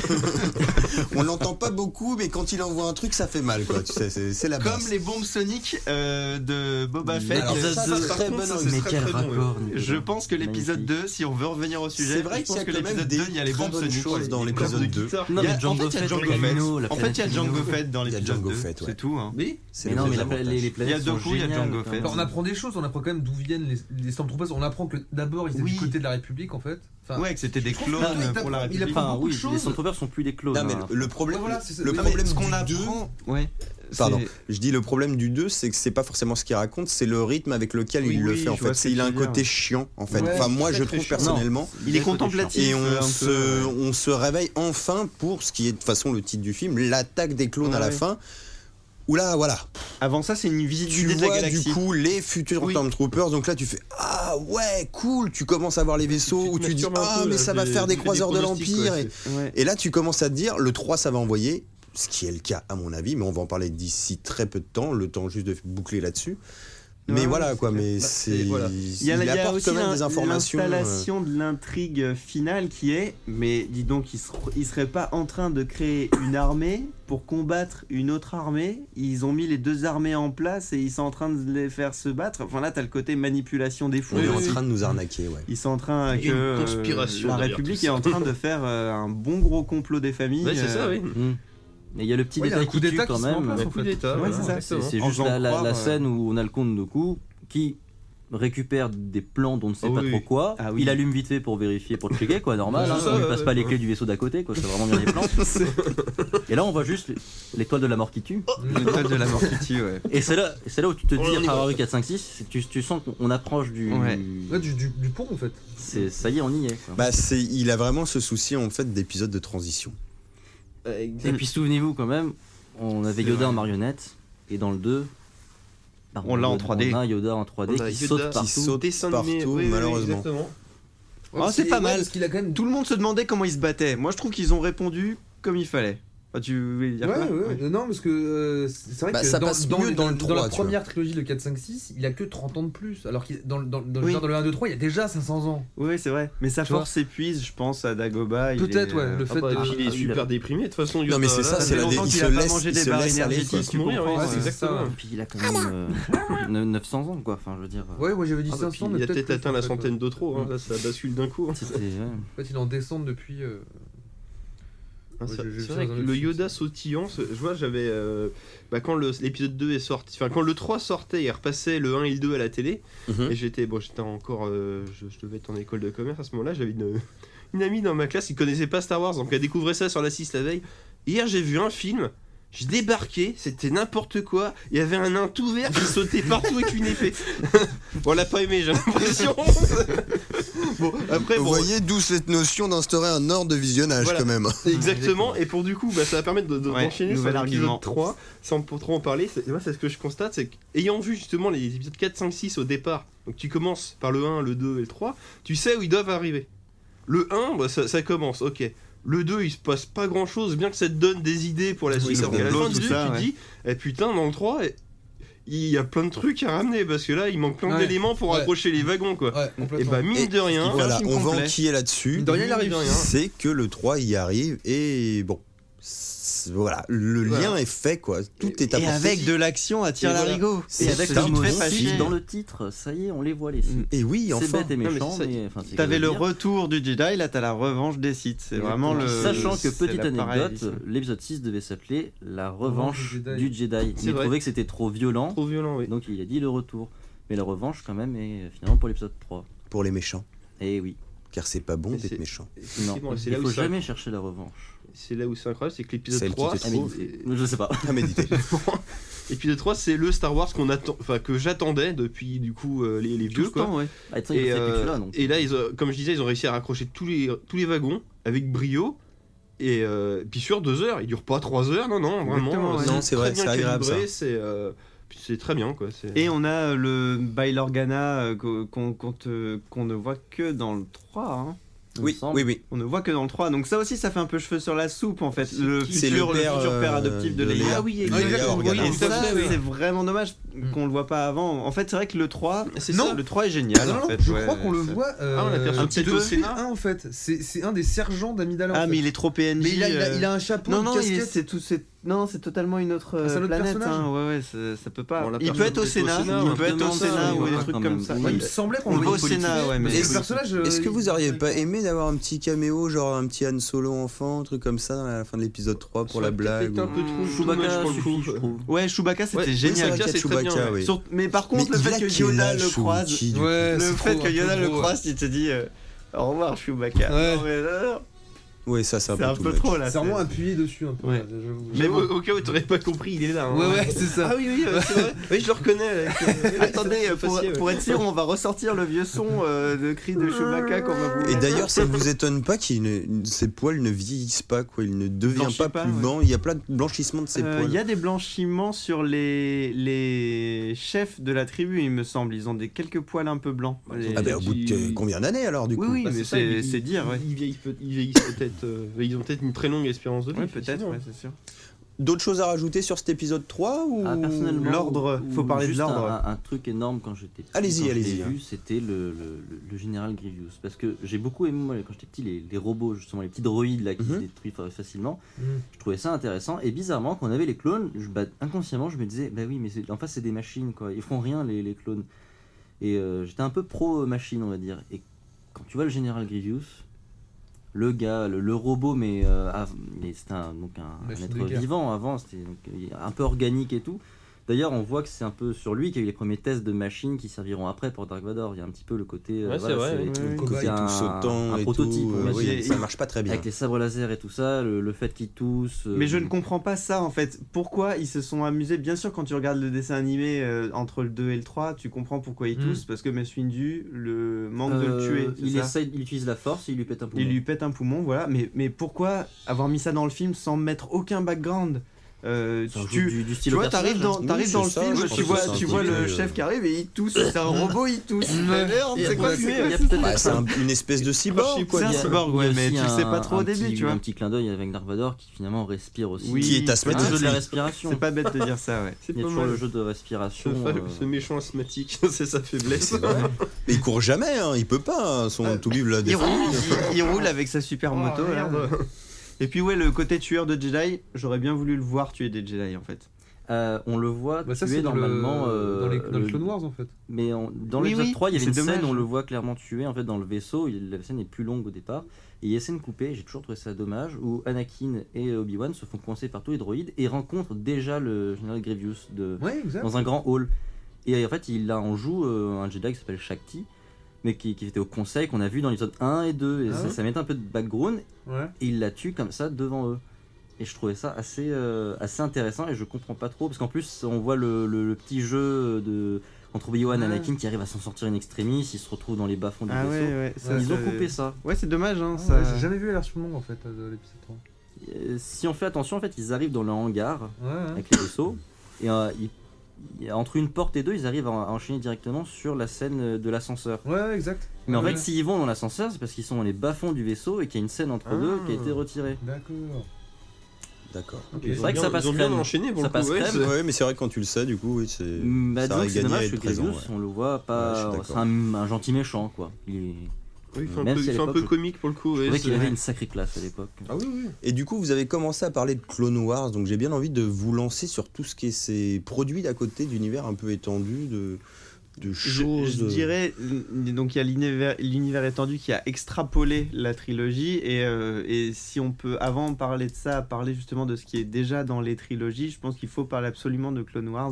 Speaker 1: [LAUGHS] On l'entend pas beaucoup, mais quand il envoie un truc, ça fait mal, quoi. Tu sais, c'est c'est la base.
Speaker 3: Comme les bombes soniques euh, de Boba Fett.
Speaker 1: Ah, Alors,
Speaker 3: Euh,
Speaker 1: ça,
Speaker 2: Épisode
Speaker 1: par
Speaker 5: très
Speaker 1: contre,
Speaker 5: bonne
Speaker 1: ça,
Speaker 5: origine.
Speaker 2: Mais
Speaker 5: très,
Speaker 2: quel
Speaker 5: très bon,
Speaker 2: rapport Nicolas.
Speaker 3: je pense que l'épisode
Speaker 2: Magnifique.
Speaker 3: 2, si on veut revenir au sujet,
Speaker 1: C'est vrai
Speaker 3: je
Speaker 1: qu'il y
Speaker 3: pense
Speaker 1: a
Speaker 3: que
Speaker 1: quand même
Speaker 3: l'épisode
Speaker 1: des
Speaker 3: 2, il y a les
Speaker 1: très
Speaker 3: bombes
Speaker 1: bonnes
Speaker 3: soniques.
Speaker 1: choses dans
Speaker 3: Il y a
Speaker 1: l'épisode
Speaker 3: des bombes de
Speaker 1: deux.
Speaker 3: guitare.
Speaker 2: Non,
Speaker 3: Il y a-
Speaker 2: mais
Speaker 3: en fait,
Speaker 2: Django
Speaker 3: il y a
Speaker 2: Fett,
Speaker 3: Django
Speaker 2: les
Speaker 3: Fett.
Speaker 2: Minos, la
Speaker 3: En fait,
Speaker 2: planète
Speaker 3: il y a Django
Speaker 2: Minos.
Speaker 3: Fett dans
Speaker 1: Il y a
Speaker 3: l'épisode
Speaker 1: Django
Speaker 3: 2.
Speaker 1: Fett, ouais.
Speaker 3: C'est tout. Hein.
Speaker 5: Mais
Speaker 1: C'est
Speaker 2: Mais
Speaker 1: le
Speaker 2: non, mais la-
Speaker 1: désavantage.
Speaker 2: les, les planètes
Speaker 3: Il y a deux
Speaker 2: sont
Speaker 3: coups, il y a
Speaker 2: géniales,
Speaker 3: Django
Speaker 2: quand
Speaker 3: Fett.
Speaker 2: même.
Speaker 4: Alors, on apprend des choses, on apprend quand même d'où viennent les, les Stormtroopers. On apprend que d'abord ils étaient
Speaker 3: Oui.
Speaker 4: du côté de la République en fait. Enfin,
Speaker 3: Ouais, que c'était des
Speaker 4: trouve que
Speaker 3: clones
Speaker 4: il a-
Speaker 3: pour la
Speaker 4: il a
Speaker 3: République.
Speaker 4: pas-
Speaker 2: Enfin,
Speaker 4: beaucoup de
Speaker 2: oui, les
Speaker 4: choses.
Speaker 2: Stormtroopers sont plus des clones.
Speaker 1: Non, mais
Speaker 2: hein.
Speaker 1: le- le problème,
Speaker 4: Ouais, voilà, c'est ça.
Speaker 1: le
Speaker 4: Non,
Speaker 3: mais
Speaker 1: problème
Speaker 3: ce qu'on
Speaker 1: du deux-
Speaker 3: apprend, ouais,
Speaker 1: Pardon.
Speaker 3: c'est-
Speaker 1: Je dis le problème du 2, c'est que c'est pas forcément ce qu'il raconte, c'est le rythme avec lequel
Speaker 3: Oui,
Speaker 1: il le
Speaker 3: oui,
Speaker 1: fait en
Speaker 3: je vois
Speaker 1: fait.
Speaker 3: ce
Speaker 1: C'est-
Speaker 3: que
Speaker 1: Il a
Speaker 3: tu
Speaker 1: un
Speaker 3: veux dire.
Speaker 1: côté chiant en fait.
Speaker 4: Ouais,
Speaker 1: enfin, moi
Speaker 3: très,
Speaker 1: je
Speaker 3: très
Speaker 1: trouve
Speaker 3: chiant.
Speaker 1: personnellement.
Speaker 3: il est
Speaker 2: Des fois,
Speaker 3: contemplatif. euh,
Speaker 1: Et
Speaker 3: un
Speaker 1: on
Speaker 3: peu,
Speaker 1: se,
Speaker 3: ouais.
Speaker 1: on se réveille enfin pour ce qui est de toute façon le titre du film, l'attaque des clones à la
Speaker 3: Ouais.
Speaker 1: fin. Où là, voilà,
Speaker 3: Avant ça, c'est une visite
Speaker 1: tu
Speaker 3: guidée de la
Speaker 1: vois du
Speaker 3: galaxie.
Speaker 1: coup les futurs
Speaker 3: Oui.
Speaker 1: Stormtroopers, donc là tu fais Ah ouais, cool, tu commences à voir les vaisseaux, où tu dis Ah mais ça va faire des croiseurs de l'Empire. Et,
Speaker 3: Ouais.
Speaker 1: et là tu commences à te dire Le 3 ça va envoyer, ce qui est le cas à mon avis, mais on va en parler d'ici très peu de temps, le temps juste de boucler là-dessus. Mais
Speaker 3: Ouais,
Speaker 1: voilà
Speaker 3: ouais,
Speaker 1: quoi,
Speaker 3: c'est
Speaker 1: mais
Speaker 5: Bah,
Speaker 1: c'est.
Speaker 5: c'est- voilà.
Speaker 1: Il,
Speaker 3: Il y a, il y a
Speaker 1: apporte
Speaker 3: aussi
Speaker 1: quand même
Speaker 3: l'in-
Speaker 1: des informations. euh,
Speaker 3: l'installation de l'intrigue finale qui est, mais dis donc, ils, ser- ils seraient pas en train de créer une armée pour combattre une autre armée. Ils ont mis les deux armées en place et ils sont en train de les faire se battre. Enfin là, t'as le côté manipulation des foules.
Speaker 1: on est en
Speaker 3: aussi.
Speaker 1: train de nous arnaquer, ouais.
Speaker 3: Ils sont en train
Speaker 5: Il y a
Speaker 3: que
Speaker 5: une
Speaker 3: euh,
Speaker 5: conspiration
Speaker 3: la
Speaker 5: derrière
Speaker 3: République
Speaker 5: tout
Speaker 3: est
Speaker 5: ça.
Speaker 3: en train de faire euh, un bon gros complot des familles.
Speaker 5: Ouais, c'est ça,
Speaker 3: euh, [LAUGHS]
Speaker 5: oui.
Speaker 2: Mm. Mais il y a le petit
Speaker 4: Ouais, il y a
Speaker 2: détail
Speaker 4: un coup
Speaker 2: qui tue
Speaker 4: d'État
Speaker 2: quand
Speaker 4: qui se met en
Speaker 2: même. euh,
Speaker 4: place.
Speaker 5: Un coup d'État.
Speaker 3: Ouais,
Speaker 5: voilà,
Speaker 3: c'est ça,
Speaker 5: exactement.
Speaker 2: C'est
Speaker 3: En
Speaker 2: juste la,
Speaker 3: faisant
Speaker 2: la- la
Speaker 3: croire, euh,
Speaker 2: scène où on a le comte Dooku qui récupère des plans dont on ne sait
Speaker 5: Ah
Speaker 2: pas
Speaker 5: oui,
Speaker 2: trop
Speaker 5: oui.
Speaker 2: quoi.
Speaker 3: Ah oui.
Speaker 2: Il allume vite fait pour vérifier, pour checker quoi, normal.
Speaker 5: C'est
Speaker 2: hein.
Speaker 5: ça,
Speaker 2: il passe
Speaker 5: ouais,
Speaker 2: pas les
Speaker 5: ouais.
Speaker 2: clés du vaisseau d'à côté, quoi. C'est vraiment bien les plans. Et là, on voit juste l'étoile de la mort qui tue.
Speaker 3: L'étoile de la mort qui tue, ouais.
Speaker 2: Et c'est là, et c'est là où tu te
Speaker 5: Oh,
Speaker 2: dis,
Speaker 5: on y
Speaker 2: après avoir
Speaker 5: va.
Speaker 2: eu 4, 5, 6, c'est- tu, tu sens qu'on on approche du.
Speaker 3: Ouais.
Speaker 4: Ouais, du, du- du pont en fait.
Speaker 2: c'est- ça y est, on y est. quoi.
Speaker 1: Bah, c'est, il a vraiment ce souci en fait d'épisodes de transition.
Speaker 2: et puis souvenez-vous quand même, on avait
Speaker 5: C'est
Speaker 2: Yoda
Speaker 5: vrai.
Speaker 2: en marionnette, et dans le 2. pardon,
Speaker 3: On l'a en
Speaker 2: Yoda-
Speaker 3: 3D.
Speaker 2: On a Yoda en 3D
Speaker 5: On a
Speaker 2: qui
Speaker 5: Yoda
Speaker 2: saute
Speaker 5: qui
Speaker 2: partout.
Speaker 1: saute
Speaker 5: Dessin
Speaker 1: partout,
Speaker 5: animé, oui, oui,
Speaker 1: malheureusement.
Speaker 5: exactement.
Speaker 3: Oh, c'est
Speaker 4: Et
Speaker 3: pas
Speaker 4: ouais,
Speaker 3: mal.
Speaker 4: Parce qu'il a quand même.
Speaker 3: Tout le monde se demandait comment ils se battaient. Moi, je trouve qu'ils ont répondu comme il fallait. Enfin, tu voulais dire
Speaker 4: Ouais,
Speaker 3: quoi
Speaker 4: ouais, euh, non, parce que euh, c'est c'est vrai
Speaker 1: Bah,
Speaker 4: que
Speaker 1: ça
Speaker 4: dans,
Speaker 1: passe
Speaker 4: dans
Speaker 1: mieux dans le
Speaker 4: la
Speaker 1: 3, tu vois.
Speaker 4: première trilogie de 4, 5, 6, il a que 30 ans de plus. Alors que dans, le- dans, dans,
Speaker 3: Oui.
Speaker 4: dans le 1, 2, 3, il y a déjà 500 ans.
Speaker 3: Oui, c'est vrai. Mais sa
Speaker 4: Tu
Speaker 3: force s'épuise, je pense, à Dagoba. il
Speaker 4: Peut-être,
Speaker 3: est,
Speaker 4: ouais,
Speaker 3: euh,
Speaker 4: le
Speaker 5: Ah
Speaker 4: fait
Speaker 5: bah, et
Speaker 4: de.
Speaker 5: puis il
Speaker 2: Ah,
Speaker 5: est
Speaker 2: oui,
Speaker 5: super
Speaker 2: là.
Speaker 5: déprimé de toute façon. euh,
Speaker 1: Non, mais c'est ça,
Speaker 3: fait
Speaker 1: c'est la
Speaker 3: longtemps
Speaker 1: il
Speaker 3: qu'il
Speaker 1: se
Speaker 3: a pas
Speaker 1: laisse,
Speaker 3: mangé
Speaker 1: il
Speaker 3: des
Speaker 1: se
Speaker 3: barres
Speaker 1: laisse aller.
Speaker 3: énergétiques.
Speaker 1: quoi.
Speaker 5: se mourir,
Speaker 4: Ouais,
Speaker 5: Ah, ouais,
Speaker 4: c'est ça,
Speaker 5: exactement.
Speaker 4: ouais.
Speaker 2: Et puis il a quand même [LAUGHS] euh, 900 ans, quoi. Enfin, je veux dire. euh,
Speaker 4: Ouais, moi j'avais dit
Speaker 5: Ah bah, puis
Speaker 4: 500,
Speaker 5: il
Speaker 4: mais
Speaker 5: a peut-être
Speaker 4: plus,
Speaker 5: atteint
Speaker 4: en
Speaker 5: la
Speaker 4: fait,
Speaker 5: centaine
Speaker 4: ouais.
Speaker 5: de trop, hein, là ça bascule d'un coup.
Speaker 2: C'était. ouais.
Speaker 4: En fait, il est en descente depuis. euh,
Speaker 5: Hein,
Speaker 4: Ouais,
Speaker 5: c'est
Speaker 4: j'ai- j'ai
Speaker 5: c'est
Speaker 4: vu
Speaker 5: vrai
Speaker 4: ça dans
Speaker 5: que
Speaker 4: le
Speaker 5: le
Speaker 4: film,
Speaker 5: Yoda
Speaker 4: ça.
Speaker 5: sautillant, ce- je vois, j'avais. euh, bah, quand le- l'épisode 2 est sorti, enfin, quand le 3 sortait et repassait le 1 et le 2 à la télé,
Speaker 1: Mhm.
Speaker 5: et j'étais bon, j'étais encore. euh, je, je devais être en école de commerce à ce moment-là, j'avais une, [LAUGHS] une amie dans ma classe qui connaissait pas Star Wars, donc elle découvrait ça sur la 6 la veille. Hier, j'ai vu un film. J'ai débarqué, c'était n'importe quoi. Il y avait un nain tout vert qui
Speaker 4: [LAUGHS]
Speaker 5: sautait partout avec une épée. [LAUGHS] bon, on l'a pas aimé, j'ai l'impression. [LAUGHS] bon, après,
Speaker 1: Vous
Speaker 5: bon,
Speaker 1: voyez d'où cette notion d'instaurer un ordre de visionnage
Speaker 5: Voilà.
Speaker 1: quand même.
Speaker 5: Exactement, et pour du coup, bah, ça va permettre de, de-
Speaker 3: Ouais,
Speaker 5: d'enchaîner
Speaker 3: nouvel
Speaker 5: sur
Speaker 3: argument.
Speaker 5: l'épisode 3, sans pour trop en parler. C'est, moi, c'est ce que je constate, c'est qu'ayant vu justement les épisodes 4, 5, 6 au départ, donc tu commences par le 1, le 2 et le 3, tu sais où ils doivent arriver. Le 1, bah, ça, ça commence, ok. Le 2, il se passe pas grand chose, bien que ça te donne des idées pour la
Speaker 1: Oui,
Speaker 5: suite.
Speaker 1: le
Speaker 5: Alors qu'à la
Speaker 3: complot,
Speaker 5: fin du
Speaker 3: tout
Speaker 5: 2,
Speaker 3: ça,
Speaker 5: tu te
Speaker 3: ouais.
Speaker 5: dis, eh putain, dans le 3, eh, il y a plein de trucs à ramener, parce que là, il manque plein
Speaker 4: Ouais.
Speaker 5: d'éléments pour
Speaker 4: Ouais.
Speaker 5: accrocher les wagons, quoi.
Speaker 4: Ouais,
Speaker 5: Et
Speaker 4: complètement.
Speaker 5: bah, mine de rien,
Speaker 1: [LAUGHS] Voilà,
Speaker 3: film
Speaker 1: on va
Speaker 3: complet.
Speaker 1: enquiller là-dessus.
Speaker 4: Mine de rien, il arrive.
Speaker 5: Mine de rien.
Speaker 1: C'est que le 3 y arrive et bon. c'est- Voilà, le
Speaker 5: Voilà.
Speaker 1: lien est fait quoi. Tout est
Speaker 3: Et
Speaker 1: apporté.
Speaker 3: avec de l'action à tir
Speaker 1: Et voilà.
Speaker 3: larigot.
Speaker 1: C'est
Speaker 2: Et avec
Speaker 1: ça
Speaker 2: le
Speaker 1: qui
Speaker 2: mot
Speaker 1: me fait
Speaker 5: Ah,
Speaker 2: aussi
Speaker 1: fâcher.
Speaker 2: dans le titre, ça y est, on les voit les
Speaker 3: Mm.
Speaker 1: Et oui,
Speaker 2: C'est
Speaker 1: enfin.
Speaker 2: bête et
Speaker 5: Non, mais
Speaker 2: méchant,
Speaker 5: c'est ça.
Speaker 2: mais, enfin, c'est
Speaker 3: T'avais le
Speaker 2: rigolo de dire.
Speaker 3: retour du Jedi, là t'as la revanche des Sith. C'est vraiment le.
Speaker 5: euh,
Speaker 2: Sachant que,
Speaker 3: c'est
Speaker 2: petite
Speaker 3: la
Speaker 2: anecdote,
Speaker 3: parallélisme.
Speaker 2: l'épisode 6 devait s'appeler La revanche
Speaker 4: Revanche du
Speaker 2: du Jedi.
Speaker 5: C'est
Speaker 2: Il
Speaker 5: vrai.
Speaker 2: trouvait que c'était trop violent,
Speaker 5: trop violent, oui.
Speaker 2: donc il a dit le retour. Mais la revanche, quand même, est euh, finalement pour l'épisode 3.
Speaker 1: Pour les méchants.
Speaker 2: Et oui.
Speaker 1: car c'est pas bon
Speaker 5: Mais
Speaker 1: d'être
Speaker 5: c'est-
Speaker 1: méchant.
Speaker 5: Effectivement,
Speaker 2: Non,
Speaker 5: c'est
Speaker 2: il
Speaker 5: là,
Speaker 2: faut
Speaker 5: où c'est-
Speaker 2: jamais chercher la revanche. Ah,
Speaker 5: c'est là où c'est incroyable, c'est que l'épisode
Speaker 1: Celle qui
Speaker 5: 3,
Speaker 1: te trouve.
Speaker 5: c'est-
Speaker 2: Je sais pas. [LAUGHS]
Speaker 1: À méditer.
Speaker 3: [LAUGHS]
Speaker 5: épisode 3, c'est le Star Wars qu'on attend, enfin que j'attendais depuis du coup euh, les, les
Speaker 3: Tout
Speaker 5: vieux
Speaker 3: le
Speaker 5: quoi.
Speaker 3: temps, ouais.
Speaker 2: Ah, tiens, il
Speaker 5: Et,
Speaker 2: y a
Speaker 5: euh,
Speaker 2: ces là donc.
Speaker 5: et là, ils ont- comme je disais, ils ont réussi à raccrocher tous les, tous les wagons avec brio. Et euh, puis sur deux heures, il dure pas trois heures, non, non,
Speaker 3: Exactement,
Speaker 5: vraiment.
Speaker 3: ouais.
Speaker 5: euh,
Speaker 3: Non,
Speaker 5: c'est
Speaker 1: c'est vrai,
Speaker 5: très bien
Speaker 1: c'est agréable,
Speaker 5: calibré, C'est euh, puis c'est très bien quoi. c'est-
Speaker 3: Et on a euh, le Bail Organa euh, qu'o- qu'on qu'on te- qu'on ne voit que dans le 3. hein.
Speaker 2: il me
Speaker 1: Oui,
Speaker 2: semble.
Speaker 1: oui, oui.
Speaker 3: On ne voit que dans le 3. Donc ça aussi, ça fait un peu cheveux sur la soupe en fait. Le
Speaker 1: C'est
Speaker 3: futur,
Speaker 1: le
Speaker 3: le
Speaker 1: père,
Speaker 3: futur père
Speaker 1: euh,
Speaker 3: adoptif de,
Speaker 1: de
Speaker 3: Leia.
Speaker 1: Leia.
Speaker 4: Ah oui,
Speaker 1: Leia
Speaker 4: exactement,
Speaker 1: Organa.
Speaker 4: oui,
Speaker 3: Et
Speaker 4: on
Speaker 3: ça,
Speaker 4: sait, oui.
Speaker 3: c'est vraiment dommage qu'on le voit pas avant. En fait, Mm. c'est vrai que le 3,
Speaker 5: C'est
Speaker 4: Non.
Speaker 5: ça, le-
Speaker 3: le 3 est génial.
Speaker 4: Ah, Non,
Speaker 3: en
Speaker 4: non,
Speaker 3: fait,
Speaker 4: je
Speaker 3: ouais,
Speaker 4: crois qu'on le
Speaker 3: ça-
Speaker 4: voit. euh,
Speaker 5: Ah, on l'a perçu
Speaker 4: un
Speaker 5: petit
Speaker 4: petit
Speaker 5: peu au
Speaker 4: peu
Speaker 5: Sénat.
Speaker 4: un, en fait. C'est c'est un des sergents d'Amidala. en
Speaker 3: Ah,
Speaker 4: fait.
Speaker 3: mais il est trop PNJ.
Speaker 4: Mais il a, il a-
Speaker 3: euh,
Speaker 4: il a un chapeau,
Speaker 3: Non,
Speaker 4: une
Speaker 3: non, il est-
Speaker 4: casquette.
Speaker 3: c'est tout, c'est non, c'est totalement une autre
Speaker 4: Ah, c'est
Speaker 3: euh,
Speaker 4: un autre
Speaker 3: planète.
Speaker 4: personnage.
Speaker 3: hein, Ouais, ouais, ça, ça peut pas.
Speaker 5: Bon, la
Speaker 3: il
Speaker 5: personne
Speaker 3: peut être au
Speaker 5: peut être au
Speaker 3: Sénat,
Speaker 5: Sénat,
Speaker 3: il
Speaker 2: on
Speaker 3: peut être au
Speaker 2: demande ça,
Speaker 3: Sénat
Speaker 2: oui,
Speaker 3: ou des
Speaker 2: voilà,
Speaker 3: trucs
Speaker 2: quand
Speaker 3: comme
Speaker 2: même.
Speaker 3: ça.
Speaker 2: Oui,
Speaker 4: Ouais, il me
Speaker 2: mais-
Speaker 4: semblait qu'on
Speaker 3: On le
Speaker 4: le
Speaker 3: voit au
Speaker 4: voyait.
Speaker 3: Sénat, ouais, mais
Speaker 4: Et
Speaker 1: Est-ce
Speaker 4: le personnage. euh,
Speaker 1: Est-ce que vous auriez
Speaker 4: il-
Speaker 1: pas aimé d'avoir un petit caméo, genre un petit Han Solo enfant, un truc comme ça, à la fin de l'épisode 3 pour
Speaker 5: ça
Speaker 1: la
Speaker 5: aurait peut-être
Speaker 1: blague
Speaker 5: été un peu trop dommage
Speaker 2: Chewbacca
Speaker 5: pour le coup.
Speaker 2: suffit, je trouve.
Speaker 3: Ouais, Chewbacca, c'était
Speaker 5: Ouais, oui,
Speaker 1: C'est
Speaker 3: génial.
Speaker 1: vrai qu'il y a
Speaker 5: c'est très bien,
Speaker 1: Chewbacca,
Speaker 5: ouais.
Speaker 1: oui.
Speaker 3: Sur- Mais par
Speaker 1: Mais
Speaker 3: contre, le
Speaker 1: il
Speaker 3: fait
Speaker 1: a
Speaker 3: que
Speaker 1: quel
Speaker 3: Yoda
Speaker 1: âge,
Speaker 3: le
Speaker 1: ce
Speaker 3: croise,
Speaker 1: Wookiee, du coup
Speaker 4: Ouais,
Speaker 3: le
Speaker 4: c'est
Speaker 3: fait
Speaker 4: trop
Speaker 3: que
Speaker 4: un peu
Speaker 3: Yoda le
Speaker 4: gros, ouais.
Speaker 3: croise, il te dit euh, au revoir Chewbacca.
Speaker 4: Ouais.
Speaker 3: Non, mais non, non,
Speaker 1: Ah, Ouais, ça, c'est un
Speaker 3: C'est
Speaker 1: peu,
Speaker 3: un
Speaker 1: too
Speaker 3: peu
Speaker 1: much.
Speaker 3: trop là.
Speaker 4: C'est vraiment appuyé dessus un peu.
Speaker 3: Ouais.
Speaker 4: là, j'avoue.
Speaker 5: Mais au, au cas où t'aurais pas compris, il est là. hein.
Speaker 3: [LAUGHS]
Speaker 4: Ouais, ouais, c'est ça.
Speaker 5: Ah oui, oui, euh, c'est vrai. oui, je le reconnais. avec, euh,
Speaker 3: Attendez,
Speaker 5: c'est
Speaker 3: pour,
Speaker 5: facile, ouais.
Speaker 3: pour être sûr, on va ressortir le vieux son euh, de cri de Chewbacca qu'on va vous.
Speaker 1: Et d'ailleurs,
Speaker 3: [LAUGHS]
Speaker 1: ça ne vous étonne pas qu'il ne- ses poils ne vieillissent pas, quoi. Il ne devient
Speaker 3: Blanchit
Speaker 1: pas,
Speaker 3: pas,
Speaker 1: plus
Speaker 3: ouais.
Speaker 1: blanc. Il y a plein de blanchissement de ses
Speaker 3: Euh, Il
Speaker 1: poils.
Speaker 3: y a des blanchiments sur les, les chefs de la tribu, il me semble. Ils ont des quelques poils un peu blancs. Les-
Speaker 1: Ah ben, au bout de
Speaker 5: qui-
Speaker 1: euh, combien d'années alors, du
Speaker 3: oui,
Speaker 1: coup
Speaker 3: oui,
Speaker 5: Bah,
Speaker 3: mais
Speaker 5: ça,
Speaker 3: c'est
Speaker 5: ils-
Speaker 3: c'est dire, ouais.
Speaker 5: Ils vieillissent peut- ils vieillissent peut-être. euh, ils ont peut-être une très longue espérance de vie.
Speaker 3: Ouais, peut-être,
Speaker 5: effectivement.
Speaker 3: ouais, c'est sûr.
Speaker 1: D'autres choses à rajouter sur cet épisode 3 ou...
Speaker 2: Ah, personnellement,
Speaker 3: l'ordre,
Speaker 2: ou-
Speaker 3: faut
Speaker 2: ou
Speaker 3: parler de
Speaker 2: juste
Speaker 3: l'ordre.
Speaker 2: Un, un truc énorme quand j'étais petit,
Speaker 1: Allez-y,
Speaker 2: quand je l'ai
Speaker 1: allez-y,
Speaker 2: vu, c'était le, le- le- le général Grievous. Parce que j'ai beaucoup aimé, moi, quand j'étais petit, les, les robots, justement, les petits droïdes là, qui
Speaker 1: Mhm.
Speaker 2: se détruisent fa- facilement.
Speaker 4: Mhm.
Speaker 2: Je trouvais ça intéressant. Et bizarrement, quand on avait les clones, je, bah, inconsciemment, je me disais, bah oui, mais c'est- en face, c'est des machines, quoi. Ils feront rien, les, les clones. Et euh, j'étais un peu pro-machine, on va dire. Et quand tu vois le général Grievous, le gars, le, le robot, mais, euh, av- mais c'est un, donc un, un
Speaker 4: Machine de
Speaker 2: être
Speaker 4: guerre.
Speaker 2: vivant avant, c'était donc, il est un peu organique et tout. D'ailleurs, on voit que c'est un peu sur lui qu'il y a eu les premiers tests de machines qui serviront après pour Dark Vador. Il y a un petit peu le côté. euh,
Speaker 5: Ouais, c'est vrai, oui.
Speaker 1: Le
Speaker 3: Ouais,
Speaker 1: cobaye
Speaker 2: c'est un-
Speaker 1: tout sautant
Speaker 2: un
Speaker 1: et
Speaker 2: prototype,
Speaker 1: tout,
Speaker 2: on va
Speaker 1: euh, oui,
Speaker 2: dire.
Speaker 1: ça marche pas très bien.
Speaker 2: Avec les sabres laser et tout ça, le, le fait qu'ils toussent. euh,
Speaker 3: Mais je ne comprends pas ça en fait. Pourquoi ils se sont amusés Bien sûr, quand tu regardes le dessin animé euh, entre le 2 et le 3, tu comprends pourquoi ils
Speaker 4: Mm.
Speaker 3: toussent. Parce que Meswindu le manque
Speaker 2: euh,
Speaker 3: de le tuer. c'est
Speaker 2: Il
Speaker 3: ça
Speaker 2: essaye, il utilise la force, il lui pète un poumon.
Speaker 3: Il lui pète un poumon, voilà. Mais, mais pourquoi avoir mis ça dans le film sans mettre aucun background Euh,
Speaker 2: C'est un
Speaker 3: tu,
Speaker 2: jeu
Speaker 3: tu,
Speaker 2: du, du
Speaker 3: tu
Speaker 2: style
Speaker 3: vois, t'arrives dans,
Speaker 1: Oui,
Speaker 3: t'arrives
Speaker 1: c'est
Speaker 3: dans le
Speaker 1: ça, je
Speaker 3: film,
Speaker 1: pense
Speaker 3: tu
Speaker 1: que
Speaker 3: vois,
Speaker 1: c'est un
Speaker 3: tu
Speaker 1: petit
Speaker 3: vois le
Speaker 1: peu,
Speaker 3: chef
Speaker 1: euh,
Speaker 3: qui arrive et il tousse. C'est un robot, il tousse.
Speaker 4: Ouais.
Speaker 3: Mais merde,
Speaker 2: Et
Speaker 3: c'est quoi
Speaker 2: après,
Speaker 3: fumée,
Speaker 2: c'est- il y
Speaker 3: ouais,
Speaker 2: a peut-être-
Speaker 1: Bah, c'est un- une espèce de cyborg, quoi.
Speaker 3: C'est un
Speaker 2: Il y a-
Speaker 3: cyborg,
Speaker 2: il y a
Speaker 3: ouais, mais
Speaker 2: aussi
Speaker 3: tu le sais
Speaker 2: un-
Speaker 3: pas trop au
Speaker 2: un
Speaker 3: début,
Speaker 2: petit-
Speaker 3: tu vois.
Speaker 2: Un petit clin d'œil avec Dark Vador qui finalement respire aussi.
Speaker 3: Oui,
Speaker 1: Qui est à se
Speaker 2: c'est
Speaker 1: mettre
Speaker 2: un jeu de
Speaker 1: dessus.
Speaker 2: la
Speaker 3: Ah, C'est
Speaker 2: respiration.
Speaker 3: pas bête de dire ça, ouais.
Speaker 5: C'est
Speaker 2: Il y a
Speaker 5: pas
Speaker 2: toujours
Speaker 5: mal.
Speaker 2: le jeu de
Speaker 5: Ce,
Speaker 2: respiration.
Speaker 5: fa-
Speaker 2: euh,
Speaker 5: ce méchant asthmatique, [LAUGHS] c'est sa faiblesse.
Speaker 1: C'est vrai. Mais il court jamais, hein, il peut pas, hein, son tout livre là.
Speaker 3: Il roule, il- il roule avec sa super
Speaker 5: Oh,
Speaker 3: moto. là.
Speaker 5: merde.
Speaker 3: Et puis ouais, le côté tueur de Jedi, j'aurais bien voulu le voir tuer des Jedi en fait.
Speaker 2: euh, on le voit
Speaker 4: Bah, ça,
Speaker 2: tuer
Speaker 4: c'est dans le-
Speaker 2: normalement. euh,
Speaker 4: dans les dans
Speaker 2: le-
Speaker 4: le Clone Wars en fait.
Speaker 2: Mais on- dans
Speaker 3: Oui,
Speaker 2: l'épisode
Speaker 3: oui,
Speaker 2: 3, il y avait
Speaker 3: c'est
Speaker 2: une
Speaker 3: dommage.
Speaker 2: scène où on le voit clairement tué en fait dans le vaisseau. Il- la scène est plus longue au départ. Et il y a une scène coupée, j'ai toujours trouvé ça dommage, où Anakin et Obi-Wan se font coincer par tous les droïdes et rencontrent déjà le général Grievous de,
Speaker 4: Ouais, exact.
Speaker 2: dans un grand hall. Et euh, en fait, il a en joue euh, un Jedi qui s'appelle Shakti, mais qui, qui était au conseil qu'on a vu dans l'épisode 1 et 2. Et
Speaker 4: Ah
Speaker 2: ça,
Speaker 4: ouais
Speaker 2: ça met un peu de background
Speaker 4: Ouais.
Speaker 2: et il la tue comme ça devant eux. Et je trouvais ça assez, euh, assez intéressant et je comprends pas trop parce qu'en plus on voit le, le- le petit jeu de entre Obi-Wan et
Speaker 4: Ouais.
Speaker 2: Anakin qui arrive à s'en sortir in extremis, il se retrouve dans les bas-fonds du
Speaker 3: Ah ouais,
Speaker 2: vaisseau.
Speaker 3: ouais. ça,
Speaker 2: Ils
Speaker 3: ça-
Speaker 2: ont coupé ça.
Speaker 3: Ouais, c'est dommage, hein.
Speaker 4: Ah,
Speaker 3: ça...
Speaker 4: ouais, J'ai jamais vu la version longue en fait euh, de l'épisode 3.
Speaker 2: Euh, si on fait attention, en fait, ils arrivent dans le hangar
Speaker 4: Ouais, hein. ouais.
Speaker 2: avec les vaisseaux et euh, ils- ils- entre une porte et deux, ils arrivent à, à enchaîner directement sur la scène euh, de l'ascenseur.
Speaker 4: Ouais, ouais, exact.
Speaker 2: Mais en
Speaker 1: Ah
Speaker 4: Ouais.
Speaker 2: fait, s'ils vont dans l'ascenseur, c'est parce qu'ils sont dans les bas-fonds du vaisseau et qu'il y a une scène entre
Speaker 5: Ah.
Speaker 2: deux qui a été retirée.
Speaker 4: D'accord.
Speaker 1: D'accord.
Speaker 4: Ok.
Speaker 5: Ils ont
Speaker 2: vrai que ça
Speaker 5: bien-
Speaker 2: passe
Speaker 5: Ils ont bien
Speaker 2: crème.
Speaker 5: enchaîné pour
Speaker 2: Ça
Speaker 5: le
Speaker 2: passe
Speaker 5: coup. ouais,
Speaker 2: crème.
Speaker 5: c'est-
Speaker 1: Ouais, mais c'est vrai que quand tu le sais, du coup, oui, c'est.
Speaker 2: Bah,
Speaker 1: Euh, ça
Speaker 2: disons
Speaker 1: aurait
Speaker 2: que c'est
Speaker 1: gagné à
Speaker 2: dommage
Speaker 1: être
Speaker 2: que
Speaker 1: présent,
Speaker 2: Grievous,
Speaker 1: ouais.
Speaker 2: on le voit pas. euh,
Speaker 1: Ouais, je suis d'accord.
Speaker 2: c'est un, un gentil méchant, quoi. Il,
Speaker 5: Oui, il fait un
Speaker 2: Même
Speaker 5: peu-
Speaker 2: si à
Speaker 5: il fait un
Speaker 2: l'époque,
Speaker 5: peu
Speaker 2: je-
Speaker 5: comique pour le coup.
Speaker 2: je
Speaker 5: ouais,
Speaker 2: trouvais
Speaker 5: c'est-
Speaker 2: qu'il avait une sacrée classe à l'époque.
Speaker 4: Ah oui, oui.
Speaker 1: Et du coup, vous avez commencé à parler de Clone Wars, donc j'ai bien envie de vous lancer sur tout ce qui est ces produits d'à côté d'univers un peu étendu, de, de
Speaker 3: Je,
Speaker 1: choses.
Speaker 3: je dirais, euh, donc il y a l'univers- l'univers étendu qui a extrapolé la trilogie, et, euh, et si on peut, avant de parler de ça, parler justement de ce qui est déjà dans les trilogies, je pense qu'il faut parler absolument de Clone Wars,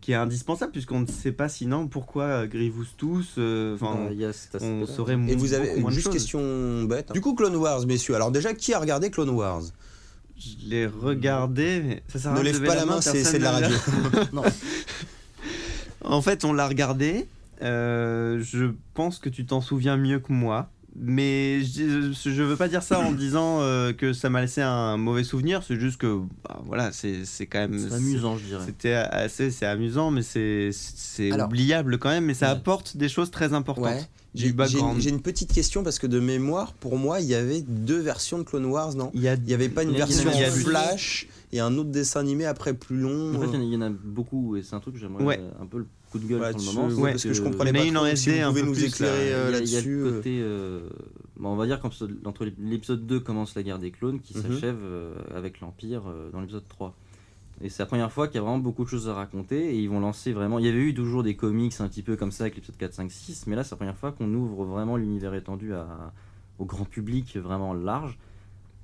Speaker 3: qui est indispensable, puisqu'on ne sait pas sinon pourquoi euh, Grievous tous. euh, Enfin,
Speaker 2: Ah, yes, t'as-
Speaker 3: on saurait
Speaker 1: Et
Speaker 3: moins-
Speaker 1: vous avez
Speaker 3: beaucoup moins de
Speaker 1: juste
Speaker 3: choses.
Speaker 1: question bête. hein. Du coup, Clone Wars, messieurs. Alors déjà, qui a regardé Clone Wars
Speaker 3: Je l'ai regardé, mais ça sert à
Speaker 1: Ne
Speaker 3: rien de
Speaker 1: lève
Speaker 3: lever
Speaker 1: pas la main, c'est
Speaker 3: personne
Speaker 1: c'est de la
Speaker 3: ne l'a-
Speaker 1: radio.
Speaker 3: [LAUGHS] En fait, on l'a regardé. euh, je pense que tu t'en souviens mieux que moi. Mais je, je veux pas dire ça [COUGHS] en disant euh, que ça m'a laissé un mauvais souvenir. C'est juste que, bah, voilà, c'est c'est quand même.
Speaker 2: C'est amusant, je dirais.
Speaker 3: C'était assez, c'est amusant, mais c'est c'est
Speaker 1: Alors-
Speaker 3: oubliable quand même. Mais ça
Speaker 1: Ouais.
Speaker 3: apporte des choses très importantes.
Speaker 1: Ouais. J'ai
Speaker 3: Du
Speaker 1: j'ai
Speaker 3: background.
Speaker 1: une, j'ai une petite question parce que de mémoire, pour moi, il y avait deux versions de Clone Wars, non
Speaker 3: Il y a
Speaker 1: Il n'y avait pas une
Speaker 2: Il y en a-
Speaker 1: version
Speaker 3: il y a-
Speaker 1: Flash et un autre dessin animé après plus long.
Speaker 2: En fait,
Speaker 1: euh,
Speaker 2: il y en a- il y, en a beaucoup et c'est un truc que j'aimerais
Speaker 3: Ouais.
Speaker 2: euh, un peu le coup de gueule
Speaker 1: ouais,
Speaker 2: pour le
Speaker 1: je-
Speaker 2: moment. c'est
Speaker 1: ouais, parce que je comprenais
Speaker 3: Mais
Speaker 1: pas
Speaker 3: une
Speaker 1: trop,
Speaker 3: en
Speaker 1: donc si
Speaker 3: SD
Speaker 1: vous
Speaker 3: un
Speaker 1: pouvez
Speaker 3: peu
Speaker 1: nous
Speaker 3: plus,
Speaker 1: éclairer
Speaker 3: là.
Speaker 1: euh,
Speaker 2: Il y a- il y a
Speaker 1: là-dessus.
Speaker 2: le
Speaker 1: euh,
Speaker 2: côté. euh, bah, on va dire qu'entre entre l'épisode 2 commence la guerre des clones qui
Speaker 1: Mhm.
Speaker 2: s'achève euh, avec l'Empire euh, dans l'épisode 3. Et c'est la première fois qu'il y a vraiment beaucoup de choses à raconter et ils vont lancer vraiment. Il y avait eu toujours des comics un petit peu comme ça avec l'épisode 4, 5, 6, mais là c'est la première fois qu'on ouvre vraiment l'univers étendu à- au grand public vraiment large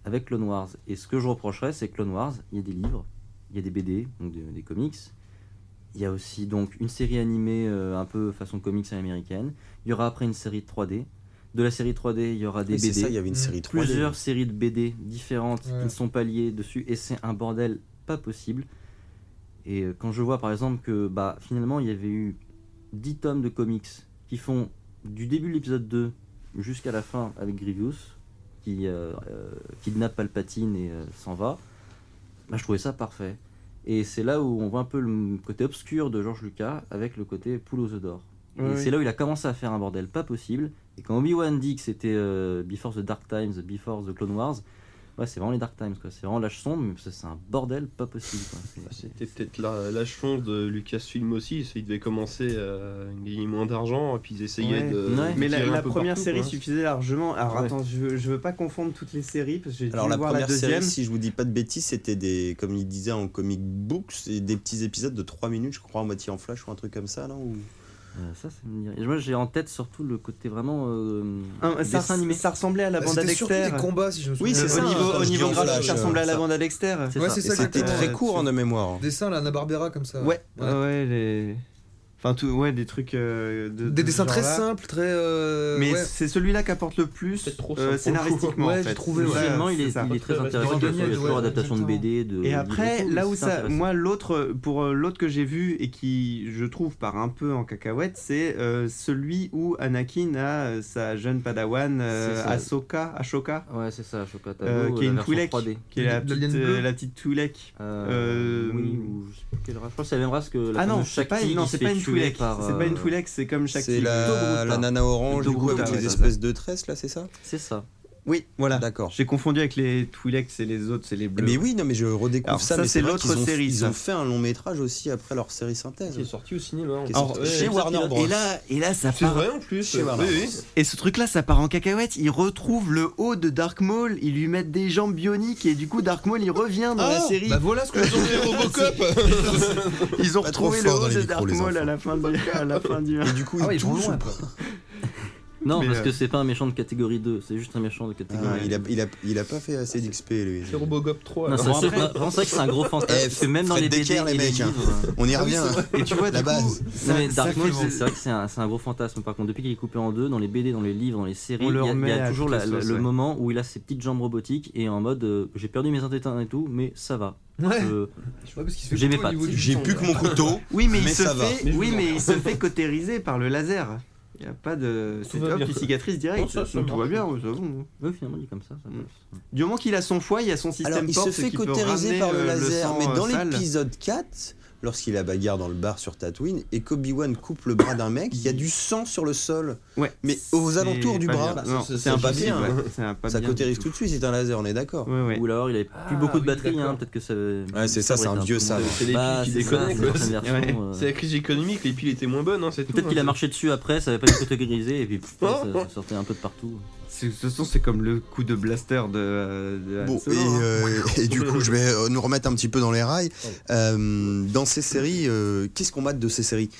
Speaker 2: avec Clone Wars. Et ce que je reprocherais, c'est que Clone Wars, il y a des livres, il y a des BD, donc des, des comics. Il y a aussi donc une série animée euh, un peu façon comics à l'américaine. Il y aura après une série 3D. De la série 3D, il y aura des
Speaker 1: oui, c'est
Speaker 2: BD
Speaker 1: ça, il y avait une
Speaker 4: Mm.
Speaker 1: série 3
Speaker 2: plusieurs séries de BD différentes
Speaker 4: Ouais.
Speaker 2: qui ne sont pas liées dessus et c'est un bordel pas possible. Et euh, quand je vois par exemple que bah finalement il y avait eu 10 tomes de comics qui font du début de l'épisode 2 jusqu'à la fin avec Grievous qui euh, euh, kidnappe Palpatine et euh, s'en va, bah, je trouvais ça parfait. Et c'est là où on voit un peu le côté obscur de George Lucas avec le côté poule aux œufs d'or.
Speaker 3: Ouais,
Speaker 2: et
Speaker 3: ouais.
Speaker 2: c'est là où il a commencé à faire un bordel pas possible. Et quand Obi-Wan dit que c'était euh, Before the Dark Times, Before the Clone Wars, ouais, c'est vraiment les Dark Times, quoi. C'est vraiment l'âge sombre, mais ça, c'est un bordel pas possible, quoi. C'est-
Speaker 5: C'était peut-être la, la chance de Lucasfilm aussi, c'est- ils devaient commencer à gagner moins d'argent et puis ils essayaient
Speaker 3: Ouais.
Speaker 5: de.
Speaker 2: Ouais.
Speaker 5: de
Speaker 3: Mais la,
Speaker 5: tirer un
Speaker 3: la
Speaker 5: peu
Speaker 3: première
Speaker 5: partout,
Speaker 3: série
Speaker 5: quoi.
Speaker 3: suffisait largement. Alors
Speaker 2: Ouais.
Speaker 3: attends, je, veux- je veux pas confondre toutes les séries parce que j'ai dû
Speaker 1: Alors la
Speaker 3: voir
Speaker 1: première
Speaker 3: la deuxième.
Speaker 1: série, si je vous dis pas de bêtises, c'était des, comme il disait en comic books, c'est des petits épisodes de 3 minutes, je crois, à moitié en flash ou un truc comme ça, non ou-
Speaker 2: Euh, ça, ça me dirait. Et Moi, j'ai en tête surtout le côté vraiment euh,
Speaker 3: Un- ça,
Speaker 2: dessin animé.
Speaker 3: ça ressemblait à la
Speaker 4: Bah,
Speaker 3: bande à
Speaker 4: C'était surtout
Speaker 3: Dexter.
Speaker 4: des combats, si je me
Speaker 1: Oui,
Speaker 4: souviens.
Speaker 1: c'est
Speaker 3: Euh,
Speaker 1: ça,
Speaker 3: au niveau,
Speaker 1: quand
Speaker 3: au
Speaker 1: je dis
Speaker 3: niveau
Speaker 1: en
Speaker 3: graphique,
Speaker 1: flash,
Speaker 3: ça ressemblait à la
Speaker 1: ça.
Speaker 3: bande à Dexter.
Speaker 2: C'est
Speaker 4: Ouais,
Speaker 2: ça.
Speaker 4: c'est
Speaker 1: Et
Speaker 4: ça,
Speaker 1: C'était
Speaker 4: exactement,
Speaker 1: très
Speaker 4: ouais.
Speaker 1: court hein, de mémoire.
Speaker 4: euh. Dessin, là, Anna Barbera, comme ça.
Speaker 3: Ouais, ouais, ouais, les. Enfin, tout, ouais, des trucs. euh, de,
Speaker 4: Des
Speaker 3: de
Speaker 4: dessins
Speaker 3: ce
Speaker 4: très
Speaker 3: genre-là.
Speaker 4: simples, très. euh,
Speaker 3: Mais
Speaker 4: ouais.
Speaker 3: c'est celui-là qui apporte le plus
Speaker 5: C'est trop
Speaker 3: euh,
Speaker 5: simple.
Speaker 3: scénaristiquement.
Speaker 4: Ouais,
Speaker 3: en
Speaker 4: j'ai
Speaker 3: fait.
Speaker 4: trouvé, ouais.
Speaker 2: Visuellement, il, est,
Speaker 3: C'est ça.
Speaker 2: il est très
Speaker 5: Très
Speaker 2: intéressant. parce qu'il y a
Speaker 4: réussi.
Speaker 2: toujours adaptation de
Speaker 4: Exactement.
Speaker 2: BD. De,
Speaker 3: Et
Speaker 2: de
Speaker 3: après,
Speaker 2: tout, mais
Speaker 3: là où
Speaker 2: c'est
Speaker 3: ça,
Speaker 2: intéressant.
Speaker 3: moi, l'autre, pour euh, l'autre que j'ai vu et qui, je trouve, part un peu en cacahuète, c'est euh, celui où Anakin a euh, sa jeune padawan euh,
Speaker 2: C'est ça.
Speaker 3: Ahsoka, Ashoka,
Speaker 2: Ouais, c'est ça, Chocotabo,
Speaker 3: euh, qui est une
Speaker 2: oh, la version
Speaker 3: Twi'lek,
Speaker 2: 3D.
Speaker 3: qui est la
Speaker 4: De l'alien
Speaker 3: petite, euh,
Speaker 4: bleue.
Speaker 3: la petite Twi'lek.
Speaker 2: Euh,
Speaker 3: Euh,
Speaker 2: oui, ou je sais plus quelle race. Je crois que c'est la même race que la
Speaker 3: Ah non,
Speaker 2: fameuse
Speaker 3: c'est pas,
Speaker 2: Shakti qui
Speaker 3: non,
Speaker 2: se
Speaker 3: c'est
Speaker 2: fait
Speaker 3: pas une
Speaker 2: tuer
Speaker 3: Twi'lek,
Speaker 2: par,
Speaker 3: c'est pas une
Speaker 2: euh,
Speaker 3: Togruta. c'est comme chaque
Speaker 1: C'est la, la nana orange, du coup,
Speaker 2: Dogruta,
Speaker 1: avec
Speaker 2: ouais,
Speaker 1: les
Speaker 2: c'est
Speaker 1: espèces de tresses, là, c'est ça
Speaker 2: C'est ça.
Speaker 3: Oui, voilà.
Speaker 1: D'accord.
Speaker 3: J'ai confondu avec les Twi'lek, c'est les autres, c'est les bleus.
Speaker 1: Mais oui, non, mais je redécouvre
Speaker 3: Alors,
Speaker 1: ça.
Speaker 3: ça,
Speaker 1: mais
Speaker 3: c'est
Speaker 1: vrai
Speaker 3: l'autre
Speaker 1: qu'ils ont-
Speaker 3: série,
Speaker 1: Ils
Speaker 3: ça.
Speaker 1: ont fait un long métrage aussi après leur série synthèse.
Speaker 5: Qui est sorti au cinéma. en
Speaker 1: Qui est
Speaker 5: fait.
Speaker 1: sorti-
Speaker 5: Ouais,
Speaker 1: chez
Speaker 5: ouais,
Speaker 1: Warner
Speaker 5: c'est-
Speaker 1: Bros.
Speaker 3: Et là, et là, ça
Speaker 5: C'est
Speaker 3: part
Speaker 5: vrai en plus.
Speaker 1: Chez
Speaker 5: euh,
Speaker 1: Warner
Speaker 5: oui,
Speaker 1: Bros.
Speaker 5: oui.
Speaker 3: Et ce truc-là, ça part en cacahuète. Ils retrouvent le haut de Dark Maul, ils lui mettent des jambes bioniques et du coup, Dark Maul, il revient dans la
Speaker 1: Ah,
Speaker 3: série.
Speaker 4: Bah voilà ce que
Speaker 5: Ils ont fait
Speaker 3: [LAUGHS]
Speaker 1: [LAUGHS]
Speaker 5: Robocop
Speaker 3: Ils ont
Speaker 1: pas trop
Speaker 3: retrouvé le
Speaker 1: fort dans
Speaker 3: haut
Speaker 1: les
Speaker 3: de
Speaker 1: micros,
Speaker 3: Dark
Speaker 1: les
Speaker 3: Maul à
Speaker 1: enfants.
Speaker 3: la fin du. À la fin du...
Speaker 1: Et du coup,
Speaker 4: Ah ouais,
Speaker 1: ils
Speaker 4: ils vont
Speaker 1: touchent
Speaker 4: loin,
Speaker 1: ou pas
Speaker 2: Non,
Speaker 3: Mais,
Speaker 2: parce
Speaker 3: euh,
Speaker 2: que c'est pas un méchant de catégorie 2, c'est juste un méchant de catégorie
Speaker 1: Ah,
Speaker 2: 1.
Speaker 1: il, a, il, a, il a pas fait assez d'XP, lui.
Speaker 5: C'est Robocop 3.
Speaker 2: Non,
Speaker 5: alors.
Speaker 2: ça, c'est vrai- vraiment, c'est vrai que c'est un gros fantasme.
Speaker 1: Eh,
Speaker 2: parce que même dans
Speaker 1: Fred
Speaker 2: les BD
Speaker 1: Decker, les
Speaker 2: et les
Speaker 1: mecs, hein.
Speaker 2: livres. euh,
Speaker 1: On y
Speaker 3: Ah
Speaker 1: revient.
Speaker 3: Et [LAUGHS] tu vois,
Speaker 1: La
Speaker 3: du
Speaker 1: base.
Speaker 3: coup,
Speaker 2: Non, mais Dark Maul,
Speaker 3: sacrément-
Speaker 2: c'est c'est vrai que c'est un, c'est un gros fantasme. Par contre, depuis qu'il est coupé en deux, dans les BD, dans les livres, dans les séries,
Speaker 3: On
Speaker 2: il y
Speaker 3: le
Speaker 2: a, il y
Speaker 3: remet
Speaker 2: a
Speaker 3: à
Speaker 2: toujours
Speaker 3: toutes
Speaker 2: la-
Speaker 3: les
Speaker 2: le-
Speaker 3: sauces,
Speaker 2: le
Speaker 3: ouais.
Speaker 2: moment où il a ses petites jambes robotiques et en mode euh, j'ai perdu mes intestins et tout, mais ça va.
Speaker 4: Ouais.
Speaker 2: Euh,
Speaker 4: Ouais, parce qu'il se fait
Speaker 2: J'ai mes
Speaker 4: plutôt au
Speaker 2: pattes.
Speaker 4: niveau du
Speaker 1: J'ai
Speaker 4: bouton,
Speaker 1: plus
Speaker 4: là.
Speaker 1: que mon couteau.
Speaker 3: Oui, mais,
Speaker 1: Mais
Speaker 3: il se
Speaker 1: ça va.
Speaker 3: fait,
Speaker 5: Mais je
Speaker 3: oui,
Speaker 5: vous en
Speaker 3: mais il se fait cautériser par le laser. Il y a pas de. C'est
Speaker 5: va
Speaker 3: hop,
Speaker 5: bien.
Speaker 3: il cicatrise
Speaker 5: Non,
Speaker 3: direct.
Speaker 5: ça, ça
Speaker 3: Donc, tout va
Speaker 5: marche.
Speaker 3: bien. ouais, ça va.
Speaker 2: ouais, finalement, il est comme ça. ça passe.
Speaker 3: Du moment qu'il a son foie, il y a son système
Speaker 1: Alors, il se
Speaker 3: porte
Speaker 1: fait
Speaker 3: qui peut
Speaker 1: cautériser
Speaker 3: ramener,
Speaker 1: par
Speaker 3: euh,
Speaker 1: le laser,
Speaker 3: sang,
Speaker 1: mais
Speaker 3: euh,
Speaker 1: dans
Speaker 3: sale.
Speaker 1: l'épisode 4, lorsqu'il a bagarre dans le bar sur Tatooine et qu'Obi-Wan coupe le bras d'un mec, il y a du sang sur le sol.
Speaker 3: Ouais.
Speaker 1: Mais aux alentours du
Speaker 3: pas
Speaker 1: bras,
Speaker 3: bien.
Speaker 1: ça,
Speaker 3: Non,
Speaker 1: ça,
Speaker 3: Bah, c'est
Speaker 1: ça,
Speaker 3: un
Speaker 1: pas
Speaker 3: pas bien.
Speaker 1: bien.
Speaker 3: ouais. C'est un pas
Speaker 1: Ça
Speaker 3: bien.
Speaker 1: cautérise tout de suite, c'est un laser, on est d'accord.
Speaker 3: Ouais, ouais.
Speaker 2: Ou alors il avait plus
Speaker 4: Ah,
Speaker 2: beaucoup de
Speaker 4: oui,
Speaker 2: batterie, hein,
Speaker 4: d'accord.
Speaker 2: peut-être que ça. Ouais,
Speaker 1: Ouais, c'est ça, c'est un vieux ça.
Speaker 5: C'est les
Speaker 2: Bah,
Speaker 5: piles
Speaker 2: c'est
Speaker 5: qui
Speaker 2: ça,
Speaker 5: déconnectent.
Speaker 2: c'est
Speaker 5: quoi.
Speaker 2: la certaine
Speaker 3: Ouais.
Speaker 2: version, euh,
Speaker 5: C'est la crise économique, les piles étaient moins bonnes, hein, c'est tout.
Speaker 2: Peut-être
Speaker 5: hein,
Speaker 2: qu'il a
Speaker 5: c'est-
Speaker 2: marché dessus après, ça avait pas du tout catégorisé et puis pff, ça, ça sortait un peu de partout.
Speaker 3: C'est- De toute façon, c'est comme le coup de blaster de. euh, de Han
Speaker 1: Bon, et,
Speaker 3: Solo, hein. Oh.
Speaker 1: euh, et du coup, je vais euh, nous remettre un petit peu dans les rails. Euh, dans ces séries, euh, qu'est-ce qu'on mate de ces séries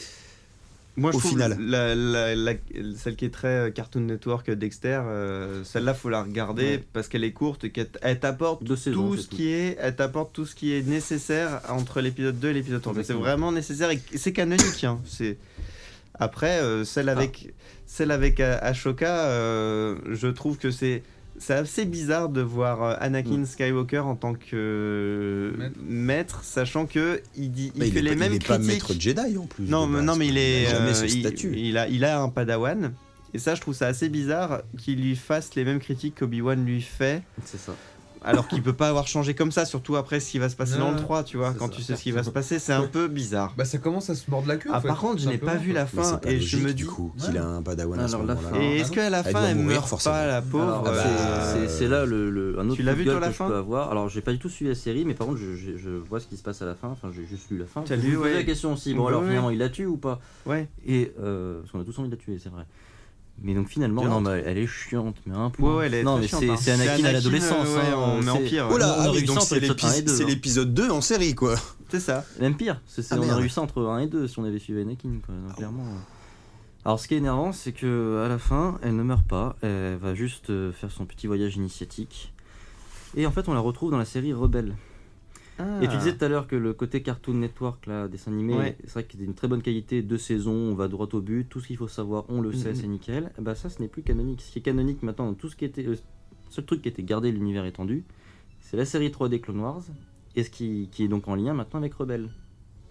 Speaker 3: Moi, je
Speaker 7: Au
Speaker 3: trouve
Speaker 7: final.
Speaker 3: la- la- la- celle qui est très euh, Cartoon Network euh, Dexter, euh, celle-là, faut la regarder
Speaker 2: Ouais.
Speaker 3: parce qu'elle est courte, et qu'elle t- elle t'apporte
Speaker 2: Deux saisons,
Speaker 3: tout
Speaker 2: c'est
Speaker 3: ce
Speaker 2: tout.
Speaker 3: qui est, elle t'apporte tout ce qui est nécessaire entre l'épisode 2 et l'épisode 3. C'est
Speaker 2: Exactement.
Speaker 3: vraiment nécessaire et c'est canonique. hein. C'est après euh, celle avec
Speaker 1: Ah.
Speaker 3: celle avec euh, Ashoka, euh, je trouve que c'est c'est assez bizarre de voir euh, Anakin
Speaker 1: Mm.
Speaker 3: Skywalker en tant que euh,
Speaker 4: Maître.
Speaker 3: maître, sachant que il dit il
Speaker 1: Bah,
Speaker 3: fait
Speaker 1: est
Speaker 3: les
Speaker 1: pas-
Speaker 3: mêmes
Speaker 1: il est
Speaker 3: critiques.
Speaker 1: pas maître Jedi en plus.
Speaker 3: Non,
Speaker 1: de
Speaker 3: mais,
Speaker 1: base,
Speaker 3: non, mais il
Speaker 1: quoi.
Speaker 3: est.
Speaker 1: Il a jamais
Speaker 3: euh,
Speaker 1: ce
Speaker 3: il-
Speaker 1: statut.
Speaker 3: Il, a, il a un padawan. Et ça, je trouve ça assez bizarre qu'il lui fasse les mêmes critiques qu'Obi-Wan lui fait.
Speaker 2: C'est ça.
Speaker 3: Alors qu'il peut pas avoir changé comme ça, surtout après ce qui va se passer dans le
Speaker 4: Ouais,
Speaker 3: 3, tu vois.
Speaker 2: c'est
Speaker 3: Quand
Speaker 2: ça.
Speaker 3: tu sais ce qui va se passer, c'est un peu bizarre.
Speaker 4: Bah ça commence à se mordre la queue. en
Speaker 3: Ah,
Speaker 4: fait,
Speaker 3: par contre, je
Speaker 4: tout
Speaker 3: n'ai pas
Speaker 4: simplement,
Speaker 3: vu la
Speaker 1: Bah,
Speaker 4: quoi.
Speaker 3: fin
Speaker 1: c'est pas
Speaker 3: et je
Speaker 1: logique,
Speaker 3: me dis.
Speaker 1: du coup
Speaker 4: Ouais.
Speaker 1: qu'il a un padawan à ce
Speaker 2: Alors, la
Speaker 1: moment-là.
Speaker 2: fin.
Speaker 3: Et est-ce qu'à la
Speaker 1: Elle
Speaker 3: fin,
Speaker 1: doit
Speaker 3: elle
Speaker 1: mourir,
Speaker 3: meurt
Speaker 1: forcément.
Speaker 3: pas, la pauvre
Speaker 2: Alors,
Speaker 1: bah,
Speaker 3: euh,
Speaker 2: ah c'est-
Speaker 1: euh,
Speaker 2: c'est- c'est là le, le- un autre
Speaker 3: l'as
Speaker 2: coup
Speaker 3: vu,
Speaker 2: de
Speaker 3: toi,
Speaker 2: gueule
Speaker 3: la
Speaker 2: que
Speaker 3: fin
Speaker 2: je peux avoir. Alors, j'ai pas du tout suivi la série, mais par contre, je, je- je vois ce qui se passe à la fin. Enfin, j'ai juste lu la fin.
Speaker 3: T'as
Speaker 2: Je
Speaker 3: lu,
Speaker 2: me posais
Speaker 3: ouais.
Speaker 2: la question aussi. Bon,
Speaker 3: Ouais,
Speaker 2: alors
Speaker 3: ouais.
Speaker 2: finalement, il la tue ou pas
Speaker 3: Ouais.
Speaker 2: Et euh, parce qu'on a tous envie de la tuer, c'est vrai. Mais donc finalement,
Speaker 1: Violente.
Speaker 2: non, bah, elle est chiante, mais à un point.
Speaker 3: Ouais, ouais, elle est
Speaker 2: non,
Speaker 3: très
Speaker 2: mais
Speaker 3: chiante,
Speaker 2: c'est
Speaker 3: hein. euh,
Speaker 2: c'est Anakin à l'adolescence.
Speaker 3: ouais,
Speaker 2: hein,
Speaker 3: on met en
Speaker 2: c'est-
Speaker 3: pire.
Speaker 1: Oh
Speaker 3: ouais.
Speaker 1: là,
Speaker 2: On
Speaker 1: ah
Speaker 2: aurait
Speaker 1: oui,
Speaker 2: eu
Speaker 1: donc
Speaker 2: ça
Speaker 1: c'est
Speaker 2: entre l'épisode un et
Speaker 1: l'épis-
Speaker 2: deux,
Speaker 1: c'est
Speaker 2: hein.
Speaker 1: l'épisode 2 en série, quoi.
Speaker 3: [LAUGHS] C'est ça.
Speaker 2: Même pire, c'est, c'est-
Speaker 1: Ah,
Speaker 2: on
Speaker 1: merde. Ah,
Speaker 2: aurait eu ça entre 1 et 2 si on avait suivi Anakin, quoi, donc clairement. euh. Alors ce qui est énervant, c'est que à la fin, elle ne meurt pas, elle va juste euh, faire son petit voyage initiatique. Et en fait, on la retrouve dans la série Rebelle.
Speaker 1: Ah.
Speaker 2: Et tu disais tout à l'heure que le côté Cartoon Network, là, dessin animé,
Speaker 3: Ouais.
Speaker 2: c'est vrai qu'il était une très bonne qualité, deux saisons, on va droit au but, tout ce qu'il faut savoir, on le sait,
Speaker 3: Mhm.
Speaker 2: c'est nickel. Et bah ça, ce n'est plus canonique. Ce qui est canonique maintenant, dans tout ce qui était, le seul truc qui était gardé de l'univers étendu, c'est la série 3D Clone Wars, et ce qui, qui est donc en lien maintenant avec Rebelle. Donc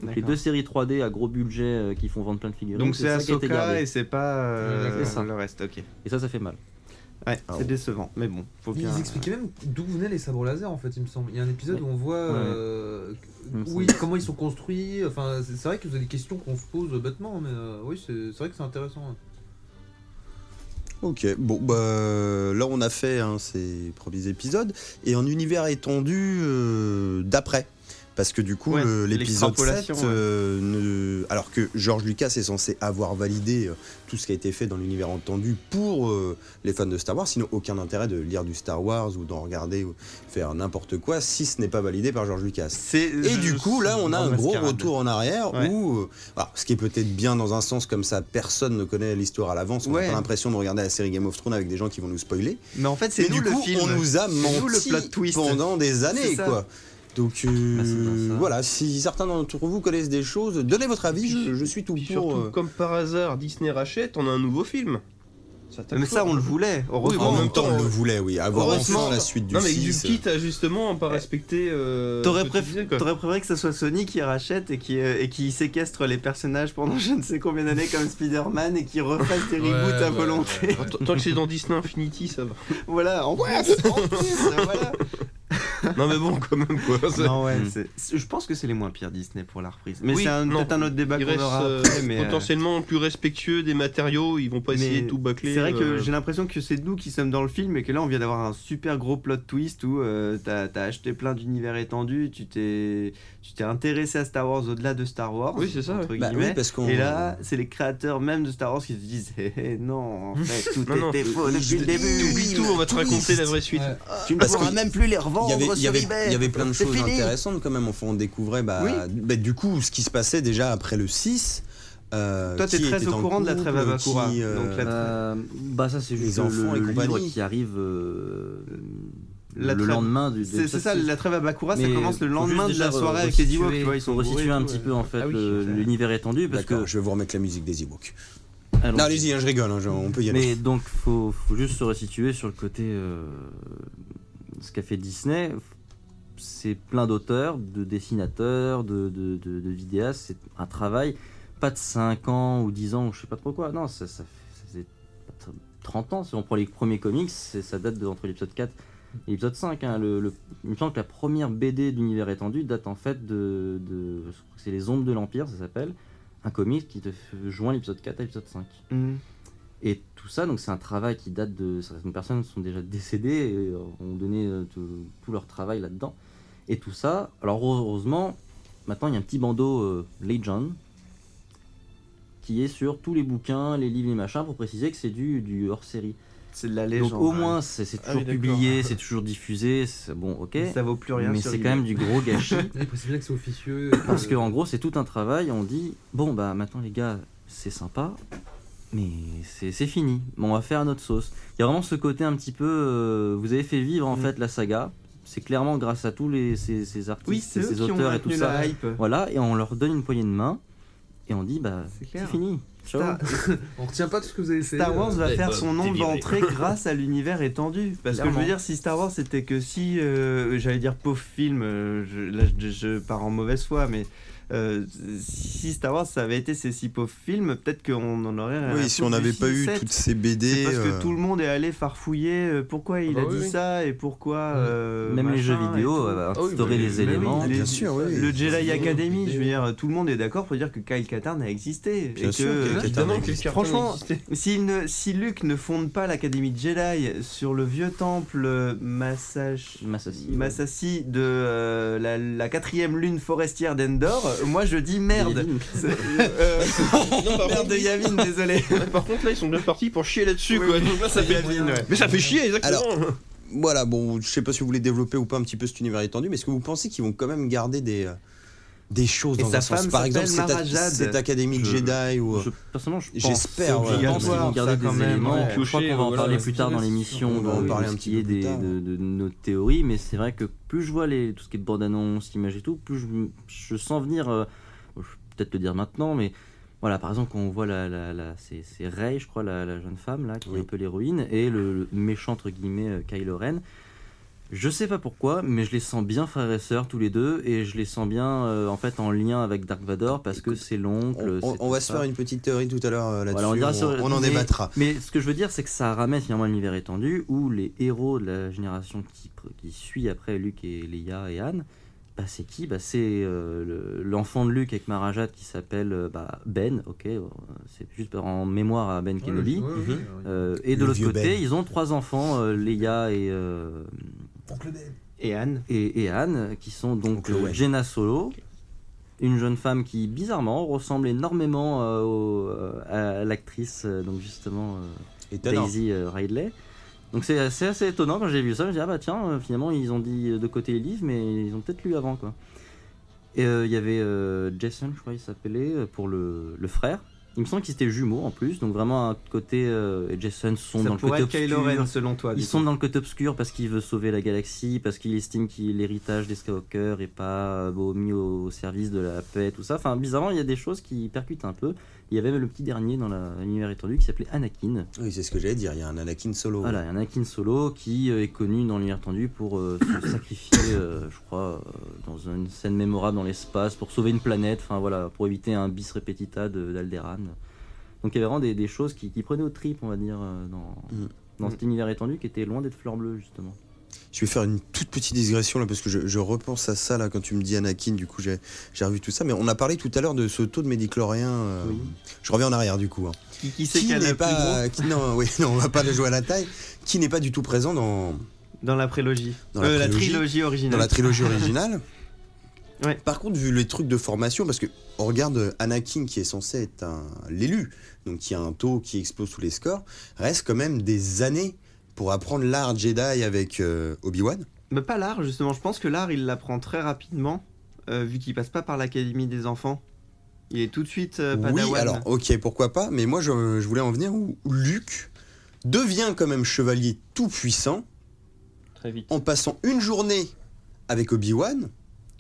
Speaker 2: les
Speaker 3: D'accord.
Speaker 2: deux séries 3D à gros budget euh, qui font vendre plein de figurines.
Speaker 3: Donc c'est
Speaker 2: ça qui a
Speaker 3: Ahsoka
Speaker 2: été gardé.
Speaker 3: et c'est pas euh,
Speaker 4: Ouais,
Speaker 2: d'accord.
Speaker 3: le reste, ok.
Speaker 2: Et ça, ça fait mal.
Speaker 3: Ouais,
Speaker 1: Ah
Speaker 3: c'est
Speaker 1: bon.
Speaker 3: décevant, mais bon, faut
Speaker 4: Mais
Speaker 3: bien.
Speaker 4: Ils expliquaient même d'où venaient les sabres laser en fait, il me semble. Il y a un épisode
Speaker 2: Ouais.
Speaker 4: où on voit
Speaker 2: Ouais.
Speaker 4: euh,
Speaker 2: Il me
Speaker 4: oui,
Speaker 2: semble.
Speaker 4: comment ils sont construits. Enfin, c'est c'est vrai que vous avez des questions qu'on se pose bêtement, mais euh, oui, c'est c'est vrai que c'est intéressant.
Speaker 1: Ok, bon, bah là on a fait hein, ces premiers épisodes et en univers étendu euh, d'après. Parce que du coup,
Speaker 3: Ouais,
Speaker 1: le- l'épisode 7,
Speaker 3: l'extrapolation,
Speaker 1: euh, ne- alors que George Lucas est censé avoir validé euh, tout ce qui a été fait dans l'univers étendu pour euh, les fans de Star Wars, sinon aucun intérêt de lire du Star Wars ou d'en regarder ou faire n'importe quoi si ce n'est pas validé par George Lucas. Et du coup, là, on a un gros retour en arrière
Speaker 3: Ouais.
Speaker 1: où, euh, alors, ce qui est peut-être bien dans un sens comme ça, personne ne connaît l'histoire à l'avance. On
Speaker 3: Ouais.
Speaker 1: a pas l'impression de regarder la série Game of Thrones avec des gens qui vont nous spoiler.
Speaker 3: Mais en fait,
Speaker 1: Et
Speaker 3: c'est
Speaker 1: du
Speaker 3: nous le
Speaker 1: coup,
Speaker 3: film.
Speaker 1: on nous a
Speaker 3: C'est nous le
Speaker 1: menti
Speaker 3: plot twist.
Speaker 1: pendant des
Speaker 3: C'est
Speaker 1: années,
Speaker 3: ça. Bah,
Speaker 1: quoi. Donc euh,
Speaker 2: Ah, c'est bien ça.
Speaker 1: voilà, si certains d'entre vous connaissent des choses, donnez votre avis, je, je suis tout
Speaker 5: Puis
Speaker 1: pour.
Speaker 5: surtout,
Speaker 1: euh,
Speaker 5: comme par hasard, Disney rachète, on a un nouveau film. hein.
Speaker 3: Mais ça, on le voulait. Heureusement.
Speaker 1: en
Speaker 5: en
Speaker 1: même
Speaker 5: même
Speaker 1: temps, on
Speaker 5: temps,
Speaker 1: le voulait, oui, avoir
Speaker 5: heureusement-
Speaker 1: enfin la suite du euh,
Speaker 5: non, mais du
Speaker 1: 6,
Speaker 5: kit à justement pas respecter. euh,
Speaker 3: T'aurais
Speaker 5: ce que tu
Speaker 3: préf-
Speaker 5: disais, quoi.
Speaker 3: t'aurais préféré que ce soit Sony qui rachète et qui, euh, et qui séquestre les personnages pendant je ne sais combien d'années comme Spider-Man et qui refasse des reboots à volonté.
Speaker 5: Ah, tant- Tant que c'est dans Disney Infinity, ça
Speaker 3: [LAUGHS]
Speaker 5: va.
Speaker 3: Voilà, en plus, en plus, voilà.
Speaker 5: Non, mais bon, quand même, quoi. C'est-
Speaker 3: Non, ouais,
Speaker 2: Mm.
Speaker 3: c'est- c'est- je pense que c'est les moins pires Disney pour la reprise. Mais
Speaker 5: Oui,
Speaker 3: c'est un-
Speaker 5: non.
Speaker 3: peut-être un autre débat
Speaker 5: Ils
Speaker 3: qu'on
Speaker 5: restent
Speaker 3: aura
Speaker 5: euh,
Speaker 3: après. Mais, euh,
Speaker 5: potentiellement plus respectueux des matériaux, ils vont pas essayer
Speaker 3: Mais
Speaker 5: de tout bâcler.
Speaker 3: C'est vrai que
Speaker 5: euh,
Speaker 3: j'ai l'impression que c'est nous qui sommes dans le film et que là on vient d'avoir un super gros plot twist où euh, t'as t'as acheté plein d'univers étendus, tu t'es tu t'es intéressé à Star Wars au-delà de Star Wars.
Speaker 5: Oui, c'est ça,
Speaker 3: entre
Speaker 1: Bah oui,
Speaker 3: guillemets.
Speaker 1: parce qu'on.
Speaker 3: Et là, c'est les créateurs même de Star Wars qui se disent Eh, eh, [LAUGHS] non, en fait, tout
Speaker 5: Non, non,
Speaker 3: était faux depuis le début.
Speaker 5: Oublie tout, on va te raconter la vraie suite.
Speaker 4: Ouais.
Speaker 3: Tu ne
Speaker 1: Parce
Speaker 3: pourras
Speaker 1: que
Speaker 3: même plus les
Speaker 1: Il y
Speaker 3: revendre
Speaker 1: avait,
Speaker 3: sur
Speaker 1: il y avait,
Speaker 3: eBay.
Speaker 1: il y avait plein de
Speaker 3: C'est
Speaker 1: choses
Speaker 3: fini.
Speaker 1: intéressantes quand même. Enfin, on découvrait bah,
Speaker 3: Oui.
Speaker 1: bah, du coup ce qui se passait déjà après le 6. euh,
Speaker 3: Toi, t'es
Speaker 1: qui
Speaker 3: très
Speaker 1: était
Speaker 3: au
Speaker 1: en
Speaker 3: courant de la
Speaker 1: couple,
Speaker 3: trêve Avakura,
Speaker 1: qui, euh,
Speaker 3: donc la-
Speaker 2: Euh, bah ça, c'est juste
Speaker 1: Les enfants
Speaker 2: le,
Speaker 1: et
Speaker 2: le
Speaker 1: compagnie.
Speaker 2: livre qui arrive euh,
Speaker 3: La
Speaker 2: le
Speaker 3: trêve.
Speaker 2: lendemain du.
Speaker 3: C'est c'est ça, la trêve à Bakura, ça
Speaker 2: Mais
Speaker 3: commence le
Speaker 2: faut
Speaker 3: lendemain
Speaker 2: juste
Speaker 3: de la
Speaker 2: déjà
Speaker 3: soirée avec
Speaker 2: restituer-
Speaker 3: les Ewoks, tu vois, ils sont
Speaker 2: faut restituer
Speaker 3: bourrés et
Speaker 2: un
Speaker 3: tout,
Speaker 2: petit
Speaker 3: ouais.
Speaker 2: peu en fait
Speaker 3: Ah oui,
Speaker 2: le-
Speaker 3: c'est-
Speaker 2: l'univers étendu parce que.
Speaker 1: D'accord, je vais vous remettre la musique des Ewoks.
Speaker 2: Allons-y.
Speaker 1: Non, allez-y, hein, je rigole, hein, je- on peut y aller.
Speaker 2: Mais donc, faut, faut juste se resituer sur le côté. euh, ce qu'a fait Disney, c'est plein d'auteurs, de dessinateurs, de, de- de- de vidéastes. C'est un travail, pas de 5 ans ou 10 ans ou je sais pas trop quoi. Non, ça, ça, fait- ça faisait pas tr- 30 ans. Si on prend les premiers comics, c'est- ça date de, entre l'épisode 4 et l'épisode 5. hein. Le, le- il me semble que la première BD d'univers étendu date en fait de. de- je crois que c'est Les Ombres de l'Empire, ça s'appelle. Un comic qui te f- joint l'épisode 4 à l'épisode 5.
Speaker 3: Mm.
Speaker 2: Et tout ça, donc c'est un travail qui date de certaines personnes sont déjà décédées et euh, ont donné euh, tout, tout leur travail là-dedans. Et tout ça, alors heureusement, maintenant il y a un petit bandeau euh, Legend qui est sur tous les bouquins, les livres, les machins pour préciser que c'est du, du hors série.
Speaker 3: C'est de la
Speaker 2: Donc
Speaker 3: légende. hein.
Speaker 2: au moins c'est c'est
Speaker 5: Ah
Speaker 2: toujours
Speaker 5: oui, d'accord.
Speaker 2: publié, c'est toujours diffusé, c'est bon ok,
Speaker 3: ouais. ça vaut plus rien.
Speaker 2: mais
Speaker 3: sur
Speaker 2: c'est
Speaker 3: eBay.
Speaker 2: quand même du gros gâchis.
Speaker 3: [LAUGHS]
Speaker 4: Ouais, Il précise bien que c'est officieux.
Speaker 2: Parce qu'en gros, c'est tout un travail. On dit, bon, bah maintenant, les gars, c'est sympa, mais c'est c'est fini. Bon, on va faire à notre sauce. Il y a vraiment ce côté un petit peu. euh, vous avez fait vivre en
Speaker 3: Mm.
Speaker 2: fait la saga. C'est clairement grâce à tous les, ces, ces artistes,
Speaker 3: Oui, c'est
Speaker 2: et ces
Speaker 3: eux qui ont
Speaker 2: auteurs et tout
Speaker 3: maintenu
Speaker 2: ça.
Speaker 3: la hype.
Speaker 2: Voilà, et on leur donne une poignée de main et on dit bah
Speaker 3: C'est
Speaker 2: c'est
Speaker 3: clair.
Speaker 2: fini. Ciao.
Speaker 3: Star,
Speaker 4: On retient pas tout ce que vous avez essayé.
Speaker 3: Star Wars
Speaker 4: euh.
Speaker 3: va
Speaker 5: Ouais,
Speaker 3: faire
Speaker 5: bah,
Speaker 3: son nombre
Speaker 5: déviré.
Speaker 3: d'entrées grâce à l'univers étendu. Parce que je
Speaker 2: Clairement.
Speaker 3: veux dire, si Star Wars c'était que si, euh, j'allais dire pauvre film, euh, je, là je, je pars en mauvaise foi, mais euh, si Star Wars ça avait été ces six pauvres films, peut-être qu'on en aurait. rien à
Speaker 8: Oui, si on
Speaker 3: foutre du
Speaker 8: n'avait pas
Speaker 3: six,
Speaker 8: eu
Speaker 3: euh, sept.
Speaker 8: toutes ces BD.
Speaker 3: C'est parce
Speaker 8: euh,
Speaker 3: que tout le monde est allé farfouiller euh, pourquoi il
Speaker 4: Ah bah
Speaker 3: a dit
Speaker 4: oui, oui.
Speaker 3: ça et pourquoi. euh,
Speaker 2: Même les
Speaker 3: machin
Speaker 2: jeux
Speaker 3: et
Speaker 2: vidéo
Speaker 3: tout.
Speaker 2: euh,
Speaker 4: Ah oui,
Speaker 2: instaurer
Speaker 4: bah,
Speaker 2: les
Speaker 4: bah oui,
Speaker 2: éléments.
Speaker 8: Bien sûr, oui.
Speaker 3: Le Jedi Academy,
Speaker 4: vidéo.
Speaker 3: je veux dire, tout le monde est d'accord pour dire que Kyle Katarn a existé.
Speaker 8: Bien
Speaker 3: et
Speaker 8: sûr, Kyle Katarn
Speaker 3: que,
Speaker 5: Euh, Évidemment
Speaker 8: a
Speaker 5: que les cartons
Speaker 3: Franchement, [LAUGHS]
Speaker 5: existaient.
Speaker 3: S'il ne- si Luke ne fonde pas l'Académie Jedi sur le vieux temple euh, Massach...
Speaker 2: Massassi, ouais.
Speaker 3: Massassi de euh, la, la quatrième lune forestière d'Endor, euh, moi je dis merde.
Speaker 2: Yavin.
Speaker 3: C'est- euh,
Speaker 5: Non, par
Speaker 3: merde
Speaker 5: contre,
Speaker 3: de Yavin,
Speaker 5: [LAUGHS]
Speaker 3: désolé.
Speaker 5: Ouais, Par contre, là, ils sont bien partis pour chier là-dessus,
Speaker 3: Oui,
Speaker 5: quoi.
Speaker 3: oui.
Speaker 5: Donc là, ça fait
Speaker 3: Yavin, ouais.
Speaker 5: Mais ça fait chier, exactement.
Speaker 1: Voilà, bon, je sais pas si vous voulez développer ou pas un petit peu cet univers étendu, mais est-ce que vous pensez qu'ils vont quand même garder des, euh, des choses
Speaker 3: Et
Speaker 1: dans
Speaker 3: sa
Speaker 1: un sens
Speaker 3: femme
Speaker 1: Par exemple,
Speaker 3: s'appelle
Speaker 1: cette,
Speaker 3: Mara Jade.
Speaker 1: cette académie de
Speaker 2: Je-
Speaker 1: Jedi ou. euh,
Speaker 2: Je- personnellement, je pense.
Speaker 1: J'espère,
Speaker 2: Je
Speaker 1: ouais.
Speaker 2: pense qu'ils vont
Speaker 3: Obligatoire,
Speaker 2: garder
Speaker 3: ça, quand
Speaker 2: des
Speaker 3: même,
Speaker 2: éléments.
Speaker 3: ouais.
Speaker 2: Je crois qu'on va en
Speaker 5: Voilà,
Speaker 2: parler
Speaker 4: c'est
Speaker 2: plus tard dans
Speaker 4: vrai,
Speaker 2: l'émission,
Speaker 4: on
Speaker 2: on
Speaker 1: va
Speaker 2: va
Speaker 1: en parler un
Speaker 2: qui
Speaker 1: petit
Speaker 2: est
Speaker 1: peu
Speaker 2: des,
Speaker 1: plus tard,
Speaker 2: de,
Speaker 1: ouais.
Speaker 2: de nos théories, mais c'est vrai que plus je vois les, tout ce qui est de bande-annonce, images et tout, plus je, m- je sens venir, euh, bon, je vais peut-être le dire maintenant, mais voilà, par exemple, quand on voit la, la, la- c'est, c'est Rey, je crois, la, la jeune femme, là, qui
Speaker 1: Oui.
Speaker 2: est un peu l'héroïne, et le, le méchant, entre guillemets, euh, Kylo Ren, je sais pas pourquoi, mais je les sens bien frères et sœurs tous les deux, et je les sens bien euh, en fait en lien avec Dark Vador parce que c'est l'oncle.
Speaker 1: on, on-
Speaker 2: c'est
Speaker 1: on
Speaker 2: tout
Speaker 1: va se
Speaker 2: ça.
Speaker 1: faire une petite théorie tout à l'heure euh, là-dessus.
Speaker 2: Voilà, on dira
Speaker 1: on,
Speaker 2: sur-
Speaker 1: on en
Speaker 2: mais-
Speaker 1: débattra.
Speaker 2: Mais ce que je veux dire, c'est que ça ramène finalement à un univers étendu où les héros de la génération qui, pr- qui suit après Luke et Leia et Anne, bah, c'est qui bah, C'est euh, le- l'enfant de Luke avec Marajat qui s'appelle euh, bah, Ben, ok, euh, c'est juste en mémoire à Ben
Speaker 4: Ouais, ouais,
Speaker 2: Kennedy.
Speaker 4: ouais, ouais.
Speaker 2: Euh, et de
Speaker 1: Le
Speaker 2: l'autre
Speaker 1: vieux
Speaker 2: côté,
Speaker 1: Ben.
Speaker 2: ils ont trois enfants, euh, Leia et, euh,
Speaker 4: Oncle Ben.
Speaker 3: Et Anne
Speaker 2: et, et Anne, qui sont donc
Speaker 1: Oncle
Speaker 2: euh,
Speaker 1: Wen.
Speaker 2: Jenna Solo, une jeune femme qui bizarrement ressemble énormément euh, au- euh, à l'actrice, euh, donc justement euh,
Speaker 1: Étonnant.
Speaker 2: Daisy euh, Ridley. Donc c'est assez, assez étonnant quand j'ai vu ça, je me dis ah bah tiens euh, finalement ils ont dit euh, de côté les livres mais ils ont peut-être lu avant quoi. Et euh, il y avait euh, Jason je crois il s'appelait euh, pour le, le frère. Il me semble qu'ils étaient jumeaux en plus donc vraiment un côté euh, et Jason sont
Speaker 3: Ça
Speaker 2: dans le
Speaker 3: pourrait
Speaker 2: côté
Speaker 3: être Kylo
Speaker 2: obscur.
Speaker 3: Ren selon toi.
Speaker 2: Ils
Speaker 3: du
Speaker 2: sont
Speaker 3: coup.
Speaker 2: dans le côté obscur parce qu'il veut sauver la galaxie, parce qu'il estime qu'il l'héritage des Skywalker et pas euh, bon, mis au service de la paix, tout ça. Enfin, bizarrement, il y a des choses qui percutent un peu. Il y avait même le petit dernier dans la- l'univers étendu qui s'appelait Anakin.
Speaker 1: Oui, c'est ce que j'allais dire. Il y a un Anakin solo.
Speaker 2: Voilà, Anakin Solo qui euh, est connu dans l'univers étendu pour euh, se [COUGHS] sacrifier, euh, je crois, euh, dans une scène mémorable dans l'espace pour sauver une planète. Enfin voilà, pour éviter un bis repetita de- d'Alderan. Donc il y avait vraiment des, des choses qui, qui prenaient aux tripes, on va dire, euh, dans,
Speaker 1: Mm.
Speaker 2: dans cet univers étendu qui était loin d'être fleur bleue justement.
Speaker 1: Je vais faire une toute petite digression là parce que je, je repense à ça là quand tu me dis Anakin, du coup j'ai j'ai revu tout ça. Mais on a parlé tout à l'heure de ce taux de médiclorien. euh,
Speaker 2: Oui.
Speaker 1: Je reviens en arrière du coup. hein.
Speaker 3: Qui, qui c'est
Speaker 1: Qui
Speaker 3: qui a la
Speaker 1: n'est
Speaker 3: plus gros
Speaker 1: pas, qui- non, oui, [LAUGHS] non, on va pas le jouer à la taille. Qui n'est pas du tout présent dans
Speaker 3: Dans la prélogie.
Speaker 1: Dans la
Speaker 3: Euh,
Speaker 1: prélogie.
Speaker 3: trilogie originale.
Speaker 1: dans la trilogie originale.
Speaker 3: [LAUGHS] Ouais.
Speaker 1: Par contre, vu les trucs de formation, parce que on regarde euh, Anakin qui est censé être un l'élu, donc qui a un taux qui explose tous les scores, reste quand même des années pour apprendre l'art Jedi avec euh, Obi-Wan.
Speaker 3: Bah, pas l'art, justement. Je pense que l'art, il l'apprend très rapidement, euh, vu qu'il passe pas par l'académie des enfants. Il est tout de suite euh,
Speaker 1: oui,
Speaker 3: padawan.
Speaker 1: alors ok, pourquoi pas, mais moi je, je voulais en venir où Luke devient quand même chevalier tout puissant
Speaker 5: Très vite.
Speaker 1: en passant une journée avec Obi-Wan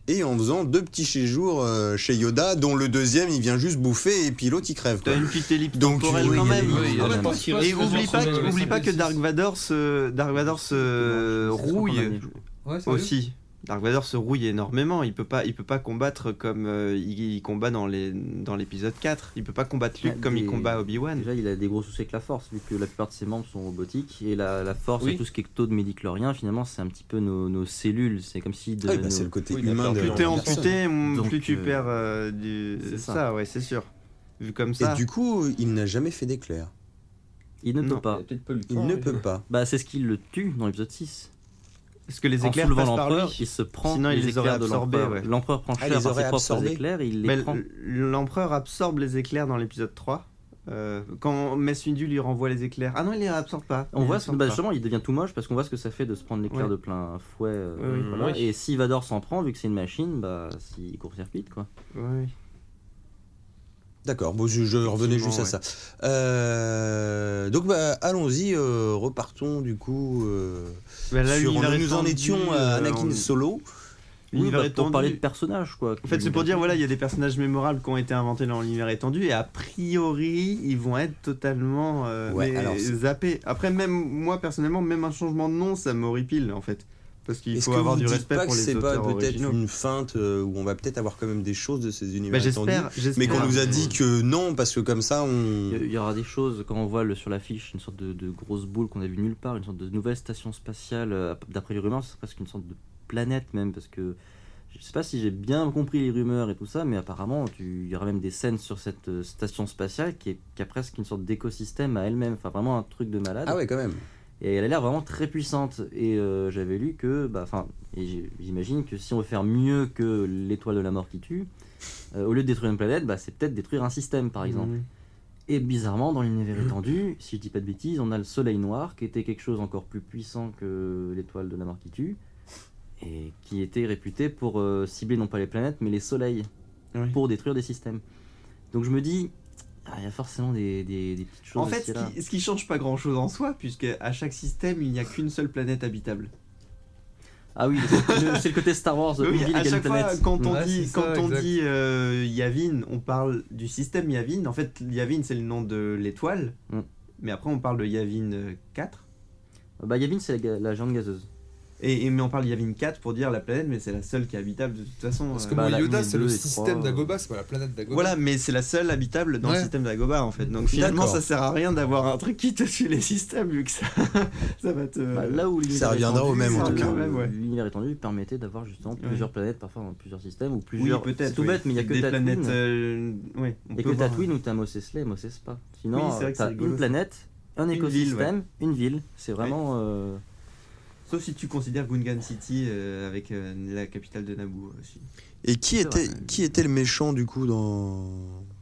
Speaker 1: et en faisant deux petits séjours euh, chez Yoda, dont le deuxième il vient juste bouffer et puis l'autre il crève. quoi.
Speaker 3: T'as une petite ellipse
Speaker 1: Donc,
Speaker 3: temporelle
Speaker 1: oui,
Speaker 3: quand
Speaker 1: il y a
Speaker 3: même.
Speaker 1: des- Ah,
Speaker 5: oui, il y a des-
Speaker 3: Et oublie pas, que, oublie pas que Dark
Speaker 4: Dark
Speaker 3: Vador se, Dark Vador se
Speaker 2: C'est son
Speaker 3: rouille
Speaker 2: dernier jeu.
Speaker 4: Ouais, sérieux
Speaker 3: aussi. Dark Vador se rouille énormément. Il peut pas, il peut pas combattre comme euh, il, il combat dans les dans l'épisode 4. Il peut pas combattre Luke
Speaker 2: Ah,
Speaker 3: comme il
Speaker 2: des-
Speaker 3: combat Obi-Wan.
Speaker 2: Déjà, il a des gros soucis avec la force, vu que la plupart de ses membres sont robotiques. Et la, la force
Speaker 5: Oui.
Speaker 2: et tout ce qui est taux de médiclorien, finalement, c'est un petit peu nos, nos cellules. C'est comme si. De,
Speaker 1: Ah oui, bah,
Speaker 2: nos-
Speaker 1: c'est le côté
Speaker 5: Oui,
Speaker 1: humain
Speaker 5: d'accord.
Speaker 1: de
Speaker 5: Plus
Speaker 3: Plus
Speaker 1: la
Speaker 3: t'es
Speaker 1: personne.
Speaker 3: amputé, m-
Speaker 2: Donc,
Speaker 3: plus tu
Speaker 2: euh,
Speaker 3: perds euh, du
Speaker 2: c'est
Speaker 3: ça.
Speaker 2: ça.
Speaker 3: ouais, c'est sûr. Vu comme
Speaker 1: Et
Speaker 3: ça.
Speaker 1: du coup, il n'a jamais fait d'éclair.
Speaker 2: Il ne
Speaker 3: Non.
Speaker 2: peut pas.
Speaker 1: Il ne peut pas.
Speaker 2: Bah, c'est ce qui le tue dans l'épisode 6.
Speaker 3: Parce que les
Speaker 2: En
Speaker 3: éclairs
Speaker 2: soulevant
Speaker 3: passent par
Speaker 2: l'empereur, il
Speaker 3: lui.
Speaker 2: se prend
Speaker 3: Sinon, il
Speaker 2: les
Speaker 3: les aurait
Speaker 2: éclairs de
Speaker 3: absorbés,
Speaker 2: l'empereur.
Speaker 3: ouais.
Speaker 2: L'empereur prend
Speaker 1: Ah,
Speaker 2: cher
Speaker 1: il les
Speaker 2: par ses
Speaker 1: aurait
Speaker 2: propres
Speaker 1: absorbés.
Speaker 2: éclairs, il les
Speaker 3: Mais
Speaker 2: prend.
Speaker 3: l- l'empereur absorbe les éclairs dans l'épisode 3. euh, quand Mace Windu lui renvoie les éclairs. Ah non, il les absorbe pas.
Speaker 2: On
Speaker 3: Il
Speaker 2: voit,
Speaker 3: les
Speaker 2: ce-
Speaker 3: absorbe
Speaker 2: bah,
Speaker 3: pas.
Speaker 2: justement, il devient tout moche parce qu'on voit ce que ça fait de se prendre l'éclair
Speaker 3: Ouais.
Speaker 2: de plein fouet. euh,
Speaker 3: Oui, oui.
Speaker 2: voilà.
Speaker 5: Oui.
Speaker 2: Et si Vador s'en prend, vu que c'est une machine, bah, s'il court circuite, quoi.
Speaker 3: Ouais.
Speaker 6: D'accord, bon, je, je revenais juste à ça. Euh, donc bah, allons-y, euh, repartons du coup euh,
Speaker 3: Bah, là,
Speaker 6: sur...
Speaker 3: l'univers
Speaker 6: Nous en
Speaker 3: étendu,
Speaker 6: étions à
Speaker 3: euh,
Speaker 6: Anakin
Speaker 3: on-
Speaker 6: Solo.
Speaker 2: Oui,
Speaker 3: l'univers
Speaker 2: bah, pour
Speaker 3: étendu.
Speaker 2: parler de personnages, quoi.
Speaker 3: En fait, c'est pour dire, voilà, il y a des personnages mémorables qui ont été inventés dans l'univers étendu et a priori, ils vont être totalement euh,
Speaker 6: Ouais,
Speaker 3: mais
Speaker 6: alors, c'est-
Speaker 3: zappés. Après, même moi, personnellement, même un changement de nom, ça m'horripile, en fait. Parce qu'il
Speaker 6: Est-ce
Speaker 3: faut
Speaker 6: que
Speaker 3: avoir
Speaker 6: vous
Speaker 3: du
Speaker 6: dites
Speaker 3: respect
Speaker 6: pas
Speaker 3: pour
Speaker 6: que
Speaker 3: les
Speaker 6: c'est pas
Speaker 3: auteurs
Speaker 6: peut-être
Speaker 3: originaux.
Speaker 6: une feinte euh, où on va peut-être avoir quand même des choses de ces
Speaker 3: Bah,
Speaker 6: univers étendus
Speaker 3: j'espère, j'espère.
Speaker 6: mais qu'on nous a
Speaker 2: Ouais.
Speaker 6: dit que non, parce que comme ça, on.
Speaker 2: Il y aura des choses, quand on voit le, sur l'affiche une sorte de, de grosse boule qu'on a vue nulle part, une sorte de nouvelle station spatiale, euh, d'après les rumeurs, c'est presque une sorte de planète même, parce que je sais pas si j'ai bien compris les rumeurs et tout ça, mais apparemment tu- il y aura même des scènes sur cette euh, station spatiale qui, est- qui a presque une sorte d'écosystème à elle-même, enfin vraiment un truc de malade.
Speaker 6: Ah ouais, quand même.
Speaker 2: Et elle a l'air vraiment très puissante. Et euh, j'avais lu que, bah, enfin, et j- j'imagine que si on veut faire mieux que l'étoile de la mort qui tue, euh, au lieu de détruire une planète, bah, c'est peut-être détruire un système,
Speaker 6: Mmh.
Speaker 2: par exemple. Et bizarrement, dans l'univers
Speaker 3: Mmh.
Speaker 2: étendu, si je dis pas de bêtises, on a le soleil noir qui était quelque chose encore plus puissant que l'étoile de la mort qui tue et qui était réputé pour euh, cibler non pas les planètes mais les soleils
Speaker 3: Oui.
Speaker 2: pour détruire des systèmes. Donc je me dis, ah, il y a forcément des, des- des petites choses.
Speaker 3: En fait,
Speaker 2: ici et
Speaker 3: ce
Speaker 2: là.
Speaker 3: qui, ce qui change pas grand-chose en soi, puisque à chaque système, il n'y a qu'une seule planète habitable.
Speaker 2: Ah oui, c'est c'est le côté Star Wars,
Speaker 3: Oui,
Speaker 2: une ville
Speaker 3: à
Speaker 2: égale une
Speaker 3: chaque fois,
Speaker 2: planète.
Speaker 3: quand on
Speaker 4: Ouais,
Speaker 3: dit,
Speaker 4: c'est ça,
Speaker 3: quand on
Speaker 4: exact.
Speaker 3: dit euh, Yavin, on parle du système Yavin. En fait, Yavin, c'est le nom de l'étoile.
Speaker 2: Mm.
Speaker 3: Mais après, on parle de Yavin euh, 4.
Speaker 2: Bah Yavin, c'est la, ga- la géante gazeuse.
Speaker 3: Et, et- mais on parle de Yavin 4 pour dire la planète, mais c'est la seule qui est habitable de toute façon.
Speaker 4: Parce
Speaker 3: euh.
Speaker 4: que
Speaker 2: bah,
Speaker 4: mon
Speaker 2: la
Speaker 4: Yoda,
Speaker 2: une,
Speaker 4: c'est
Speaker 2: deux
Speaker 4: le
Speaker 2: et
Speaker 4: système
Speaker 2: trois, euh.
Speaker 4: d'Agoba, c'est pas la planète d'Agoba.
Speaker 3: Voilà, mais c'est la seule habitable dans
Speaker 4: Ouais.
Speaker 3: le système d'Agoba en fait. Donc finalement,
Speaker 6: D'accord.
Speaker 3: ça sert à rien d'avoir un truc qui te suit les systèmes vu que ça, [LAUGHS] Euh, ça va te.
Speaker 2: Bah, là où l'univers
Speaker 6: reviendra
Speaker 2: étendu,
Speaker 6: au même,
Speaker 3: en tout
Speaker 2: euh,
Speaker 3: cas. Ouais, ouais.
Speaker 2: L'univers étendu permettait d'avoir justement
Speaker 3: Ouais.
Speaker 2: plusieurs planètes, parfois dans plusieurs systèmes ou
Speaker 3: oui,
Speaker 2: plusieurs.
Speaker 3: peut-être.
Speaker 2: c'est tout
Speaker 3: oui.
Speaker 2: bête, mais il y a que
Speaker 3: des
Speaker 2: Tatooine.
Speaker 3: planètes. euh, ouais, on
Speaker 2: Il y a
Speaker 3: peut
Speaker 2: que
Speaker 3: voir. hein.
Speaker 2: Tatooine où t'as Mos Eisley et Mos Espa. Sinon,
Speaker 3: Oui, c'est vrai que
Speaker 2: t'as
Speaker 3: c'est rigolo,
Speaker 2: une
Speaker 3: ça.
Speaker 2: planète, un
Speaker 3: Une
Speaker 2: écosystème, une ville. C'est vraiment. euh,
Speaker 3: Sauf si tu considères Gungan City euh, avec euh, la capitale de Naboo euh, aussi.
Speaker 6: Et qui
Speaker 2: C'est
Speaker 6: était,
Speaker 2: vrai.
Speaker 6: qui était le méchant du coup dans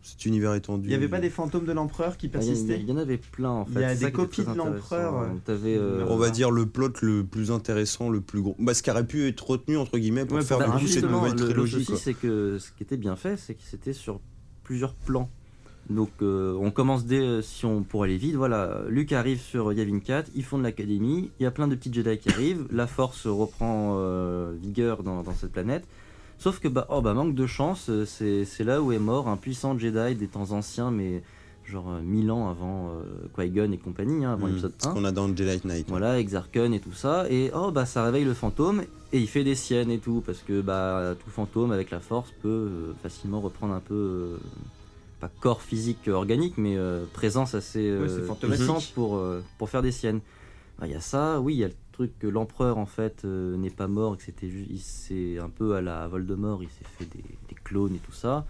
Speaker 6: cet univers étendu
Speaker 3: Il n'y avait pas des fantômes de l'empereur qui
Speaker 2: Ah, Il y, en-
Speaker 3: persistaient
Speaker 2: il y en avait plein en fait.
Speaker 3: Il y a
Speaker 2: C'est
Speaker 3: des
Speaker 2: ça qui était
Speaker 3: copies
Speaker 2: très
Speaker 3: de l'empereur,
Speaker 2: intéressant.
Speaker 3: euh,
Speaker 2: T'avais, euh,
Speaker 6: On va dire le plot le plus intéressant, le plus gros. Bah, ce qui aurait pu être retenu entre guillemets pour
Speaker 3: Ouais,
Speaker 6: faire
Speaker 2: Bah,
Speaker 6: du coup cette
Speaker 2: justement,
Speaker 6: nouvelle
Speaker 2: le- le
Speaker 6: trilogie.
Speaker 2: souci,
Speaker 6: quoi.
Speaker 2: c'est que ce qui était bien fait, c'est que c'était sur plusieurs plans. Donc euh, on commence dès, euh, si on pour aller vite, voilà, Luke arrive sur euh, Yavin 4, ils font de l'académie, il y a plein de petits Jedi qui arrivent, la force reprend euh, vigueur dans, dans cette planète. Sauf que, bah, oh bah manque de chance, euh, c'est c'est là où est mort un puissant Jedi des temps anciens, mais genre euh, 1000 ans avant euh, Qui-Gon et compagnie, hein, avant
Speaker 6: Hmm,
Speaker 2: l'épisode
Speaker 6: ce
Speaker 2: 1.
Speaker 6: qu'on a dans hein. Jedi Knight.
Speaker 2: Voilà, Exarchon et tout ça. Et oh, bah ça réveille le fantôme et il fait des siennes et tout. Parce que bah tout fantôme avec la force peut euh, facilement reprendre un peu. euh, pas corps physique euh, organique, mais euh, présence assez
Speaker 3: Ouais, c'est
Speaker 2: euh,
Speaker 3: fantomatique.
Speaker 2: puissante pour, euh, pour faire des siennes. Bah, Il y a ça, oui, il y a le truc que l'empereur en fait euh, n'est pas mort, et que c'était juste. Il s'est un peu à la Voldemort, il s'est fait des, des clones et tout ça.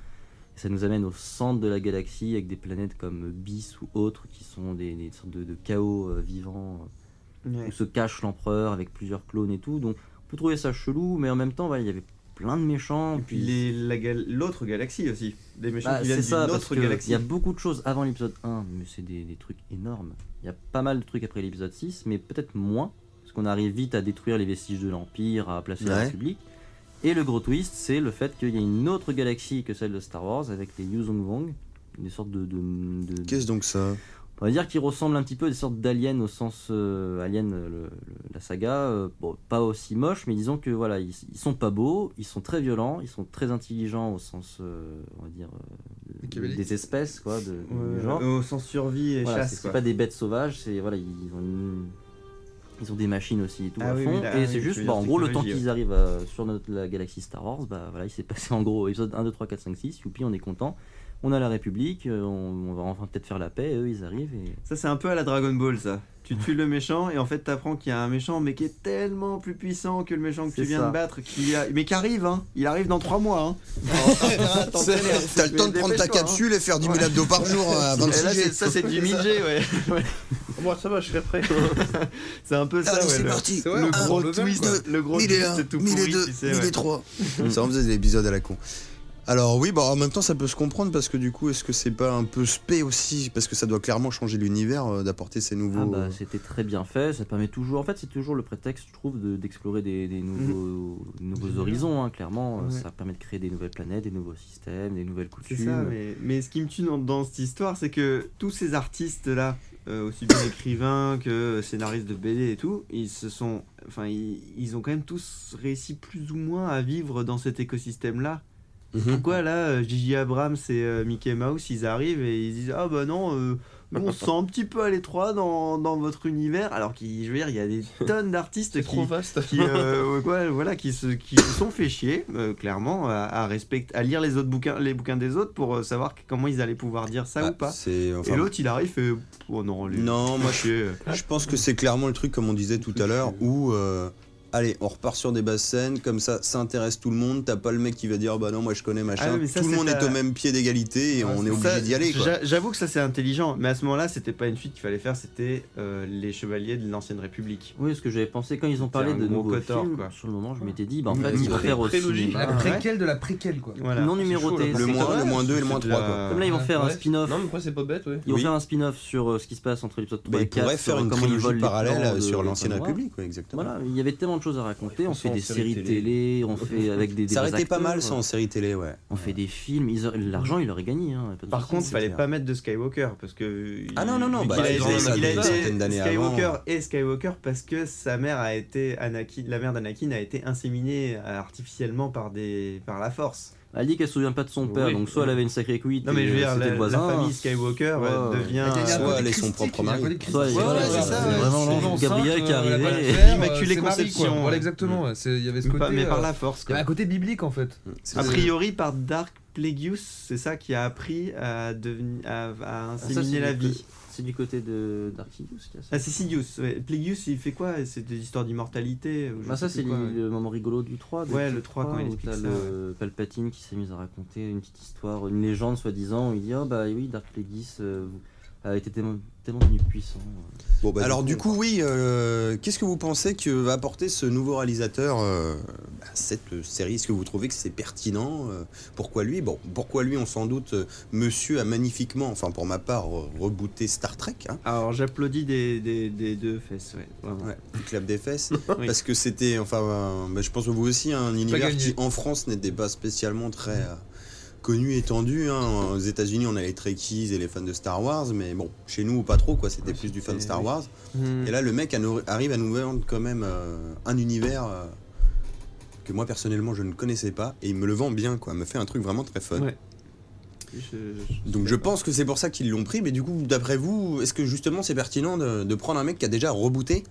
Speaker 2: Et ça nous amène au centre de la galaxie avec des planètes comme Bis ou autres qui sont des, des sortes de, de chaos euh, vivants où
Speaker 3: Ouais.
Speaker 2: se cache l'empereur avec plusieurs clones et tout. Donc on peut trouver ça chelou, mais en même temps, voilà, il y avait plein de méchants.
Speaker 3: Et puis les- la gal- l'autre galaxie aussi. Des méchants
Speaker 2: Bah,
Speaker 3: qui
Speaker 2: c'est
Speaker 3: viennent
Speaker 2: ça,
Speaker 3: d'une
Speaker 2: parce
Speaker 3: autre
Speaker 2: que il
Speaker 3: galaxie.
Speaker 2: y a beaucoup de choses avant l'épisode 1, mais c'est des, des trucs énormes. Il y a pas mal de trucs après l'épisode 6, mais peut-être moins, parce qu'on arrive vite à détruire les vestiges de l'Empire, à placer la
Speaker 6: Ouais.
Speaker 2: République. Et le gros twist, c'est le fait qu'il y a une autre galaxie que celle de Star Wars, avec les Yuzong Vong, des sortes de- de- de,
Speaker 6: Qu'est-ce donc ça
Speaker 2: on va dire qu'ils ressemblent un petit peu à des sortes d'aliens au sens euh, alien, euh, le- le- la saga. euh, bon, pas aussi moche, mais disons que voilà, ils, ils sont pas beaux, ils sont très violents, ils sont très intelligents au sens, euh, on va dire, euh, de-
Speaker 4: Machiavélique.
Speaker 2: des espèces, quoi, de, du
Speaker 3: Ouais,
Speaker 2: genre.
Speaker 3: euh, sans survie et
Speaker 2: Voilà, c'est
Speaker 3: chasse.
Speaker 2: c'est
Speaker 3: quoi.
Speaker 2: pas des bêtes sauvages, c'est voilà, ils ont une- ils ont des machines aussi et tout
Speaker 3: Ah
Speaker 2: à
Speaker 3: oui,
Speaker 2: fond.
Speaker 3: oui, là,
Speaker 2: et
Speaker 3: oui,
Speaker 2: c'est
Speaker 3: tu
Speaker 2: juste,
Speaker 3: veux
Speaker 2: bah,
Speaker 3: dire
Speaker 2: en gros, le temps
Speaker 3: technologie,
Speaker 2: qu'ils arrivent euh, sur notre, la galaxie Star Wars, bah voilà, il s'est passé en gros épisode 1, 2, 3, 4, 5, 6. Youpi, on est content. On a la République, euh, on, on va enfin peut-être faire la paix. Eux, ils arrivent et
Speaker 3: Ça, c'est un peu à la Dragon Ball, ça. Tu tues
Speaker 2: [LAUGHS]
Speaker 3: le méchant et en fait, t'apprends qu'il y a un méchant, mais qui est tellement plus puissant que le méchant que
Speaker 2: C'est
Speaker 3: tu viens
Speaker 2: ça.
Speaker 3: de battre. Qui a- Mais qui arrive, hein. Il arrive dans 3
Speaker 6: [LAUGHS]
Speaker 3: mois, hein. [LAUGHS]
Speaker 6: T'as le temps de prendre ta capsule et faire 10 000 abdos par
Speaker 1: euh,
Speaker 6: jour à
Speaker 3: hein. Et là,
Speaker 6: 26
Speaker 3: c'est- ça, c'est du 1000G,
Speaker 6: [LAUGHS]
Speaker 3: ouais.
Speaker 5: Moi, ça va, je serai prêt.
Speaker 3: [LAUGHS] C'est un peu ça,
Speaker 6: Allez,
Speaker 3: ouais,
Speaker 6: c'est
Speaker 3: le-
Speaker 6: parti
Speaker 4: C'est vrai,
Speaker 3: Le
Speaker 4: on
Speaker 3: gros
Speaker 4: level,
Speaker 3: twist,
Speaker 4: quoi.
Speaker 3: le gros twist, c'est tout pourri, tu sais, ouais.
Speaker 6: 1002, Ça en faisait des épisodes à la con.
Speaker 1: Alors oui, bah en même temps ça peut se comprendre parce que du coup est-ce que c'est pas un peu spé aussi parce que ça doit clairement changer l'univers euh, d'apporter ces
Speaker 2: Ah
Speaker 1: nouveaux.
Speaker 2: bah, c'était très bien fait, ça permet toujours. En fait, c'est toujours le prétexte, je trouve, de- d'explorer des, des nouveaux,
Speaker 1: Mhm.
Speaker 2: nouveaux horizons, hein, clairement. Euh,
Speaker 3: Ouais.
Speaker 2: Ça permet de créer des nouvelles planètes, des nouveaux systèmes, des nouvelles
Speaker 3: C'est
Speaker 2: coutumes.
Speaker 3: ça, mais, mais ce qui me tue dans, dans cette histoire, c'est que tous ces artistes-là, euh, aussi bien écrivains que scénaristes de BD et tout, ils se sont, enfin, ils, ils ont quand même tous réussi plus ou moins à vivre dans cet écosystème-là. Pourquoi là, euh, Gigi Abrams et euh, Mickey Mouse, ils arrivent et ils disent ah bah non, euh, nous, on se sent un petit peu à l'étroit dans, dans votre univers, alors qu'il, je veux dire, il y a des tonnes d'artistes qui,
Speaker 5: Trop vaste.
Speaker 3: qui,
Speaker 1: [LAUGHS]
Speaker 3: euh, ouais, voilà, qui, se, qui se sont fait chier, euh, clairement, à, à, respect- à lire les autres bouquins, les bouquins des autres pour euh, savoir que- comment ils allaient pouvoir dire ça
Speaker 1: Bah,
Speaker 3: ou pas.
Speaker 1: C'est enfin,
Speaker 3: Et l'autre, il arrive et oh non, les...
Speaker 1: non, moi je, euh,
Speaker 3: chier.
Speaker 1: je pense que c'est clairement le truc comme on disait tout à l'heure où euh, allez on repart sur des basses scènes comme ça ça intéresse tout le monde t'as pas le mec qui va dire bah non moi je connais
Speaker 3: Ah
Speaker 1: machin
Speaker 3: ouais, mais ça,
Speaker 1: tout le
Speaker 3: c'est
Speaker 1: monde
Speaker 3: ta-
Speaker 1: est au même pied d'égalité et on est
Speaker 3: Ça,
Speaker 1: obligé d'y aller quoi.
Speaker 3: j'a- J'avoue que ça c'est intelligent, mais à ce moment-là, c'était pas une fuite qu'il fallait faire, c'était euh, les chevaliers de l'ancienne République.
Speaker 2: Oui, parce que j'avais pensé quand ils ont parlé
Speaker 3: un
Speaker 2: de
Speaker 3: gros
Speaker 2: nouveaux
Speaker 3: cotard,
Speaker 2: films,
Speaker 3: quoi.
Speaker 2: sur le moment, je m'étais dit, bah en
Speaker 4: Une
Speaker 2: fait, ils vont
Speaker 4: pré-
Speaker 2: faire aussi. Bah,
Speaker 5: prélogie.
Speaker 4: La
Speaker 3: Ah, ouais.
Speaker 4: préquelle de la préquelle, quoi.
Speaker 3: Voilà.
Speaker 2: Non
Speaker 4: chaud,
Speaker 2: numéroté.
Speaker 4: là.
Speaker 1: Le
Speaker 2: c'est-
Speaker 1: moins,
Speaker 4: ouais,
Speaker 1: le moins 2 et le
Speaker 3: C'est
Speaker 1: moins
Speaker 3: de
Speaker 1: 3
Speaker 3: la-
Speaker 1: quoi.
Speaker 2: Comme là, ils vont faire un
Speaker 4: Ouais.
Speaker 2: spin-off.
Speaker 5: Non, mais pourquoi c'est pas bête, ouais.
Speaker 2: Ils vont
Speaker 1: Oui.
Speaker 2: faire un spin-off sur euh, ce qui se passe entre l'épisode 3
Speaker 1: Bah,
Speaker 2: et
Speaker 1: ils
Speaker 2: 4.
Speaker 1: pourraient faire
Speaker 2: sur
Speaker 1: une
Speaker 2: comment ils volent
Speaker 1: trilogie
Speaker 2: les
Speaker 1: parallèle
Speaker 2: plans
Speaker 1: euh,
Speaker 2: de-
Speaker 1: sur
Speaker 2: de
Speaker 1: l'ancienne
Speaker 2: Pandora.
Speaker 1: République quoi, exactement.
Speaker 2: Voilà, il y avait tellement de choses à raconter. On
Speaker 6: pense
Speaker 2: fait
Speaker 6: en
Speaker 2: des
Speaker 6: séries
Speaker 2: séries
Speaker 6: télé.
Speaker 2: télé,
Speaker 1: [LAUGHS]
Speaker 2: on fait avec des. des
Speaker 1: Ça arrêtait pas
Speaker 2: acteurs,
Speaker 1: mal ça en série télé ouais.
Speaker 2: On fait des films. ils auraient- L'argent, il aurait gagné. hein, pas de
Speaker 3: Par
Speaker 2: souci.
Speaker 3: contre, il fallait
Speaker 1: clair.
Speaker 3: pas mettre de Skywalker parce que.
Speaker 1: Ah non, non, non,
Speaker 3: vu
Speaker 1: bah,
Speaker 3: qu'il a
Speaker 5: ils
Speaker 3: été-
Speaker 5: ont ça
Speaker 3: il a
Speaker 5: depuis une
Speaker 3: été
Speaker 1: centaine d'années
Speaker 3: Skywalker
Speaker 1: avant.
Speaker 3: et Skywalker parce que sa mère a été Anakin, la mère d'Anakin a été inséminée euh, artificiellement par des par la Force.
Speaker 2: Elle dit qu'elle se souvient pas de son père,
Speaker 5: Oui.
Speaker 2: donc soit elle avait une sacrée cuite,
Speaker 3: Non mais je veux
Speaker 2: et, euh,
Speaker 3: dire
Speaker 2: c'était
Speaker 3: la,
Speaker 2: le
Speaker 3: la
Speaker 2: voisin,
Speaker 3: famille Skywalker euh,
Speaker 2: Ouais.
Speaker 3: devient
Speaker 4: Il y a un
Speaker 1: Soit
Speaker 4: côté
Speaker 1: elle est son
Speaker 4: christique,
Speaker 1: propre
Speaker 4: il y a un
Speaker 1: mari.
Speaker 4: côté christique.
Speaker 2: Soit elle est-
Speaker 4: Ouais,
Speaker 2: voilà,
Speaker 4: ouais,
Speaker 2: voilà,
Speaker 4: c'est ça,
Speaker 2: c'est
Speaker 4: ouais.
Speaker 2: vraiment
Speaker 4: C'est
Speaker 2: l'ange
Speaker 4: enceinte,
Speaker 2: Gabriel qui est
Speaker 4: euh, elle a
Speaker 2: arrivé
Speaker 4: pas
Speaker 2: et-
Speaker 4: d'affaires,
Speaker 3: Immaculée
Speaker 4: c'est Marie,
Speaker 3: Conception.
Speaker 4: quoi. Voilà, exactement. ouais. C'est- Il y avait ce
Speaker 3: mais,
Speaker 4: côté.
Speaker 3: pas- mais par
Speaker 4: euh,
Speaker 3: la Force.
Speaker 4: il y
Speaker 3: quoi.
Speaker 4: avait un côté biblique, en fait.
Speaker 1: C'est-
Speaker 3: A priori par Dark Plagueis, c'est ça qui a appris à devenir à, à
Speaker 2: Ah, ça,
Speaker 3: inséminer
Speaker 2: c'est
Speaker 3: la
Speaker 2: du-
Speaker 3: vie.
Speaker 2: C'est du côté de Dark Sidious qu'il y a ça.
Speaker 3: Ah c'est Sidious. ouais. Plagueis, il fait quoi C'est des histoires d'immortalité. ou je
Speaker 2: Bah
Speaker 3: sais
Speaker 2: ça
Speaker 3: plus
Speaker 2: c'est
Speaker 3: quoi, ouais.
Speaker 2: le, le moment rigolo du 3. de
Speaker 3: Ouais,
Speaker 2: Kid
Speaker 3: le 3, quand il
Speaker 2: où
Speaker 3: explique
Speaker 2: t'as
Speaker 3: ça,
Speaker 2: le Palpatine qui s'est mis à raconter une petite histoire, une légende soi-disant, où il dit oh bah oui Dark Plagueis euh, a été tellement, tellement devenu puissant.
Speaker 6: Bon, bah,
Speaker 1: Alors du coup, oui, euh, qu'est-ce que vous pensez que va apporter ce nouveau réalisateur euh, à cette euh, série Est-ce que vous trouvez que c'est pertinent euh, Pourquoi lui Bon, pourquoi lui On s'en doute. euh, Monsieur a magnifiquement, enfin pour ma part, euh, rebooté Star Trek. Hein,
Speaker 3: Alors j'applaudis des, des, des deux fesses, ouais. vraiment.
Speaker 1: ouais, du clap des fesses,
Speaker 3: Oui.
Speaker 1: parce que c'était, enfin, euh, bah, je pense que vous aussi, un univers
Speaker 4: gagné.
Speaker 1: qui en France n'était pas spécialement très euh, connu, étendu. hein. Aux États-Unis, on a les Trekkies et les fans de Star Wars, mais bon, chez nous pas trop quoi. C'était
Speaker 3: Ouais,
Speaker 1: plus du fan de
Speaker 3: c'était-
Speaker 1: Star
Speaker 3: oui.
Speaker 1: Wars.
Speaker 3: Hmm.
Speaker 1: Et là, le mec a nous- arrive à nous vendre quand même euh, un univers euh, que moi personnellement je ne connaissais pas et il me le vend bien, quoi. Me fait un truc vraiment très fun.
Speaker 3: Ouais. Je- je-
Speaker 1: Donc je pense que c'est pour ça qu'ils l'ont pris, mais du coup, d'après vous, est-ce que justement c'est pertinent de, de prendre un mec qui a déjà rebooté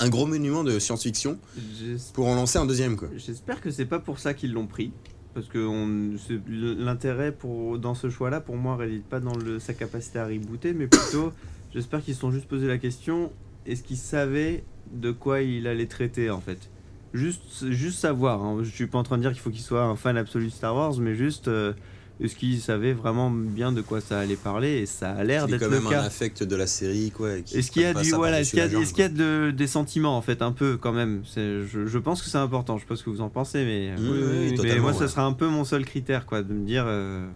Speaker 1: un gros monument de science-fiction
Speaker 3: j'es-
Speaker 1: pour en lancer un deuxième, quoi
Speaker 3: J'espère que c'est pas pour ça qu'ils l'ont pris. Parce que on- c'est- l'intérêt pour dans ce choix-là, pour moi, réside pas dans le, sa capacité à rebooter, mais plutôt, j'espère qu'ils se sont juste posé la question est-ce qu'ils savaient de quoi il allait traiter en fait Juste, juste savoir. hein. Je suis pas en train de dire qu'il faut qu'il soit un fan absolu de Star Wars, mais juste euh, est-ce qu'ils savaient vraiment bien de quoi ça allait parler Et ça a l'air
Speaker 1: Il est
Speaker 3: d'être
Speaker 1: quand
Speaker 3: le
Speaker 1: même un
Speaker 3: cas.
Speaker 1: affect de la série, quoi. et qui
Speaker 3: Est-ce qu'il y a
Speaker 1: prenne pas
Speaker 3: du
Speaker 1: ça
Speaker 3: voilà, est-ce
Speaker 1: par-dessus
Speaker 3: qu'il y a,
Speaker 1: la jambe,
Speaker 3: est-ce qu'il y a de- des sentiments en fait un peu quand même. C'est- Je, je pense que c'est important. Je sais pas ce que vous en pensez, mais
Speaker 1: quoi.
Speaker 5: Oui, oui, oui,
Speaker 1: Mais
Speaker 3: mais
Speaker 1: Mm, totalement,
Speaker 3: moi
Speaker 1: ouais.
Speaker 3: ça sera un peu mon seul critère quoi, de me dire. euh,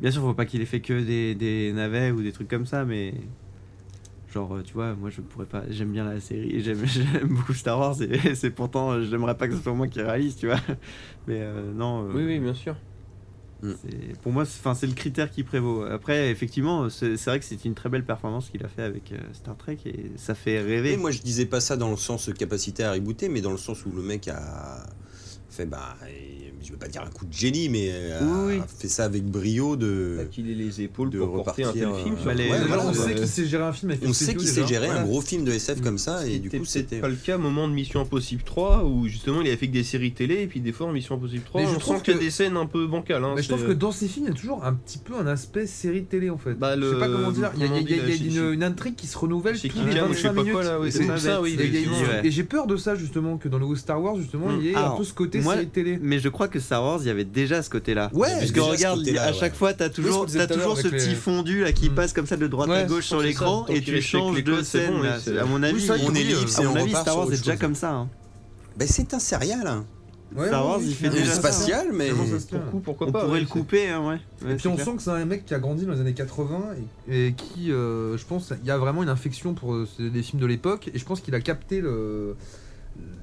Speaker 3: Bien sûr, faut pas qu'il ait fait que des, des navets ou des trucs comme ça, mais genre euh, tu vois, moi je pourrais pas. J'aime bien la série, [LAUGHS] et j'aime j'aime beaucoup Star Wars et c'est pourtant euh, j'aimerais pas que ce soit moi qui réalise, tu vois. [LAUGHS] Mais euh, non. euh,
Speaker 5: Oui, oui, bien sûr.
Speaker 3: c'est- Pour moi, c'est 'fin, c'est le critère qui prévaut. Après, effectivement, c'est c'est vrai que c'est une très belle performance qu'il a fait avec euh, Star Trek et ça fait
Speaker 1: Et
Speaker 3: rêver.
Speaker 1: moi, je disais pas ça dans le sens capacité à rebooter, mais dans le sens où le mec a fait, bah, et- je veux pas dire un coup de génie, mais euh, a
Speaker 3: Oui, oui.
Speaker 1: fait ça avec brio de.
Speaker 5: Qu'il ait les épaules
Speaker 1: de
Speaker 5: pour porter un tel
Speaker 1: repartir,
Speaker 5: film.
Speaker 1: euh,
Speaker 5: surtout.
Speaker 3: bah, les-
Speaker 1: Ouais,
Speaker 4: Et
Speaker 1: voilà,
Speaker 4: on,
Speaker 1: on
Speaker 4: sait
Speaker 1: sait-
Speaker 4: qu'il sait gérer un film avec
Speaker 1: on sait qu'il sait gérer un gros film de SF comme ça, et du
Speaker 5: C'était
Speaker 1: coup, c'était.
Speaker 5: pas le cas au moment de Mission Impossible 3 où justement il avait fait que des séries télé et puis des fois en Mission Impossible 3
Speaker 4: Mais je
Speaker 5: on
Speaker 4: trouve
Speaker 5: sent qu'il y a
Speaker 4: que-
Speaker 5: des scènes un peu bancales. hein,
Speaker 4: Mais je
Speaker 5: c'est-
Speaker 4: trouve que dans ces films, il y a toujours un petit peu un aspect série télé en fait.
Speaker 5: Bah,
Speaker 4: Je sais pas
Speaker 5: le-
Speaker 4: comment dire. Il y a, il y a- il y a- il y a
Speaker 5: comment on dit, là,
Speaker 4: une, une intrigue qui se renouvelle tous
Speaker 5: chez
Speaker 4: les
Speaker 5: Kika ou je sais
Speaker 4: 25
Speaker 5: pas
Speaker 4: minutes.
Speaker 5: quoi là, oui,
Speaker 4: Et
Speaker 5: c'est
Speaker 4: donc,
Speaker 5: comme ça, oui.
Speaker 4: et il y a-
Speaker 5: effectivement.
Speaker 3: ouais.
Speaker 4: Et j'ai peur de ça justement que dans le Star Wars justement
Speaker 5: Mm.
Speaker 4: il y ait un
Speaker 3: Alors,
Speaker 4: peu ce côté
Speaker 3: moi-
Speaker 4: série télé.
Speaker 3: Mais je crois que Star Wars, il y avait déjà ce côté-là.
Speaker 1: Ouais,
Speaker 3: Parce que
Speaker 1: déjà ce
Speaker 3: regarde, il y a-
Speaker 1: côté-là,
Speaker 3: à
Speaker 1: ouais.
Speaker 3: chaque fois, t'as toujours,
Speaker 4: Oui, ce que vous
Speaker 3: t'as
Speaker 4: disiez tout à
Speaker 3: toujours
Speaker 4: l'heure
Speaker 3: ce
Speaker 4: avec
Speaker 3: petit
Speaker 4: les-
Speaker 3: fondu là qui
Speaker 4: Mm.
Speaker 3: passe comme ça de droite
Speaker 4: Ouais,
Speaker 3: à gauche
Speaker 5: je
Speaker 3: sur
Speaker 5: pense que
Speaker 3: l'écran
Speaker 5: ça, tant
Speaker 3: et
Speaker 5: qu'il
Speaker 3: tu
Speaker 5: respecte
Speaker 3: changes
Speaker 5: les
Speaker 3: de
Speaker 5: codes, c'est
Speaker 3: scène.
Speaker 5: bon,
Speaker 3: là.
Speaker 5: oui, c'est-
Speaker 3: à mon avis,
Speaker 1: ça, on est
Speaker 3: oui,
Speaker 1: libre,
Speaker 3: à
Speaker 1: c'est-
Speaker 3: mon
Speaker 1: on
Speaker 3: avis,
Speaker 1: repart
Speaker 3: Star Wars
Speaker 1: sur
Speaker 3: est
Speaker 1: autre
Speaker 3: déjà
Speaker 1: chose.
Speaker 3: comme ça. hein.
Speaker 1: Ben, c'est un Bah, serial. hein.
Speaker 4: Ouais,
Speaker 3: Star
Speaker 4: ouais,
Speaker 3: Wars,
Speaker 4: oui,
Speaker 3: il fait
Speaker 4: clairement.
Speaker 9: Il est
Speaker 3: déjà ça.
Speaker 9: spatial, mais.
Speaker 4: Clairement, ça se tient.
Speaker 5: Pour coup, pourquoi
Speaker 3: On
Speaker 5: pas
Speaker 3: pourrait
Speaker 5: ouais,
Speaker 3: le
Speaker 5: c'est-
Speaker 3: couper, hein, ouais. Ouais,
Speaker 4: Et puis
Speaker 3: c'est
Speaker 4: on
Speaker 3: clair.
Speaker 4: sent que c'est un mec qui a grandi dans les années 80 et, et qui, euh, je pense, il y a vraiment une infection pour euh, ces- les films de l'époque et je pense qu'il a capté le.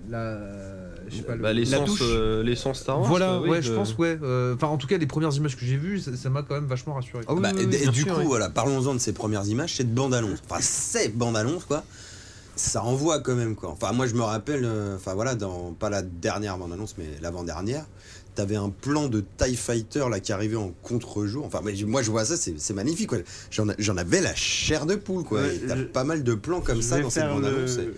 Speaker 4: La. Je sais pas, le-
Speaker 5: Bah,
Speaker 4: la
Speaker 5: l'essence,
Speaker 4: touche.
Speaker 5: euh, l'essence Star Wars.
Speaker 4: voilà,
Speaker 5: euh, oui,
Speaker 4: ouais, je
Speaker 5: de-
Speaker 4: pense, ouais. Euh, Enfin, en tout cas, les premières images que j'ai vues, ça ça m'a quand même vachement rassuré.
Speaker 9: Ah oui,
Speaker 1: Bah,
Speaker 9: oui,
Speaker 1: et-
Speaker 9: oui,
Speaker 1: et
Speaker 9: bien
Speaker 1: du
Speaker 9: sûr,
Speaker 1: coup,
Speaker 9: oui.
Speaker 1: voilà, parlons-en de ces premières images, cette bande-annonce. Enfin, ces bandes-annonces, quoi. Ça envoie quand même, quoi. Enfin, moi, je me rappelle, euh, enfin, voilà, dans, pas la dernière bande-annonce, mais l'avant-dernière, t'avais un plan de TIE Fighter, là, qui arrivait en contre-jour. Enfin, mais moi, je vois ça, c'est c'est magnifique, quoi. J'en j'en avais la chair de poule, quoi.
Speaker 3: Ouais,
Speaker 1: Et T'as
Speaker 3: je-
Speaker 1: pas mal de plans comme
Speaker 3: Je
Speaker 1: ça
Speaker 3: vais
Speaker 1: dans cette
Speaker 3: faire
Speaker 1: bande-annonce.
Speaker 3: le-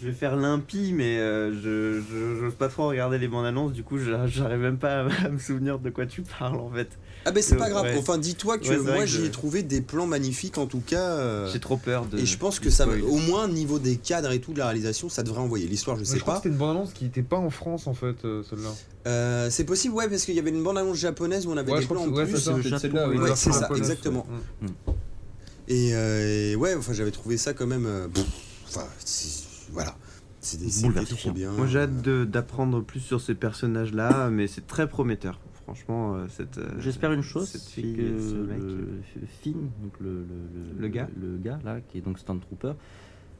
Speaker 3: Je vais faire l'impie, mais euh, je je- j'ose pas trop regarder les bandes annonces, du coup je- [LAUGHS] j'arrive même pas à, à me souvenir de quoi tu parles en fait.
Speaker 1: Ah, ben, c'est pas
Speaker 3: Ouais.
Speaker 1: grave. Enfin, dis-toi que
Speaker 3: Ouais, c'est vrai
Speaker 1: moi,
Speaker 3: que
Speaker 1: j'y
Speaker 3: je-
Speaker 1: ai trouvé des plans magnifiques, en tout cas. euh,
Speaker 3: J'ai trop peur de.
Speaker 1: Et je pense que
Speaker 3: du
Speaker 1: ça, va-
Speaker 3: spoil.
Speaker 1: au moins niveau des cadres et tout de la réalisation, ça devrait envoyer. L'histoire, je
Speaker 4: Ouais,
Speaker 1: sais
Speaker 4: je crois
Speaker 1: pas.
Speaker 4: que c'était une bande-annonce qui n'était pas en France en fait, euh, celle-là.
Speaker 1: Euh, c'est possible, ouais, parce qu'il y avait une bande-annonce japonaise où on avait
Speaker 4: Ouais,
Speaker 1: des
Speaker 4: je crois
Speaker 1: plans
Speaker 4: que
Speaker 1: en
Speaker 4: ouais,
Speaker 1: plus.
Speaker 4: c'est ça,
Speaker 2: le
Speaker 4: c'était
Speaker 2: château,
Speaker 4: celle-là,
Speaker 2: oui,
Speaker 4: avec
Speaker 1: ouais,
Speaker 4: la
Speaker 1: c'est
Speaker 4: fleur
Speaker 1: ça,
Speaker 4: japonaise,
Speaker 1: exactement.
Speaker 4: ouais.
Speaker 1: Et, euh, et ouais, enfin, j'avais trouvé ça quand même. euh, pff, Enfin, c'est- voilà. C'est des c'est
Speaker 2: Bouleversant.
Speaker 1: trop bien.
Speaker 3: Moi j'ai hâte de- d'apprendre plus sur ces personnages là, mais c'est très prometteur. Franchement, euh, cette. euh,
Speaker 2: J'espère une chose,
Speaker 3: cette
Speaker 2: c'est
Speaker 3: fille
Speaker 2: que
Speaker 3: et ce mec. euh,
Speaker 2: le Finn, donc le, le-
Speaker 3: Le gars.
Speaker 2: le gars là, qui est donc Trooper,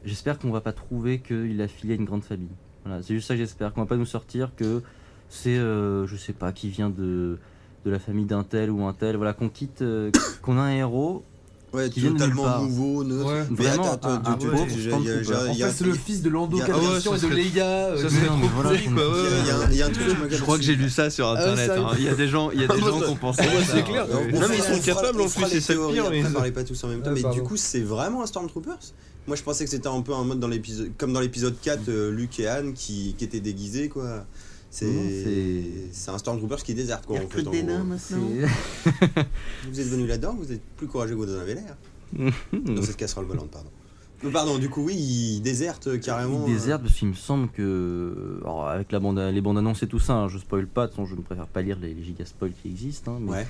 Speaker 2: j'espère qu'on va pas trouver qu'il a filé à une grande famille. Voilà, c'est juste ça que j'espère, qu'on va pas nous sortir que c'est, euh, je sais pas, qui vient de, de la famille d'un tel ou un tel, voilà, qu'on quitte, euh, [COUGHS] qu'on a un héros,
Speaker 1: Ouais,
Speaker 2: qui viennent de nulle
Speaker 1: totalement
Speaker 2: part.
Speaker 1: nouveau, neutre.
Speaker 4: Ouais.
Speaker 1: Mais
Speaker 2: Vraiment,
Speaker 1: attends, attends,
Speaker 2: un-
Speaker 1: tu-
Speaker 2: un
Speaker 1: tu-
Speaker 2: pauvre
Speaker 1: tu-
Speaker 2: Stan
Speaker 1: il y a- il y a-
Speaker 2: Trooper.
Speaker 1: il
Speaker 4: En
Speaker 1: y a-
Speaker 4: fait, c'est le fils de Lando
Speaker 1: il y a-
Speaker 5: Ah
Speaker 4: Calrissian
Speaker 5: ouais,
Speaker 4: et de
Speaker 5: ça serait-
Speaker 4: Leia. euh,
Speaker 5: ça serait
Speaker 2: Non, mais
Speaker 5: trop
Speaker 2: voilà,
Speaker 5: cool,
Speaker 2: qu'on-
Speaker 5: quoi,
Speaker 1: il y a-
Speaker 5: ouais,
Speaker 1: il y a un- il y a un truc. qui m'a
Speaker 3: Je crois que j'ai lu ça sur internet.
Speaker 4: sérieux
Speaker 3: hein. Il y a des gens, il y a [LAUGHS] des gens qui ont pensé.
Speaker 5: Ah ouais,
Speaker 3: ça,
Speaker 5: c'est
Speaker 3: hein.
Speaker 5: clair.
Speaker 1: Alors,
Speaker 5: mais-
Speaker 1: on
Speaker 5: Non, mais
Speaker 1: fera-
Speaker 5: ils sont
Speaker 1: on fera-
Speaker 5: capables,
Speaker 1: on
Speaker 5: en
Speaker 1: fera
Speaker 5: plus,
Speaker 1: les
Speaker 5: c'est ça le
Speaker 1: théories,
Speaker 5: pire,
Speaker 1: après,
Speaker 5: mais-
Speaker 1: parlez pas tous en même temps.
Speaker 4: Ouais,
Speaker 1: mais du
Speaker 4: pardon.
Speaker 1: coup, c'est vraiment un Stormtroopers Moi, je pensais que c'était un peu en mode dans l'épisode, comme dans l'épisode 4, euh, Luke et Han qui, qui étaient déguisés, quoi. C'est
Speaker 2: Non, c'est-
Speaker 1: c'est un Stormtroopers qui déserte, quoi. en fait, en gros.
Speaker 2: c'est-
Speaker 1: Vous êtes venu là-dedans, vous êtes plus courageux que vous en avez l'air. Dans cette casserole volante, pardon. Euh, Pardon, du coup, oui, il déserte euh, carrément.
Speaker 2: Il déserte parce qu'il me semble que. euh, Alors, avec la bande, les bandes annonces et tout ça, hein, je spoil pas, de toute façon, je ne préfère pas lire les, les giga spoils qui existent. hein,
Speaker 1: euh,
Speaker 2: mais-
Speaker 1: Ouais.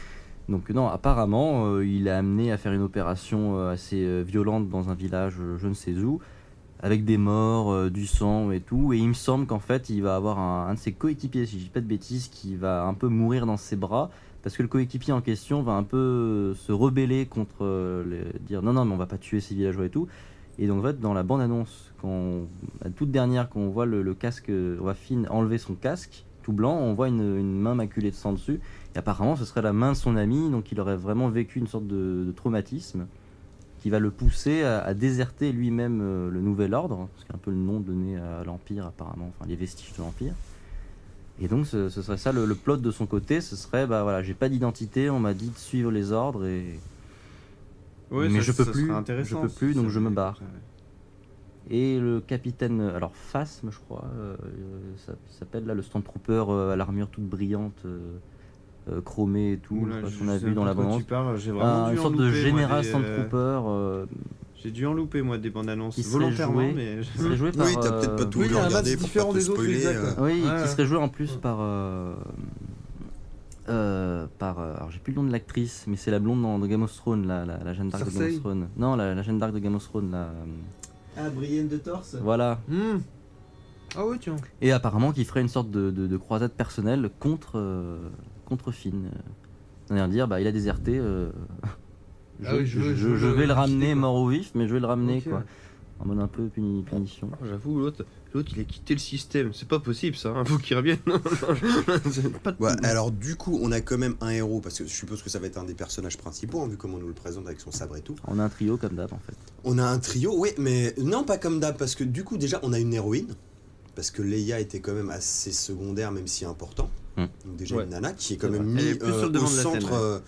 Speaker 2: Donc, non, apparemment, euh, il a amené à faire une opération euh, assez euh, violente dans un village, euh, je ne sais où, avec des morts, euh, du sang et tout. Et il me semble qu'en fait, il va avoir un, un de ses coéquipiers, si je dis pas de bêtises, qui va un peu mourir dans ses bras. Parce que le coéquipier en question va un peu euh, se rebeller contre euh, les- dire non, non, mais on va pas tuer ces villageois et tout. Et donc, en fait, dans la bande-annonce, quand on- la toute dernière, quand on voit le, le casque, euh, on voit Finn enlever son casque tout blanc, on voit une, une main maculée de sang dessus. Et apparemment, ce serait la main de son ami, donc il aurait vraiment vécu une sorte de, de traumatisme qui va le pousser à, à déserter lui-même euh, le Nouvel Ordre, ce qui est un peu le nom donné à l'Empire, apparemment, enfin les vestiges de l'Empire. Et donc, ce, ce serait ça le, le plot de son côté ce serait, bah voilà, j'ai pas d'identité, on m'a dit de suivre les ordres et.
Speaker 3: Ouais,
Speaker 2: Mais
Speaker 3: ça-
Speaker 2: je peux
Speaker 3: ça
Speaker 2: plus,
Speaker 3: serait intéressant,
Speaker 2: je peux plus,
Speaker 3: ça-
Speaker 2: donc je me barre. Et le capitaine, euh, alors Phasme, je crois, euh, euh, ça il s'appelle là le Stormtrooper euh, à l'armure toute brillante, euh, euh, chromée et tout,
Speaker 3: Oula,
Speaker 2: je sais pas
Speaker 3: je
Speaker 2: si on a
Speaker 3: sais
Speaker 2: vu dans
Speaker 3: pas
Speaker 2: la
Speaker 3: de quoi
Speaker 2: bande
Speaker 3: tu parles, J'ai vraiment
Speaker 2: Ah,
Speaker 3: dû
Speaker 2: une
Speaker 3: en
Speaker 2: sorte de
Speaker 3: louper, moi,
Speaker 2: général
Speaker 3: des, euh,
Speaker 2: Stormtrooper euh,
Speaker 3: J'ai dû en louper moi des bandes annonces
Speaker 2: Qui serait
Speaker 3: volontairement,
Speaker 2: joué.
Speaker 3: mais je-
Speaker 2: qui serait joué par.
Speaker 1: Oui, t'as peut-être pas
Speaker 2: euh,
Speaker 1: tout
Speaker 4: oui, il y a un
Speaker 1: regardé
Speaker 4: axe
Speaker 1: pour
Speaker 4: différent
Speaker 1: pas te
Speaker 4: des autres,
Speaker 1: spoiler.
Speaker 4: exact.
Speaker 1: euh,
Speaker 2: Oui,
Speaker 4: Ouais.
Speaker 2: qui serait joué en plus par. euh, euh, par euh, alors j'ai plus le nom de l'actrice, mais c'est la blonde dans, de Game of Thrones, la, la, la Jeanne d'Arc de Game
Speaker 4: Cersei.
Speaker 2: of Thrones. Non, la, la Jeanne d'Arc de Game of Thrones, la, euh,
Speaker 3: Ah, Brienne de Torse
Speaker 2: voilà.
Speaker 4: Hmm. Ah ouais, tiens.
Speaker 2: Et apparemment qu'il ferait une sorte de, de- de croisade personnelle contre, euh, contre Finn. Euh, C'est-à-dire dire, bah, il a déserté. euh, je,
Speaker 4: Ah oui, je veux-
Speaker 2: je-
Speaker 4: je veux
Speaker 2: je
Speaker 4: le
Speaker 2: vais le
Speaker 4: quitter,
Speaker 2: ramener
Speaker 4: quoi.
Speaker 2: mort ou vif, mais je vais le ramener,
Speaker 4: Ok.
Speaker 2: quoi. En mode un peu puni- punition.
Speaker 5: Oh, J'avoue, l'autre, l'autre, il a quitté le système. C'est pas possible, ça. hein. Faut qu'il revienne. [LAUGHS] C'est pas de-
Speaker 1: Ouais, alors du coup, on a quand même un héros, parce que je suppose que ça va être un des personnages principaux, hein, vu comment on nous le présente avec son sabre et tout.
Speaker 2: On a un trio comme d'hab, en fait.
Speaker 1: On a un trio, oui, mais non, pas comme d'hab, parce que du coup, déjà, on a une héroïne, parce que Leia était quand même assez secondaire, même si important.
Speaker 2: Hmm.
Speaker 1: Donc, déjà,
Speaker 5: Ouais.
Speaker 1: une nana qui est quand
Speaker 3: C'est
Speaker 1: même
Speaker 3: vrai. Elle est
Speaker 1: mise
Speaker 3: plus sur le
Speaker 1: au
Speaker 3: devant de la
Speaker 1: centre
Speaker 3: scène, ouais.
Speaker 1: euh,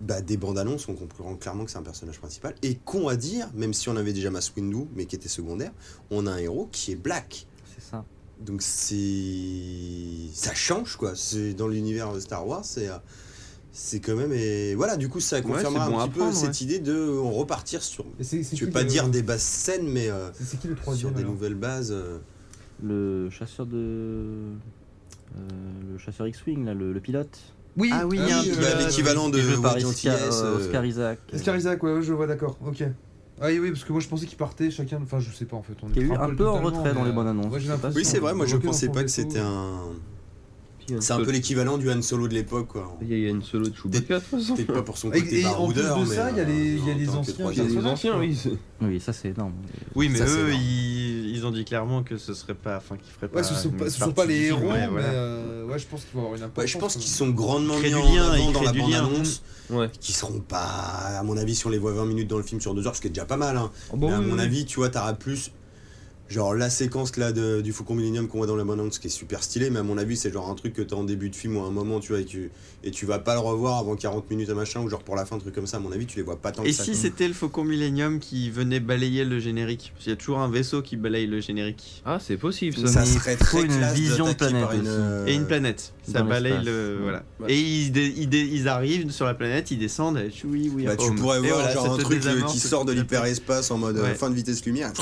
Speaker 1: bah, des bandes annonces, on comprend clairement que c'est un personnage principal. Et con à dire, même si on avait déjà Mass Windu, mais qui était secondaire, on a un héros qui est black.
Speaker 2: C'est ça.
Speaker 1: Donc c'est ça change quoi. C'est dans l'univers de Star Wars, c'est euh, c'est quand même et voilà. Du coup, ça confirmera
Speaker 3: c'est bon
Speaker 1: un
Speaker 3: à
Speaker 1: petit peu
Speaker 3: prendre,
Speaker 1: cette
Speaker 3: ouais.
Speaker 1: idée de euh, repartir sur.
Speaker 4: Et c'est- c'est
Speaker 1: Tu veux
Speaker 4: qui
Speaker 1: pas
Speaker 4: le-
Speaker 1: dire des basses scènes, mais euh,
Speaker 4: C'est c'est qui le
Speaker 1: sur
Speaker 4: troisième
Speaker 1: des
Speaker 4: alors
Speaker 1: nouvelles bases. euh,
Speaker 2: Le chasseur de. euh, le chasseur X-Wing, là, le, le pilote.
Speaker 4: Oui,
Speaker 3: Ah oui,
Speaker 1: oui,
Speaker 3: il y a un
Speaker 1: bah,
Speaker 3: pilote.
Speaker 1: l'équivalent de
Speaker 2: Qui est joué par
Speaker 1: Wade
Speaker 2: Isca-
Speaker 1: Antilles,
Speaker 2: euh,
Speaker 1: euh,
Speaker 2: Oscar Isaac. euh,
Speaker 4: Oscar Isaac, ouais, ouais, je vois, d'accord, ok. Ah oui, oui, parce que moi je pensais qu'ils partaient chacun, enfin je sais pas en fait. On
Speaker 2: Qui est
Speaker 4: était
Speaker 2: eu un
Speaker 4: le
Speaker 2: peu en
Speaker 4: totalement,
Speaker 2: retrait dans
Speaker 4: mais,
Speaker 2: les
Speaker 4: euh,
Speaker 2: bandes annonces,
Speaker 4: moi, j'ai
Speaker 2: je sais pas
Speaker 4: l'impression
Speaker 1: Oui, c'est vrai. Moi, je
Speaker 4: qu'on
Speaker 1: pensais
Speaker 4: s'en
Speaker 1: pas que
Speaker 4: fout.
Speaker 1: c'était un
Speaker 5: C'est
Speaker 1: C'est un peu l'équivalent du Han Solo de l'époque, quoi.
Speaker 5: Il y a- il y a une solo de Chewbacca, de toute façon.
Speaker 1: Peut-être pas pour son
Speaker 4: Et-
Speaker 1: côté
Speaker 4: et en plus de
Speaker 1: baroudeur, mais,
Speaker 4: ça, il y a les-
Speaker 1: euh,
Speaker 4: il y a
Speaker 1: en
Speaker 4: les
Speaker 1: tant que
Speaker 4: anciens,
Speaker 1: troisième
Speaker 5: Il y a des anciens, oui. c'est-
Speaker 2: Oui, ça c'est énorme.
Speaker 3: Oui, mais
Speaker 1: Ça, c'est
Speaker 3: eux,
Speaker 1: énorme.
Speaker 3: ils, ils ont dit clairement que ce serait pas, enfin, qu'ils feraient pas.
Speaker 4: Ouais, ce sont
Speaker 3: une
Speaker 4: pas, ce sont
Speaker 3: partie
Speaker 4: pas les
Speaker 3: du film,
Speaker 4: héros,
Speaker 3: ouais,
Speaker 4: mais
Speaker 3: voilà.
Speaker 4: euh, ouais, je pense qu'il va avoir une importance.
Speaker 1: Ouais, je pense
Speaker 4: quand
Speaker 1: qu'ils sont grandement
Speaker 3: Ils
Speaker 1: mis
Speaker 3: créent
Speaker 1: en
Speaker 3: du lien,
Speaker 1: avant
Speaker 3: ils
Speaker 1: dans la
Speaker 3: créent du lien.
Speaker 1: bande-annonce,
Speaker 5: Ouais.
Speaker 1: qui seront pas, à mon avis, si on les voit 20 minutes dans le film sur 2 heures, ce qui est déjà pas mal. Hein.
Speaker 4: Ah bah
Speaker 1: Mais à
Speaker 4: oui,
Speaker 1: mon
Speaker 4: oui.
Speaker 1: avis, tu vois, t'auras plus. Genre la séquence là de- du Faucon Millennium qu'on voit dans la bande annonce qui est super stylée, mais à mon avis, c'est genre un truc que t'as en début de film ou à un moment, tu vois, et tu, et tu vas pas le revoir avant 40 minutes à machin, ou genre pour la fin, un truc comme ça. À mon avis, tu les vois pas tant
Speaker 3: Et
Speaker 1: que ça.
Speaker 3: si c'était le Faucon Millenium qui venait balayer le générique Parce qu'il y a toujours un vaisseau qui balaye le générique.
Speaker 5: Ah, c'est possible ça.
Speaker 1: ça
Speaker 2: Mais il
Speaker 1: serait
Speaker 2: faut
Speaker 1: très
Speaker 2: une
Speaker 1: classe de
Speaker 2: vision
Speaker 1: t'attaquer
Speaker 2: planète
Speaker 1: par une,
Speaker 2: aussi.
Speaker 1: euh,
Speaker 3: Et une planète. Ça
Speaker 2: dans
Speaker 3: balaye
Speaker 2: l'espace.
Speaker 3: le.
Speaker 2: Ouais.
Speaker 3: Voilà.
Speaker 5: Ouais.
Speaker 3: Et ils, dé- ils dé- ils arrivent sur la planète, ils descendent et oui, oui,
Speaker 1: Bah, tu
Speaker 3: home.
Speaker 1: pourrais
Speaker 3: Et
Speaker 1: voir
Speaker 3: voilà, Oh, ça
Speaker 1: genre un
Speaker 3: te
Speaker 1: truc euh,
Speaker 3: désamorce
Speaker 1: qui sort de
Speaker 3: tout à fait.
Speaker 1: l'hyperespace en mode euh,
Speaker 3: Ouais.
Speaker 1: fin de vitesse lumière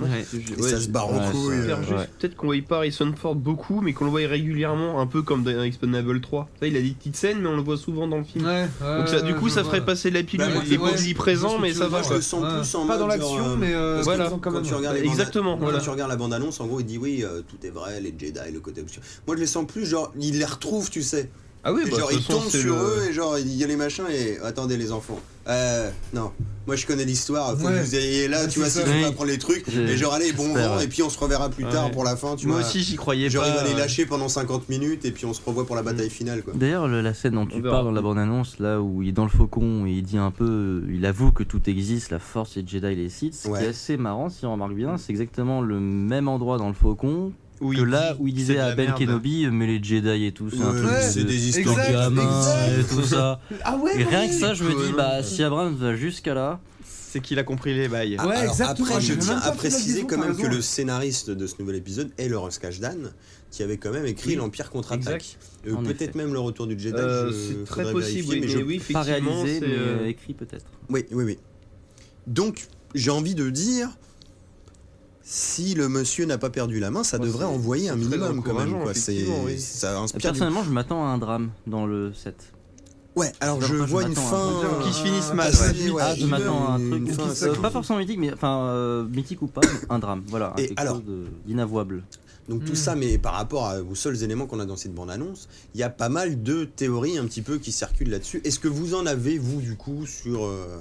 Speaker 3: Ouais.
Speaker 1: et ça se barre en
Speaker 2: ouais,
Speaker 1: couille.
Speaker 2: c'est-
Speaker 1: euh.
Speaker 5: Super juste.
Speaker 2: Ouais.
Speaker 5: Peut-être qu'on voyait pas Harrison Ford beaucoup, mais qu'on le voyait régulièrement, un peu comme dans Expendables 3. Ça, il a des petites scènes, mais on le voit souvent dans le film.
Speaker 4: même. Ouais,
Speaker 5: Donc ça,
Speaker 4: ouais,
Speaker 5: du coup,
Speaker 4: je
Speaker 5: ça
Speaker 4: vois.
Speaker 5: ferait passer la pilule.
Speaker 1: Bah,
Speaker 5: il est
Speaker 1: ouais,
Speaker 5: pas
Speaker 4: je-
Speaker 5: présent,
Speaker 4: je-
Speaker 5: mais
Speaker 4: je-
Speaker 5: ça
Speaker 4: je-
Speaker 5: va.
Speaker 4: je-
Speaker 1: Je
Speaker 5: quoi.
Speaker 1: le sens
Speaker 4: Ouais.
Speaker 1: plus en
Speaker 4: Pas
Speaker 1: mode
Speaker 4: dans
Speaker 1: genre,
Speaker 4: l'action,
Speaker 1: euh,
Speaker 4: mais euh,
Speaker 1: Parce que
Speaker 5: Voilà.
Speaker 4: quand
Speaker 1: quand
Speaker 4: même.
Speaker 1: tu regardes les
Speaker 5: Exactement,
Speaker 1: bandes-
Speaker 5: voilà.
Speaker 1: quand tu regardes la bande-annonce, en gros, il dit oui, euh, tout est vrai, les Jedi, le côté obscur. Moi, je les sens plus, genre, ils les retrouvent, tu sais.
Speaker 5: Ah oui,
Speaker 1: Et
Speaker 5: bah,
Speaker 1: genre,
Speaker 5: de
Speaker 1: ils
Speaker 5: toute façon,
Speaker 1: tombent
Speaker 5: c'est
Speaker 1: sur
Speaker 5: le-
Speaker 1: eux et genre, il y a les machins et attendez, les enfants. Euh, non. Moi, je connais l'histoire, faut
Speaker 4: Ouais.
Speaker 1: que vous ayez là,
Speaker 4: Ouais,
Speaker 1: tu vois,
Speaker 4: c'est
Speaker 1: si
Speaker 4: ça.
Speaker 1: tu vas
Speaker 2: Oui.
Speaker 1: prendre les trucs.
Speaker 2: Je-
Speaker 1: Et genre, allez, bon
Speaker 2: j'espère,
Speaker 1: vent,
Speaker 2: ouais.
Speaker 1: et puis on se reverra plus tard
Speaker 3: Ouais.
Speaker 1: pour la fin, tu
Speaker 3: Moi
Speaker 1: vois.
Speaker 3: aussi, j'y croyais
Speaker 1: Genre,
Speaker 3: pas.
Speaker 1: il va les
Speaker 3: euh,
Speaker 1: lâcher pendant 50 minutes et puis on se revoit pour la bataille finale, quoi.
Speaker 2: D'ailleurs, le- la scène dont
Speaker 5: On
Speaker 2: tu
Speaker 5: verra.
Speaker 2: parles dans la bande-annonce, là où il est dans le faucon et il dit un peu, il avoue que tout existe, la force, les Jedi, les Sith. Ce qui
Speaker 1: Ouais.
Speaker 2: est assez marrant, si on remarque bien, c'est exactement le même endroit dans le faucon
Speaker 3: où
Speaker 2: que
Speaker 3: il
Speaker 2: là
Speaker 3: dit
Speaker 2: où il
Speaker 3: que
Speaker 2: disait
Speaker 3: c'est de la
Speaker 2: à Ben
Speaker 3: merde.
Speaker 2: Kenobi, euh, mais les Jedi et tout, c'est un
Speaker 1: Ouais,
Speaker 2: truc
Speaker 1: c'est
Speaker 2: de-
Speaker 1: des
Speaker 2: de
Speaker 1: histoires
Speaker 4: exact,
Speaker 2: gamin
Speaker 4: exact.
Speaker 2: et tout ça.
Speaker 4: Ah ouais,
Speaker 2: Et rien
Speaker 4: ouais.
Speaker 2: que ça, je me dis,
Speaker 5: Ouais.
Speaker 2: bah si Abrams va jusqu'à là,
Speaker 3: C'est qu'il a compris les bails.
Speaker 4: Ah, ouais,
Speaker 1: Alors,
Speaker 4: exactement,
Speaker 1: Après, je
Speaker 4: j'ai
Speaker 1: tiens
Speaker 4: même
Speaker 1: à
Speaker 4: pas fait la
Speaker 1: préciser
Speaker 4: liaison,
Speaker 1: quand
Speaker 4: t'as
Speaker 1: même que
Speaker 4: raison.
Speaker 1: le scénariste de ce nouvel épisode est Laurence Kasdan, qui avait quand même écrit
Speaker 5: Oui.
Speaker 1: l'Empire contre-attaque.
Speaker 5: Exact.
Speaker 1: Euh,
Speaker 2: En
Speaker 1: Peut-être
Speaker 2: effet.
Speaker 1: même le retour du Jedi.
Speaker 5: Euh,
Speaker 1: je-
Speaker 5: c'est très
Speaker 1: faudrait
Speaker 5: possible,
Speaker 1: vérifier,
Speaker 5: oui, mais,
Speaker 1: je-
Speaker 5: oui,
Speaker 2: pas
Speaker 5: effectivement.
Speaker 2: réalisé,
Speaker 5: c'est,
Speaker 2: mais
Speaker 5: euh,
Speaker 2: euh, écrit peut-être.
Speaker 1: Oui, oui, oui. Donc, j'ai envie de dire, si le monsieur n'a pas perdu la main, ça
Speaker 5: Moi,
Speaker 1: devrait
Speaker 5: c'est-
Speaker 1: envoyer un
Speaker 5: c'est très
Speaker 1: minimum quand même.
Speaker 5: encourageant,
Speaker 1: quoi. C'est-
Speaker 5: effectivement, oui.
Speaker 1: Ça inspire. du-
Speaker 2: Personnellement, je m'attends à un drame dans le set.
Speaker 1: Ouais, alors je
Speaker 2: Moi, je
Speaker 1: vois une
Speaker 2: m'attends à
Speaker 1: fin.
Speaker 2: un
Speaker 3: Qui se finissent mal.
Speaker 1: assez-
Speaker 3: ouais.
Speaker 1: ouais,
Speaker 2: Ah, je
Speaker 1: une-
Speaker 2: m'attends à un
Speaker 1: une-
Speaker 2: truc.
Speaker 1: une fin
Speaker 4: qui
Speaker 1: assez-
Speaker 2: Euh, pas forcément mythique, mais enfin euh, mythique ou pas, un drame. Voilà,
Speaker 1: Et
Speaker 2: quelque
Speaker 1: alors
Speaker 2: chose de- d'inavouable.
Speaker 1: Donc tout
Speaker 4: Hmm.
Speaker 1: ça, mais par rapport à- aux seuls éléments qu'on a dans cette bande-annonce, il y a pas mal de théories un petit peu qui circulent là-dessus. Est-ce que vous en avez, vous, du coup, sur, euh,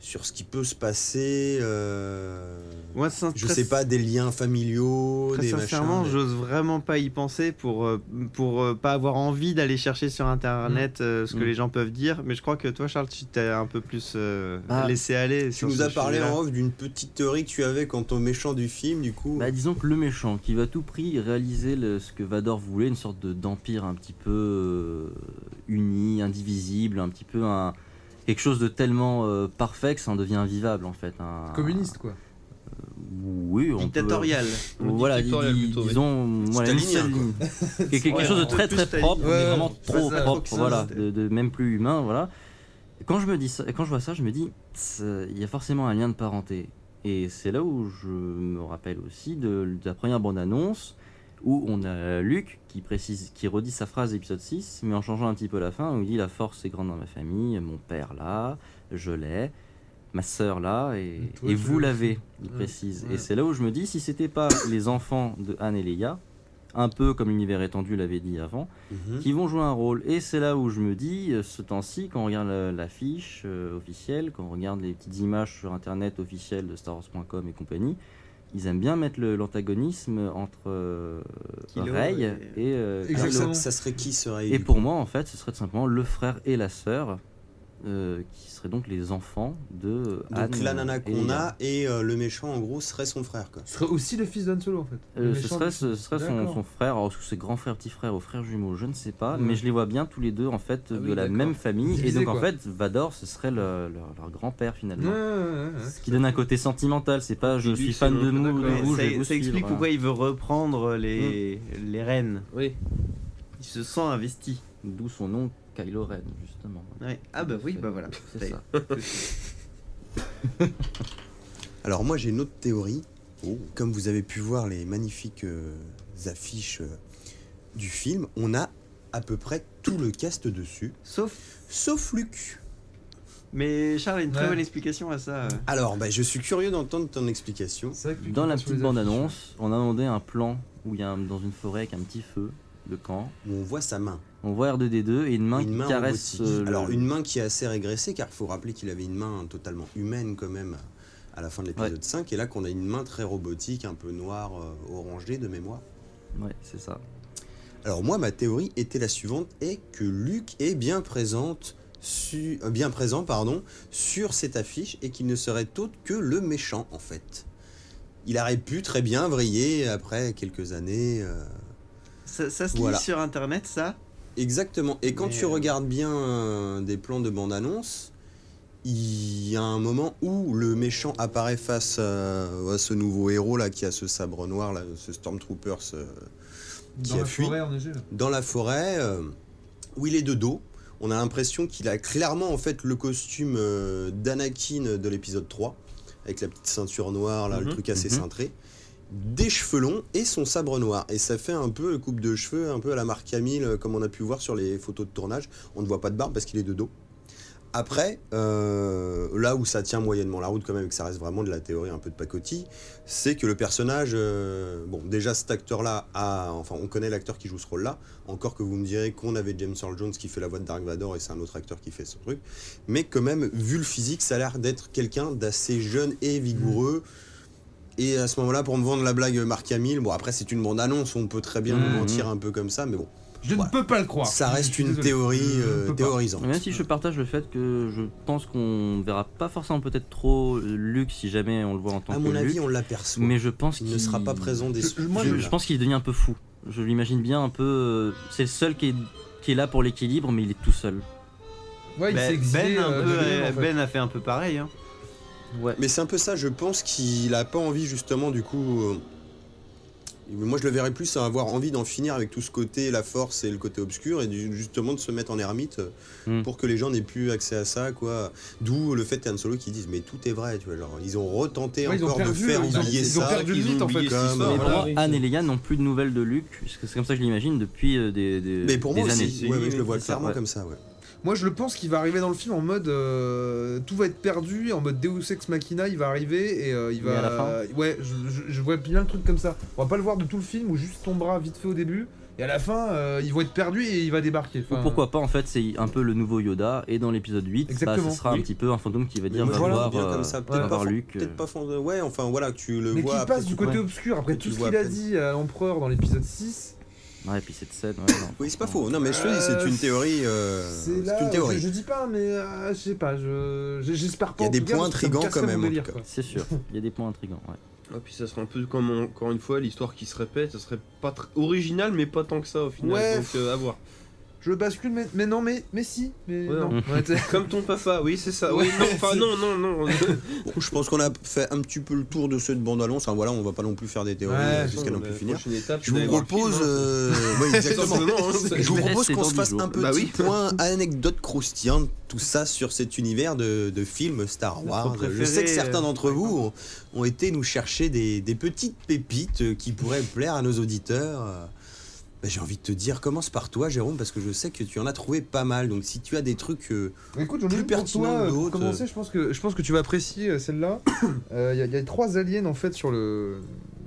Speaker 1: sur ce qui peut se passer euh,
Speaker 3: Moi, c'est un
Speaker 1: Je
Speaker 3: stress-
Speaker 1: sais pas, des liens familiaux,
Speaker 3: Très
Speaker 1: des
Speaker 3: sincèrement,
Speaker 1: machins. des-
Speaker 3: j'ose vraiment pas y penser pour, euh, pour euh, pas avoir envie d'aller chercher sur internet euh, ce que
Speaker 2: Mm.
Speaker 3: les gens peuvent dire. Mais je crois que toi, Charles, tu t'es un peu plus euh,
Speaker 2: Ah.
Speaker 3: laissé aller.
Speaker 1: Tu nous as parlé en off d'une petite théorie que tu avais quant au méchant du film, du coup.
Speaker 2: Bah, disons que le méchant qui va à tout prix réaliser le- ce que Vador voulait, une sorte de- d'empire un petit peu euh, uni, indivisible, un petit peu un, quelque chose de tellement euh, parfait que ça en devient invivable en fait. Un,
Speaker 4: Communiste, quoi.
Speaker 2: Oui, on peut-
Speaker 3: Dictatorial.
Speaker 2: Voilà,
Speaker 5: Dictatorial
Speaker 2: dis-
Speaker 5: plutôt, oui.
Speaker 2: disons voilà, une
Speaker 1: Stalinien,
Speaker 2: seule
Speaker 1: quoi.
Speaker 2: ligne. Quelque- quelque
Speaker 3: Ouais,
Speaker 2: chose de
Speaker 3: on
Speaker 2: très
Speaker 3: peut
Speaker 2: très
Speaker 3: plus
Speaker 2: propre,
Speaker 4: Staline.
Speaker 2: mais
Speaker 4: Ouais,
Speaker 2: vraiment
Speaker 4: ouais,
Speaker 2: trop
Speaker 4: c'est ça,
Speaker 2: propre,
Speaker 4: faut que ça,
Speaker 2: voilà,
Speaker 3: c'était-
Speaker 2: de, de même plus humain, voilà. Quand je me dis ça, quand je vois ça, je me dis, tss, euh, il y a forcément un lien de parenté. Et c'est là où je me rappelle aussi de, de la première bande-annonce où on a Luc qui précise, qui redit sa phrase d'épisode 6, mais en changeant un petit peu la fin, où il dit la force est grande dans ma famille, mon père là, je l'ai, ma sœur là, et,
Speaker 4: Et toi,
Speaker 2: et
Speaker 4: tu
Speaker 2: vous
Speaker 4: l'as
Speaker 2: l'avez, il
Speaker 4: Ouais,
Speaker 2: précise.
Speaker 4: ouais.
Speaker 2: Et c'est là où je me dis, si c'était pas les enfants de Anne et Leia, un peu comme l'univers étendu l'avait dit avant,
Speaker 1: Mhm.
Speaker 2: qui vont jouer un rôle. Et c'est là où je me dis, euh, ce temps-ci, quand on regarde la- l'affiche euh, officielle, quand on regarde les petites images sur internet officielles de Star Wars.com et compagnie, ils aiment bien mettre le- l'antagonisme entre euh,
Speaker 3: Kylo
Speaker 2: Rey
Speaker 3: et-
Speaker 2: et, euh,
Speaker 4: Et
Speaker 2: Kylo.
Speaker 1: Alors,
Speaker 4: Exactement.
Speaker 1: ça serait qui serait
Speaker 2: Et pour moi, en fait, ce serait tout simplement le frère et la sœur, euh, qui seraient donc les enfants de Anne.
Speaker 1: Donc la nana
Speaker 2: et
Speaker 1: qu'on
Speaker 2: Leia.
Speaker 1: a et euh, le méchant en gros serait son frère quoi.
Speaker 4: Ce serait aussi le fils d'Han Solo, en fait.
Speaker 2: Euh,
Speaker 4: Le
Speaker 2: ce
Speaker 4: méchant
Speaker 2: serait,
Speaker 4: du-
Speaker 2: ce serait son,
Speaker 4: D'accord.
Speaker 2: son frère, alors, est-ce que c'est grand frère, petit frère ou frère jumeau, je ne sais pas,
Speaker 4: Ouais.
Speaker 2: mais je les vois bien tous les deux en fait
Speaker 4: Ah
Speaker 2: de
Speaker 4: oui,
Speaker 2: la
Speaker 4: d'accord.
Speaker 2: même famille.
Speaker 4: Divisé,
Speaker 2: et donc en
Speaker 4: quoi.
Speaker 2: fait, Vador, ce serait le- leur, leur grand-père
Speaker 4: Ouais,
Speaker 2: finalement.
Speaker 4: ouais, ouais, ouais.
Speaker 2: Ce qui donne un côté sentimental, c'est pas je
Speaker 5: Lui,
Speaker 2: suis
Speaker 5: c'est
Speaker 2: fan
Speaker 5: mon
Speaker 2: de nous,
Speaker 5: d'accord.
Speaker 2: de
Speaker 3: Ouais,
Speaker 2: vous, je vais
Speaker 3: ça
Speaker 2: vous
Speaker 3: ça
Speaker 2: suivre.
Speaker 3: explique pourquoi il veut reprendre les, les rênes.
Speaker 5: Oui.
Speaker 3: Il se sent investi.
Speaker 2: D'où son nom Kylo Ren, justement.
Speaker 3: Ouais. Ah bah oui,
Speaker 2: C'est-
Speaker 3: bah voilà.
Speaker 2: C'est ça.
Speaker 1: Alors moi j'ai une autre théorie. Comme vous avez pu voir les magnifiques euh, affiches euh, du film, on a à peu près tout le cast dessus,
Speaker 3: Sauf,
Speaker 1: sauf Luc.
Speaker 3: mais Charles a une très
Speaker 4: Ouais.
Speaker 3: bonne explication à ça.
Speaker 1: Alors bah, je suis curieux d'entendre ton explication.
Speaker 4: C'est vrai que
Speaker 2: Dans la
Speaker 4: sur les
Speaker 2: petite
Speaker 4: affiches-
Speaker 2: bande-annonce, on a demandé un plan où il y a un- dans une forêt avec un petit feu. de Caen.
Speaker 1: où on voit sa main.
Speaker 2: On voit R2D2 et une main
Speaker 1: Une
Speaker 2: qui
Speaker 1: main en
Speaker 2: caresse.
Speaker 1: robotique.
Speaker 2: euh, le-
Speaker 1: Alors, une main qui est assez régressée, car il faut rappeler qu'il avait une main totalement humaine quand même à la fin de l'épisode 5, et là qu'on a une main très robotique, un peu noire, euh, orangée de mémoire.
Speaker 2: Ouais, c'est ça.
Speaker 1: Alors moi, ma théorie était la suivante, est que Luc est bien présente su- euh, bien présent pardon, sur cette affiche et qu'il ne serait autre que le méchant en fait. Il aurait pu très bien vriller après quelques années. euh,
Speaker 3: Ça, ça se lit
Speaker 1: Voilà.
Speaker 3: sur internet, ça
Speaker 1: Exactement. Et quand
Speaker 3: Mais,
Speaker 1: tu
Speaker 3: euh,
Speaker 1: regardes bien euh, des plans de bande-annonce, il y a un moment où le méchant apparaît face à, à ce nouveau héros là qui a ce sabre noir, là, ce euh, Stormtrooper, ce- Qui
Speaker 4: Dans
Speaker 1: a
Speaker 4: la
Speaker 1: fui.
Speaker 4: forêt en effet, là.
Speaker 1: dans la forêt euh, où il est de dos. On a l'impression qu'il a clairement en fait le costume euh, d'Anakin de l'épisode 3 avec la petite ceinture noire là, le
Speaker 5: Mhm.
Speaker 1: truc assez
Speaker 2: Mhm.
Speaker 1: cintré, des cheveux longs et son sabre noir et ça fait un peu coupe de cheveux un peu à la marque Camille euh, comme on a pu voir sur les photos de tournage. On ne voit pas de barbe parce qu'il est de dos. Après, euh, là où ça tient moyennement la route quand même et que ça reste vraiment de la théorie un peu de pacotille, c'est que le personnage, euh, bon déjà cet acteur-là, a, enfin on connaît l'acteur qui joue ce rôle-là, encore que vous me direz qu'on avait James Earl Jones qui fait la voix de Dark Vador et c'est un autre acteur qui fait ce truc, mais quand même vu le physique, ça a l'air d'être quelqu'un d'assez jeune et vigoureux.
Speaker 4: Mm.
Speaker 1: Et à ce moment-là, pour me vendre la blague euh, Marc Hamill, bon après c'est une bande-annonce, on peut très bien
Speaker 2: Mhm.
Speaker 1: nous mentir un peu comme ça, mais bon,
Speaker 4: Je
Speaker 1: Ouais.
Speaker 4: ne peux pas le croire.
Speaker 1: ça
Speaker 4: Mm. Je
Speaker 1: reste
Speaker 4: suis
Speaker 1: une
Speaker 4: désolé.
Speaker 1: théorie
Speaker 4: Je ne
Speaker 1: euh,
Speaker 4: peux pas.
Speaker 1: théorisante.
Speaker 2: Même si je partage le fait que je pense qu'on verra pas forcément peut-être trop Luke si jamais on le voit en tant
Speaker 1: À
Speaker 2: que
Speaker 1: mon avis,
Speaker 2: Luke,
Speaker 1: on l'aperçoit.
Speaker 2: mais je pense
Speaker 1: Il
Speaker 2: qu'il
Speaker 1: ne sera pas présent des
Speaker 4: Je- je- moi,
Speaker 2: Je,
Speaker 1: films.
Speaker 2: je pense qu'il devient un peu fou. Je l'imagine bien un peu. euh, C'est le seul qui est, qui est là pour l'équilibre, mais il est tout seul.
Speaker 4: Ouais, il s'est
Speaker 3: Ben,
Speaker 4: exilé,
Speaker 3: Ben, un
Speaker 4: euh,
Speaker 3: peu,
Speaker 4: de lui-même,
Speaker 3: euh,
Speaker 4: en fait.
Speaker 3: Ben a fait un peu pareil. hein.
Speaker 2: Ouais.
Speaker 1: Mais c'est un peu ça, je pense qu'il a pas envie justement du coup. euh, Moi je le verrais plus à avoir envie d'en finir avec tout ce côté, la force et le côté obscur, et du- justement de se mettre en ermite euh,
Speaker 2: Mm.
Speaker 1: pour que les gens n'aient plus accès à ça, quoi. D'où le fait qu'Anne Solo qui disent mais tout est vrai, tu vois. Genre, ils ont retenté
Speaker 4: Ouais, ils ont
Speaker 1: encore de
Speaker 4: perdu,
Speaker 1: faire
Speaker 4: ils ont-
Speaker 1: oublier
Speaker 4: ils ont
Speaker 1: ça.
Speaker 4: perdu le
Speaker 5: qu'ils ont
Speaker 4: mythe en fait.
Speaker 5: oublié cette
Speaker 1: comme,
Speaker 5: histoire,
Speaker 2: Mais
Speaker 1: Ah, voilà.
Speaker 2: pour moi,
Speaker 5: oui,
Speaker 2: Anne et Léa n'ont plus de nouvelles de Luc, parce que c'est comme ça que je l'imagine depuis euh, des, des,
Speaker 1: Mais pour
Speaker 2: des
Speaker 1: moi
Speaker 2: années.
Speaker 1: aussi, ouais, ouais, je le vois
Speaker 2: c'est ça,
Speaker 1: clairement
Speaker 2: ouais.
Speaker 1: comme ça, ouais.
Speaker 4: Moi, je le pense qu'il va arriver dans le film en mode euh, tout va être perdu, en mode Deus Ex Machina, il va arriver et euh, il
Speaker 2: Mais
Speaker 4: va.
Speaker 2: à la fin
Speaker 4: ouais, je, je- je vois bien le truc comme ça. On va pas le voir de tout le film où juste ton bras vite fait au début et à la fin, euh, ils vont être perdus et il va débarquer.
Speaker 2: Ou
Speaker 4: Enfin,
Speaker 2: pourquoi pas, en fait, c'est un peu le nouveau Yoda, et dans l'épisode 8, bah, ce
Speaker 4: Exactement.
Speaker 2: sera un
Speaker 4: Oui.
Speaker 2: petit peu un fantôme qui va
Speaker 1: Mais
Speaker 2: dire
Speaker 1: moi,
Speaker 2: va
Speaker 1: je le
Speaker 2: voir,
Speaker 1: vois bien
Speaker 2: euh,
Speaker 1: comme ça,
Speaker 2: va
Speaker 1: peut-être
Speaker 2: voir
Speaker 1: pas, for-
Speaker 2: Luc. euh,
Speaker 1: peut-être pas fond de- Ouais, enfin voilà, tu le
Speaker 4: Mais
Speaker 1: vois.
Speaker 4: qu'il
Speaker 1: après,
Speaker 4: passe du
Speaker 1: tu-
Speaker 4: côté
Speaker 2: ouais.
Speaker 4: obscur après
Speaker 1: Tu
Speaker 4: tout ce
Speaker 1: vois
Speaker 4: qu'il
Speaker 1: à
Speaker 4: a
Speaker 1: peine.
Speaker 4: dit à l'empereur dans l'épisode 6.
Speaker 2: Ouais, et puis cette scène. ouais, non,
Speaker 1: Oui, c'est pas
Speaker 2: franchement.
Speaker 1: faux. Non, mais je te dis, c'est une théorie. euh,
Speaker 4: c'est là.
Speaker 1: C'est une
Speaker 4: Je,
Speaker 1: théorie.
Speaker 4: je dis pas, mais euh, je sais pas, je- je- j'espère
Speaker 1: Il
Speaker 4: pas.
Speaker 1: y a
Speaker 4: en
Speaker 1: des
Speaker 4: tout cas,
Speaker 1: points
Speaker 4: parce que ça me
Speaker 1: intrigants, quand
Speaker 4: casserait mon
Speaker 1: même, en
Speaker 4: délire,
Speaker 1: tout cas.
Speaker 4: quoi.
Speaker 2: C'est sûr, il y a des points intrigants. Ouais.
Speaker 5: Ah, puis ça serait un peu comme on- encore une fois l'histoire qui se répète, ça serait pas tr- original mais pas tant que ça au final.
Speaker 4: Ouais.
Speaker 5: Donc euh, à voir.
Speaker 4: Je bascule, mais, mais non, mais, mais si. Mais
Speaker 5: Ouais,
Speaker 4: non.
Speaker 2: non.
Speaker 4: Ouais, t'es-
Speaker 5: Comme ton papa, oui c'est ça. Oui,
Speaker 4: Ouais,
Speaker 5: non, enfin
Speaker 4: c'est-
Speaker 5: non non non.
Speaker 1: Bon,
Speaker 4: [LAUGHS]
Speaker 1: je pense qu'on a fait un petit peu le tour de cette bande-annonce. Hein, voilà, on va pas non plus faire des théories
Speaker 4: Ouais,
Speaker 1: euh,
Speaker 4: de
Speaker 1: jusqu'à non plus finir. Je
Speaker 5: Je
Speaker 1: vous
Speaker 3: hein.
Speaker 1: propose, euh,
Speaker 3: [LAUGHS]
Speaker 1: ouais, exactement. Je vous
Speaker 2: Mais
Speaker 1: propose
Speaker 2: c'est
Speaker 1: qu'on
Speaker 2: dans
Speaker 1: se
Speaker 2: dix
Speaker 1: fasse
Speaker 2: jours.
Speaker 1: un petit
Speaker 5: Bah oui.
Speaker 1: point anecdote croustillante, tout ça sur cet univers de, de films Star
Speaker 3: Notre
Speaker 1: Wars. Je
Speaker 3: préféré,
Speaker 1: sais que certains
Speaker 3: euh,
Speaker 1: d'entre vous ont, ont été nous chercher des, des petites pépites euh, qui pourraient plaire à nos auditeurs. Euh, bah, J'ai envie de te dire, commence par toi, Jérôme, parce que je sais que tu en as trouvé pas mal. Donc si tu as des trucs, euh,
Speaker 4: Écoute, j'en ai
Speaker 1: Plus
Speaker 4: une pour
Speaker 1: pertinent
Speaker 4: toi,
Speaker 1: que
Speaker 4: euh, pour
Speaker 1: d'autres.
Speaker 4: commencer, je pense que je pense que tu vas apprécier euh, celle-là. [COUGHS] Il y, a- y a trois aliens en fait sur le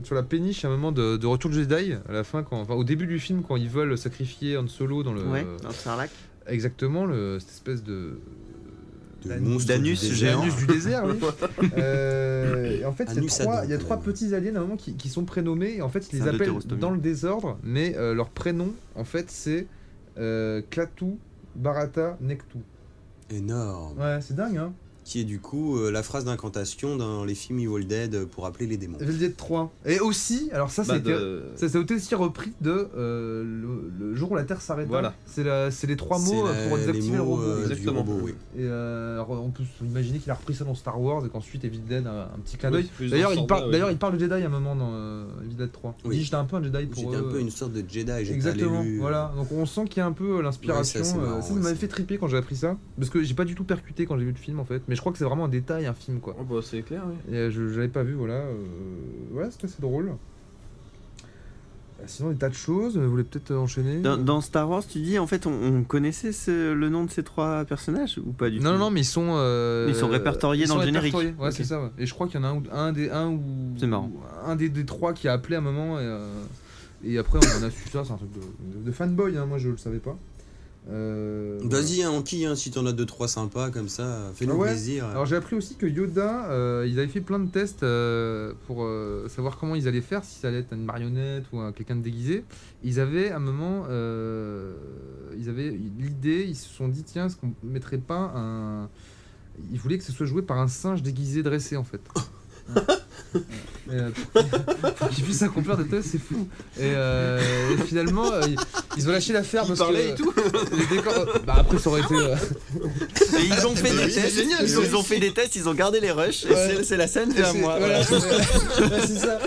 Speaker 4: sur la péniche à un moment de, de Retour de Jedi à la fin, quand, enfin, au début du film quand ils veulent sacrifier Han
Speaker 3: [LAUGHS]
Speaker 4: Solo dans le
Speaker 3: Ouais, dans Sarlacc.
Speaker 4: exactement le cette espèce de
Speaker 1: de
Speaker 4: Dan-
Speaker 1: monstres
Speaker 3: Danus
Speaker 1: du désert.
Speaker 3: géant.
Speaker 4: Anus du désert.
Speaker 3: [LAUGHS]
Speaker 4: Oui. Euh, et en fait, il y a
Speaker 1: Anus
Speaker 4: trois,
Speaker 1: Adam.
Speaker 4: il y a trois petits aliens à un moment qui, qui sont prénommés. Et en fait,
Speaker 3: C'est
Speaker 4: ils les
Speaker 3: un
Speaker 4: appellent
Speaker 3: deutérostomie.
Speaker 4: dans le désordre, mais euh, leur prénom en fait c'est euh, Klaatu, Barata, Nektu.
Speaker 1: Énorme.
Speaker 4: Ouais, c'est dingue. Hein
Speaker 1: qui est du coup euh, la phrase d'incantation dans les films Evil Dead euh, pour appeler les démons.
Speaker 4: Evil Dead 3. Et aussi, alors
Speaker 3: Bah,
Speaker 4: ça, c'était- ça c'est aussi repris de euh, le, le jour où la Terre s'arrêta.
Speaker 5: Voilà.
Speaker 4: C'est la- c'est les trois mots
Speaker 1: C'est
Speaker 4: euh,
Speaker 1: la-
Speaker 4: pour
Speaker 1: les
Speaker 4: désactiver le
Speaker 1: mots,
Speaker 4: robot.
Speaker 1: euh, du
Speaker 5: Exactement.
Speaker 1: robot, oui.
Speaker 4: Et euh, alors, on peut imaginer qu'il a repris ça dans Star Wars et qu'ensuite Evil Dead a un petit clin
Speaker 5: Oui,
Speaker 4: d'œil.
Speaker 5: plus dans
Speaker 4: D'ailleurs,
Speaker 5: ce
Speaker 4: il,
Speaker 5: sens-là,
Speaker 4: parle-
Speaker 5: oui.
Speaker 4: d'ailleurs, il parle de Jedi à un moment dans euh, Evil Dead 3. Il
Speaker 1: Oui.
Speaker 4: dit, J'étais un peu un Jedi pour
Speaker 1: J'étais un
Speaker 4: eux.
Speaker 1: peu une sorte de Jedi, j'étais
Speaker 4: Exactement,
Speaker 1: à l'élu, euh,
Speaker 4: voilà. Donc on sent qu'il y a un peu euh, l'inspiration.
Speaker 1: Ouais, ça, c'est
Speaker 4: euh,
Speaker 1: marrant,
Speaker 4: ça, ça
Speaker 1: ouais,
Speaker 4: m'avait
Speaker 1: c'est-
Speaker 4: fait triper quand j'ai appris ça. Parce que j'ai pas du tout percuté quand j'ai vu le film en fait. Mais je crois que c'est vraiment un détail, un film quoi.
Speaker 5: Oh, bah, c'est clair oui.
Speaker 4: Et euh, je je l'avais pas vu, voilà. euh, voilà, c'était assez drôle. Euh, Sinon, des tas de choses, euh, vous voulez peut-être euh, enchaîner
Speaker 3: Dans, dans Star Wars, tu dis en fait, on, on connaissait ce- le nom de ces trois personnages ou pas du tout
Speaker 4: Non, non, non, mais ils sont. euh,
Speaker 3: Ils sont répertoriés
Speaker 4: ils
Speaker 3: dans
Speaker 4: sont
Speaker 3: le générique.
Speaker 4: répertoriés,
Speaker 3: Ok.
Speaker 4: Ouais, c'est ça. ouais. Et je crois qu'il y en a un, ou- un des un ou
Speaker 3: C'est marrant.
Speaker 4: un des, des trois qui a appelé à un moment et, euh, Et après, on en a su ça, c'est un truc de, de- de fanboy, hein, moi je le savais pas. Euh, voilà.
Speaker 6: Vas-y, hein, on qui, hein, si t'en as deux trois sympas comme ça, fais-nous
Speaker 4: Ah ouais
Speaker 6: plaisir.
Speaker 4: Alors j'ai appris aussi que Yoda, euh, ils avaient fait plein de tests euh, pour euh, savoir comment ils allaient faire, si ça allait être une marionnette ou un- quelqu'un de déguisé. Ils avaient à un moment, euh, ils avaient l'idée, ils se sont dit tiens, est-ce qu'on mettrait pas un... Ils voulaient que ce soit joué par un singe déguisé dressé en fait.
Speaker 5: [LAUGHS]
Speaker 4: Ouais. Ouais. Et, euh, pour qu'ils puissent accomplir des tests, c'est fou. Et, euh, et finalement, euh, ils- ils ont lâché l'affaire parce que
Speaker 5: parlaient et tout.
Speaker 4: les décors. Bah après, ça aurait été. euh,
Speaker 3: Et [LAUGHS] ils ont fait
Speaker 5: Oui,
Speaker 3: des
Speaker 5: c'est
Speaker 3: tests.
Speaker 5: génial,
Speaker 3: ils,
Speaker 5: ça.
Speaker 3: ont, ils ont fait des tests, ils ont gardé les rushs. et
Speaker 4: Ouais.
Speaker 3: c'est- C'est la scène
Speaker 4: Et
Speaker 3: vers
Speaker 4: c'est-
Speaker 3: moi. euh,
Speaker 4: voilà,
Speaker 3: voilà. [LAUGHS]
Speaker 4: c'est- ouais, c'est ça.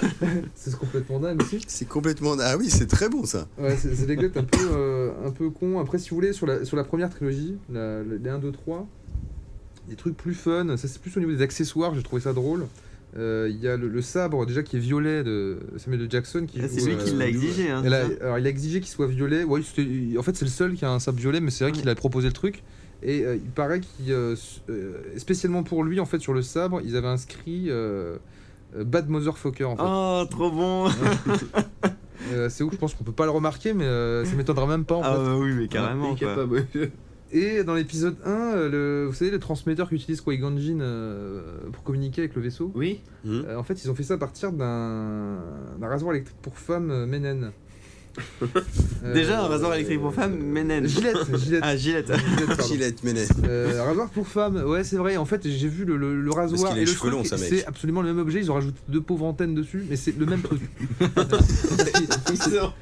Speaker 4: C'est complètement dingue aussi.
Speaker 1: C'est complètement. Ah oui, c'est très bon ça.
Speaker 4: Ouais, c'est c'est des gueules un peu, euh, un peu con. Après, si vous voulez, sur la, sur la première trilogie, la- la- les 1, 2, 3, des trucs plus fun. Ça, c'est plus au niveau des accessoires, j'ai trouvé ça drôle. Euh, Il y a le, le sabre, déjà, qui est violet de Samuel L. Jackson. qui
Speaker 3: Ah,
Speaker 4: joue,
Speaker 3: C'est lui
Speaker 4: euh,
Speaker 3: qui l'a exigé. hein,
Speaker 4: elle a-
Speaker 3: ça.
Speaker 4: alors, il a exigé qu'il soit violet. Ouais, c'était- en fait, c'est le seul qui a un sabre violet, mais c'est vrai qu'il a proposé le truc. Et euh, il paraît qu'il, euh, s- euh, spécialement pour lui, en fait, sur le sabre, ils avaient inscrit euh, euh, Bad Motherfucker. En fait.
Speaker 3: Oh, trop bon.
Speaker 4: Euh, c'est ouf, je pense qu'on peut pas le remarquer, mais euh, ça m'étonnera même pas. En
Speaker 3: Ah
Speaker 4: fait.
Speaker 3: bah oui, mais carrément. quoi.
Speaker 5: Incapable.
Speaker 4: Et dans l'épisode 1, euh, le, vous savez, le transmetteur qu'utilise Qui-Gon Jinn, euh, pour communiquer avec le vaisseau,
Speaker 5: [LAUGHS] Oui.
Speaker 4: euh, en fait, ils ont fait ça à partir d'un d'un rasoir électrique pour femmes
Speaker 3: [LAUGHS]
Speaker 4: euh, Menen. Euh,
Speaker 3: Déjà, un rasoir électrique pour femmes, Menen.
Speaker 4: Gillette, Gillette.
Speaker 3: Ah, Gillette.
Speaker 4: [LAUGHS] Gillette, pardon.
Speaker 6: Gillette Ménet.
Speaker 4: Euh, un rasoir pour femmes, ouais, c'est vrai. En fait, j'ai vu le, le- le rasoir
Speaker 6: qu'il a
Speaker 4: et
Speaker 6: les
Speaker 4: le
Speaker 6: cheveux longs,
Speaker 4: truc,
Speaker 6: ça, mec.
Speaker 4: c'est absolument le même objet. Ils ont rajouté deux pauvres antennes dessus, mais c'est le
Speaker 6: [LAUGHS]
Speaker 4: même truc.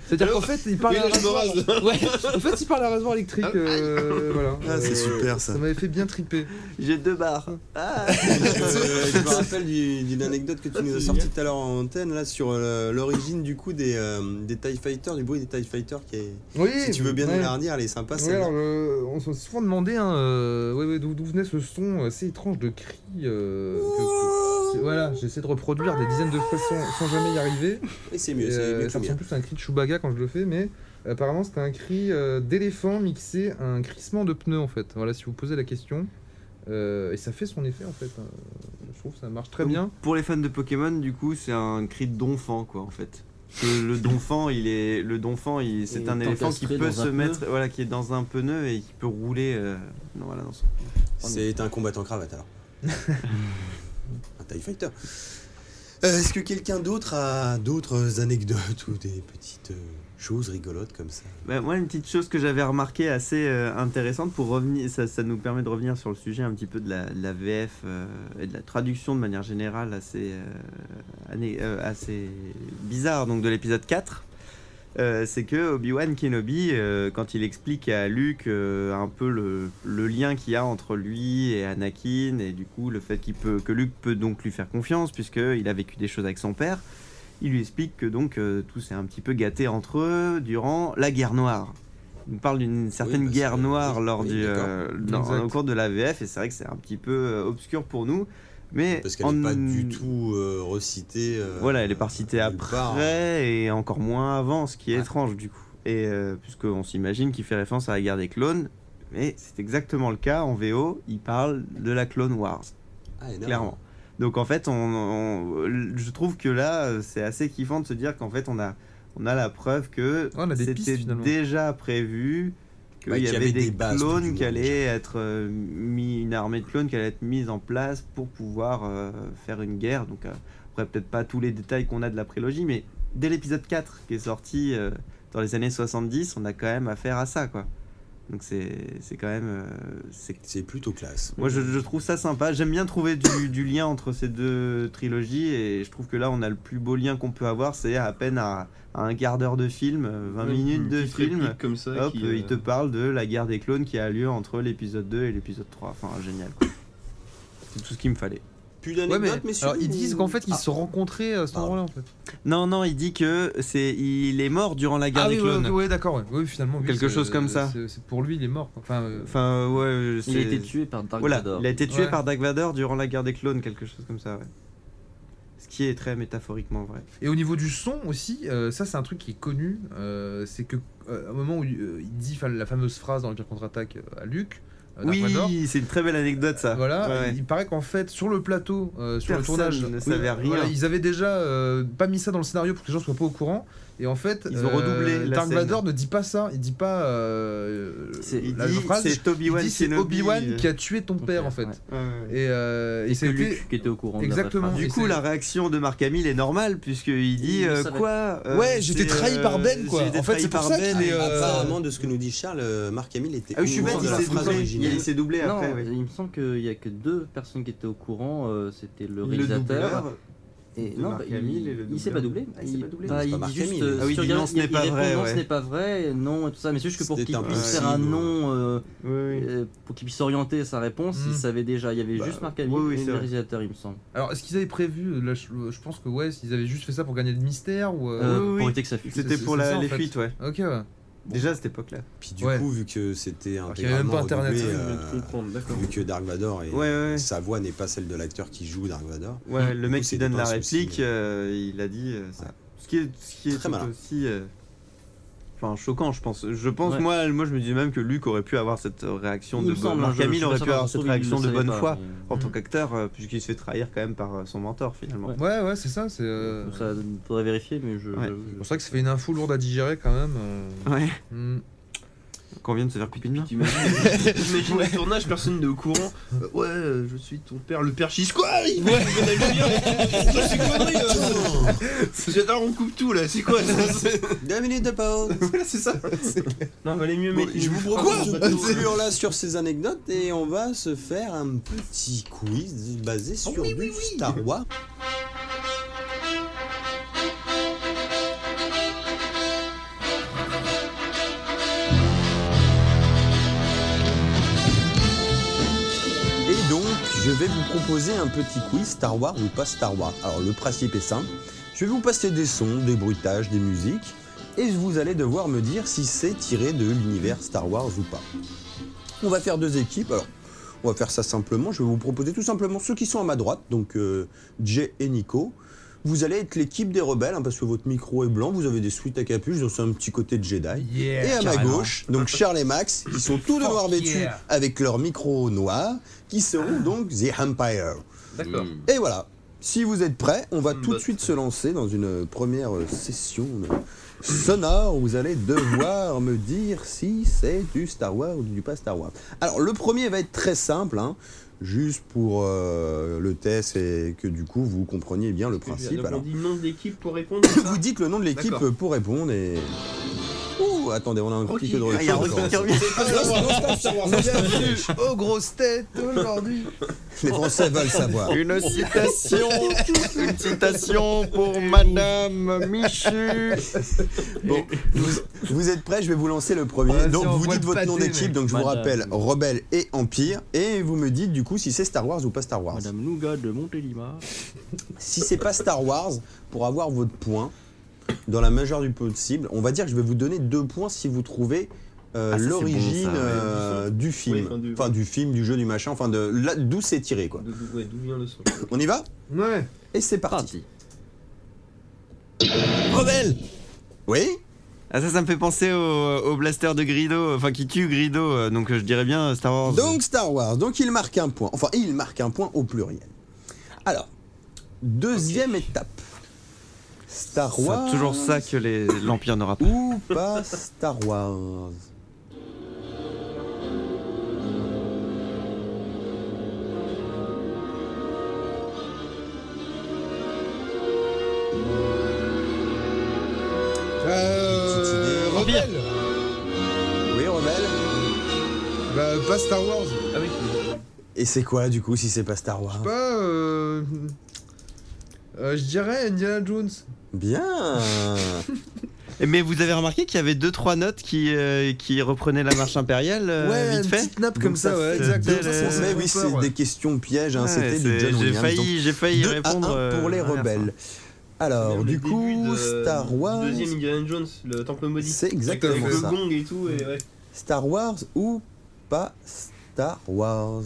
Speaker 4: C'est-à-dire qu'en fait, il parle
Speaker 5: Oui,
Speaker 4: à un
Speaker 5: là, je me
Speaker 4: rasoir. Ouais, en fait, il parle à un rasoir électrique.
Speaker 6: Ah.
Speaker 4: euh, voilà.
Speaker 1: Ah, c'est
Speaker 4: Euh,
Speaker 1: super ça.
Speaker 4: Ça m'avait fait bien triper.
Speaker 3: J'ai deux barres. Ah.
Speaker 6: Euh, [LAUGHS] je me rappelle du- d'une anecdote que tu nous as sortie tout à l'heure en antenne là sur euh, l'origine du coup des, euh, des TIE Fighters, du bruit des TIE Fighters qui est.
Speaker 4: Oui.
Speaker 6: Si tu veux bien
Speaker 4: Eh, ouais.
Speaker 6: nous la redire, elle est sympa
Speaker 4: Ouais,
Speaker 6: celle-là.
Speaker 4: alors, euh, on s'est souvent demandé hein, euh, ouais, ouais, d'où d'où venait ce son assez étrange de cri. euh, que- que- voilà, j'essaie de reproduire des dizaines de fois sans- sans jamais y arriver.
Speaker 6: Et c'est mieux,
Speaker 4: Et,
Speaker 6: c'est
Speaker 4: euh,
Speaker 6: mieux que
Speaker 4: ça
Speaker 6: le mien.
Speaker 4: ressemble plus à un cri de Chewbacca quand je le fais, mais apparemment c'était un cri euh, d'éléphant mixé à un crissement de pneus en fait. Voilà, si vous posez la question. Euh, et ça fait son effet en fait. Euh, je trouve que ça marche très bien.
Speaker 3: Pour les fans de Pokémon, du coup, c'est un cri de donfan, quoi, en fait. Parce que
Speaker 4: [LAUGHS]
Speaker 3: le donfan, il est, le donfan, il-
Speaker 2: Il
Speaker 3: c'est
Speaker 2: est
Speaker 3: un éléphant qui
Speaker 2: encastré
Speaker 3: peut
Speaker 2: dans un
Speaker 3: se
Speaker 2: pneu.
Speaker 3: mettre, voilà, qui est dans un pneu et qui peut rouler, euh, non, voilà, dans son-
Speaker 6: C'est un combattant cravate
Speaker 4: [LAUGHS]
Speaker 6: alors. un TIE Fighter. Euh, Est-ce que quelqu'un d'autre a d'autres anecdotes ou des petites euh, choses rigolotes comme ça
Speaker 3: Bah, moi, une petite chose que j'avais remarqué assez euh, intéressante pour revenir, ça, ça nous permet de revenir sur le sujet un petit peu de la, de la VF euh, et de la traduction de manière générale assez, euh, ané- euh, assez bizarre donc de l'épisode 4. euh, c'est que Obi-Wan Kenobi, euh, quand il explique à Luke euh, un peu le, le lien qu'il y a entre lui et Anakin, et du coup le fait qu'il peut, que Luke peut donc lui faire confiance, puisqu'il a vécu des choses avec son père, il lui explique que donc euh, tout s'est un petit peu gâté entre eux durant la guerre noire. Il nous parle d'une certaine
Speaker 6: parce que-
Speaker 3: guerre noire
Speaker 6: bah, oui,
Speaker 3: lors
Speaker 6: oui,
Speaker 3: du,
Speaker 6: d'accord.
Speaker 3: euh, dans,
Speaker 4: Exact.
Speaker 3: au cours de la VF, et c'est vrai que c'est un petit peu euh, obscur pour nous. Mais
Speaker 6: Parce qu'elle n'est
Speaker 3: en-
Speaker 6: pas du tout euh, recitée. euh,
Speaker 3: voilà, elle est pas citée
Speaker 6: nulle
Speaker 3: après
Speaker 6: part. hein.
Speaker 3: et encore moins avant, ce qui est étrange du coup. Et euh, puisqu'on s'imagine qu'il fait référence à la guerre des clones, mais c'est exactement le cas en VO, il parle de la Clone Wars,
Speaker 6: Ah, énorme.
Speaker 3: clairement. Donc en fait, on, on- je trouve que là, euh, c'est assez kiffant de se dire qu'en fait, on a, on a la preuve que
Speaker 4: Ouais, on a des
Speaker 3: c'était
Speaker 4: pistes, finalement.
Speaker 3: déjà prévu qu'il
Speaker 6: Bah,
Speaker 3: y,
Speaker 6: qu'il y
Speaker 3: avait
Speaker 6: avait
Speaker 3: des,
Speaker 6: des bases, tout du
Speaker 3: clones
Speaker 6: moins,
Speaker 3: qui allaient être euh, mis, une armée de clones qui allait être mise en place pour pouvoir euh, faire une guerre. Donc euh, après, peut-être pas tous les détails qu'on a de la prélogie, mais dès l'épisode 4 qui est sorti euh, dans les années 70, on a quand même affaire à ça, quoi. Donc c'est c'est quand même... euh, c'est-
Speaker 6: C'est plutôt classe.
Speaker 3: moi je, je trouve ça sympa, j'aime bien trouver du, du lien entre ces deux trilogies et je trouve que là on a le plus beau lien qu'on peut avoir, c'est à peine à, à un quart d'heure de film, euh, 20 minutes de film,
Speaker 5: comme ça.
Speaker 3: hop,
Speaker 5: qui,
Speaker 3: euh,
Speaker 5: euh,
Speaker 3: il te parle de la guerre des clones qui a lieu entre l'épisode 2 et l'épisode 3, enfin génial. quoi. C'est tout ce qu'il me fallait.
Speaker 6: Plus
Speaker 4: Ouais, mais,
Speaker 6: d'anecdotes, messieurs
Speaker 4: alors, ils
Speaker 6: ou-
Speaker 4: disent qu'en fait, ils
Speaker 6: Ah,
Speaker 4: se sont rencontrés euh, à cet
Speaker 6: Pardon.
Speaker 4: endroit-là. En fait.
Speaker 3: Non, non, il dit que c'est il est mort durant la guerre
Speaker 4: Ah
Speaker 3: des
Speaker 4: oui, ouais,
Speaker 3: clones.
Speaker 4: ouais, ouais, d'accord. Ouais. Ouais, finalement, oui,
Speaker 3: Quelque
Speaker 4: c'est- euh,
Speaker 3: chose comme ça.
Speaker 4: c'est- c'est- Pour lui, il est mort. quoi. Enfin, euh,
Speaker 3: Enfin, euh, ouais, euh,
Speaker 2: Il a
Speaker 3: c'est-
Speaker 2: été tué par Dark
Speaker 3: Voilà,
Speaker 2: Vador.
Speaker 3: il a été tué
Speaker 4: Ouais.
Speaker 3: par Dark Vador durant la guerre des clones, quelque chose comme ça, ouais. Ce qui est très métaphoriquement vrai.
Speaker 4: Et au niveau du son aussi, euh, ça c'est un truc qui est connu, euh, c'est que euh, au moment où euh, il dit enfin, la fameuse phrase dans le pire contre-attaque euh, à Luke, euh, Dark Vador.
Speaker 3: Oui, c'est une très belle anecdote ça.
Speaker 4: Voilà,
Speaker 3: Ouais, ouais.
Speaker 4: il paraît qu'en fait, sur le plateau, euh, sur le
Speaker 3: Personne
Speaker 4: tournage,
Speaker 3: ne savait rien.
Speaker 4: voilà, ils avaient déjà euh, pas mis ça dans le scénario pour que les gens soient pas au courant. Et en fait, euh,
Speaker 3: Ils ont redoublé la
Speaker 4: Dark
Speaker 3: scène.
Speaker 4: Vador ne dit pas ça, il dit pas. euh,
Speaker 2: C'est-
Speaker 3: Il
Speaker 4: la
Speaker 3: dit,
Speaker 4: phrase,
Speaker 3: c'est
Speaker 4: il
Speaker 3: Obi-Wan
Speaker 4: dit c'est
Speaker 3: Kenobi,
Speaker 4: Obi-Wan
Speaker 3: euh,
Speaker 4: qui a tué ton père en fait.
Speaker 2: ouais.
Speaker 3: ouais, ouais.
Speaker 4: Et, euh, et
Speaker 2: Et c'est
Speaker 4: c'était-
Speaker 2: Luc qui était au courant. de la
Speaker 4: Exactement.
Speaker 2: phrase.
Speaker 4: Et
Speaker 3: Du coup,
Speaker 4: c'est-
Speaker 3: la réaction de Marc Hamill est normale, puisqu'il dit
Speaker 2: Il le
Speaker 3: euh,
Speaker 2: savait.
Speaker 3: Quoi euh,
Speaker 10: Ouais, j'étais
Speaker 3: c'est,
Speaker 10: trahi par Ben, quoi.
Speaker 3: j'ai été
Speaker 10: En fait,
Speaker 3: trahi
Speaker 10: c'est pour
Speaker 3: par
Speaker 10: ça
Speaker 6: Ah,
Speaker 3: Ben
Speaker 10: qu'il est,
Speaker 3: et-
Speaker 10: euh,
Speaker 1: Apparemment, de ce que nous dit Charles, euh, Marc Hamill était.
Speaker 3: Ah oui, je suis
Speaker 1: au
Speaker 3: bête,
Speaker 1: courant de
Speaker 3: il
Speaker 1: la
Speaker 3: s'est
Speaker 1: phrase
Speaker 3: doublé.
Speaker 1: originale.
Speaker 3: Il s'est doublé
Speaker 2: Non,
Speaker 3: après, ouais.
Speaker 2: il me semble qu'il n'y a que deux personnes qui étaient au courant. euh, C'était le
Speaker 3: Le
Speaker 2: réalisateur.
Speaker 3: doubleur.
Speaker 2: et
Speaker 3: de
Speaker 2: non,
Speaker 3: Marc
Speaker 2: bah, il-
Speaker 3: Hamill et le
Speaker 2: il s'est
Speaker 3: doubleur.
Speaker 2: pas doublé.
Speaker 3: Ah, il s'est pas doublé.
Speaker 2: Bah,
Speaker 1: C'est
Speaker 2: il
Speaker 1: pas Marc
Speaker 2: dit juste.
Speaker 1: Hamill.
Speaker 2: euh,
Speaker 3: Ah oui,
Speaker 2: si
Speaker 3: il
Speaker 2: tu
Speaker 3: dit
Speaker 2: regardes-
Speaker 3: non, ce n'est
Speaker 2: il- il
Speaker 3: pas
Speaker 2: répond
Speaker 3: vrai,
Speaker 2: Non,
Speaker 3: ouais.
Speaker 2: ce n'est pas vrai. Non, et tout ça. Mais c'est juste que pour
Speaker 1: C'était
Speaker 2: qu'il
Speaker 1: un
Speaker 2: puisse
Speaker 3: peu
Speaker 2: faire un
Speaker 1: signe,
Speaker 2: nom. euh,
Speaker 3: Oui, oui.
Speaker 2: euh, pour qu'il puisse orienter sa réponse,
Speaker 4: Mm.
Speaker 2: il savait déjà. Il y avait
Speaker 3: Bah,
Speaker 2: juste Marc Hamill
Speaker 3: oui, oui,
Speaker 2: et
Speaker 3: c'est
Speaker 2: le
Speaker 3: vrai.
Speaker 2: réalisateur, il me semble.
Speaker 4: Alors, est-ce qu'ils avaient prévu là, je, je pense que ouais, ils avaient juste fait ça pour gagner le mystère ou.
Speaker 2: Euh,
Speaker 4: euh,
Speaker 3: oui, oui.
Speaker 2: Pour éviter que ça fuite.
Speaker 3: C'était
Speaker 4: c'est-
Speaker 3: pour
Speaker 4: c'est
Speaker 3: la-
Speaker 4: ça, en
Speaker 3: les
Speaker 4: fait.
Speaker 3: fuites, ouais.
Speaker 4: Ok, ouais.
Speaker 3: Déjà à cette époque-là.
Speaker 1: Puis du
Speaker 4: Ouais.
Speaker 1: coup, vu que c'était
Speaker 3: Ah,
Speaker 4: qu'il y avait même
Speaker 1: intégralement
Speaker 4: pas Internet,
Speaker 1: redoublé,
Speaker 4: hein,
Speaker 5: Je viens de
Speaker 1: euh,
Speaker 5: comprendre,
Speaker 1: [LAUGHS]
Speaker 5: d'accord.
Speaker 1: vu que Dark Vador et
Speaker 3: Ouais, ouais.
Speaker 1: sa voix n'est pas celle de l'acteur qui joue Dark Vador.
Speaker 3: Ouais, le
Speaker 1: Du
Speaker 3: mec
Speaker 1: coup,
Speaker 3: qui
Speaker 1: c'était
Speaker 3: donne
Speaker 1: pas
Speaker 3: la
Speaker 1: un souci,
Speaker 3: réplique,
Speaker 1: mais-
Speaker 3: euh, il a dit euh, ça. Ce qui est, ce qui est
Speaker 1: Très
Speaker 3: tout
Speaker 1: malin.
Speaker 3: aussi euh, enfin, choquant, je pense. Je pense,
Speaker 2: Ouais.
Speaker 3: moi, moi, je me dis même que Luc aurait pu avoir cette euh, réaction
Speaker 2: Il
Speaker 3: de
Speaker 2: me
Speaker 3: bonne
Speaker 2: semble, hein,
Speaker 3: Marc
Speaker 2: je- je
Speaker 3: Hamill
Speaker 2: suis
Speaker 3: aurait
Speaker 2: pas
Speaker 3: pu
Speaker 2: sûr,
Speaker 3: avoir cette
Speaker 2: surtout, il le
Speaker 3: réaction de
Speaker 2: savait
Speaker 3: bonne
Speaker 2: pas,
Speaker 3: foi
Speaker 2: mais-
Speaker 3: en tant
Speaker 4: Mhm.
Speaker 3: qu'acteur, euh, puisqu'il se fait trahir quand même par euh, son mentor finalement.
Speaker 2: Ouais.
Speaker 4: Ouais, ouais, c'est ça. C'est euh,
Speaker 2: Donc Ça faudrait vérifier, mais je.
Speaker 3: Ouais.
Speaker 2: je-
Speaker 4: c'est vrai que ça fait une info lourde à digérer quand même. euh.
Speaker 3: [LAUGHS] Ouais.
Speaker 4: Hmm.
Speaker 3: Qu'on vient de se faire couper de main.
Speaker 5: T'imagines t'imagines le tournage, personne n'est
Speaker 1: [LAUGHS]
Speaker 5: au courant. Euh, ouais, euh, je suis ton père, le père Chis. Quoi Il ouais. C'est connerie euh. [LAUGHS] J'adore, on coupe tout là, c'est quoi
Speaker 1: [LAUGHS]
Speaker 5: ça C'est-
Speaker 1: Deux minutes de pause.
Speaker 5: Voilà, c'est ça Non, valait mieux
Speaker 1: Bon,
Speaker 5: mettre
Speaker 1: je
Speaker 5: une-
Speaker 1: vous propose de
Speaker 5: euh,
Speaker 1: conclure là sur ces anecdotes et on va se faire un petit quiz basé sur du Star Wars. Et donc, je vais vous proposer un petit quiz Star Wars ou pas Star Wars. Alors, le principe est simple. Je vais vous passer des sons, des bruitages, des musiques et vous allez devoir me dire si c'est tiré de l'univers Star Wars ou pas. On va faire deux équipes. Alors, on va faire ça simplement. Je vais vous proposer tout simplement ceux qui sont à ma droite, donc euh, Jay et Nico. Vous allez être l'équipe des rebelles, hein, parce que votre micro est blanc, vous avez des suites à capuche, donc c'est un petit côté de Jedi.
Speaker 4: Yeah,
Speaker 1: et à ma
Speaker 4: carrément.
Speaker 1: gauche, donc Charles et Max, qui sont tous de noir
Speaker 4: Fuck
Speaker 1: vêtus
Speaker 4: yeah.
Speaker 1: avec leur micro noir, qui seront donc The Empire.
Speaker 4: D'accord.
Speaker 1: Et voilà. Si vous êtes prêts, on va
Speaker 5: Mm,
Speaker 1: tout de
Speaker 5: bah,
Speaker 1: suite se lancer dans une première euh, session euh, sonore où vous allez devoir me dire si c'est du Star Wars ou du pas Star Wars. Alors le premier va être très simple, hein, juste pour euh, le test et que du coup vous compreniez bien le principe.
Speaker 5: Donc, On
Speaker 1: Alors,
Speaker 5: dit nom d'équipe pour répondre. c'est ça
Speaker 1: vous dites le nom de l'équipe
Speaker 5: D'accord.
Speaker 1: pour répondre et... Ouh, attendez, on a un
Speaker 5: Rocky.
Speaker 1: petit peu de Ah,
Speaker 5: Ah,
Speaker 1: retard.
Speaker 5: il y a
Speaker 3: Rocky qui revient.
Speaker 4: Bienvenue aux grosses têtes aujourd'hui.
Speaker 1: Les Français veulent savoir.
Speaker 3: Une citation, une citation pour Madame Michu.
Speaker 1: Bon, vous, vous êtes prêts, je vais vous lancer le premier.
Speaker 4: Vas-y,
Speaker 1: donc
Speaker 4: on
Speaker 1: vous
Speaker 4: voit
Speaker 1: dites
Speaker 4: le
Speaker 1: votre nom
Speaker 4: pâté,
Speaker 1: d'équipe,
Speaker 4: mec.
Speaker 1: donc je vous
Speaker 2: Madame.
Speaker 1: rappelle Rebelle et Empire, et vous me dites du coup si c'est Star Wars ou pas Star Wars.
Speaker 2: Madame Nougat de Montélimar.
Speaker 1: Si c'est pas Star Wars, pour avoir votre point, dans la majeure du possible, on va dire que je vais vous donner deux points si vous trouvez euh,
Speaker 3: Ah, ça, c'est bon,
Speaker 1: l'origine
Speaker 3: ça, ouais.
Speaker 1: euh, du film.
Speaker 5: Oui, enfin, du-
Speaker 1: enfin du film, du jeu, du machin, enfin de là, d'où c'est tiré quoi.
Speaker 5: D'où ouais, d'où vient le son
Speaker 1: On y va
Speaker 4: Ouais.
Speaker 1: Et c'est parti.
Speaker 2: Parti.
Speaker 1: Rebelle Oui
Speaker 3: Ah ça, ça me fait penser au, au blaster de Grido, enfin qui tue Grido, euh, donc euh, je dirais bien euh, Star Wars.
Speaker 1: Donc Star Wars, donc il marque un point. Enfin, il marque un point au pluriel. Alors, deuxième étape. Star
Speaker 3: c'est
Speaker 1: Wars.
Speaker 3: toujours ça que les- l'Empire n'aura pas.
Speaker 1: Ou pas Star Wars.
Speaker 4: Euh,
Speaker 1: Petite idée.
Speaker 4: rebelle.
Speaker 1: Oui, Rebelle
Speaker 4: Bah pas Star Wars.
Speaker 5: Ah oui,
Speaker 1: Et c'est quoi du coup si c'est pas Star Wars
Speaker 4: Pas. Euh... euh, je dirais Indiana Jones.
Speaker 1: Bien
Speaker 3: Et Mais vous avez remarqué qu'il y avait deux trois notes qui euh, qui reprenaient la marche impériale euh, vite fait.
Speaker 4: nappe
Speaker 1: Donc
Speaker 4: comme ça,
Speaker 1: ça
Speaker 4: ouais,
Speaker 1: fait
Speaker 4: exact.
Speaker 3: deux
Speaker 4: Ça, ça, ça,
Speaker 1: Mais
Speaker 4: ça
Speaker 1: oui,
Speaker 4: fait
Speaker 1: c'est
Speaker 4: peur, ouais.
Speaker 1: des questions pièges, hein,
Speaker 3: Ouais,
Speaker 1: c'était du
Speaker 3: c'est-
Speaker 1: John
Speaker 3: J'ai
Speaker 1: Williams. donc
Speaker 3: failli, j'ai failli
Speaker 1: 2 à
Speaker 3: répondre.
Speaker 1: 1 pour
Speaker 3: euh,
Speaker 1: les
Speaker 3: à la fin.
Speaker 1: rebelles. Alors,
Speaker 5: Même
Speaker 1: du
Speaker 5: le
Speaker 1: coup,
Speaker 5: début de-
Speaker 1: Star
Speaker 5: du
Speaker 1: Wars.
Speaker 5: Deuxième Indiana Jones, le temple maudit.
Speaker 1: C'est
Speaker 5: Avec
Speaker 1: exactement
Speaker 5: le
Speaker 1: ça.
Speaker 5: gong et tout, et ouais.
Speaker 1: Star Wars ou pas Star Wars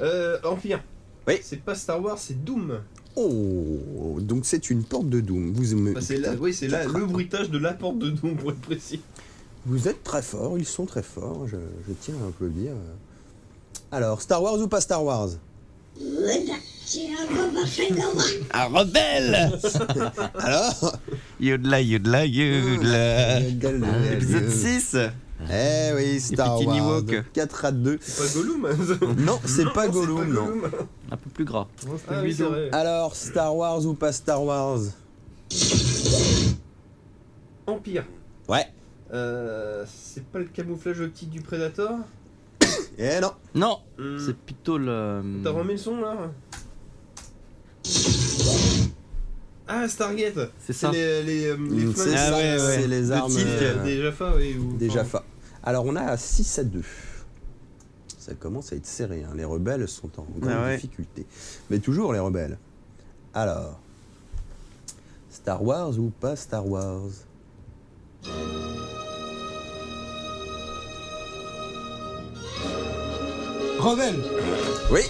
Speaker 5: Euh, Empire.
Speaker 1: Oui.
Speaker 5: C'est pas Star Wars, c'est Doom.
Speaker 1: Oh, donc c'est une porte de Doom. Vous me-
Speaker 5: Bah, c'est là, oui, c'est là le bruitage de la porte de Doom pour être précis.
Speaker 1: Vous êtes très forts, ils sont très forts, je, je tiens à applaudir. Alors, Star Wars ou pas Star Wars
Speaker 3: Un rebelle
Speaker 1: Alors
Speaker 3: [LAUGHS] Yodla, yodla, yodla. [LAUGHS] Épisode
Speaker 1: Épisode
Speaker 3: 6
Speaker 1: Eh oui, Star
Speaker 3: Pikini
Speaker 1: Wars.
Speaker 3: Walk.
Speaker 1: 4 à 2.
Speaker 5: C'est pas Gollum hein.
Speaker 1: Non, c'est pas Gollum, non.
Speaker 2: Un peu plus gras.
Speaker 4: Non, c'était
Speaker 5: Ah oui, c'est
Speaker 4: Guido.
Speaker 5: vrai.
Speaker 1: Alors, Star Wars ou pas Star Wars
Speaker 5: Empire.
Speaker 1: Ouais.
Speaker 5: Euh, c'est pas le camouflage optique du Predator
Speaker 1: Eh non.
Speaker 2: Non,
Speaker 5: Hmm.
Speaker 2: c'est plutôt le.
Speaker 5: T'as remis le son là Ah, Stargate
Speaker 2: C'est
Speaker 5: C'est
Speaker 2: ça.
Speaker 5: les, les, euh, les
Speaker 1: Mm,
Speaker 5: flingues.
Speaker 1: C'est
Speaker 3: Ah
Speaker 1: ça,
Speaker 3: ouais, ouais.
Speaker 1: c'est les
Speaker 5: Le
Speaker 1: armes.
Speaker 5: tilt
Speaker 1: euh,
Speaker 5: des Jaffa, oui. Ou...
Speaker 1: des
Speaker 5: enfin,
Speaker 1: Jaffa. Alors, on a 6 à 2. Ça commence à être serré. hein. Les rebelles sont en grande
Speaker 3: Ah ouais.
Speaker 1: difficulté. Mais toujours les rebelles. Alors, Star Wars ou pas Star Wars
Speaker 11: Rebelle
Speaker 1: Oui,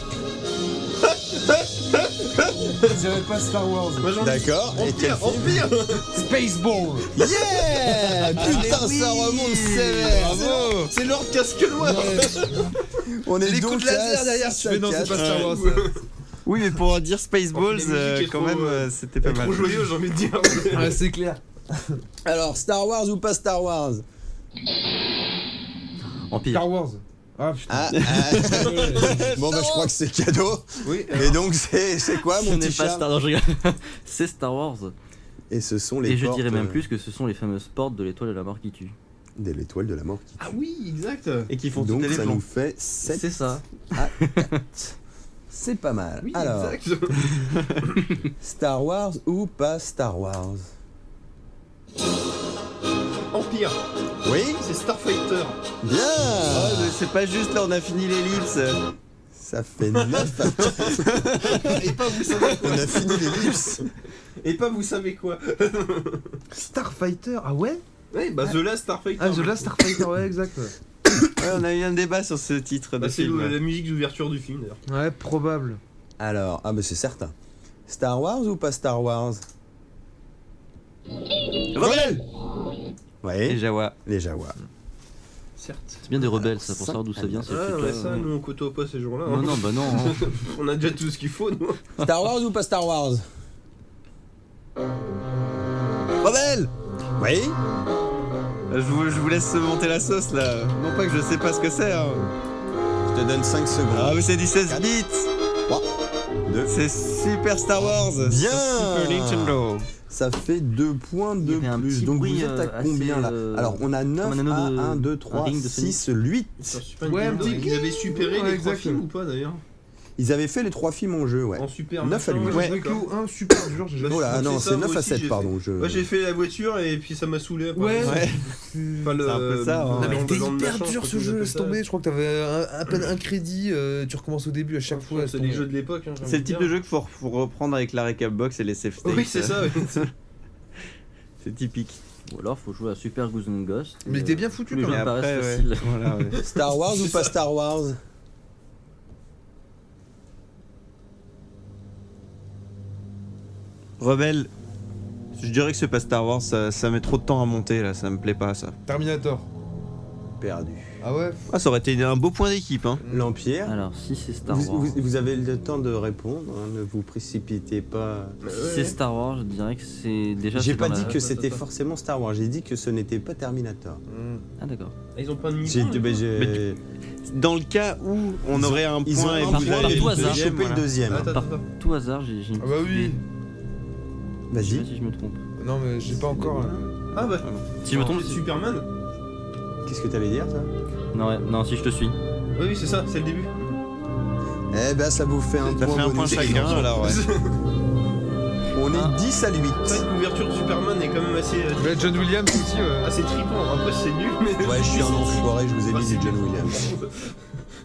Speaker 11: Je dirais pas Star Wars.
Speaker 5: Moi j'en dis
Speaker 1: d'accord. Et quel
Speaker 5: Empire,
Speaker 1: film
Speaker 5: Empire
Speaker 11: Spaceball
Speaker 1: Yeah
Speaker 3: Ah
Speaker 1: Putain, ça remonte sévère
Speaker 5: Bravo C'est Lord casque noir
Speaker 1: On est
Speaker 4: Les
Speaker 1: donc
Speaker 4: coups de laser
Speaker 1: à
Speaker 4: derrière, tu fais non, c'est
Speaker 1: 4.
Speaker 4: pas Star Wars.
Speaker 3: Oui, mais pour dire Spaceballs,
Speaker 5: Enfin, la musique
Speaker 3: euh,
Speaker 5: est
Speaker 3: quand
Speaker 5: trop,
Speaker 3: même,
Speaker 5: euh,
Speaker 3: euh, c'était pas mal.
Speaker 5: Trop joyeux, j'ai envie de dire.
Speaker 4: [LAUGHS] Ouais, c'est clair.
Speaker 1: Alors, Star Wars ou pas Star Wars
Speaker 2: Empire.
Speaker 4: Star Wars. Ah putain.
Speaker 1: Ah, ah, Bon, bah, je crois que c'est cadeau.
Speaker 4: Oui.
Speaker 1: Et donc, c'est c'est quoi,
Speaker 2: [LAUGHS] Ce
Speaker 1: mon
Speaker 2: n'est
Speaker 1: petit
Speaker 2: pas
Speaker 1: chat
Speaker 2: Star Wars. je rigole. [LAUGHS] c'est Star Wars.
Speaker 1: Et ce sont les
Speaker 2: Et je
Speaker 1: portes,
Speaker 2: dirais même
Speaker 1: euh,
Speaker 2: plus que ce sont les fameuses portes de l'étoile de la mort qui tue.
Speaker 1: de l'étoile de la mort.
Speaker 5: Ah oui, exact
Speaker 3: Et qui font
Speaker 1: Donc,
Speaker 3: sauter les
Speaker 1: ça
Speaker 3: plombs.
Speaker 1: nous fait 7
Speaker 2: C'est ça.
Speaker 1: C'est pas mal.
Speaker 5: Oui,
Speaker 1: Alors,
Speaker 5: exact
Speaker 1: Star Wars ou pas Star Wars
Speaker 5: Empire,
Speaker 1: Oui,
Speaker 5: c'est Starfighter
Speaker 1: bien
Speaker 3: Ah, mais c'est pas juste là, on a fini l'ellipse.
Speaker 1: Ça fait 9 à
Speaker 5: Et pas vous savez quoi
Speaker 1: On a fini l'ellipse.
Speaker 5: Et pas vous savez quoi
Speaker 4: Starfighter, ah ouais
Speaker 5: Ouais, bah The Last Starfighter
Speaker 4: Ah, The Last Starfighter, ouais, exact.
Speaker 3: Ouais, on a eu un débat sur ce titre de
Speaker 5: Bah, c'est
Speaker 3: film.
Speaker 5: le- la musique d'ouverture du film d'ailleurs.
Speaker 4: Ouais, probable.
Speaker 1: Alors, ah, bah, c'est certain. Star Wars ou pas Star Wars
Speaker 3: Rebelle Et
Speaker 1: Oui,
Speaker 3: Jawa.
Speaker 1: les Jawa.
Speaker 5: Certes.
Speaker 2: C'est bien des rebelles, ça, pour
Speaker 1: Alors,
Speaker 2: savoir d'où ça vient. ce
Speaker 5: Ah ouais,
Speaker 2: truc-là.
Speaker 5: ça, nous on côtoie pas ces jours-là.
Speaker 2: Non,
Speaker 5: hein.
Speaker 2: non, bah non. hein.
Speaker 5: On a déjà tout ce qu'il faut, nous.
Speaker 1: Star Wars ou pas Star Wars
Speaker 3: Rebelle
Speaker 1: Oui
Speaker 3: je vous, je vous laisse monter la sauce là. Non pas que je sais pas ce que c'est. hein.
Speaker 1: Je te donne 5
Speaker 3: Ah
Speaker 1: secondes.
Speaker 3: oui, c'est du 16
Speaker 1: Quatre.
Speaker 3: bits
Speaker 1: Trois. Deux.
Speaker 3: C'est Super Star Wars sur
Speaker 1: Bien.
Speaker 3: Super Nintendo
Speaker 1: Ça fait 2 points de
Speaker 2: Il y avait un
Speaker 1: plus.
Speaker 2: petit
Speaker 1: Donc vous
Speaker 2: bruit,
Speaker 1: êtes à
Speaker 2: euh,
Speaker 1: combien
Speaker 2: assez,
Speaker 1: là
Speaker 2: euh,
Speaker 1: Alors on a 9
Speaker 2: anneau
Speaker 1: à
Speaker 2: de-
Speaker 1: 1, 2,
Speaker 2: un
Speaker 1: 3,
Speaker 2: ring de
Speaker 1: 6, 8.
Speaker 5: Sur Super
Speaker 4: Ouais, un
Speaker 5: Nintendo,
Speaker 4: petit-
Speaker 5: Ils avaient supéré
Speaker 4: Ouais,
Speaker 5: les trois
Speaker 4: exact.
Speaker 5: films ou pas d'ailleurs
Speaker 1: Ils avaient fait les 3 films en jeu, ouais.
Speaker 2: Oh,
Speaker 5: En super.
Speaker 1: Neuf à
Speaker 5: machin,
Speaker 1: lui.
Speaker 5: ouais,
Speaker 4: Ouais.
Speaker 5: j'ai
Speaker 4: Reclos
Speaker 5: d'accord.
Speaker 4: 1, super dur, j'ai jamais
Speaker 1: Oh là,
Speaker 5: c'est
Speaker 1: non,
Speaker 5: ça,
Speaker 1: c'est
Speaker 5: moi
Speaker 1: 9 à
Speaker 5: aussi,
Speaker 1: 7,
Speaker 5: j'ai
Speaker 1: pardon. Je...
Speaker 5: Moi j'ai fait la voiture et puis ça m'a saoulé. après.
Speaker 4: Ouais. Ah,
Speaker 3: Ouais,
Speaker 5: Enfin, le-
Speaker 3: C'est un peu ça, hein.
Speaker 5: le-
Speaker 4: Mais
Speaker 5: le-
Speaker 4: C'était
Speaker 5: le- le-
Speaker 4: hyper
Speaker 5: machin,
Speaker 4: dur
Speaker 5: je
Speaker 4: ce
Speaker 5: crois qu'ils
Speaker 4: jeu,
Speaker 5: appellent
Speaker 4: laisse
Speaker 5: ça.
Speaker 4: tomber. Je crois que t'avais un- à peine un crédit, euh, tu recommences au début à chaque fois. laisse
Speaker 5: Ah, C'est les
Speaker 4: tomber.
Speaker 5: jeux de l'époque. hein, j'ai
Speaker 3: c'est le
Speaker 5: envie
Speaker 3: type de
Speaker 5: dire.
Speaker 3: jeu qu'il faut, faut reprendre avec la récap box et les safe states.
Speaker 5: Oui, c'est ça. ouais.
Speaker 3: [LAUGHS] C'est typique.
Speaker 2: Ou alors, faut jouer à Super Goose and Ghost.
Speaker 4: Mais
Speaker 2: Et,
Speaker 4: t'es bien
Speaker 2: euh, tous
Speaker 4: foutu
Speaker 2: les
Speaker 4: quand
Speaker 2: jeux
Speaker 3: Et
Speaker 4: même.
Speaker 2: me
Speaker 3: après,
Speaker 2: paraissent
Speaker 3: ouais.
Speaker 2: faciles.
Speaker 3: Voilà, ouais.
Speaker 1: Star Wars ou
Speaker 5: C'est
Speaker 1: pas
Speaker 5: ça.
Speaker 1: Star Wars
Speaker 3: Rebelle, je dirais que c'est pas Star Wars, ça, ça met trop de temps à monter là, ça me plaît pas ça.
Speaker 4: Terminator.
Speaker 1: Perdu.
Speaker 4: Ah ouais
Speaker 3: Ah, ça aurait été un beau point d'équipe hein.
Speaker 1: L'Empire
Speaker 2: Alors, si c'est Ah, Star
Speaker 1: vous,
Speaker 2: Wars.
Speaker 1: vous- vous avez le temps de répondre, hein, ne vous précipitez pas.
Speaker 5: Bah,
Speaker 2: Si c'est Star Wars, je dirais que c'est déjà.
Speaker 1: J'ai
Speaker 2: c'est
Speaker 1: pas
Speaker 2: dans
Speaker 1: dit
Speaker 2: la-
Speaker 1: que
Speaker 5: attends,
Speaker 1: c'était
Speaker 5: attends.
Speaker 1: forcément Star Wars, j'ai dit que ce n'était pas Terminator.
Speaker 2: Ah, d'accord.
Speaker 5: Ah, Ils ont pas de
Speaker 1: J'ai-
Speaker 5: mission.
Speaker 1: ben, j'ai-
Speaker 3: Mais Dans le cas où on
Speaker 1: Ils
Speaker 3: aurait un
Speaker 1: Ils ont
Speaker 3: point et
Speaker 1: un
Speaker 2: par-
Speaker 3: puis
Speaker 1: point,
Speaker 2: par
Speaker 1: mais
Speaker 3: le
Speaker 2: tout
Speaker 1: vous
Speaker 2: hasard.
Speaker 1: devez
Speaker 3: deuxième,
Speaker 1: choper
Speaker 3: voilà.
Speaker 1: le deuxième.
Speaker 5: Attends, attends, attends.
Speaker 2: Tout hasard, j'ai j'ai une
Speaker 4: Ah bah
Speaker 2: petite
Speaker 4: oui
Speaker 2: idée. Je sais pas
Speaker 1: Vas-y,
Speaker 2: si je me trompe.
Speaker 4: Non, mais j'ai pas encore. hein.
Speaker 5: Ah bah.
Speaker 2: Si je me trompe,
Speaker 5: c'est Superman
Speaker 1: qu'est-ce que t'allais dire ça
Speaker 2: c'est- Non, ouais, non, si je te suis.
Speaker 5: Oui, oui, c'est ça, c'est le début.
Speaker 1: Eh ben ça vous fait un
Speaker 3: Ça
Speaker 1: point
Speaker 3: fait un point
Speaker 1: bonus.
Speaker 3: chacun alors ouais.
Speaker 1: [LAUGHS] On
Speaker 2: Ah.
Speaker 1: est 10 à 8.
Speaker 5: C'est vrai que l'ouverture de Superman est quand même assez, euh,
Speaker 4: Mais John Williams aussi, ouais.
Speaker 5: assez tripant. Après, c'est nul, mais. [LAUGHS]
Speaker 1: Ouais, je suis un enfoiré, je vous ai mis du John Williams.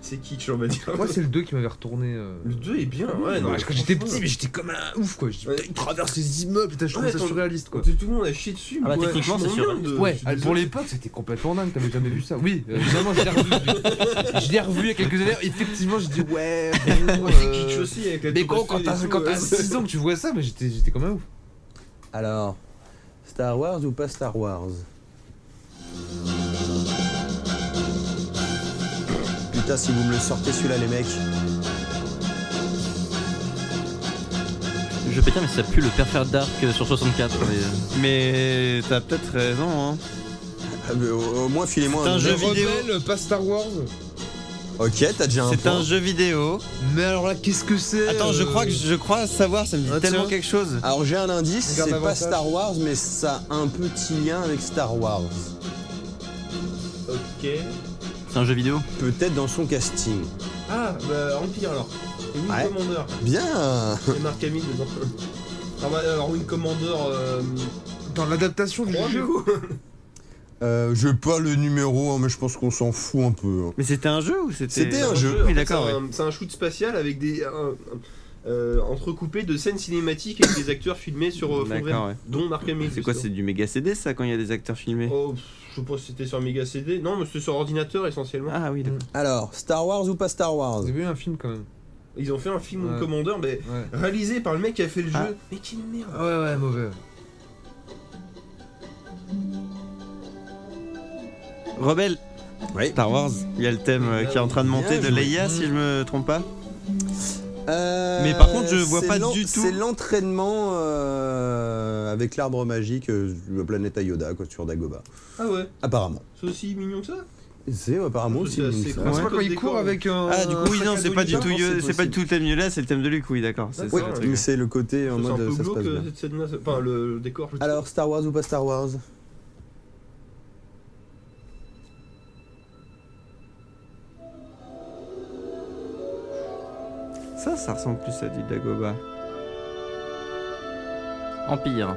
Speaker 5: C'est kitsch, on va dire.
Speaker 4: Moi, c'est le 2 qui m'avait retourné. euh.
Speaker 5: Le 2 est bien, hein. ouais. non,
Speaker 4: Ouais, quand j'étais petit,
Speaker 5: franchement,
Speaker 4: mais j'étais comme un ouf quoi. Je dis,
Speaker 5: Ouais.
Speaker 4: putain, il traverse les immeubles, putain, je trouve
Speaker 5: Ouais,
Speaker 4: ça
Speaker 5: attends.
Speaker 4: surréaliste quoi.
Speaker 5: Tout le monde a chié dessus.
Speaker 2: Ah bah, techniquement, c'est
Speaker 5: hein.
Speaker 2: sûr.
Speaker 4: Ouais, ah, pour l'époque, c'était complètement dingue, t'avais jamais vu ça. Oui, euh, vraiment, je l'ai revu. je l'ai revu il y a quelques années, effectivement, je dis ouais, bon,
Speaker 5: C'est
Speaker 4: euh,
Speaker 5: kitsch aussi avec la
Speaker 4: Mais
Speaker 5: tour
Speaker 4: gros, quand
Speaker 5: Eiffel et
Speaker 4: t'as
Speaker 5: tout, euh.
Speaker 4: quand
Speaker 5: ouais.
Speaker 4: t'as 6 ans que tu vois ça, mais j'étais j'étais quand même ouf.
Speaker 1: Alors, Star Wars ou pas Star Wars putain, si vous me le sortez celui-là, les mecs.
Speaker 2: Je pétain, mais ça pue le Perfect Dark euh, sur 64. mais, euh,
Speaker 3: Mais t'as peut-être raison, hein.
Speaker 1: Ah, mais au, au moins, filez-moi
Speaker 3: C'est un
Speaker 1: un.
Speaker 3: jeu
Speaker 1: jeu.
Speaker 4: Le
Speaker 3: vidéo.
Speaker 4: Rebelle, pas Star Wars.
Speaker 1: Ok, t'as déjà un.
Speaker 3: C'est
Speaker 1: point.
Speaker 3: un jeu vidéo.
Speaker 4: Mais alors là, qu'est-ce que c'est
Speaker 3: Attends, je
Speaker 4: euh,
Speaker 3: crois que je crois savoir, ça me dit
Speaker 4: Ah,
Speaker 3: tellement
Speaker 4: tiens.
Speaker 3: quelque chose.
Speaker 1: Alors j'ai un indice,
Speaker 4: Regarde
Speaker 1: c'est pas
Speaker 4: l'avantage.
Speaker 1: Star Wars, mais ça a un petit lien avec Star Wars.
Speaker 5: Ok.
Speaker 2: C'est un jeu vidéo
Speaker 1: Peut-être dans son casting.
Speaker 5: Ah, bah, Empire alors. Et Wing
Speaker 1: Ouais.
Speaker 5: Commander.
Speaker 1: Bien
Speaker 5: Et Marc Hamill dedans. Ah bah, alors Wing Commander. Euh,
Speaker 4: Dans l'adaptation du
Speaker 5: trois, du
Speaker 4: jeu.
Speaker 5: coup.
Speaker 1: euh, J'ai pas le numéro, hein, mais je pense qu'on s'en fout un peu. hein.
Speaker 3: Mais c'était un jeu ou c'était
Speaker 1: C'était un jeu.
Speaker 5: en
Speaker 3: Oui,
Speaker 5: fait,
Speaker 3: d'accord,
Speaker 5: c'est
Speaker 3: ouais.
Speaker 5: un- C'est un shoot spatial avec des. un- euh, entrecoupé de scènes cinématiques avec des acteurs filmés sur euh, fond
Speaker 3: D'accord,
Speaker 5: vert,
Speaker 3: ouais.
Speaker 5: dont Marc Hamill.
Speaker 3: C'est quoi, c'est
Speaker 5: justement.
Speaker 3: du méga CD ça quand il y a des acteurs filmés
Speaker 5: Oh, pff, je pense que c'était sur Mega CD. Non, mais c'était sur ordinateur essentiellement.
Speaker 3: Ah oui, d'accord.
Speaker 1: Alors, Star Wars ou pas Star Wars
Speaker 4: Vous avez vu un film quand même.
Speaker 5: Ils ont fait un film
Speaker 4: Ouais.
Speaker 5: Wing Commander, mais
Speaker 4: Ouais.
Speaker 5: réalisé par le mec qui a fait le
Speaker 3: Ah.
Speaker 5: jeu. Mais quelle merde
Speaker 4: Ah ouais, ouais, mauvais.
Speaker 3: Rebelle
Speaker 1: Oui.
Speaker 3: Star Wars, il y a le thème euh, qui est en train de
Speaker 1: Bien
Speaker 3: monter de
Speaker 1: joué.
Speaker 3: Leia si je me trompe pas.
Speaker 1: Euh,
Speaker 3: Mais par contre, je vois
Speaker 1: c'est
Speaker 3: pas
Speaker 1: l'en-
Speaker 3: du tout.
Speaker 1: C'est l'entraînement euh, avec l'arbre magique, euh, le planète à Yoda, quoi, sur Dagoba.
Speaker 5: Ah ouais,
Speaker 1: Apparemment.
Speaker 5: c'est aussi mignon que ça
Speaker 1: C'est apparemment aussi.
Speaker 5: C'est
Speaker 1: une-
Speaker 5: assez
Speaker 1: ça.
Speaker 5: con.
Speaker 4: Ah, C'est pas
Speaker 5: Ouais.
Speaker 4: quand il court avec un.
Speaker 3: Ah du coup oui
Speaker 4: un
Speaker 3: non
Speaker 4: sac à
Speaker 3: c'est
Speaker 4: dos
Speaker 3: pas du
Speaker 4: Yoda.
Speaker 3: tout
Speaker 5: Yoda,
Speaker 3: Yo-
Speaker 5: c'est
Speaker 3: c'est pas du tout le thème de là c'est le thème de Luke oui d'accord c'est
Speaker 1: Oui,
Speaker 5: D'accord.
Speaker 3: ça, le
Speaker 5: Ouais.
Speaker 3: truc.
Speaker 1: mais c'est le côté en
Speaker 5: C'est un
Speaker 1: mode
Speaker 5: peu
Speaker 1: ça se
Speaker 5: glauque euh,
Speaker 1: passe bien.
Speaker 3: euh.
Speaker 5: cette scène-là, c'est- enfin le, le décor. je trouve.
Speaker 1: Alors, Star Wars ou pas Star Wars
Speaker 3: ça ça ressemble plus à du Dagoba.
Speaker 2: Empire.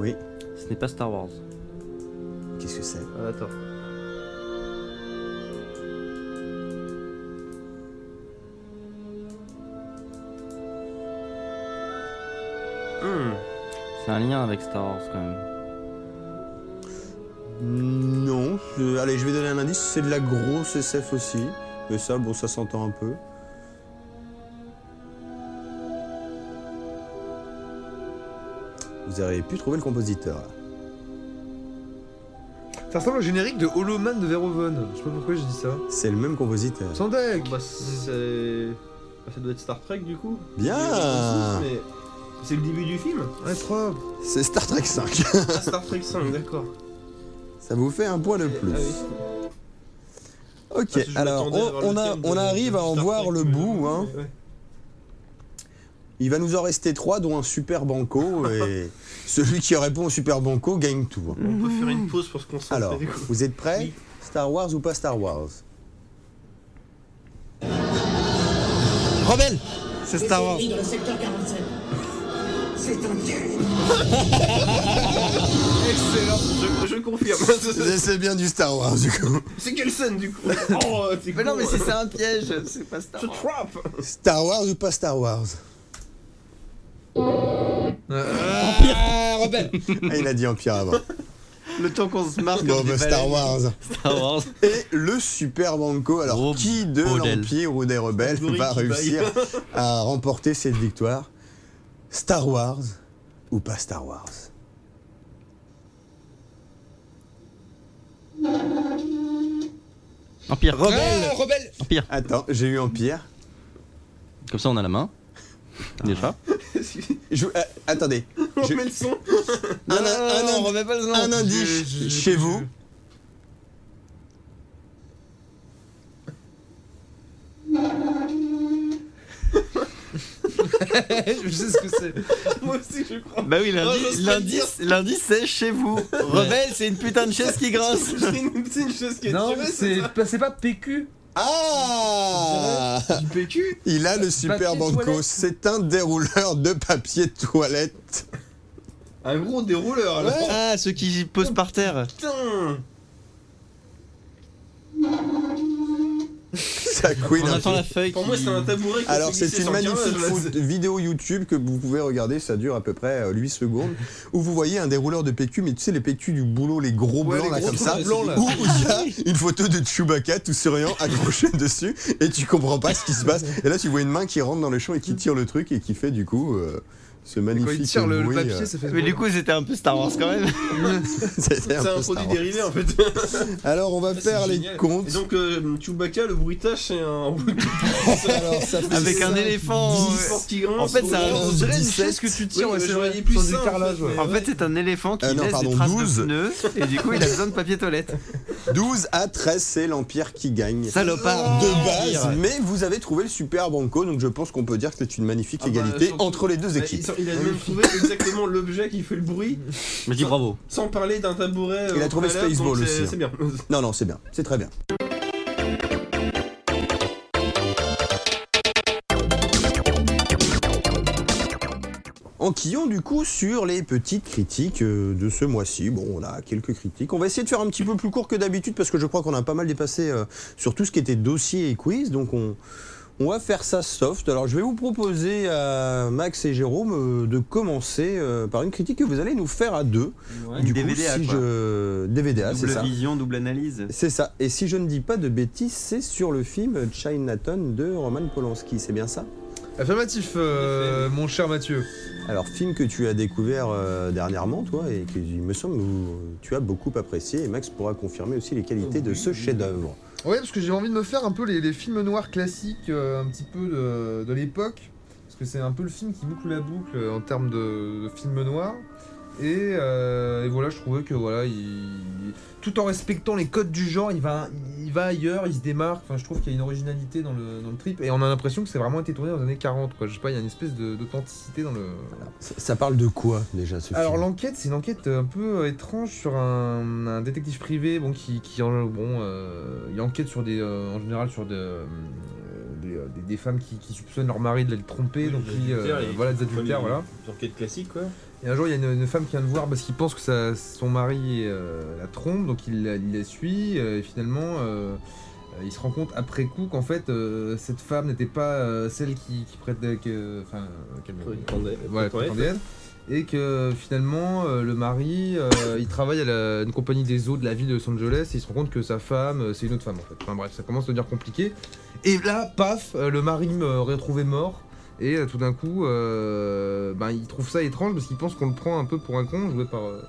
Speaker 1: Oui.
Speaker 2: Ce n'est pas Star Wars.
Speaker 1: Qu'est-ce que c'est
Speaker 5: Ah, attends. Hmm.
Speaker 2: C'est un lien avec Star Wars quand même.
Speaker 1: Non. je- Allez, je vais donner un indice. C'est de la grosse SF aussi. Mais ça, bon, ça s'entend un peu. Vous avez pu trouver le compositeur. là.
Speaker 4: Ça ressemble au générique de Hollow Man de Verhoeven. Je sais pas pourquoi j'ai dit ça.
Speaker 1: C'est le même compositeur.
Speaker 4: Sans deck
Speaker 5: Bah, c'est. bah, ça doit être Star Trek du coup.
Speaker 1: Bien
Speaker 5: Mais C'est le début
Speaker 1: [LAUGHS]
Speaker 5: du film
Speaker 4: Ouais, trop.
Speaker 1: C'est Star Trek 5.
Speaker 5: Ah, Star Trek 5, d'accord.
Speaker 1: [LAUGHS] Ça vous fait un point de plus.
Speaker 5: Ah oui.
Speaker 1: Ok,
Speaker 5: Ah, si je
Speaker 1: alors
Speaker 5: m'attendais à avoir
Speaker 1: on, on
Speaker 5: le
Speaker 1: a-
Speaker 5: thème de-
Speaker 1: on arrive
Speaker 5: de
Speaker 1: à en
Speaker 5: Star
Speaker 1: voir
Speaker 5: Trek,
Speaker 1: le
Speaker 5: mais-
Speaker 1: bout. hein.
Speaker 5: Ouais.
Speaker 1: Il va nous en rester trois, dont un super banco.
Speaker 5: [LAUGHS]
Speaker 1: et celui qui répond au super banco gagne tout. hein.
Speaker 5: On peut faire une pause pour se concentrer
Speaker 1: Alors,
Speaker 5: du coup.
Speaker 1: vous êtes prêts
Speaker 5: Oui.
Speaker 1: Star Wars ou pas Star Wars
Speaker 3: Rebelle C'est Star Wars.
Speaker 12: Dans le secteur 47. C'est un dieu.
Speaker 5: Je, je confirme.
Speaker 1: [LAUGHS] C'est bien du Star Wars du coup.
Speaker 5: c'est quelle scène du coup [LAUGHS] Oh, c'est
Speaker 3: Mais non
Speaker 5: con,
Speaker 3: mais c'est
Speaker 5: hein.
Speaker 3: ça un piège c'est pas Star
Speaker 5: Je
Speaker 3: Wars.
Speaker 5: trap
Speaker 1: Star Wars ou pas Star Wars Ah, Il a dit Empire avant.
Speaker 3: Le temps qu'on se marque.
Speaker 1: Bon,
Speaker 3: on
Speaker 1: bah,
Speaker 3: est
Speaker 1: Star
Speaker 3: balèze.
Speaker 1: Wars.
Speaker 2: [LAUGHS] Star Wars.
Speaker 1: Et le super banco. Alors,
Speaker 2: Gros
Speaker 1: qui de
Speaker 2: bordel.
Speaker 1: l'Empire ou des rebelles
Speaker 5: Gris
Speaker 1: va
Speaker 5: qui
Speaker 1: réussir à remporter cette victoire Star Wars ou pas Star Wars
Speaker 2: Empire.
Speaker 13: Ah, rebelle
Speaker 2: Empire.
Speaker 1: Attends, j'ai eu Empire.
Speaker 2: Comme ça on a la main. Déjà.
Speaker 1: Je- euh,
Speaker 3: [LAUGHS]
Speaker 1: attendez.
Speaker 5: On
Speaker 1: Je-
Speaker 5: met le
Speaker 1: [LAUGHS]
Speaker 5: son
Speaker 1: Un,
Speaker 3: Ah, non,
Speaker 1: un-
Speaker 3: non,
Speaker 1: un-
Speaker 3: on remet pas le nom.
Speaker 1: un indice chez vous.
Speaker 4: [LAUGHS] je sais ce que
Speaker 5: [LAUGHS]
Speaker 4: c'est.
Speaker 5: Moi aussi, je crois.
Speaker 3: Bah oui
Speaker 5: Oh, j'ose
Speaker 3: l'indice
Speaker 5: pas
Speaker 3: l'indice l'indice, c'est chez vous. Rebelle c'est une putain de chaise qui grince.
Speaker 5: C'est une, c'est une chose qui est
Speaker 4: Non, mais
Speaker 5: tirée,
Speaker 4: c'est
Speaker 5: ça
Speaker 4: pas, c'est pas PQ.
Speaker 1: Ah
Speaker 5: Du PQ
Speaker 1: Il a le super
Speaker 4: Papier
Speaker 1: banco.
Speaker 4: toilette.
Speaker 1: C'est un dérouleur de papier toilette.
Speaker 5: Un gros dérouleur là
Speaker 3: Ah ceux qui posent par terre.
Speaker 5: Putain
Speaker 1: Ça couine
Speaker 2: On
Speaker 1: un
Speaker 2: attend
Speaker 1: peu.
Speaker 2: la feuille.
Speaker 5: Pour moi,
Speaker 2: qui-
Speaker 5: c'est un tabouret qui
Speaker 1: Alors
Speaker 5: s'est
Speaker 1: c'est une
Speaker 5: glissé sur le carrelage,
Speaker 1: magnifique
Speaker 5: là,
Speaker 1: foot- vidéo YouTube que vous pouvez regarder, ça dure à peu près euh, 8 secondes, où vous voyez un dérouleur de PQ, mais tu sais les PQ du boulot, les gros
Speaker 4: Ouais,
Speaker 1: blancs
Speaker 4: les
Speaker 1: là
Speaker 4: gros
Speaker 1: comme
Speaker 4: trucs
Speaker 1: ça,
Speaker 4: blancs, là.
Speaker 1: où il y
Speaker 4: [LAUGHS]
Speaker 1: a une photo de Chewbacca tout souriant accroché [LAUGHS] dessus, et tu comprends pas ce qui se passe. Et là tu vois une main qui rentre dans le champ et qui tire le truc et qui fait du coup... euh, Ce
Speaker 4: Et Quand
Speaker 1: magnifique
Speaker 4: il tire le, le
Speaker 1: bruit,
Speaker 4: papier,
Speaker 1: euh,
Speaker 4: ça fait.
Speaker 3: Mais du coup, c'était un peu Star Wars quand même.
Speaker 1: c'était [LAUGHS]
Speaker 5: C'est
Speaker 1: un peu
Speaker 5: un
Speaker 1: Star
Speaker 5: produit
Speaker 1: Wars.
Speaker 5: dérivé en fait.
Speaker 1: [LAUGHS] Alors
Speaker 4: Ah,
Speaker 1: on va
Speaker 5: c'est
Speaker 1: faire les
Speaker 5: génial. Et
Speaker 1: comptes.
Speaker 5: donc euh, Chewbacca, le bruitage, c'est
Speaker 1: Oh,
Speaker 5: [LAUGHS] un
Speaker 1: Alors, ça fait
Speaker 3: Avec un
Speaker 1: cinq,
Speaker 3: éléphant. euh,
Speaker 1: dix.
Speaker 3: ouais.
Speaker 5: qui grince.
Speaker 3: En fait, c'est un-
Speaker 5: Ouais,
Speaker 3: on dirait une chaise que tu
Speaker 5: ouais,
Speaker 4: tires, ouais,
Speaker 5: mais
Speaker 4: c'est
Speaker 5: j'aurais
Speaker 4: vrai,
Speaker 5: dit plus
Speaker 4: sur du
Speaker 5: simple,
Speaker 4: carrelage, ouais.
Speaker 5: mais
Speaker 3: En fait, c'est un éléphant qui
Speaker 1: Euh, non,
Speaker 3: laisse
Speaker 1: pardon,
Speaker 3: des traces
Speaker 1: 12.
Speaker 3: de pneus et du coup, il a besoin de papier toilette.
Speaker 1: 12 à 13, c'est l'Empire qui gagne.
Speaker 3: Salopard
Speaker 1: de base, mais vous avez trouvé le super banco, donc je pense qu'on peut dire que c'est une magnifique
Speaker 5: Ah bah,
Speaker 1: égalité
Speaker 5: surtout-
Speaker 1: entre les deux
Speaker 5: Bah, il
Speaker 1: équipes.
Speaker 5: sort- il a même trouvé exactement l'objet qui fait le bruit,
Speaker 1: Oh.
Speaker 2: Mais je dis bravo.
Speaker 5: sans parler d'un tabouret. euh,
Speaker 1: Il a
Speaker 5: au
Speaker 1: trouvé
Speaker 5: préalable,
Speaker 1: Spaceball
Speaker 5: donc c'est-
Speaker 1: aussi, hein.
Speaker 5: C'est bien.
Speaker 1: Non, non, c'est bien, c'est très bien. Enquillons du coup sur les petites critiques euh, de ce mois-ci. Bon, on a quelques critiques. On va essayer de faire un petit peu plus court que d'habitude parce que je crois qu'on a pas mal dépassé euh, sur tout ce qui était dossier et quiz. Donc on, on va faire ça soft. Alors je vais vous proposer à Max et Jérôme euh, de commencer euh, par une critique que vous allez nous faire à deux.
Speaker 3: Une
Speaker 1: du coup,
Speaker 3: DVDA,
Speaker 1: si
Speaker 3: ah, quoi.
Speaker 1: je... DVDA, c'est
Speaker 3: Double
Speaker 1: ça.
Speaker 3: vision, double analyse.
Speaker 1: C'est ça. Et si je ne dis pas de bêtises, c'est sur le film Chinatown de Roman Polanski, c'est bien ça
Speaker 4: Affirmatif, euh, mon cher Mathieu.
Speaker 1: Alors, film que tu as découvert euh, dernièrement, toi, et que il me semble que vous- tu as beaucoup apprécié, et Max pourra confirmer aussi les qualités de ce chef-d'œuvre.
Speaker 4: Ouais, parce que j'ai envie de me faire un peu les, les films noirs classiques, euh, un petit peu de, de l'époque. Parce que c'est un peu le film qui boucle la boucle euh, en termes de, de films noirs. Et, euh, et voilà, je trouvais que voilà, il- tout en respectant les codes du genre, il va, il va ailleurs, il se démarque. Enfin, je trouve qu'il y a une originalité dans le, dans le trip. Et on a l'impression que c'est vraiment été tourné dans les années 40. Quoi. Je sais pas, il y a une espèce de- d'authenticité dans le.
Speaker 1: Ça, ça parle de quoi, déjà, ce
Speaker 4: Alors
Speaker 1: film
Speaker 4: l'enquête, c'est une enquête un peu euh, étrange sur un, un détective privé bon, qui, qui en, bon, euh, il enquête sur des, euh, en général sur des, euh, des, euh, des- des femmes qui, qui soupçonnent leur mari de les tromper, donc qui, euh, voilà des adultères, voilà.
Speaker 5: Enquête classique quoi.
Speaker 4: Et un jour, il y a une, une femme qui vient le voir parce qu'il pense que sa- son mari euh, la trompe, donc il, la- il la suit. euh, et finalement, euh, euh, il se rend compte après coup qu'en fait, euh, cette femme n'était pas euh, celle qui, qui prétendait que- Enfin, euh, qu'elle-
Speaker 5: Oui, prétendait-
Speaker 4: Ouais,
Speaker 5: prétendait
Speaker 4: prétendait être. Et que finalement, euh, le mari, euh, il travaille à la- une compagnie des eaux de la ville de Los Angeles et il se rend compte que sa femme, euh, c'est une autre femme en fait. Enfin bref, ça commence à devenir compliqué. Et là, paf, euh, le mari me retrouvé mort. Et euh, tout d'un coup, euh, ben, il trouve ça étrange parce qu'il pense qu'on le prend un peu pour un con, joué par. euh,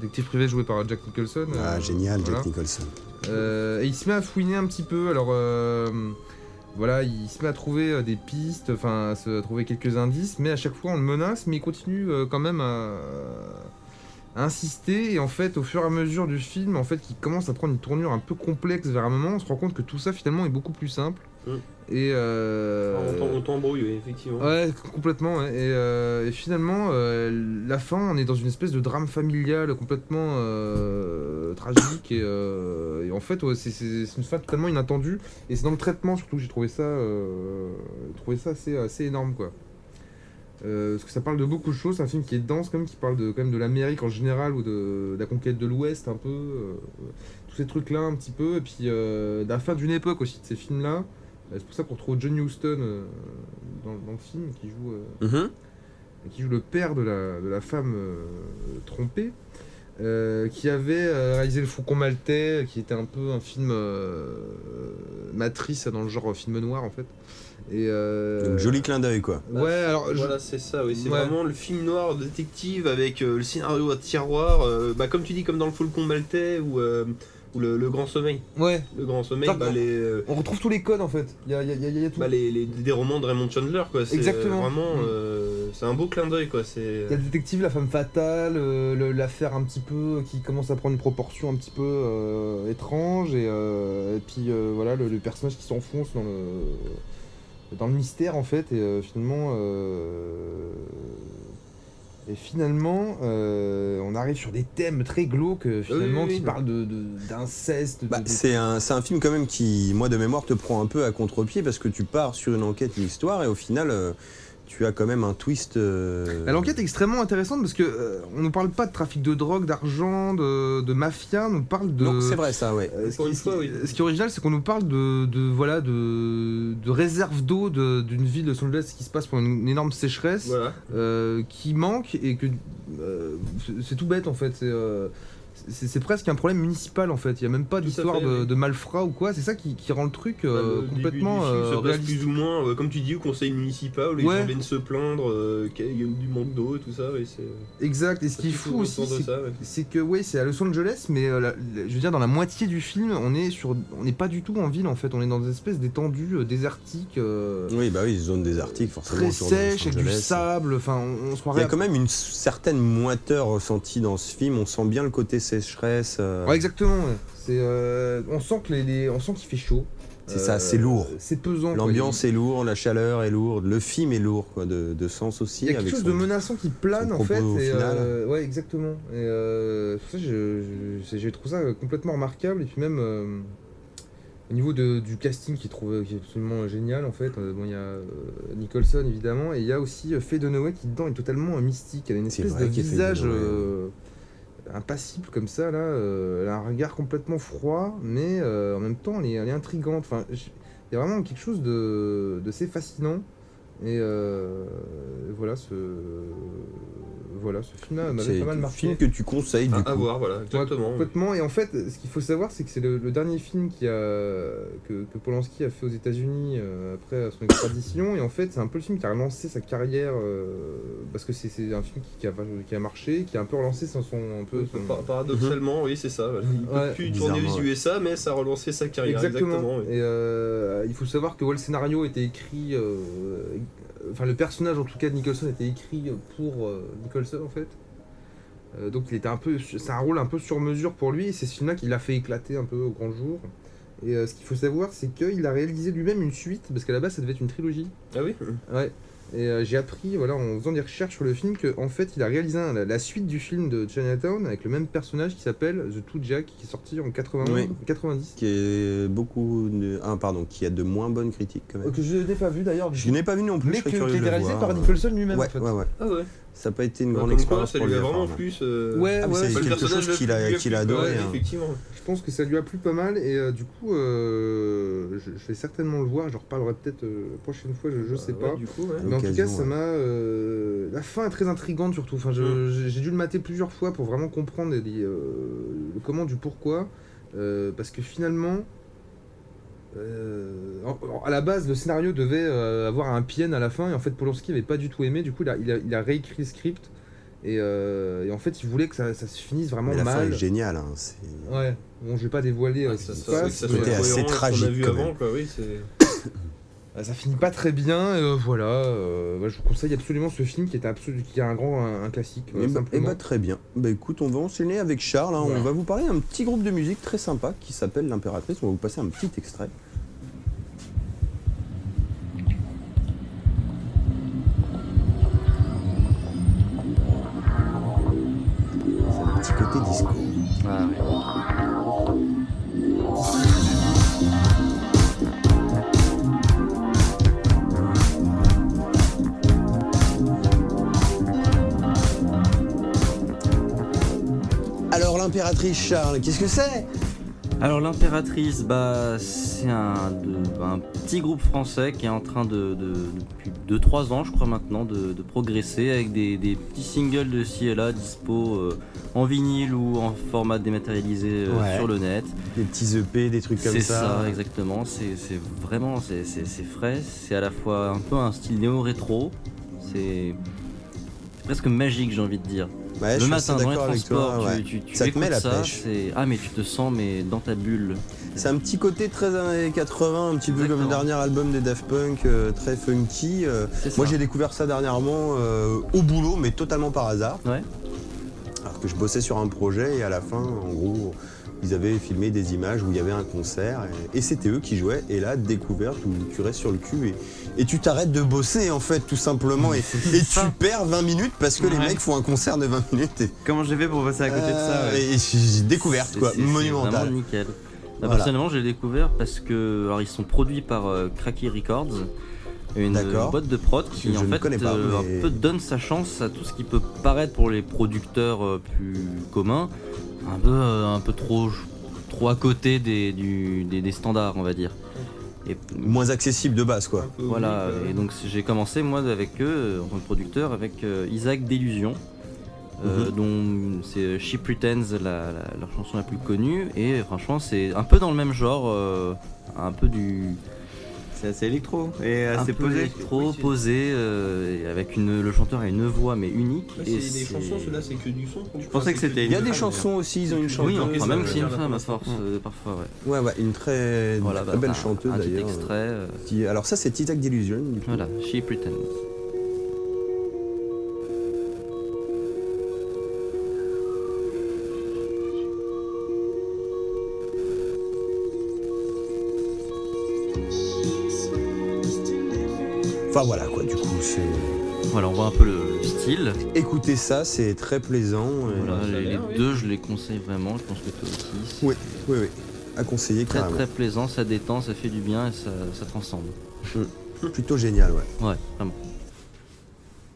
Speaker 4: détective privé joué par Jack Nicholson.
Speaker 1: Ah,
Speaker 4: euh,
Speaker 1: génial,
Speaker 4: voilà.
Speaker 1: Jack Nicholson.
Speaker 4: Euh, et il se met à fouiner un petit peu. Alors euh, voilà, il se met à trouver euh, des pistes, enfin à, se- à trouver quelques indices, mais à chaque fois on le menace, mais il continue euh, quand même à, à insister. Et en fait, au fur et à mesure du film, en fait, qui commence à prendre une tournure un peu complexe vers un moment, on se rend compte que tout ça finalement est beaucoup plus simple.
Speaker 5: Mm.
Speaker 4: Et euh,
Speaker 5: On t'en- On t'embrouille, oui, effectivement.
Speaker 4: Ouais, complètement. ouais. Et, euh, et finalement, euh, la fin, on est dans une espèce de drame familial complètement euh, tragique. Et, euh, et en fait, ouais, c'est c'est- c'est une fin totalement inattendue. Et c'est dans le traitement surtout que j'ai trouvé ça, euh, trouvé ça assez, assez énorme, quoi. Euh, parce que ça parle de beaucoup de choses, c'est un film qui est dense quand même, qui parle de, quand même de l'Amérique en général ou de, de la conquête de l'Ouest un peu, euh, tous ces trucs-là un petit peu, et puis euh, de la fin d'une époque aussi de ces films-là. Euh, C'est pour ça qu'on retrouve John Huston euh, dans, dans le film qui joue, euh,
Speaker 1: Mhm.
Speaker 4: qui joue le père de la, de la femme euh, trompée, euh, qui avait euh, réalisé Le Faucon Maltais, qui était un peu un film euh, matrice dans le genre euh, film noir en fait. Et, euh,
Speaker 1: Donc, joli clin d'œil, quoi.
Speaker 4: Ouais, alors. Oh, je-
Speaker 5: Voilà, c'est ça, oui. C'est
Speaker 4: Ouais.
Speaker 5: vraiment le film noir détective avec euh, le scénario à tiroir. euh, bah, comme tu dis, comme dans le Falcon Maltais ou, euh, ou le, le Grand Sommeil.
Speaker 4: Ouais,
Speaker 5: Le Grand Sommeil,
Speaker 4: Pardon.
Speaker 5: bah, les, euh,
Speaker 4: on retrouve tous les codes en fait. Il y a, il y a- il y a- il y a tout.
Speaker 5: bah, les, les- des romans de Raymond Chandler, quoi. C'est, euh,
Speaker 4: Exactement.
Speaker 5: Vraiment,
Speaker 4: Mm.
Speaker 5: euh, c'est un beau clin d'œil, quoi. C'est. euh,
Speaker 4: Il y a le détective, la femme fatale, euh, le- l'affaire un petit peu euh, qui commence à prendre une proportion un petit peu euh, étrange, et, euh, et puis euh, voilà, le, le personnage qui s'enfonce dans le, dans le mystère en fait, et euh, finalement. euh, et finalement, euh, on arrive sur des thèmes très glauques, euh, finalement,
Speaker 5: oui, oui.
Speaker 4: qui parlent de- de- d'inceste. De,
Speaker 1: Bah,
Speaker 4: de-
Speaker 1: c'est un, c'est un film quand même qui, moi de mémoire, te prend un peu à contre-pied parce que tu pars sur une enquête, une histoire, et au final, euh, tu as quand même un twist. euh,
Speaker 4: Bah, L'enquête est extrêmement intéressante parce que euh, on ne parle pas de trafic de drogue, d'argent, de, de mafia, on nous parle de.
Speaker 1: Non, c'est vrai, ça, ouais.
Speaker 4: Euh, ce,
Speaker 5: Encore
Speaker 4: qui,
Speaker 5: une
Speaker 4: ce
Speaker 5: fois,
Speaker 4: qui-
Speaker 5: oui.
Speaker 4: ce qui est original, c'est qu'on nous parle de, de- voilà de, de réserve d'eau de- d'une ville de Los Angeles qui se passe pour une, une énorme sécheresse
Speaker 5: Voilà.
Speaker 4: euh, qui manque et que euh, c'est- c'est tout bête en fait. C'est euh, c'est c'est c'est presque un problème municipal en fait. Il y a même pas
Speaker 5: Tout à
Speaker 4: d'histoire
Speaker 5: fait,
Speaker 4: de,
Speaker 5: oui.
Speaker 4: de malfrat ou quoi. C'est ça qui, qui rend le truc euh,
Speaker 5: Au Bah, début
Speaker 4: complètement
Speaker 5: du film,
Speaker 4: euh,
Speaker 5: ça passe
Speaker 4: réaliste.
Speaker 5: plus ou moins, euh, comme tu dis, au conseil municipal, où ils
Speaker 4: Ouais.
Speaker 5: en viennent se plaindre euh, qu'il y a du manque d'eau et tout ça. Et c'est
Speaker 4: Exact. Et ce qui est
Speaker 5: tout
Speaker 4: fou aussi,
Speaker 5: autour de
Speaker 4: c'est
Speaker 5: ça, ouais.
Speaker 4: c'est que ouais c'est à Los Angeles mais euh, la- la- je veux dire dans la moitié du film on est sur on n'est pas du tout en ville en fait on est dans des espèces d'étendues euh, désertiques euh,
Speaker 1: Oui, bah oui, zone désertique, forcément.
Speaker 4: très
Speaker 1: autour de Los
Speaker 4: sèches avec du
Speaker 1: Angeles.
Speaker 4: sable enfin on, on
Speaker 1: Il
Speaker 4: se
Speaker 1: y
Speaker 4: croirait
Speaker 1: a
Speaker 4: à-
Speaker 1: quand même une certaine moiteur ressentie dans ce film. On sent bien le côté sécheresse. euh,
Speaker 4: ouais exactement ouais. c'est euh, on sent que les, les- on sent qu'il fait chaud
Speaker 1: C'est ça,
Speaker 4: Euh,
Speaker 1: c'est lourd.
Speaker 4: c'est pesant quoi.
Speaker 1: L'ambiance est lourde, la chaleur est lourde, le film est lourd, quoi, de, de sens aussi.
Speaker 4: il y a quelque
Speaker 1: avec
Speaker 4: chose
Speaker 1: son-
Speaker 4: de menaçant qui plane
Speaker 1: son
Speaker 4: en fait
Speaker 1: propos
Speaker 4: et,
Speaker 1: final.
Speaker 4: euh, ouais exactement et euh, ça, je, je- c'est- j'ai trouvé ça euh, complètement remarquable et puis même euh, au niveau de- du casting qui, est trouvé- qui est absolument génial en fait euh, bon il y a euh, Nicholson évidemment et il y a aussi euh, Faye Dunaway qui dedans est totalement euh, mystique elle a une
Speaker 1: C'est
Speaker 4: espèce de
Speaker 1: vrai qu'il y a Faye
Speaker 4: visage
Speaker 1: Dunaway.
Speaker 4: euh, impassible comme ça là euh, elle a un regard complètement froid mais euh, en même temps elle est, elle est intrigante enfin je- il y a vraiment quelque chose de, de assez fascinant et euh, voilà ce voilà ce film là m'avait
Speaker 1: C'est
Speaker 4: pas mal
Speaker 1: un
Speaker 4: marqué
Speaker 1: film que tu conseilles,
Speaker 5: À-
Speaker 1: du
Speaker 5: à
Speaker 1: coup.
Speaker 5: voir, voilà,
Speaker 4: Ouais,
Speaker 5: exactement.
Speaker 4: complètement. Et en fait, ce qu'il faut savoir, c'est que c'est le, le dernier film qui a, que, que Polanski a fait aux États-Unis euh, après son extradition. Et en fait, c'est un peu le film qui a relancé sa carrière euh, parce que c'est c'est un film qui, qui a, qui a marché, qui a un peu relancé son, son- un peu son-
Speaker 5: Par- Paradoxalement, oui, c'est ça. voilà. Il peut
Speaker 4: Mhm. Ouais.
Speaker 5: plus tourner aux USA, mais ça a relancé sa carrière. Exactement. oui.
Speaker 4: Et euh, il faut savoir que ouais, le scénario était écrit, euh, enfin le personnage en tout cas de Nicholson était écrit pour euh, Nicholson en fait. Euh, donc il était un peu, c'est un rôle un peu sur mesure pour lui. Et c'est ce film-là qui l'a fait éclater un peu au grand jour. Et euh, ce qu'il faut savoir, c'est qu'il a réalisé lui-même une suite parce qu'à la base ça devait être une trilogie.
Speaker 5: Ah oui
Speaker 4: Ouais. Et euh, j'ai appris, voilà, en faisant des recherches sur le film, que en fait, il a réalisé un- la, la suite du film de Chinatown avec le même personnage qui s'appelle The Two Jack, qui est sorti en 91,
Speaker 1: Oui.
Speaker 4: 90.
Speaker 1: Qui est beaucoup. De... Ah, pardon, qui a de moins bonnes critiques, quand même.
Speaker 4: Euh, que je n'ai pas vu d'ailleurs.
Speaker 1: Je n'ai pas vu non plus,
Speaker 4: mais
Speaker 1: je
Speaker 4: que,
Speaker 1: serais
Speaker 4: qui a
Speaker 1: curieux de
Speaker 4: été
Speaker 1: le
Speaker 4: réalisé
Speaker 1: voir.
Speaker 4: par Nicholson lui-même
Speaker 1: Ouais,
Speaker 4: en fait.
Speaker 1: ouais, ouais.
Speaker 5: Ah ouais.
Speaker 1: Ça n'a pas été une
Speaker 5: Bah,
Speaker 1: grande
Speaker 5: comme quoi,
Speaker 1: expérience
Speaker 5: ça
Speaker 1: pour
Speaker 5: lui a
Speaker 1: lui,
Speaker 5: vraiment
Speaker 1: apparemment.
Speaker 5: plus. euh,
Speaker 4: Ouais,
Speaker 1: Ah, mais
Speaker 4: ouais,
Speaker 1: c'est
Speaker 5: pas le
Speaker 1: quelque
Speaker 5: personnage
Speaker 1: chose
Speaker 5: le
Speaker 1: qu'il
Speaker 5: plus-
Speaker 1: a,
Speaker 5: le
Speaker 1: qu'il
Speaker 5: plus-
Speaker 1: a adoré.
Speaker 5: ouais,
Speaker 1: hein.
Speaker 5: Effectivement.
Speaker 4: Je pense que ça lui a plu pas mal et euh, du coup euh, je, je vais certainement le voir, je reparlerai peut-être euh, la prochaine fois, je, je sais
Speaker 5: Ouais,
Speaker 4: pas.
Speaker 5: Du coup, ouais.
Speaker 4: Mais en tout cas,
Speaker 1: L'occasion,
Speaker 4: ça
Speaker 1: ouais.
Speaker 4: m'a. euh, La fin est très intrigante, surtout. Enfin,
Speaker 1: Mm.
Speaker 4: je- j'ai j'ai dû le mater plusieurs fois pour vraiment comprendre les- les, euh, le comment du pourquoi. Euh, parce que finalement, euh, en- en- à la base, le scénario devait euh, avoir un PN à la fin. Et en fait, Polanski n'avait pas du tout aimé. Du coup, il a, il a- il a réécrit le script. Et, euh, et en fait, il voulait que ça, ça se finisse vraiment
Speaker 1: Mais la fin
Speaker 4: mal.
Speaker 1: est géniale. hein, c'est-
Speaker 4: ouais, bon, je vais pas dévoiler euh,
Speaker 5: Ouais, ça-
Speaker 4: ce qui se
Speaker 5: ça-
Speaker 4: passe.
Speaker 5: ça-
Speaker 4: mais,
Speaker 5: ça-
Speaker 1: C'était
Speaker 5: ça-
Speaker 1: assez
Speaker 5: cohérent avec ce qu'on a
Speaker 1: tragique,
Speaker 5: vu
Speaker 1: quand même.
Speaker 5: avant, quoi, oui, c'est-
Speaker 4: Euh, Ça finit pas très bien, euh, voilà. euh, voilà, Je vous conseille absolument ce film qui est, absolu, qui est un grand un, un classique.
Speaker 1: Eh
Speaker 4: voilà,
Speaker 1: bah, eh
Speaker 4: simplement.
Speaker 1: bah, très bien. Bah écoute, on va enchaîner avec Charles. hein.
Speaker 4: Voilà.
Speaker 1: On va vous parler d'un petit groupe de musique très sympa qui s'appelle l'Impératrice. On va vous passer un petit extrait. C'est un petit côté disco.
Speaker 2: Ah, ouais.
Speaker 1: Alors l'impératrice Charles, qu'est-ce que c'est
Speaker 2: Alors l'impératrice, bah, c'est un, de- un petit groupe français qui est en train de, de- depuis 2-3 ans, je crois maintenant, de, de progresser avec des, des petits singles de ci et là dispo euh, en vinyle ou en format dématérialisé euh,
Speaker 1: Ouais.
Speaker 2: sur le net.
Speaker 1: Des petits EP, des trucs comme
Speaker 2: C'est
Speaker 1: ça.
Speaker 2: ça, exactement. C'est c'est vraiment, c'est c'est- c'est frais. C'est à la fois un peu un style néo-rétro. C'est c'est presque magique, j'ai envie de dire.
Speaker 1: Ouais, je
Speaker 2: le
Speaker 1: suis
Speaker 2: matin,
Speaker 1: assez
Speaker 2: dans les
Speaker 1: d'accord avec
Speaker 2: transports,
Speaker 1: toi, ouais.
Speaker 2: tu, tu, tu
Speaker 1: Ça te met
Speaker 2: écoutes
Speaker 1: la
Speaker 2: ça,
Speaker 1: pêche.
Speaker 2: c'est- Ah mais tu te sens mais dans ta bulle.
Speaker 1: C'est un petit côté très années 80, un petit peu comme le
Speaker 2: Exactement.
Speaker 1: dernier album des Daft Punk, euh, très funky. euh,
Speaker 2: C'est
Speaker 1: Moi
Speaker 2: ça.
Speaker 1: j'ai découvert ça dernièrement euh, au boulot, mais totalement par hasard.
Speaker 2: Ouais.
Speaker 1: Alors que je bossais sur un projet et à la fin, en gros, ils avaient filmé des images où il y avait un concert et, et c'était eux qui jouaient. Et là, découverte où tu restes sur le cul et, et tu t'arrêtes de bosser en fait, tout simplement.
Speaker 2: [LAUGHS]
Speaker 1: Et, et tu
Speaker 2: ça.
Speaker 1: perds 20 minutes parce que les
Speaker 3: Ouais.
Speaker 1: mecs font un concert de 20 minutes. Et,
Speaker 3: Comment j'ai fait pour passer à côté de ça ouais.
Speaker 1: et- et j'ai- découverte
Speaker 2: C'est-
Speaker 1: quoi,
Speaker 2: c'est- c'est
Speaker 1: monumentale.
Speaker 2: Vraiment nickel. Là,
Speaker 1: Voilà.
Speaker 2: Personnellement, j'ai découvert parce que alors ils sont produits par euh, Cracky Records, une
Speaker 1: D'accord.
Speaker 2: boîte de prod qui
Speaker 1: Je
Speaker 2: en
Speaker 1: ne
Speaker 2: fait
Speaker 1: connais pas,
Speaker 2: euh,
Speaker 1: mais-
Speaker 2: un peu donne sa chance à tout ce qui peut paraître pour les producteurs euh, plus communs un peu euh, un peu trop trop à côté des, du- des, des standards, on va dire. Et
Speaker 1: Moins accessible de base quoi.
Speaker 5: un peu
Speaker 2: voilà,
Speaker 5: oblique, euh.
Speaker 2: et donc j'ai commencé moi avec eux en tant que producteur avec euh, Isaac euh, Delusion
Speaker 1: Mhm.
Speaker 2: euh, dont c'est euh, She Pretends, la- la- leur chanson la plus connue. Et euh, franchement, c'est un peu dans le même genre, euh, un peu du.
Speaker 3: C'est assez électro et
Speaker 2: un
Speaker 3: assez
Speaker 2: peu
Speaker 3: posé.
Speaker 2: électro, posé, euh, et avec une, le chanteur a une voix mais unique.
Speaker 5: Ouais,
Speaker 2: et
Speaker 5: c'est des chansons, ceux-là c'est que du son. Je
Speaker 3: pensais que c'était
Speaker 1: Il y a
Speaker 3: une
Speaker 1: des
Speaker 3: femme,
Speaker 1: chansons aussi, ils ont une chanteuse.
Speaker 2: Oui, on
Speaker 5: Ok, ça
Speaker 2: croit même
Speaker 5: veut
Speaker 2: que c'est
Speaker 5: dire
Speaker 2: une
Speaker 5: euh, la
Speaker 2: femme à
Speaker 5: première fois. Mm.
Speaker 2: force, euh, parfois,
Speaker 1: Ouais,
Speaker 2: ouais.
Speaker 1: ouais, une très
Speaker 2: Voilà,
Speaker 1: très
Speaker 2: bah,
Speaker 1: belle
Speaker 2: un-
Speaker 1: chanteuse
Speaker 2: un petit
Speaker 1: d'ailleurs.
Speaker 2: extrait, euh,
Speaker 1: Qui- Alors ça, c'est Titac d'Illusion. du coup.
Speaker 2: voilà, She Pretends.
Speaker 1: Enfin voilà quoi, du coup, c'est.
Speaker 2: Voilà, on voit un peu le, le style.
Speaker 1: Écoutez ça, c'est très plaisant. euh, et-
Speaker 2: Voilà, les, les
Speaker 5: l'air, oui.
Speaker 2: deux, je les conseille vraiment. Je pense que toi aussi. c'est
Speaker 1: Oui, oui, oui. À conseiller
Speaker 2: Très
Speaker 1: carrément.
Speaker 2: très plaisant, ça détend, ça fait du bien et ça, ça transcende.
Speaker 1: Plutôt génial, ouais.
Speaker 2: Ouais, vraiment.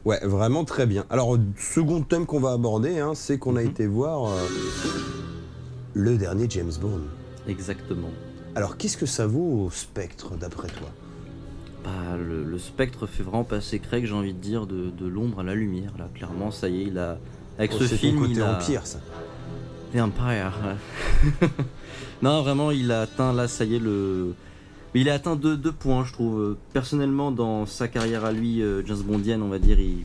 Speaker 1: Ouais, vraiment très bien. Alors, euh, second thème qu'on va aborder, hein, c'est qu'on
Speaker 2: Mhm.
Speaker 1: a été voir euh, le dernier James Bond.
Speaker 2: Exactement.
Speaker 1: Alors, qu'est-ce que ça vaut au spectre, d'après toi
Speaker 2: Bah, le, le spectre fait vraiment passer Craig, j'ai envie de dire, de, de l'ombre à la lumière. Là, clairement, ça y est, il a. Avec
Speaker 1: Oh,
Speaker 2: ce
Speaker 1: C'est
Speaker 2: film,
Speaker 1: ton côté
Speaker 2: il a.
Speaker 1: empire, ça.
Speaker 2: The Empire. [LAUGHS] ouais. non, vraiment, il a atteint là, ça y est, le. Il a atteint deux, deux points, je trouve. Personnellement, dans sa carrière à lui, euh, James Bondienne, on va dire, il,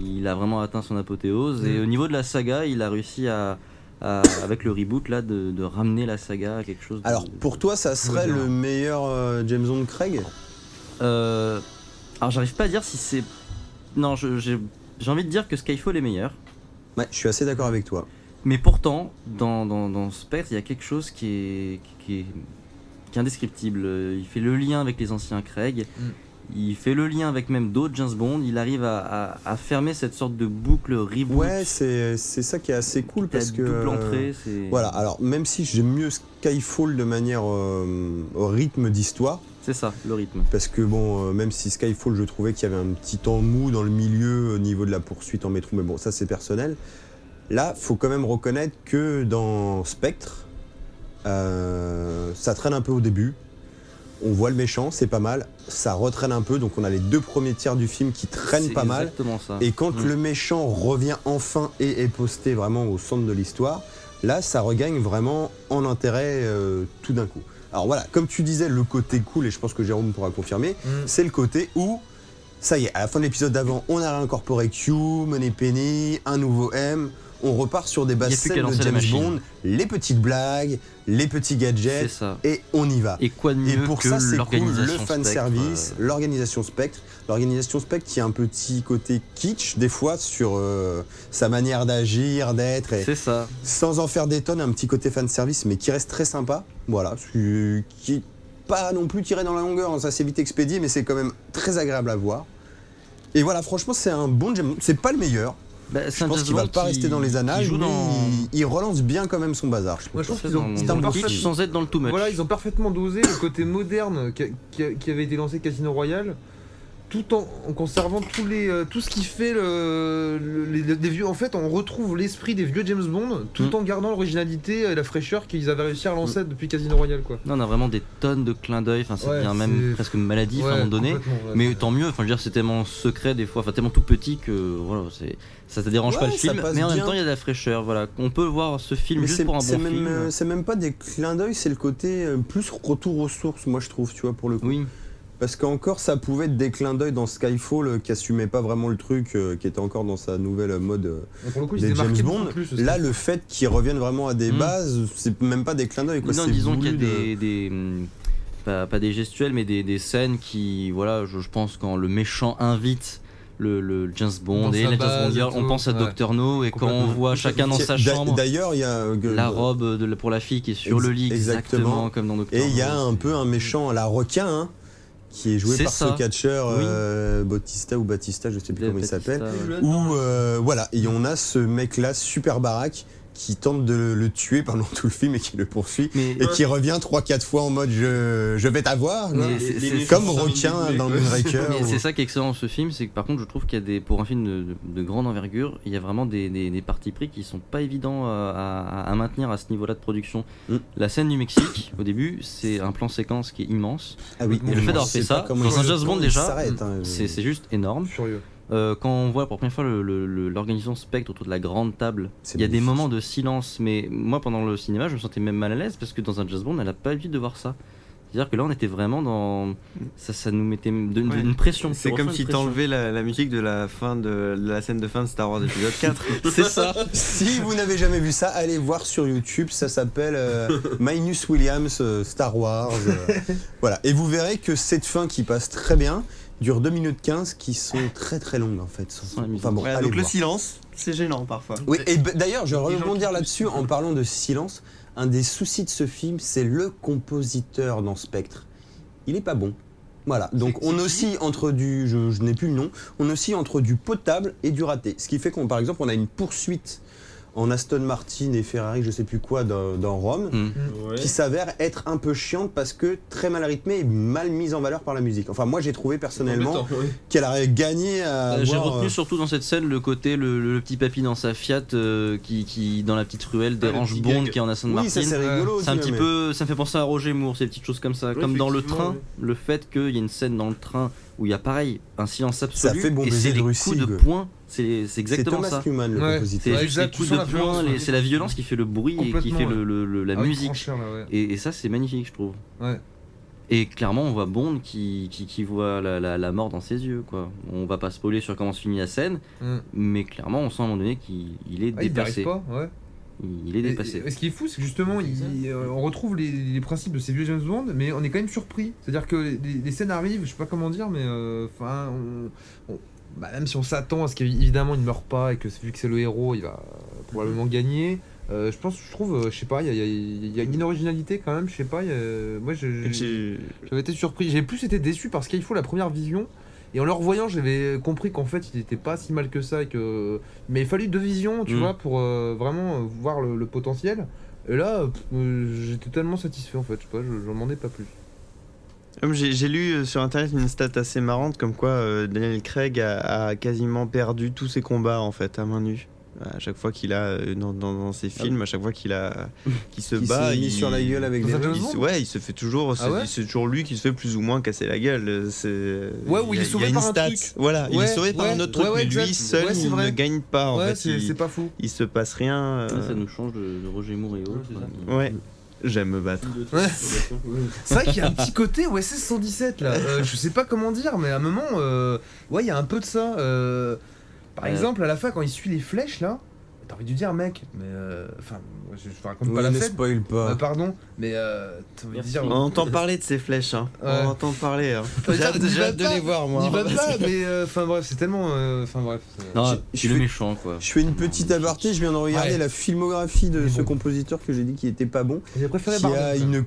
Speaker 2: il a vraiment atteint son apothéose.
Speaker 1: Mm.
Speaker 2: Et au niveau de la saga, il a réussi à, à- avec le reboot, là, de, de ramener la saga à quelque chose. de-
Speaker 1: Alors, pour toi, ça serait
Speaker 4: dire.
Speaker 1: le meilleur euh, James Bond Craig
Speaker 2: Euh, alors, j'arrive pas à dire si c'est. Non, je- j'ai j'ai envie de dire que Skyfall est meilleur.
Speaker 1: Ouais, je suis assez d'accord avec toi.
Speaker 2: Mais pourtant, dans, dans, dans Spectre, il y a quelque chose qui est, qui est, qui est indescriptible. Euh, Il fait le lien avec les anciens Craig,
Speaker 4: Mm.
Speaker 2: il fait le lien avec même d'autres James Bond, il arrive à, à- à fermer cette sorte de boucle reboot.
Speaker 1: Ouais, c'est c'est ça qui est assez cool
Speaker 2: la
Speaker 1: parce que.
Speaker 2: double
Speaker 1: euh,
Speaker 2: entrée, c'est
Speaker 1: Voilà, alors même si j'aime mieux Skyfall de manière euh, au rythme d'histoire,
Speaker 2: c'est ça, le rythme.
Speaker 1: parce que bon, euh, même si Skyfall, je trouvais qu'il y avait un petit temps mou dans le milieu au niveau de la poursuite en métro, mais bon, ça c'est personnel. Là, faut quand même reconnaître que dans Spectre, euh, ça traîne un peu au début. On voit le méchant, c'est pas mal. Ça retraîne un peu, donc on a les deux premiers tiers du film qui traînent
Speaker 2: C'est
Speaker 1: pas mal.
Speaker 2: Exactement ça.
Speaker 1: Et quand
Speaker 2: Mm.
Speaker 1: le méchant revient enfin et est posté vraiment au centre de l'histoire, là, ça regagne vraiment en intérêt euh, tout d'un coup. Alors voilà, comme tu disais, le côté cool, et je pense que Jérôme pourra confirmer,
Speaker 2: Mm.
Speaker 1: c'est le côté où, ça y est, à la fin de l'épisode d'avant, on a réincorporé Q, Money Penny, un nouveau M, on repart sur des
Speaker 2: a
Speaker 1: bases
Speaker 2: plus qu'à
Speaker 1: scènes de
Speaker 2: lancer la
Speaker 1: James
Speaker 2: machine.
Speaker 1: Bond, les petites blagues, les petits
Speaker 2: c'est
Speaker 1: gadgets,
Speaker 2: ça.
Speaker 1: et on y va.
Speaker 2: Et quoi de
Speaker 1: Et
Speaker 2: mieux
Speaker 1: pour
Speaker 2: que
Speaker 1: ça, c'est cool, le
Speaker 2: l'organisation
Speaker 1: fan
Speaker 2: Spectre,
Speaker 1: service,
Speaker 2: euh,
Speaker 1: l'organisation Spectre, l'organisation Spectre qui a un petit côté kitsch des fois sur euh, sa manière d'agir, d'être, et
Speaker 2: C'est ça.
Speaker 1: sans en faire des tonnes, un petit côté fan service, mais qui reste très sympa. Voilà, qui qui est pas non plus tiré dans la longueur, hein, ça s'est vite expédié, mais c'est quand même très agréable à voir. Et voilà, franchement, c'est un bon James Bond. C'est pas le meilleur.
Speaker 2: Bah, c'est
Speaker 1: Je
Speaker 2: un
Speaker 1: pense
Speaker 2: James
Speaker 1: qu'il va
Speaker 2: Bond
Speaker 1: pas
Speaker 2: qui-
Speaker 1: rester dans les annales.
Speaker 2: qui joue
Speaker 1: mais
Speaker 2: dans-
Speaker 1: il, il relance bien quand même son bazar. je trouve.
Speaker 4: Moi, je trouve qu'ils
Speaker 2: dans
Speaker 4: ont, ils
Speaker 2: dans
Speaker 4: ont
Speaker 2: le
Speaker 4: parfait-
Speaker 2: kitsch sans être dans le too much.
Speaker 4: Voilà, ils ont parfaitement dosé le côté moderne qui, a- qui a- qui avait été lancé Casino Royale, tout en, en conservant tous les, euh, tout ce qui fait le, le- les, les vieux. En fait, on retrouve l'esprit des vieux James Bond, tout
Speaker 2: Mm.
Speaker 4: en gardant l'originalité et la fraîcheur qu'ils avaient réussi à lancer depuis Casino Royale, quoi.
Speaker 2: Non, on a vraiment des tonnes de clins d'œil, enfin, c'est
Speaker 4: Ouais,
Speaker 2: devient
Speaker 4: c'est-
Speaker 2: même presque maladif à un
Speaker 4: Ouais,
Speaker 2: moment donné.
Speaker 4: complètement, ouais.
Speaker 2: Mais tant mieux, enfin je veux dire c'est tellement secret des fois, enfin tellement tout petit que voilà, c'est ça te dérange
Speaker 1: Ouais,
Speaker 2: pas le
Speaker 1: ça
Speaker 2: film,
Speaker 1: passe
Speaker 2: mais en
Speaker 1: bien.
Speaker 2: même temps il y a de la fraîcheur, voilà. On peut voir ce film
Speaker 1: Mais
Speaker 2: juste
Speaker 1: c'est
Speaker 2: pour un bon
Speaker 1: c'est même,
Speaker 2: film.
Speaker 1: euh, c'est même pas des clins d'œil, c'est le côté euh, plus retour aux sources, moi je trouve, tu vois, pour le coup.
Speaker 2: Oui,
Speaker 1: Parce qu'encore, ça pouvait être des clins d'œil dans Skyfall euh, qui assumait pas vraiment le truc, euh, qui était encore dans sa nouvelle mode euh,
Speaker 4: Mais pour le coup, ils
Speaker 1: des
Speaker 4: se
Speaker 1: James
Speaker 4: démarquaient
Speaker 1: Bond.
Speaker 4: beaucoup plus. aussi.
Speaker 1: Là, le fait qu'ils reviennent vraiment à des
Speaker 2: Mm.
Speaker 1: bases, c'est même pas des clins d'œil. quoi,
Speaker 2: non,
Speaker 1: c'est
Speaker 2: disons qu'il y a
Speaker 1: voulu de-
Speaker 2: des, des, hum, pas, pas des gestuels mais des, des scènes qui voilà, je, je pense quand le méchant invite le, le James Bond
Speaker 4: pense
Speaker 2: et
Speaker 4: à
Speaker 2: la James
Speaker 4: base
Speaker 2: Bond
Speaker 4: et
Speaker 2: Girl, on
Speaker 4: tout,
Speaker 2: pense à
Speaker 4: ouais.
Speaker 2: Docteur No et quand on
Speaker 4: Complètement.
Speaker 2: voit chacun dans sa
Speaker 1: D'a-
Speaker 2: chambre
Speaker 1: D'ailleurs, il y a. euh, que-
Speaker 2: la robe de, la- pour la fille qui est sur
Speaker 1: Ex-
Speaker 2: le lit exactement,
Speaker 1: exactement.
Speaker 2: comme dans Docteur
Speaker 1: Et il y a
Speaker 2: No,
Speaker 1: un
Speaker 2: c'est-
Speaker 1: peu un méchant à la requin, hein, qui est joué
Speaker 2: C'est
Speaker 1: par
Speaker 2: ça.
Speaker 1: ce catcheur
Speaker 2: Oui.
Speaker 1: euh, Bautista ou Batista, je sais plus comment il s'appelle.
Speaker 2: Batista, ouais.
Speaker 1: Où, euh, voilà, et on a ce mec-là, super baraque, qui tente de le tuer pendant tout le film et qui le poursuit,
Speaker 2: Mais-
Speaker 1: et qui revient 3-4 fois en mode je, je vais t'avoir,
Speaker 2: Mais
Speaker 1: quoi.
Speaker 2: c'est-
Speaker 5: les
Speaker 2: c'est-
Speaker 5: méchants
Speaker 1: comme
Speaker 5: sont terminés
Speaker 1: requin
Speaker 5: de
Speaker 1: dans
Speaker 5: couler,
Speaker 1: Moonraker.
Speaker 2: Mais
Speaker 1: ou-
Speaker 2: c'est ça qui est excellent dans ce film, c'est que par contre, je trouve qu'il y a des, pour un film de, de grande envergure, il y a vraiment des, des, des parties pris qui sont pas évidents euh, à, à- à maintenir à ce niveau-là de production.
Speaker 1: Mm.
Speaker 2: La scène du Mexique, au début, c'est un plan séquence qui est immense.
Speaker 1: Ah oui,
Speaker 2: Et le fait d'avoir
Speaker 1: je sais
Speaker 2: fait
Speaker 1: pas
Speaker 2: ça,
Speaker 1: comment
Speaker 2: dans
Speaker 1: il-
Speaker 2: un James Bond
Speaker 1: il
Speaker 2: déjà,
Speaker 1: s'arrête, hein.
Speaker 2: C'est c'est juste énorme.
Speaker 4: Furieux.
Speaker 2: euh, quand on voit pour la première fois le- le- le- l'organisation Spectre autour de la grande table,
Speaker 1: C'est
Speaker 2: il y a des
Speaker 1: magnifique.
Speaker 2: moments de silence, mais moi pendant le cinéma je me sentais même mal à l'aise parce que dans un jazz bond elle n'a pas envie de voir ça. C'est-à-dire que là on était vraiment dans... Ça, ça nous mettait de- de-
Speaker 3: Ouais.
Speaker 2: une pression.
Speaker 3: C'est
Speaker 2: Tu
Speaker 3: comme
Speaker 2: ressens
Speaker 3: si
Speaker 2: une pression.
Speaker 3: t'enlevais la, la musique de la fin de, de la scène de fin de Star Wars épisode 4.
Speaker 2: [LAUGHS] C'est ça
Speaker 1: [LAUGHS] Si vous n'avez jamais vu ça, allez voir sur YouTube. Ça s'appelle euh, Minus Williams euh, Star Wars. euh, voilà. Et vous verrez que cette fin qui passe très bien dure 2 minutes 15 qui sont très très longues en fait.
Speaker 2: Sans la musique.
Speaker 1: Enfin bon,
Speaker 3: Voilà,
Speaker 1: allez
Speaker 3: donc le
Speaker 1: voir.
Speaker 3: silence, c'est gênant parfois.
Speaker 1: Oui, et b- d'ailleurs, je vais
Speaker 5: gens qui
Speaker 1: rebondir
Speaker 5: poussent.
Speaker 1: là-dessus en parlant de silence. Un des soucis de ce film, c'est le compositeur dans Spectre. Il est pas bon. Voilà, donc
Speaker 5: C'est-
Speaker 1: on
Speaker 5: c'est
Speaker 1: oscille entre du, je, je n'ai plus le nom, on oscille entre du potable et du raté. Ce qui fait qu'on, par exemple, on a une poursuite en Aston Martin et Ferrari, je sais plus quoi, dans, dans Rome,
Speaker 2: Mm.
Speaker 5: Ouais.
Speaker 1: qui s'avère être un peu chiante parce que très mal rythmée et mal mise en valeur par la musique. Enfin, moi j'ai trouvé personnellement
Speaker 5: Embêtant, ouais.
Speaker 1: qu'elle aurait gagné à.
Speaker 2: Euh, J'ai
Speaker 1: avoir,
Speaker 2: retenu
Speaker 1: euh,
Speaker 2: surtout dans cette scène le côté, le, le- le petit papy dans sa Fiat euh, qui, qui, dans la petite ruelle,
Speaker 1: Ah,
Speaker 2: dérange
Speaker 5: petit
Speaker 2: Bond
Speaker 5: gag.
Speaker 2: qui est en Aston
Speaker 1: Oui, ça
Speaker 2: Martin.
Speaker 1: c'est rigolo.
Speaker 2: C'est un
Speaker 1: tu vois,
Speaker 2: petit
Speaker 1: mais-
Speaker 2: peu, ça me fait penser à Roger Moore, ces petites choses comme ça.
Speaker 5: Oui,
Speaker 2: comme dans le
Speaker 5: effectivement,
Speaker 2: train, le fait qu'il y a une scène dans le train où il y a pareil un silence absolu.
Speaker 1: fait bon
Speaker 2: et
Speaker 1: baiser
Speaker 2: c'est
Speaker 1: de
Speaker 2: les
Speaker 1: Russie,
Speaker 2: coups de
Speaker 1: quoi.
Speaker 2: poing, c'est c'est
Speaker 1: C'est
Speaker 2: exactement
Speaker 1: Thomas
Speaker 2: ça.
Speaker 1: Newman le
Speaker 4: Ouais.
Speaker 1: compositeur.
Speaker 2: C'est
Speaker 4: Ouais,
Speaker 2: juste
Speaker 4: exact,
Speaker 2: les coups
Speaker 4: tu
Speaker 2: de
Speaker 4: sens la
Speaker 2: poing,
Speaker 4: violence,
Speaker 2: les-
Speaker 4: ouais.
Speaker 2: c'est la violence qui fait le bruit et qui
Speaker 4: Complètement,
Speaker 2: fait
Speaker 4: ouais.
Speaker 2: le- le- le- la
Speaker 4: Ah oui,
Speaker 2: musique.
Speaker 4: franchir, là, ouais.
Speaker 2: Et, et ça, c'est magnifique, je trouve.
Speaker 4: Ouais.
Speaker 2: Et clairement, on voit Bond qui, qui, qui voit la, la- la mort dans ses yeux, quoi. On va pas spoiler sur comment se finit la scène,
Speaker 4: Hum.
Speaker 2: mais clairement, on sent à un moment donné qu'il il est
Speaker 4: Ah, il
Speaker 2: dépassé.
Speaker 4: t'arrive pas, ouais.
Speaker 2: Il est
Speaker 4: Et-
Speaker 2: dépassé.
Speaker 4: et- et ce qui est fou, c'est que justement, il- euh, on retrouve les, les principes de ces vieux James Bond, mais on est quand même surpris. C'est-à-dire que les, les scènes arrivent, je sais pas comment dire, mais euh, enfin, même si on s'attend à ce qu'évidemment il ne meurt pas et que vu que c'est le héros, il va euh, probablement gagner. euh, je pense, je trouve, euh, je sais pas, il y a- il y, a- il y a une originalité quand même, je sais pas. il y a- moi, je- je-
Speaker 3: J'ai-
Speaker 4: j'avais été surpris. J'ai plus été déçu parce qu'il faut la première vision. Et en le revoyant, j'avais compris qu'en fait, il n'était pas si mal que ça. Et que... Mais il fallut deux visions, tu
Speaker 2: Mm.
Speaker 4: vois, pour euh, vraiment euh, voir le, le potentiel. Et là, pff, euh, j'étais tellement satisfait en fait, je sais pas, je- j'en demandais pas plus.
Speaker 3: Comme J'ai j'ai lu euh, sur internet une stat assez marrante comme quoi euh, Daniel Craig a, a quasiment perdu tous ses combats en fait à main nue. À chaque fois qu'il a euh, dans, dans- dans ses
Speaker 4: Ah
Speaker 3: films, à chaque fois qu'il
Speaker 4: [LAUGHS]
Speaker 3: a qu'il se
Speaker 1: Qui s'est
Speaker 3: bat,
Speaker 1: mis sur la gueule avec
Speaker 4: Dans
Speaker 1: des gens.
Speaker 4: un James
Speaker 3: il se-
Speaker 4: Bond
Speaker 3: ouais, il se fait toujours, c'est
Speaker 4: Ah ouais
Speaker 3: c'est toujours lui qui se fait plus ou moins casser la gueule. euh, C'est
Speaker 4: Ouais, ou
Speaker 3: y
Speaker 4: il
Speaker 3: a-
Speaker 4: est sauvé
Speaker 3: y a une
Speaker 4: par un
Speaker 3: stat.
Speaker 4: truc.
Speaker 3: Voilà, il est
Speaker 4: Ouais,
Speaker 3: sauvé par
Speaker 4: ouais,
Speaker 3: un autre truc,
Speaker 4: ouais, ouais,
Speaker 3: mais lui
Speaker 4: exact.
Speaker 3: seul,
Speaker 4: Ouais, c'est
Speaker 3: il ne
Speaker 4: vrai.
Speaker 3: gagne pas. En
Speaker 4: ouais,
Speaker 3: fait,
Speaker 4: c'est
Speaker 3: il,
Speaker 4: c'est pas fou.
Speaker 3: il se passe rien.
Speaker 2: Ouais,
Speaker 3: euh,
Speaker 2: ça nous change de, de Roger Moore et autres. hein.
Speaker 5: c'est ça.
Speaker 2: quoi.
Speaker 3: Ouais, j'aime me battre.
Speaker 4: [LAUGHS] C'est vrai qu'il y a un petit côté OSS 117 là. Euh, je sais pas comment dire, mais à un moment, euh, ouais, il y a un peu de ça. Euh, par
Speaker 2: Ouais.
Speaker 4: exemple, à la fin, quand il suit les flèches là, t'as envie de lui dire, mec, mais euh, enfin, je, je te raconte pas
Speaker 1: Oui,
Speaker 4: la
Speaker 1: ne
Speaker 4: scène.
Speaker 1: spoil
Speaker 4: Euh,
Speaker 1: pas.
Speaker 4: pardon, mais euh, t'as envie de
Speaker 2: Merci.
Speaker 4: dire.
Speaker 3: On entend
Speaker 4: [LAUGHS]
Speaker 3: parler de ces flèches, hein.
Speaker 4: Ouais.
Speaker 3: on entend parler. hein.
Speaker 4: N'y
Speaker 3: J'ai hâte-
Speaker 4: va
Speaker 3: j'ai hâte de
Speaker 4: pas.
Speaker 3: les voir, moi.
Speaker 4: N'y va pas, mais euh, enfin bref, c'est tellement. euh, Enfin bref. c'est-
Speaker 2: Non,
Speaker 1: Je-
Speaker 2: je
Speaker 1: je
Speaker 2: le
Speaker 1: fais-
Speaker 2: méchant, quoi.
Speaker 1: Je fais une petite aparté, je viens de regarder
Speaker 4: Ouais.
Speaker 1: la filmographie de
Speaker 4: Mais
Speaker 1: ce
Speaker 4: bon.
Speaker 1: compositeur que j'ai dit qui était pas bon.
Speaker 4: J'ai préféré
Speaker 1: Qui a
Speaker 4: Barney.
Speaker 1: une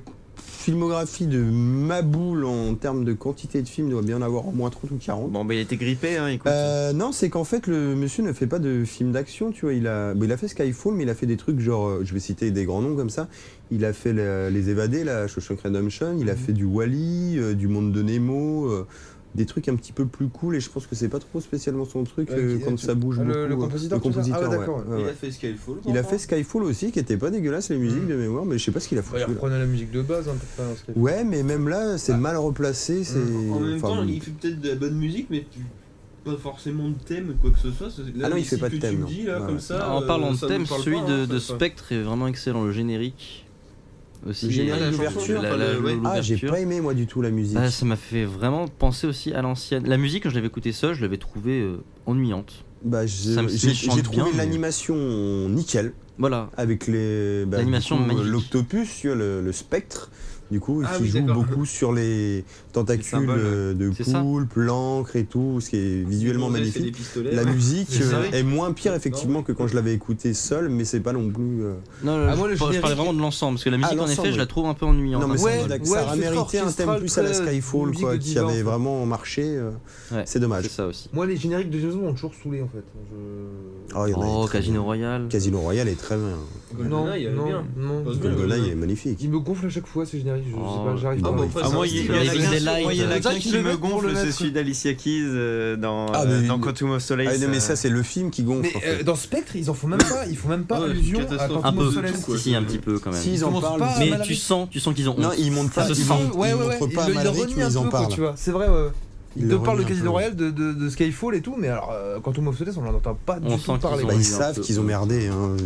Speaker 1: filmographie de maboule en termes de quantité de films, doit bien en avoir au moins 30 ou 40.
Speaker 3: Bon, bah, il était grippé, hein, écoute.
Speaker 1: Euh, non, c'est qu'en fait le monsieur ne fait pas de films d'action, tu vois. Il a, bah, il a fait Skyfall, mais il a fait des trucs genre, euh, je vais citer des grands noms comme ça. Il a fait la- Les Évadés, la Shawshank Redemption.
Speaker 4: Mhm.
Speaker 1: Il a fait du Wally, du Monde de Nemo, euh, des trucs un petit peu plus cool. Et je pense que c'est pas trop spécialement son truc
Speaker 4: Ouais,
Speaker 1: euh,
Speaker 4: qui-
Speaker 1: quand
Speaker 4: tu-
Speaker 1: ça bouge
Speaker 4: Ah, le-
Speaker 1: beaucoup.
Speaker 4: le
Speaker 1: ouais.
Speaker 4: compositeur,
Speaker 1: Le
Speaker 4: tu veux dire
Speaker 1: compositeur,
Speaker 4: Ah ouais,
Speaker 1: ouais,
Speaker 4: d'accord,
Speaker 1: ouais,
Speaker 5: Il
Speaker 1: ouais.
Speaker 5: a fait Skyfall.
Speaker 1: Il a fait Skyfall aussi, qui était pas dégueulasse les musiques
Speaker 4: Mhm.
Speaker 1: de mémoire, mais je sais pas ce qu'il a
Speaker 4: Ouais,
Speaker 1: foutu.
Speaker 4: il
Speaker 1: là.
Speaker 4: reprenait la musique de base, hein, peut-être pas un script.
Speaker 1: Ouais, mais même là, c'est
Speaker 4: Ah.
Speaker 1: mal replacé. C'est
Speaker 5: En même
Speaker 1: enfin,
Speaker 5: temps, il fait peut-être de la bonne musique, mais pas forcément de thème, quoi que ce soit. C'est- Là,
Speaker 1: Ah non, il
Speaker 5: les
Speaker 1: fait pas
Speaker 5: six
Speaker 1: de
Speaker 5: que
Speaker 1: thème,
Speaker 5: Tu me
Speaker 1: non.
Speaker 5: dis, là,
Speaker 1: Ouais,
Speaker 5: comme
Speaker 1: ouais.
Speaker 5: ça,
Speaker 2: en
Speaker 5: euh,
Speaker 2: parlant
Speaker 5: ça
Speaker 2: de
Speaker 5: me
Speaker 2: thème,
Speaker 5: parle
Speaker 2: celui
Speaker 5: pas, hein,
Speaker 2: de,
Speaker 5: ça
Speaker 2: de
Speaker 5: me parle pas.
Speaker 2: Spectre est vraiment excellent. Le générique euh, aussi.
Speaker 1: Le générique
Speaker 2: la- la-
Speaker 1: d'ouverture,
Speaker 2: la-
Speaker 5: enfin,
Speaker 2: la-
Speaker 5: le- ouais.
Speaker 1: Ah, j'ai
Speaker 2: l'ouverture.
Speaker 1: pas aimé moi du tout la musique.
Speaker 2: Ah, ça m'a fait vraiment penser aussi à l'ancienne. La musique, quand je l'avais écoutée seule, je l'avais trouvée euh, ennuyante.
Speaker 1: Bah, je-
Speaker 2: Sam
Speaker 1: j'ai
Speaker 2: Smith chante
Speaker 1: j'ai trouvé
Speaker 2: bien, mais-
Speaker 1: l'animation nickel
Speaker 2: Voilà.
Speaker 1: avec les bah,
Speaker 2: L'animation
Speaker 1: du coup,
Speaker 2: magnifique.
Speaker 1: l'octopus, tu vois, le, le spectre. Du coup,
Speaker 5: Ah
Speaker 1: qui
Speaker 5: oui,
Speaker 1: joue
Speaker 5: d'accord.
Speaker 1: beaucoup sur les tentacules
Speaker 3: symboles,
Speaker 1: euh, de
Speaker 2: C'est ça.
Speaker 1: poulpe, l'encre et tout, ce qui est visuellement
Speaker 5: Bondé, c'est
Speaker 1: magnifique.
Speaker 5: des pistolets.
Speaker 1: La musique
Speaker 5: C'est
Speaker 1: euh,
Speaker 5: vrai.
Speaker 1: est moins pire effectivement que quand je l'avais écouté seul, mais c'est pas non plus. euh,
Speaker 2: Non, non,
Speaker 4: Ah,
Speaker 2: je,
Speaker 4: moi, le
Speaker 2: je parlais
Speaker 4: générique-
Speaker 2: vraiment de l'ensemble, parce que la musique, en
Speaker 1: Ah, l'ensemble,
Speaker 2: effet, je
Speaker 1: oui.
Speaker 2: la trouve un peu ennuyante. Hein,
Speaker 1: Non, mais
Speaker 2: un peu
Speaker 4: ouais,
Speaker 1: ça,
Speaker 2: molle.
Speaker 4: ouais,
Speaker 1: ça aurait
Speaker 4: c'est
Speaker 1: mérité un thème
Speaker 4: orchestral,
Speaker 1: plus à la
Speaker 4: très
Speaker 1: Skyfall,
Speaker 4: musique
Speaker 1: quoi,
Speaker 4: de
Speaker 1: qui
Speaker 4: divan,
Speaker 1: avait
Speaker 4: quoi.
Speaker 1: vraiment marché. euh,
Speaker 2: Ouais,
Speaker 1: C'est dommage.
Speaker 2: c'est ça aussi.
Speaker 4: Moi, les génériques de James Bond ont toujours saoulé en fait. Je-
Speaker 1: Ah, il y en a
Speaker 2: Oh,
Speaker 1: des très
Speaker 2: Casino
Speaker 1: bien.
Speaker 2: Royale.
Speaker 1: Casino Royale est très bien.
Speaker 4: Non,
Speaker 5: Goldeneye, il y avait
Speaker 4: non,
Speaker 5: bien.
Speaker 4: non.
Speaker 5: Parce que-
Speaker 1: Goldeneye est magnifique.
Speaker 4: Ils me gonflent à chaque fois ces génériques, je
Speaker 2: Oh.
Speaker 4: sais pas, j'arrive
Speaker 1: Ah,
Speaker 4: pas.
Speaker 1: bon,
Speaker 5: après,
Speaker 3: Ah,
Speaker 5: c'est
Speaker 3: moi,
Speaker 5: un
Speaker 3: il y,
Speaker 5: style,
Speaker 3: en a
Speaker 5: hein.
Speaker 2: Living the
Speaker 3: qu'un- moi, il y en a
Speaker 4: Light.
Speaker 3: qu'un qui
Speaker 4: Le
Speaker 3: me
Speaker 4: mec pour
Speaker 3: gonfle,
Speaker 4: le
Speaker 3: c'est
Speaker 4: mettre.
Speaker 3: celui d'Alicia Keys euh, dans,
Speaker 1: Ah,
Speaker 3: euh,
Speaker 1: mais-
Speaker 3: dans Quantum of Solace.
Speaker 1: Ah, non, mais
Speaker 3: euh,
Speaker 1: ça, c'est le film qui gonfle.
Speaker 4: Mais
Speaker 1: en
Speaker 4: euh,
Speaker 1: fait.
Speaker 4: dans Spectre, ils en font même pas, ils font même pas
Speaker 5: Ah Ouais,
Speaker 4: allusion à
Speaker 5: catastrophe.
Speaker 4: Quantum
Speaker 2: Un
Speaker 4: of
Speaker 2: peu,
Speaker 4: Solace.
Speaker 5: quoi.
Speaker 2: si, si, un petit peu quand même.
Speaker 1: Si, ils en
Speaker 4: commencent
Speaker 1: parlent.
Speaker 4: pas à
Speaker 1: mais-
Speaker 2: Mais
Speaker 4: Malaric.
Speaker 2: tu sens, tu sens qu'ils ont honte.
Speaker 1: Non, ils montent pas,
Speaker 2: se
Speaker 1: ils
Speaker 2: sent.
Speaker 1: montrent,
Speaker 4: Ouais,
Speaker 1: ils
Speaker 4: ouais, ouais.
Speaker 1: montrent
Speaker 4: Il
Speaker 1: pas
Speaker 4: le- il le
Speaker 1: Malric,
Speaker 4: renie
Speaker 1: mais
Speaker 4: un
Speaker 1: ils en
Speaker 4: peu, quoi,
Speaker 1: parlent.
Speaker 4: tu vois. C'est vrai, ouais. Il
Speaker 1: Il
Speaker 4: te
Speaker 1: le
Speaker 4: parle
Speaker 1: remet
Speaker 4: de
Speaker 1: un
Speaker 4: Casino
Speaker 1: peu.
Speaker 4: Royale, de, de, de Skyfall et tout, mais alors, euh, Quantum of Solace, on n'en entend pas du
Speaker 2: On sent
Speaker 4: tout
Speaker 2: qu'ils
Speaker 4: parler.
Speaker 2: ont-
Speaker 1: Bah, ils
Speaker 2: Oui, un
Speaker 1: savent
Speaker 2: peu.
Speaker 1: qu'ils ont merdé. hein,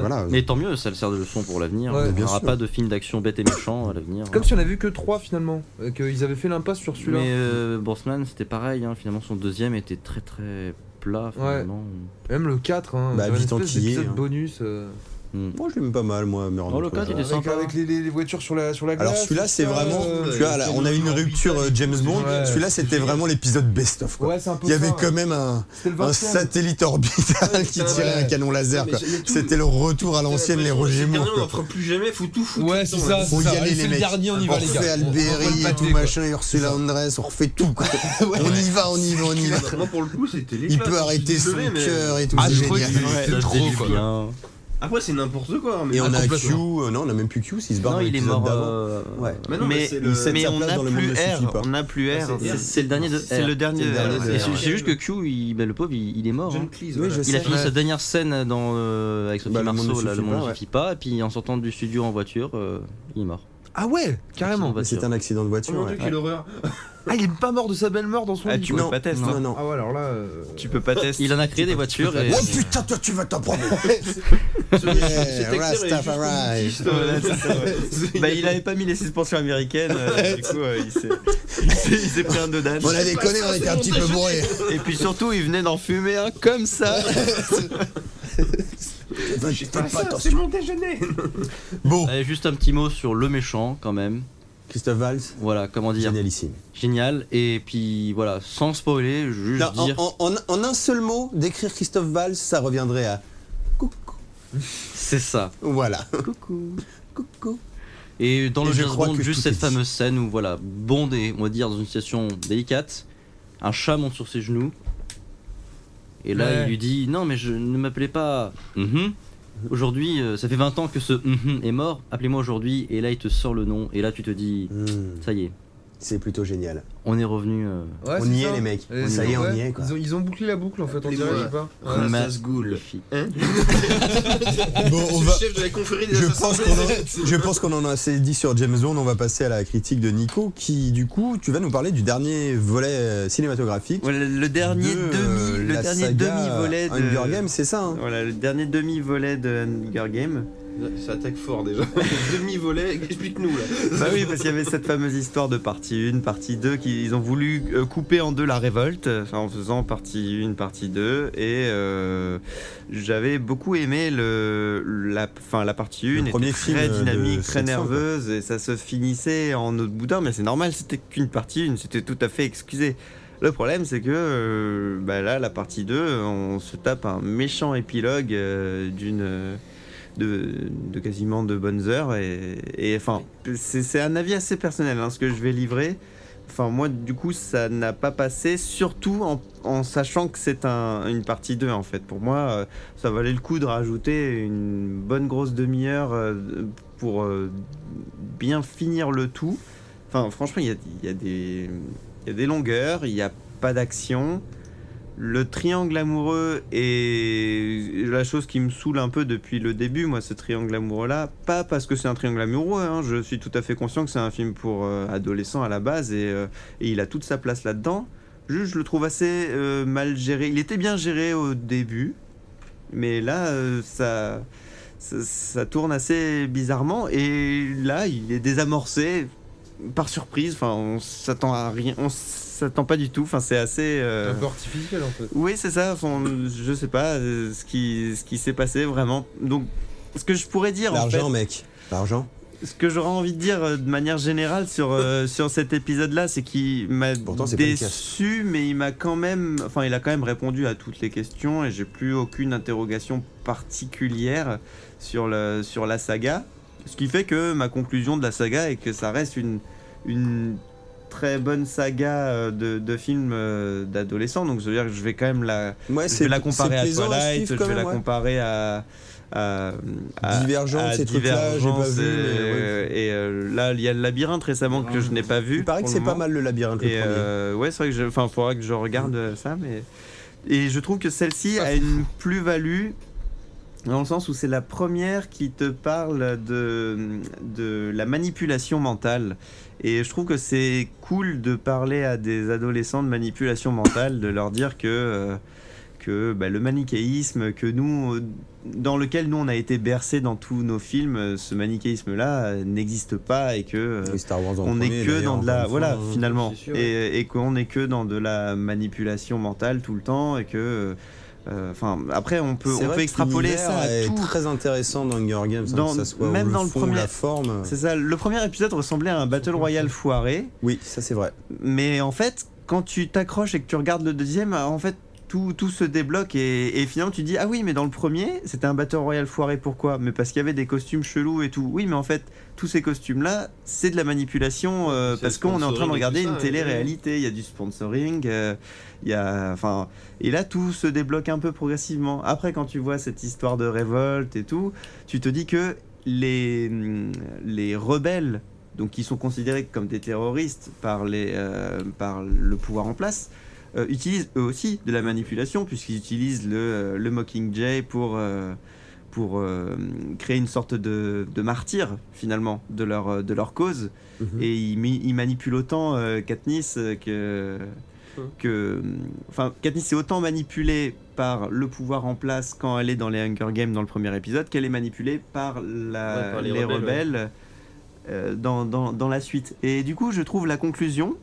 Speaker 1: Voilà.
Speaker 2: Mais tant mieux, ça le sert de leçon pour l'avenir.
Speaker 4: Ouais,
Speaker 2: on
Speaker 1: bien
Speaker 2: n'aura
Speaker 1: sûr.
Speaker 2: pas de film d'action bête et méchant à l'avenir.
Speaker 4: Comme si on a vu que 3 finalement, et qu'ils avaient fait l'impasse sur celui-là.
Speaker 2: Mais euh, Brosnan, c'était pareil. hein, Finalement, son deuxième était très très plat. finalement.
Speaker 4: Même le 4, hein,
Speaker 1: Bah,
Speaker 4: c'est un
Speaker 1: vite
Speaker 4: espèce
Speaker 1: antillais,
Speaker 4: d'épisode
Speaker 1: hein.
Speaker 4: bonus. euh,
Speaker 2: Mm.
Speaker 1: Moi, je l'aime pas mal, moi. Murder
Speaker 2: Oh, le
Speaker 1: Crowe.
Speaker 2: quatre, il est
Speaker 4: avec
Speaker 2: sympa.
Speaker 4: avec les, les- les voitures sur la, sur la glace.
Speaker 1: Alors celui-là, c'est
Speaker 4: tout ça,
Speaker 1: vraiment.
Speaker 4: euh,
Speaker 1: Tu vois, là, on a eu une rupture euh, James Bond.
Speaker 4: Ouais.
Speaker 1: Celui-là, c'était vraiment l'épisode best-of. quoi.
Speaker 4: Ouais, c'est un peu
Speaker 1: Il y avait
Speaker 4: ça,
Speaker 1: quand même un,
Speaker 4: C'était le
Speaker 1: un
Speaker 4: 20
Speaker 1: satellite orbital qui
Speaker 5: putain,
Speaker 1: tirait
Speaker 4: ouais.
Speaker 1: un canon laser.
Speaker 5: mais
Speaker 1: quoi.
Speaker 5: j'ai- j'ai tout-
Speaker 1: C'était le retour à l'ancienne, les Roger Moore.
Speaker 5: On n'en
Speaker 1: quoi.
Speaker 5: fera plus jamais, faut tout foutre.
Speaker 4: Ouais, c'est ça,
Speaker 1: Faut
Speaker 4: c'est
Speaker 1: y
Speaker 4: ça.
Speaker 1: aller,
Speaker 4: Allez,
Speaker 1: les
Speaker 4: C'est le
Speaker 1: mecs.
Speaker 4: dernier, on y va,
Speaker 1: on
Speaker 4: les gars.
Speaker 1: refait Alberi
Speaker 4: On- on
Speaker 1: et
Speaker 4: refait
Speaker 1: tout
Speaker 4: le pâté,
Speaker 1: machin, Ursula Andress, on refait tout. quoi. on y va, on y va, on y va.
Speaker 5: Moi pour le coup c'était les
Speaker 1: Il peut arrêter son cœur et tout.
Speaker 4: Ah,
Speaker 1: c'est
Speaker 4: je crois
Speaker 1: génial.
Speaker 4: qu'il-
Speaker 1: Ouais.
Speaker 4: c'est
Speaker 2: Ça
Speaker 4: trop,
Speaker 2: faisait du
Speaker 4: quoi.
Speaker 2: bien.
Speaker 5: Après c'est n'importe quoi. Mais
Speaker 1: Et on a Q,
Speaker 4: complètement.
Speaker 1: euh, non, on a même plus Q s'il se barre
Speaker 2: Non,
Speaker 1: dans
Speaker 2: il est
Speaker 1: l'épisode
Speaker 2: mort.
Speaker 1: d'avant.
Speaker 2: euh,
Speaker 1: Ouais.
Speaker 5: Mais non,
Speaker 3: mais
Speaker 5: mais c'est le-
Speaker 1: c'est-
Speaker 3: mais
Speaker 1: sa
Speaker 3: on
Speaker 1: place
Speaker 3: n'a
Speaker 1: dans le monde
Speaker 3: plus
Speaker 1: ne suffit
Speaker 3: R.
Speaker 1: pas.
Speaker 3: On n'a plus
Speaker 5: Ah,
Speaker 3: R.
Speaker 5: c'est-
Speaker 2: C'est c'est le dernier de.
Speaker 3: C'est
Speaker 2: R.
Speaker 3: le dernier.
Speaker 1: C'est le dernier
Speaker 3: R.
Speaker 1: de
Speaker 2: Et
Speaker 1: R,
Speaker 2: C'est
Speaker 5: ouais.
Speaker 2: c'est juste que Q, il- ben, le pauvre, il, il est mort.
Speaker 5: John
Speaker 2: hein.
Speaker 5: Cleese.
Speaker 1: Oui,
Speaker 5: voilà.
Speaker 1: je
Speaker 2: Il a
Speaker 1: sais.
Speaker 2: fini
Speaker 4: Ouais.
Speaker 2: sa dernière scène dans, euh, avec Sophie
Speaker 1: Bah, le monde ne
Speaker 2: Marceau, là,
Speaker 1: suffit
Speaker 2: le monde
Speaker 1: pas,
Speaker 2: ne suffit pas, et puis en sortant du studio en voiture, euh, il est mort.
Speaker 4: Ah ouais, carrément.
Speaker 2: Accident de
Speaker 1: C'est
Speaker 2: voiture.
Speaker 1: un accident de
Speaker 5: Oh
Speaker 1: voiture.
Speaker 5: mon
Speaker 1: ouais.
Speaker 5: dieu, quelle horreur.
Speaker 4: Ah, il est pas mort de sa belle mort dans son
Speaker 3: Ah,
Speaker 4: lit.
Speaker 3: tu
Speaker 4: quoi.
Speaker 3: peux pas test.
Speaker 1: Non, non.
Speaker 4: Ah ouais, alors là. euh,
Speaker 3: Tu peux pas test.
Speaker 2: Il en a créé des voitures et.
Speaker 1: Oh putain, toi tu vas t'en prendre. Yeah,
Speaker 5: Ce- cet acteur est juste
Speaker 1: Rastafari.
Speaker 5: autiste, euh, c'est-
Speaker 3: Bah, il avait pas mis les suspensions américaines, euh, du coup euh, il s'est- [LAUGHS] il s'est il s'est pris un dodan.
Speaker 1: On a déconné, on était un petit peu bourrés.
Speaker 3: Et puis surtout, il venait d'en fumer un comme ça.
Speaker 1: Faites pas
Speaker 5: C'est
Speaker 1: attention.
Speaker 5: mon déjeuner.
Speaker 1: [LAUGHS] Bon,
Speaker 2: Allez, juste un petit mot sur le méchant quand même.
Speaker 1: Christophe Valls,
Speaker 2: Voilà, comment dire.
Speaker 1: génialissime.
Speaker 2: Génial. Et puis voilà, sans spoiler, juste
Speaker 1: Non, en,
Speaker 2: dire.
Speaker 1: en- en- en un seul mot, décrire Christophe Valls, ça reviendrait à coucou.
Speaker 2: C'est ça.
Speaker 1: Voilà.
Speaker 2: Coucou.
Speaker 1: Coucou.
Speaker 2: Et dans
Speaker 1: Et
Speaker 2: le
Speaker 1: je
Speaker 2: James
Speaker 1: crois
Speaker 2: Bond,
Speaker 1: que
Speaker 2: juste
Speaker 1: tout
Speaker 2: cette
Speaker 1: est dit.
Speaker 2: fameuse scène où voilà, Bond est, on va dire, dans une situation délicate, un chat monte sur ses genoux, et là
Speaker 4: Ouais.
Speaker 2: il lui dit Non, mais je ne m'appelais pas. Mhm. Aujourd'hui, euh, ça fait 20 ans que ce mhm est mort, appelez-moi aujourd'hui, et là il te sort le nom, et là tu te dis
Speaker 1: Hmm,
Speaker 2: Ça y est,
Speaker 1: c'est plutôt génial.
Speaker 2: on est revenu. euh,
Speaker 4: ouais,
Speaker 1: on
Speaker 4: c'est
Speaker 1: y est,
Speaker 4: ça.
Speaker 1: les mecs.
Speaker 4: Et
Speaker 1: ça
Speaker 4: c'est-
Speaker 1: y est, on y
Speaker 4: ouais,
Speaker 1: est. Quoi.
Speaker 4: Ils ont, ils ont bouclé la boucle en fait, on
Speaker 5: Les
Speaker 4: dirait,
Speaker 5: mois.
Speaker 4: je sais pas.
Speaker 5: Ah, ça se goule.
Speaker 2: magnifique.
Speaker 1: Ah, Bon, on
Speaker 5: Le
Speaker 1: va-
Speaker 5: chef de la confrérie des
Speaker 1: Je
Speaker 5: assassins.
Speaker 1: pense, qu'on en, je pense qu'on en a assez dit sur James Bond. On va passer à la critique de Nico, qui du coup, tu vas nous parler du dernier volet euh, cinématographique.
Speaker 3: Voilà, le dernier
Speaker 1: de, euh,
Speaker 3: demi, le
Speaker 1: la
Speaker 3: dernier
Speaker 1: saga,
Speaker 3: demi volet de
Speaker 1: Hunger Games, c'est ça. hein
Speaker 3: Voilà, le dernier demi volet de Hunger
Speaker 1: [LAUGHS]
Speaker 3: Games.
Speaker 5: Ça attaque fort déjà. [LAUGHS] Demi-volet, explique-nous là.
Speaker 3: Bah oui, parce qu'il y avait cette fameuse histoire de partie 1, partie 2, qu'ils ont voulu euh, couper en deux la révolte, enfin, en faisant partie 1, partie 2, et euh, j'avais beaucoup aimé le, la, enfin, la partie 1,
Speaker 1: Le
Speaker 3: était
Speaker 1: premier film,
Speaker 3: très
Speaker 1: euh,
Speaker 3: dynamique,
Speaker 1: de
Speaker 3: très
Speaker 1: 700, quoi.
Speaker 3: nerveuse, et ça se finissait en autre boudin, mais c'est normal, c'était qu'une partie 1, c'était tout à fait excusé. Le problème, c'est que euh, bah là, la partie 2, on se tape un méchant épilogue euh, d'une... euh, de, de quasiment de bonnes heures. Et, et, enfin, c'est c'est un avis assez personnel, hein, ce que je vais livrer. Enfin, moi, du coup, ça n'a pas passé, surtout en, en sachant que c'est un- une partie 2, en fait. Pour moi, euh, ça valait le coup de rajouter une bonne grosse demi-heure euh, pour euh, bien finir le tout. Enfin, franchement, il y a, il y a des, il y a des longueurs, il n'y a pas d'action. Le triangle amoureux est la chose qui me saoule un peu depuis le début, moi, ce triangle amoureux-là. Pas parce que c'est un triangle amoureux, hein, je suis tout à fait conscient que c'est un film pour euh, adolescents à la base et, euh, et il a toute sa place là-dedans. Juste, je le trouve assez euh, mal géré. Il était bien géré au début, mais là, euh, ça, ça, ça tourne assez bizarrement et là, il est désamorcé par surprise. Enfin, on s'attend à rien, on s'attend pas du tout. Enfin, c'est assez. euh,
Speaker 4: Un peu artificiel en fait.
Speaker 3: oui, c'est ça. Enfin, je sais pas euh, ce qui, ce qui s'est passé vraiment. Donc, ce que je pourrais dire, en fait,
Speaker 1: L'argent, mec. L'argent.
Speaker 3: ce que j'aurais envie de dire euh, de manière générale
Speaker 1: [LAUGHS]
Speaker 3: sur, euh, sur cet épisode-là, c'est qu'il m'a
Speaker 1: Pourtant, c'est pas une
Speaker 3: déçu, mais il m'a quand même, enfin, il a quand même répondu à toutes les questions et j'ai plus aucune interrogation particulière sur, le, sur la saga. Ce qui fait que ma conclusion de la saga est que ça reste une, une très bonne saga euh, de, de films euh, d'adolescents. Donc, ça veut dire que je vais quand même la,
Speaker 1: Ouais,
Speaker 3: je vais la comparer
Speaker 1: c'est
Speaker 3: à
Speaker 1: plaisant
Speaker 3: Twilight,
Speaker 1: suivre
Speaker 3: je
Speaker 1: quand
Speaker 3: vais la
Speaker 1: même, ouais.
Speaker 3: comparer à, à, à-
Speaker 1: Divergence,
Speaker 3: à
Speaker 1: ces trucs-là, j'ai pas
Speaker 3: Divergence,
Speaker 1: vu, mais
Speaker 3: euh, Et, euh, là, il y a le labyrinthe récemment que je n'ai pas vu.
Speaker 1: Ah. Il paraît que
Speaker 3: pour
Speaker 1: c'est
Speaker 3: le
Speaker 1: pas
Speaker 3: moment.
Speaker 1: mal le labyrinthe. le
Speaker 3: Et
Speaker 1: premier.
Speaker 3: euh, ouais, c'est vrai que je, enfin, faudra que je regarde euh, ça, mais et je trouve que celle-ci a une plus-value Dans le sens où c'est la première qui te parle de, de la manipulation mentale. Et je trouve que c'est cool de parler à des adolescents de manipulation mentale, de leur dire que, euh, que bah, le manichéisme, que nous, euh, dans lequel nous on a été bercés dans tous nos films, euh, ce manichéisme-là euh, n'existe pas et que euh,
Speaker 6: Et Star Wars en
Speaker 3: on
Speaker 6: premier,
Speaker 3: n'est que
Speaker 6: d'ailleurs,
Speaker 3: dans de la
Speaker 6: encore une
Speaker 3: voilà
Speaker 6: fois, euh,
Speaker 3: finalement
Speaker 2: c'est sûr,
Speaker 3: et, et qu'on n'est que dans de la manipulation mentale tout le temps et que euh, enfin après on peut
Speaker 6: C'est
Speaker 3: on
Speaker 6: vrai
Speaker 3: peut
Speaker 6: que
Speaker 3: extrapoler
Speaker 6: l'univers
Speaker 3: ça à
Speaker 6: est
Speaker 3: tout
Speaker 6: très intéressant dans Hunger Games, hein,
Speaker 3: Dans-
Speaker 6: que ça soit
Speaker 3: même
Speaker 6: le
Speaker 3: dans le
Speaker 6: fond,
Speaker 3: premier-
Speaker 6: la forme.
Speaker 3: c'est ça le premier épisode ressemblait à un battle royale foiré
Speaker 6: Oui, ça c'est vrai.
Speaker 3: mais en fait quand tu t'accroches et que tu regardes le deuxième en fait tout, tout se débloque et, et finalement tu dis ah oui mais dans le premier c'était un battle royale foiré pourquoi mais parce qu'il y avait des costumes chelous et tout oui mais en fait tous ces costumes là c'est de la manipulation euh,
Speaker 5: C'est
Speaker 3: parce qu'on est en train
Speaker 5: sponsoring
Speaker 3: de
Speaker 5: et
Speaker 3: regarder
Speaker 5: tout ça,
Speaker 3: une
Speaker 5: ouais.
Speaker 3: télé-réalité il y a du sponsoring euh, il y a enfin et là tout se débloque un peu progressivement après quand tu vois cette histoire de révolte et tout tu te dis que les les rebelles donc qui sont considérés comme des terroristes par, les, euh, par le pouvoir en place, euh, utilisent eux aussi de la manipulation, puisqu'ils utilisent le, euh, le Mockingjay pour, euh, pour euh, créer une sorte de, de martyr, finalement, de leur, euh, de leur cause.
Speaker 6: Mhm.
Speaker 3: Et ils, mi- ils manipulent autant euh, Katniss euh, que.
Speaker 5: Mhm.
Speaker 3: Que, enfin, Katniss est autant manipulée par le pouvoir en place quand elle est dans les Hunger Games dans le premier épisode qu'elle est manipulée par, la,
Speaker 5: Ouais, par
Speaker 3: les,
Speaker 5: les
Speaker 3: rebelles,
Speaker 5: rebelles,
Speaker 3: euh, dans, dans- dans la suite. Et du coup, je trouve la conclusion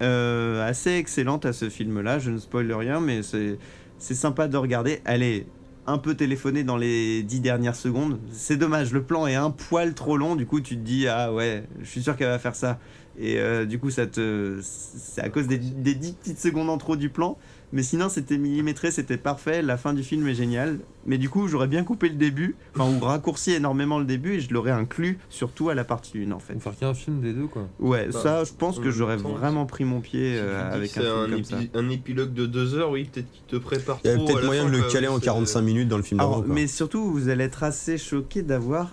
Speaker 3: euh, assez excellente à ce film-là. Je ne spoil rien, mais c'est c'est sympa de regarder. Elle est un peu téléphonée dans les dix dernières secondes. C'est dommage, le plan est un poil trop long. Du coup, tu te dis, ah ouais, je suis sûr qu'elle va faire ça. Et euh, du coup, ça te, c'est à cause des, des dix petites secondes en trop du plan. Mais sinon, c'était millimétré, c'était parfait. La fin du film est géniale. Mais du coup, j'aurais bien coupé le début, enfin, ou raccourci énormément le début, et je l'aurais inclus surtout à la partie 1 en fait.
Speaker 4: Faut faire qu'un film des deux, quoi.
Speaker 3: Ouais,
Speaker 5: Bah,
Speaker 3: ça, je pense que
Speaker 5: en
Speaker 3: j'aurais
Speaker 5: même temps,
Speaker 3: vraiment pris mon pied
Speaker 5: Si tu
Speaker 3: euh,
Speaker 5: dis
Speaker 3: avec
Speaker 5: que
Speaker 3: un
Speaker 5: c'est
Speaker 3: film
Speaker 5: un,
Speaker 3: comme
Speaker 5: épi-
Speaker 3: ça.
Speaker 5: un épilogue de deux heures, oui, peut-être qu'il te prépare
Speaker 6: Il y avait
Speaker 5: trop à
Speaker 6: peut-être
Speaker 5: la
Speaker 6: moyen
Speaker 5: fin,
Speaker 6: de le
Speaker 5: quoi,
Speaker 6: caler en
Speaker 5: c'est-
Speaker 6: 45 minutes dans le film
Speaker 3: Alors,
Speaker 6: d'avant, quoi.
Speaker 3: mais surtout, vous allez être assez choqué d'avoir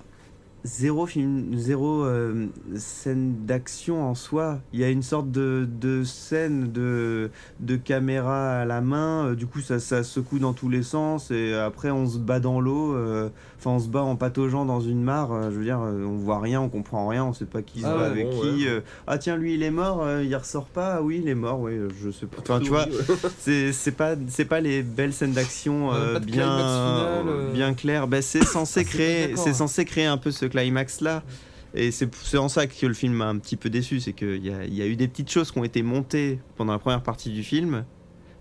Speaker 3: zéro film, zéro euh, scène d'action en soi. Il y a une sorte de, de scène de, de caméra à la main. euh, Du coup, ça, ça secoue dans tous les sens. Et après, on se bat dans l'eau. euh, Enfin, on se bat en pataugeant dans une mare. euh, Je veux dire, euh, on voit rien, on comprend rien, on sait pas qui se
Speaker 5: Ah
Speaker 3: bat
Speaker 5: ouais,
Speaker 3: avec
Speaker 5: bon,
Speaker 3: qui.
Speaker 5: ouais.
Speaker 3: euh, ah tiens, lui, il est mort. euh, il ressort pas. Ah oui, il est mort. Oui, euh, je sais pas. Enfin, tu vois, c'est c'est pas c'est pas les belles scènes d'action
Speaker 4: Ouais,
Speaker 3: euh,
Speaker 4: pas de
Speaker 3: bien
Speaker 4: climax final, euh.
Speaker 3: bien claires. Bah, c'est censé
Speaker 4: Ah, c'est pas
Speaker 3: créer
Speaker 4: d'accord,
Speaker 3: c'est
Speaker 4: hein.
Speaker 3: censé créer un peu ce climax là. Et c'est c'est en ça que le film m'a un petit peu déçu, c'est qu'il y a, il y a eu des petites choses qui ont été montées pendant la première partie du film,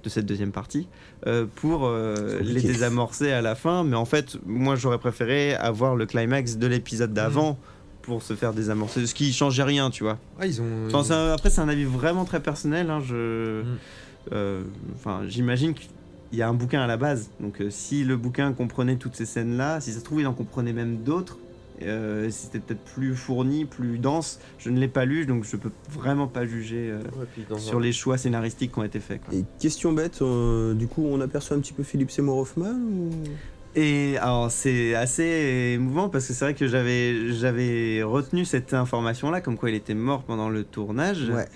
Speaker 3: de cette deuxième partie, euh, pour euh, les
Speaker 6: compliqué.
Speaker 3: désamorcer à la fin. Mais en fait, moi j'aurais préféré avoir le climax de l'épisode d'avant pour se faire désamorcer, ce qui changeait rien, tu vois.
Speaker 4: Ah, ils ont.
Speaker 5: Euh,
Speaker 3: Enfin, c'est un- après, c'est un avis vraiment très personnel. hein, je,
Speaker 4: Mm.
Speaker 3: euh, enfin, j'imagine qu'il y a un bouquin à la base. Donc, euh, si le bouquin comprenait toutes ces scènes-là, si ça se trouve, il en comprenait même d'autres. euh, c'était peut-être plus fourni, plus dense. Je ne l'ai pas lu, donc je peux vraiment pas juger euh,
Speaker 5: Ouais, puis dans
Speaker 3: sur
Speaker 5: un-
Speaker 3: les choix scénaristiques qui ont été faits. quoi.
Speaker 6: Et question bête, euh, du coup, on aperçoit un petit peu Philippe Seymour Hoffman ou...
Speaker 3: Et alors c'est assez émouvant parce que c'est vrai que j'avais j'avais retenu cette information là comme quoi il était mort pendant le tournage
Speaker 6: Ouais.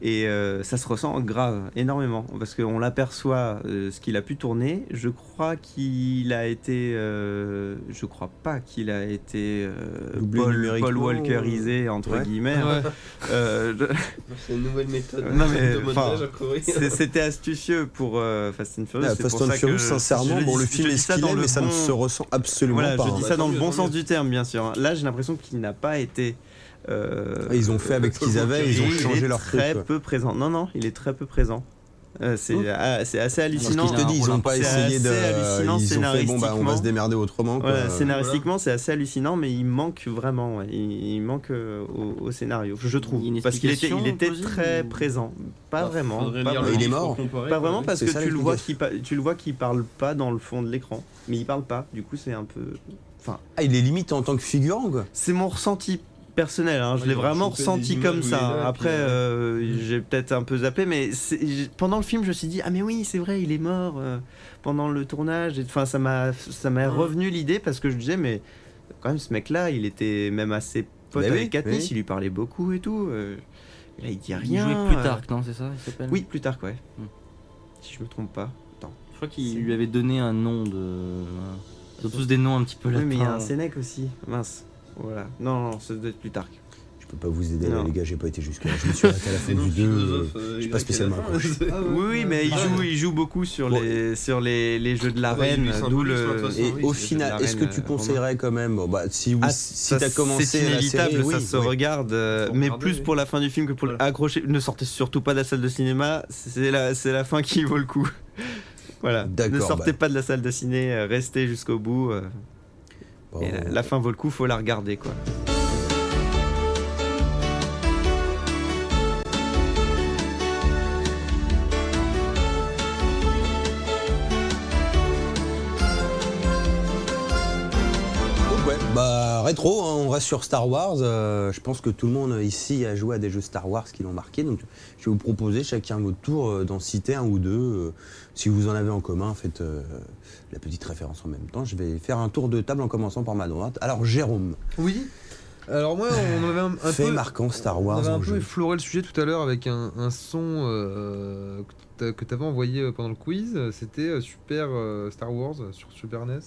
Speaker 3: et euh, ça se ressent grave énormément parce qu'on l'aperçoit euh, ce qu'il a pu tourner je crois qu'il a été euh, je crois pas qu'il a été euh,
Speaker 6: Doublé
Speaker 3: Paul,
Speaker 6: numériquement,
Speaker 3: Paul Walkerisé entre
Speaker 6: Ouais.
Speaker 3: guillemets
Speaker 4: Ouais.
Speaker 3: [LAUGHS] Euh, je-
Speaker 5: C'est une nouvelle méthode
Speaker 3: Non, mais,
Speaker 5: de montage
Speaker 3: enfin,
Speaker 5: à courir.
Speaker 3: c'est- c'était astucieux pour euh, Fast and Furious
Speaker 6: Ah,
Speaker 3: c'est
Speaker 6: Fast
Speaker 3: pour
Speaker 6: and
Speaker 3: ça que
Speaker 6: Furious,
Speaker 3: je-
Speaker 6: sincèrement,
Speaker 3: je
Speaker 6: bon,
Speaker 3: dis-
Speaker 6: le
Speaker 3: je
Speaker 6: film
Speaker 3: dis
Speaker 6: est ce
Speaker 3: ça
Speaker 6: qu'il
Speaker 3: dans
Speaker 6: est,
Speaker 3: le
Speaker 6: mais ça ne
Speaker 3: bon-
Speaker 6: se ressent absolument
Speaker 3: Voilà,
Speaker 6: pas.
Speaker 3: je
Speaker 6: hein.
Speaker 3: dis
Speaker 5: Bah,
Speaker 3: ça
Speaker 5: tant
Speaker 3: dans le
Speaker 5: mieux,
Speaker 3: bon
Speaker 5: tant
Speaker 3: sens
Speaker 5: mieux.
Speaker 3: du terme, bien sûr. hein. Là, j'ai l'impression qu'il n'a pas été. euh,
Speaker 6: Ah, Ils ont fait avec ce qu'ils avaient, ils
Speaker 3: et
Speaker 6: ont
Speaker 3: il
Speaker 6: changé
Speaker 3: est
Speaker 6: leur
Speaker 3: très
Speaker 6: truc.
Speaker 3: peu présent. Non, non, il est très peu présent. Euh, c'est ah, c'est assez
Speaker 6: Parce que
Speaker 3: hallucinant.
Speaker 6: je te dis, ils n'ont pas
Speaker 3: C'est
Speaker 6: essayé de.
Speaker 3: assez hallucinant
Speaker 6: Ils ont fait bon, bah, on va
Speaker 3: scénaristiquement.
Speaker 6: se démerder autrement. quoi.
Speaker 3: Voilà, scénaristiquement, c'est assez hallucinant, mais il manque vraiment. ouais. Il, il manque euh, au, au scénario, je trouve.
Speaker 2: Il y a une
Speaker 3: Parce qu'il était, il
Speaker 2: explication
Speaker 3: était
Speaker 2: possible
Speaker 3: très
Speaker 2: ou-
Speaker 3: présent. Pas
Speaker 5: Bah,
Speaker 3: vraiment.
Speaker 5: faudrait
Speaker 3: pas
Speaker 5: lire le
Speaker 3: vraiment.
Speaker 6: Il est
Speaker 5: livre pour
Speaker 6: mort.
Speaker 5: comparer,
Speaker 3: Pas
Speaker 5: quoi.
Speaker 3: vraiment parce
Speaker 6: c'est
Speaker 3: que
Speaker 6: ça,
Speaker 3: tu le,
Speaker 6: l'explication.
Speaker 3: vois qu'il pa- tu le vois qu'il parle pas dans le fond de l'écran, mais il parle pas. Du coup, c'est un peu. Enfin,
Speaker 6: Ah, il est limite en tant que figurant, quoi.
Speaker 3: C'est mon ressenti personnel, hein. je
Speaker 5: Ouais,
Speaker 3: l'ai
Speaker 5: ils ont
Speaker 3: vraiment
Speaker 5: chopé des
Speaker 3: ressenti
Speaker 5: images
Speaker 3: comme
Speaker 5: où il
Speaker 3: ça.
Speaker 5: est là, et
Speaker 3: Après,
Speaker 5: puis,
Speaker 3: euh, j'ai peut-être un peu zappé, mais c'est- j'ai- pendant le film, je me suis dit ah mais oui, c'est vrai, il est mort euh, pendant le tournage. Et, Enfin, ça m'a ça m'a revenu l'idée parce que je disais mais quand même ce mec-là, il était même assez pote
Speaker 6: Bah oui,
Speaker 3: avec Katniss,
Speaker 6: oui.
Speaker 3: il lui parlait beaucoup et tout. euh, là, il dit
Speaker 2: Il
Speaker 3: rien.
Speaker 2: jouait plus
Speaker 3: euh,
Speaker 2: tard, non, c'est ça il s'appelle
Speaker 3: Oui, plus tard, ouais.
Speaker 2: Hmm.
Speaker 3: Si je me trompe pas. Attends.
Speaker 2: Je crois qu'il lui avait donné un nom de. euh,
Speaker 3: C'est-
Speaker 2: Ils ont tous des noms un petit peu
Speaker 3: Oui,
Speaker 2: latins.
Speaker 3: mais il y a un Sénèque aussi. Mince. Voilà. Non, non, ça doit être Plutarque.
Speaker 1: Je peux pas vous aider,
Speaker 3: Non.
Speaker 1: les gars, j'ai pas été jusque-là. Je me suis arrêté à la fin du 2.
Speaker 5: je
Speaker 1: je suis pas spécialement
Speaker 5: [LAUGHS] Ah,
Speaker 4: Ah
Speaker 3: Oui, oui, mais il joue, il joue beaucoup sur
Speaker 1: Bon.
Speaker 3: les, sur les, les jeux de
Speaker 5: Ah bah, il y a
Speaker 3: l'arène,
Speaker 5: du symbolisme,
Speaker 3: d'où
Speaker 5: de toute
Speaker 3: le.
Speaker 5: façon.
Speaker 1: Et
Speaker 5: oui,
Speaker 1: au
Speaker 3: je-
Speaker 1: final,
Speaker 3: je-
Speaker 1: est-ce que tu
Speaker 3: l'arène, euh,
Speaker 1: conseillerais quand même bon, bah, Si, oui,
Speaker 3: Ah,
Speaker 1: si
Speaker 3: ça,
Speaker 1: t'as commencé
Speaker 3: C'est
Speaker 1: la
Speaker 3: inévitable,
Speaker 1: série,
Speaker 3: ça
Speaker 1: oui,
Speaker 3: se
Speaker 1: oui.
Speaker 3: regarde, euh,
Speaker 5: Faut
Speaker 3: mais
Speaker 5: regarder,
Speaker 3: plus
Speaker 5: oui.
Speaker 3: pour la fin du film que pour
Speaker 5: Voilà.
Speaker 3: l'accrocher. Ne sortez surtout pas de la salle de cinéma, c'est la, c'est la fin qui vaut le coup. [LAUGHS] voilà. Ne
Speaker 1: D'accord,
Speaker 3: sortez
Speaker 1: bah.
Speaker 3: pas de la salle de ciné, euh, restez jusqu'au bout. euh,
Speaker 1: Bon,
Speaker 3: et la, la fin vaut le coup, faut la regarder quoi.
Speaker 1: Ouais, bah rétro, hein, on reste sur Star Wars. Euh, je pense que tout le monde ici a joué à des jeux Star Wars qui l'ont marqué. Donc je vais vous proposer chacun votre tour euh, d'en citer un ou deux. Euh, si vous en avez en commun, faites euh, la petite référence en même temps. Je vais faire un tour de table en commençant par ma droite. Alors Jérôme,
Speaker 4: Oui. Alors moi, on avait un, un
Speaker 1: fait
Speaker 4: peu,
Speaker 1: marquant Star
Speaker 4: on
Speaker 1: Wars
Speaker 4: avait un
Speaker 1: en
Speaker 4: peu
Speaker 1: jeu.
Speaker 4: effleuré le sujet tout à l'heure avec un, un son euh, que t'as- que t'avais envoyé euh, pendant le quiz. C'était euh, Super euh, Star Wars euh, sur Super NES.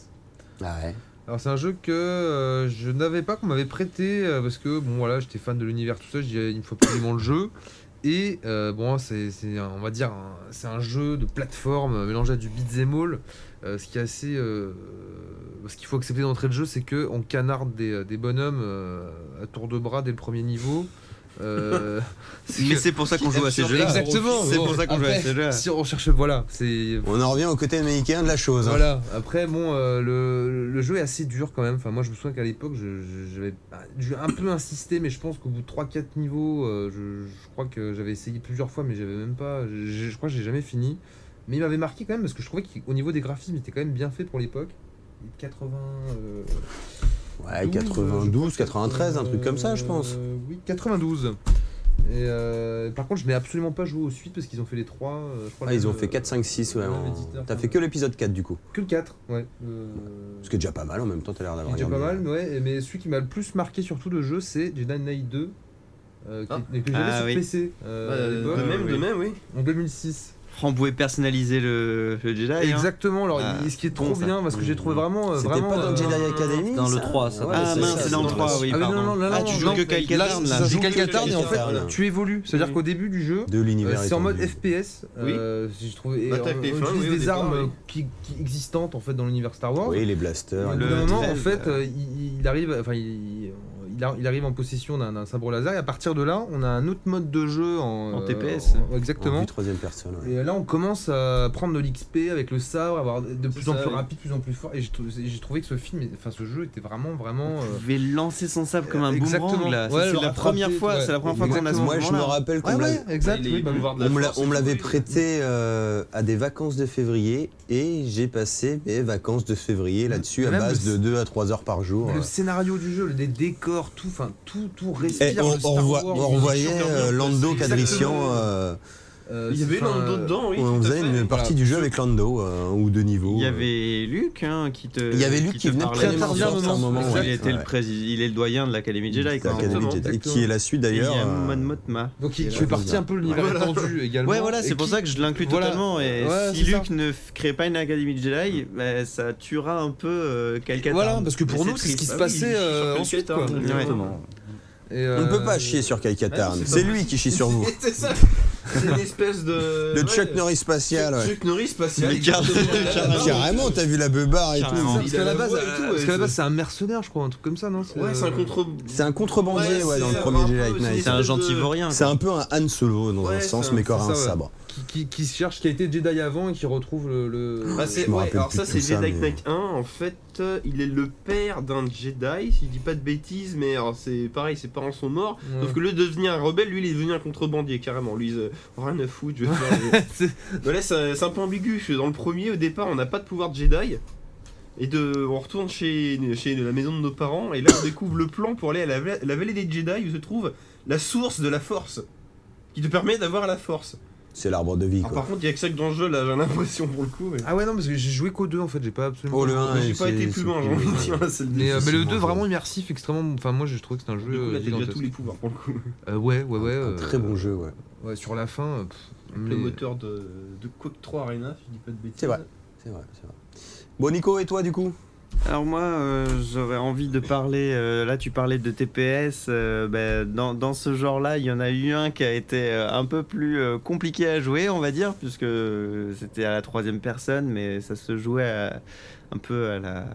Speaker 1: Ah ouais.
Speaker 4: Alors c'est un jeu que euh, je n'avais pas, qu'on m'avait prêté, euh, parce que bon voilà, j'étais fan de l'univers, tout ça, je disais, il me faut absolument le jeu. Et euh, bon, c'est, c'est un- on va dire, un- c'est un jeu de plateforme euh, mélangé à du beat'em all. Euh, ce qui est assez, euh, ce qu'il faut accepter d'entrée de jeu, c'est que on canarde des, des bonhommes euh, à tour de bras dès le premier niveau. Euh, c'est
Speaker 3: Mais
Speaker 4: que-
Speaker 3: c'est pour ça qu'on joue à ces jeux-là.
Speaker 4: [LAUGHS] Exactement.
Speaker 3: C'est pour ça qu'on joue à
Speaker 4: Après,
Speaker 3: ces jeux-là.
Speaker 4: Si on cherche, voilà, c'est
Speaker 1: On en revient au côté américain de la chose. hein.
Speaker 4: voilà, après, bon, euh, le, le jeu est assez dur quand même. Enfin, moi, je me souviens qu'à l'époque, je- je- j'avais bah, dû un peu insister, mais je pense qu'au bout de 3-4 niveaux, euh, je, je crois que j'avais essayé plusieurs fois, mais j'avais même pas. Je, je crois que j'ai jamais fini. Mais il m'avait marqué quand même, parce que je trouvais qu'au niveau des graphismes, il était quand même bien fait pour l'époque. 80. euh,
Speaker 1: Ouais,
Speaker 4: 12, je
Speaker 1: 92,
Speaker 4: crois,
Speaker 1: 93, un truc comme ça, je pense.
Speaker 4: euh, oui, 92. Et euh, par contre, je n'ai absolument pas joué aux suites parce qu'ils ont fait les 3. je crois
Speaker 1: Ah, ils ont
Speaker 4: le-
Speaker 1: fait 4, 5, 6. Ouais,
Speaker 4: le
Speaker 1: en-
Speaker 4: éditeur,
Speaker 1: T'as
Speaker 4: enfin,
Speaker 1: fait que l'épisode 4 du coup.
Speaker 4: Que le 4, ouais. Euh,
Speaker 1: Ce qui est déjà pas mal en même temps, t'as l'air
Speaker 3: Ah,
Speaker 1: d'avoir
Speaker 4: C'était
Speaker 1: regardé.
Speaker 4: pas mal, ouais, et- mais celui qui m'a le plus marqué surtout de jeu, c'est Jedi Knight 2, euh, qui-
Speaker 5: Ah.
Speaker 4: et que j'avais
Speaker 3: Ah
Speaker 4: sur
Speaker 3: oui.
Speaker 4: PC euh, à
Speaker 5: Euh,
Speaker 4: l'époque,
Speaker 5: de même, de même, oui.
Speaker 4: en 2006.
Speaker 3: On pouvait personnaliser le, le Jedi. hein.
Speaker 4: Exactement, alors
Speaker 3: Ah,
Speaker 4: et ce qui est
Speaker 3: bon,
Speaker 4: trop
Speaker 3: ça. Mmh.
Speaker 4: bien, parce que j'ai trouvé vraiment. euh,
Speaker 1: C'était
Speaker 4: vraiment
Speaker 1: pas dans
Speaker 4: euh,
Speaker 1: Jedi Academy
Speaker 2: Dans le
Speaker 1: ça
Speaker 2: 3, ça.
Speaker 3: Ah
Speaker 1: c'est
Speaker 3: mince,
Speaker 1: ça,
Speaker 3: c'est dans le 3, oui,
Speaker 4: Ah oui, non,
Speaker 3: pardon.
Speaker 4: non, là,
Speaker 3: Ah,
Speaker 4: non,
Speaker 3: tu
Speaker 4: non,
Speaker 3: joues
Speaker 4: non,
Speaker 3: que Kyle
Speaker 4: là,
Speaker 3: Katarn,
Speaker 4: c'est
Speaker 3: là.
Speaker 4: un
Speaker 3: Tu
Speaker 4: jeu
Speaker 3: joues
Speaker 4: Kyle
Speaker 3: que
Speaker 4: Katarn,
Speaker 3: Kyle
Speaker 4: et en fait,
Speaker 1: Katarn.
Speaker 4: tu évolues. C'est-à-dire
Speaker 3: Oui.
Speaker 4: qu'au début du jeu,
Speaker 1: de
Speaker 4: euh,
Speaker 1: l'univers.
Speaker 4: c'est en mode
Speaker 1: étendu.
Speaker 4: FPS.
Speaker 5: Oui.
Speaker 4: euh, si je trouvé, et,
Speaker 5: Attaque
Speaker 4: on-
Speaker 5: des
Speaker 4: on
Speaker 5: fins,
Speaker 4: utilise
Speaker 5: oui, au
Speaker 4: des
Speaker 5: départ,
Speaker 4: armes
Speaker 5: oui.
Speaker 4: euh, qui, qui- existantes en fait dans l'univers Star Wars.
Speaker 1: Oui, les
Speaker 4: Et au
Speaker 1: blasters.
Speaker 4: bout
Speaker 3: Le
Speaker 4: d'un moment, en
Speaker 3: trèfle.
Speaker 4: fait, euh, il, il arrive, enfin, il, il a- il arrive en possession d'un d'un sabre laser et à partir de là, on a un autre mode de jeu en,
Speaker 3: En
Speaker 4: euh,
Speaker 3: TPS.
Speaker 4: en-
Speaker 1: En
Speaker 4: exactement.
Speaker 1: vue troisième personne. ouais.
Speaker 4: Et là, on commence à prendre de l'XP avec le sabre, à avoir de plus en
Speaker 5: ça,
Speaker 4: plus
Speaker 5: oui.
Speaker 4: rapide, de plus en plus fort. Et j'ai trou- j'ai trouvé que ce film, est- enfin, ce jeu était vraiment, vraiment. euh,
Speaker 3: Je vais lancer son sable comme un
Speaker 4: Exactement.
Speaker 3: boomerang là. Ça,
Speaker 4: Ouais,
Speaker 3: c'est
Speaker 4: le
Speaker 3: la première
Speaker 4: rattraper,
Speaker 3: fois,
Speaker 4: ouais.
Speaker 3: c'est la première fois qu'on a ce
Speaker 4: Exactement.
Speaker 1: Moi, je me
Speaker 3: moment-là.
Speaker 1: rappelle qu'on
Speaker 4: Ah ouais,
Speaker 1: me l'a-
Speaker 4: ouais, exact.
Speaker 5: Les
Speaker 4: oui, bah oui.
Speaker 5: pouvoirs de la
Speaker 1: on me l'a-
Speaker 5: force,
Speaker 1: on me
Speaker 5: c'est
Speaker 1: l'avait
Speaker 5: tout.
Speaker 1: prêté euh, à des vacances de février et j'ai passé mes vacances de février là-dessus à
Speaker 4: Même
Speaker 1: base
Speaker 4: le-
Speaker 1: de 2 à 3 heures par jour.
Speaker 4: Le scénario du jeu, les décors, tout, enfin, tout, tout respire.
Speaker 1: Et on,
Speaker 4: le Star
Speaker 1: on revoit-
Speaker 4: Wars,
Speaker 1: on
Speaker 4: le-
Speaker 1: revoyait
Speaker 5: super bien
Speaker 1: euh,
Speaker 5: passé.
Speaker 1: Lando
Speaker 5: Exactement.
Speaker 1: Cadrician. euh,
Speaker 4: euh,
Speaker 5: Il y avait
Speaker 4: enfin,
Speaker 5: l'un d'autre dedans, oui.
Speaker 1: on
Speaker 5: tout à
Speaker 1: faisait
Speaker 5: fait.
Speaker 1: une partie du jeu avec Lando euh, ou deux niveaux.
Speaker 3: Il y
Speaker 1: euh.
Speaker 3: avait Luc hein, qui te.
Speaker 1: Il y avait Luc qui
Speaker 3: te
Speaker 1: venait de
Speaker 3: parlait.
Speaker 1: près à
Speaker 4: très tardivement.
Speaker 1: un moment.
Speaker 3: Il
Speaker 1: ouais.
Speaker 3: était le
Speaker 1: Ouais.
Speaker 3: prés- il est le doyen de l'Académie Jedi quoi.
Speaker 1: L'Académie
Speaker 5: Exactement.
Speaker 1: Jedi, qui est la suite d'ailleurs. euh,
Speaker 3: Mon Motma.
Speaker 4: Donc, il,
Speaker 1: Et
Speaker 4: qui
Speaker 1: là,
Speaker 4: fait partie un peu de l'univers
Speaker 5: Voilà.
Speaker 4: étendu également.
Speaker 3: Ouais voilà, c'est pour
Speaker 4: ça
Speaker 3: ça que je l'inclus
Speaker 4: voilà.
Speaker 3: totalement et
Speaker 4: Ouais,
Speaker 3: si
Speaker 4: c'est
Speaker 3: Luc ne f- crée pas une Académie Jedi, bah, ça tuera un peu euh, quelqu'un.
Speaker 4: Voilà, parce que pour
Speaker 3: Mais
Speaker 4: nous,
Speaker 3: c'est
Speaker 4: c'est ce qui
Speaker 3: triste.
Speaker 4: se
Speaker 5: Ah oui,
Speaker 4: passait euh,
Speaker 5: sur
Speaker 4: ensuite,
Speaker 5: Pelkett,
Speaker 4: quoi.
Speaker 5: hein. [LAUGHS]
Speaker 2: Exactement.
Speaker 4: Et,
Speaker 1: On ne peut
Speaker 4: euh,
Speaker 1: pas chier sur Kai Katarn,
Speaker 5: c'est pas
Speaker 1: c'est lui qui chie sur vous.
Speaker 5: C'est ça. C'est une espèce de.
Speaker 1: [LAUGHS] Le
Speaker 5: ouais,
Speaker 1: Chuck Norris spatial. ouais.
Speaker 5: Chuck Norris spatial.
Speaker 3: Mais car-
Speaker 5: exactement.
Speaker 3: carrément.
Speaker 1: Carrément, t'as vu la beubare et
Speaker 3: Carrément.
Speaker 1: tout.
Speaker 4: Parce qu'à
Speaker 5: Il a
Speaker 4: la
Speaker 5: la
Speaker 4: base,
Speaker 5: voix et
Speaker 4: euh,
Speaker 5: tout,
Speaker 4: parce
Speaker 5: Ah, ouais,
Speaker 4: qu'à la
Speaker 5: c'est-
Speaker 4: base, c'est un mercenaire, je crois, un truc comme ça, non C'est,
Speaker 5: Ouais, c'est un
Speaker 4: euh,
Speaker 5: contre.
Speaker 1: C'est un contrebandier
Speaker 5: Ouais,
Speaker 1: ouais, dans
Speaker 5: c'est
Speaker 1: le
Speaker 5: un
Speaker 1: premier
Speaker 5: peu-
Speaker 1: Jedi
Speaker 5: c'est-
Speaker 1: Knight.
Speaker 3: C'est un
Speaker 5: de-
Speaker 3: gentil vaurien.
Speaker 1: C'est un peu un Han Solo dans
Speaker 5: Ouais,
Speaker 1: un
Speaker 5: c'est
Speaker 1: sens,
Speaker 5: un-
Speaker 1: mais corps
Speaker 4: c'est
Speaker 1: un
Speaker 4: ça, ouais.
Speaker 1: sabre.
Speaker 4: Qui, qui, qui se cherche, qui a été Jedi avant et qui retrouve le. le-
Speaker 5: Bah, c'est-
Speaker 1: Je me
Speaker 5: ouais,
Speaker 1: rappelle
Speaker 5: alors
Speaker 1: plus
Speaker 5: ça
Speaker 1: de
Speaker 5: c'est
Speaker 1: tout ça,
Speaker 5: Jedi
Speaker 1: mais-
Speaker 5: Knight 1 en fait euh, il est le père d'un Jedi si je dis pas de bêtises mais alors c'est pareil ses parents sont morts
Speaker 4: Ouais.
Speaker 5: sauf que le devenir un rebelle lui il est devenu un contrebandier carrément lui il a rien à foutre je vais faire-
Speaker 4: [LAUGHS] C'est-
Speaker 5: Mais là c'est c'est un peu ambigu parce que dans le premier au départ on n'a pas de pouvoir de Jedi et de, on retourne chez, chez la maison de nos parents et là on découvre le plan pour aller à la, la vallée des Jedi où se trouve la source de la force qui te permet d'avoir la force.
Speaker 1: C'est l'arbre de vie,
Speaker 5: Alors,
Speaker 1: quoi.
Speaker 5: par contre il y a que ça que dans le jeu là j'ai l'impression pour le coup. mais-
Speaker 4: Ah ouais, non, parce que j'ai joué qu'au 2 en fait, j'ai pas absolument.
Speaker 1: Oh, le un,
Speaker 5: j'ai
Speaker 1: ouais,
Speaker 5: pas
Speaker 1: c'est-
Speaker 5: été plus
Speaker 1: c'est-
Speaker 5: loin, j'ai envie de dire, c'est le
Speaker 4: mais, euh, mais le 2
Speaker 1: difficilement
Speaker 4: vraiment
Speaker 1: joué.
Speaker 4: immersif, extrêmement. Enfin, moi, je trouvé que c'était un jeu.
Speaker 5: Du coup, là,
Speaker 4: euh,
Speaker 5: t'as déjà
Speaker 4: gigantesque.
Speaker 5: tous les pouvoirs pour le coup.
Speaker 4: Euh, ouais, ouais, ouais.
Speaker 1: Un
Speaker 4: euh,
Speaker 1: très bon jeu, ouais.
Speaker 4: Ouais, sur la fin. euh, pff, mais-
Speaker 5: Le moteur de, de Quake 3 Arena, si je dis pas de bêtises.
Speaker 1: C'est vrai. C'est vrai, c'est vrai. Bon, Nico, et toi, du coup
Speaker 3: Alors moi, euh, j'aurais envie de parler. euh, là, tu parlais de TPS. euh, ben, dans, dans ce genre-là, il y en a eu un qui a été euh, un peu plus euh, compliqué à jouer, on va dire, puisque euh, c'était à la troisième personne, mais ça se jouait à- un peu à la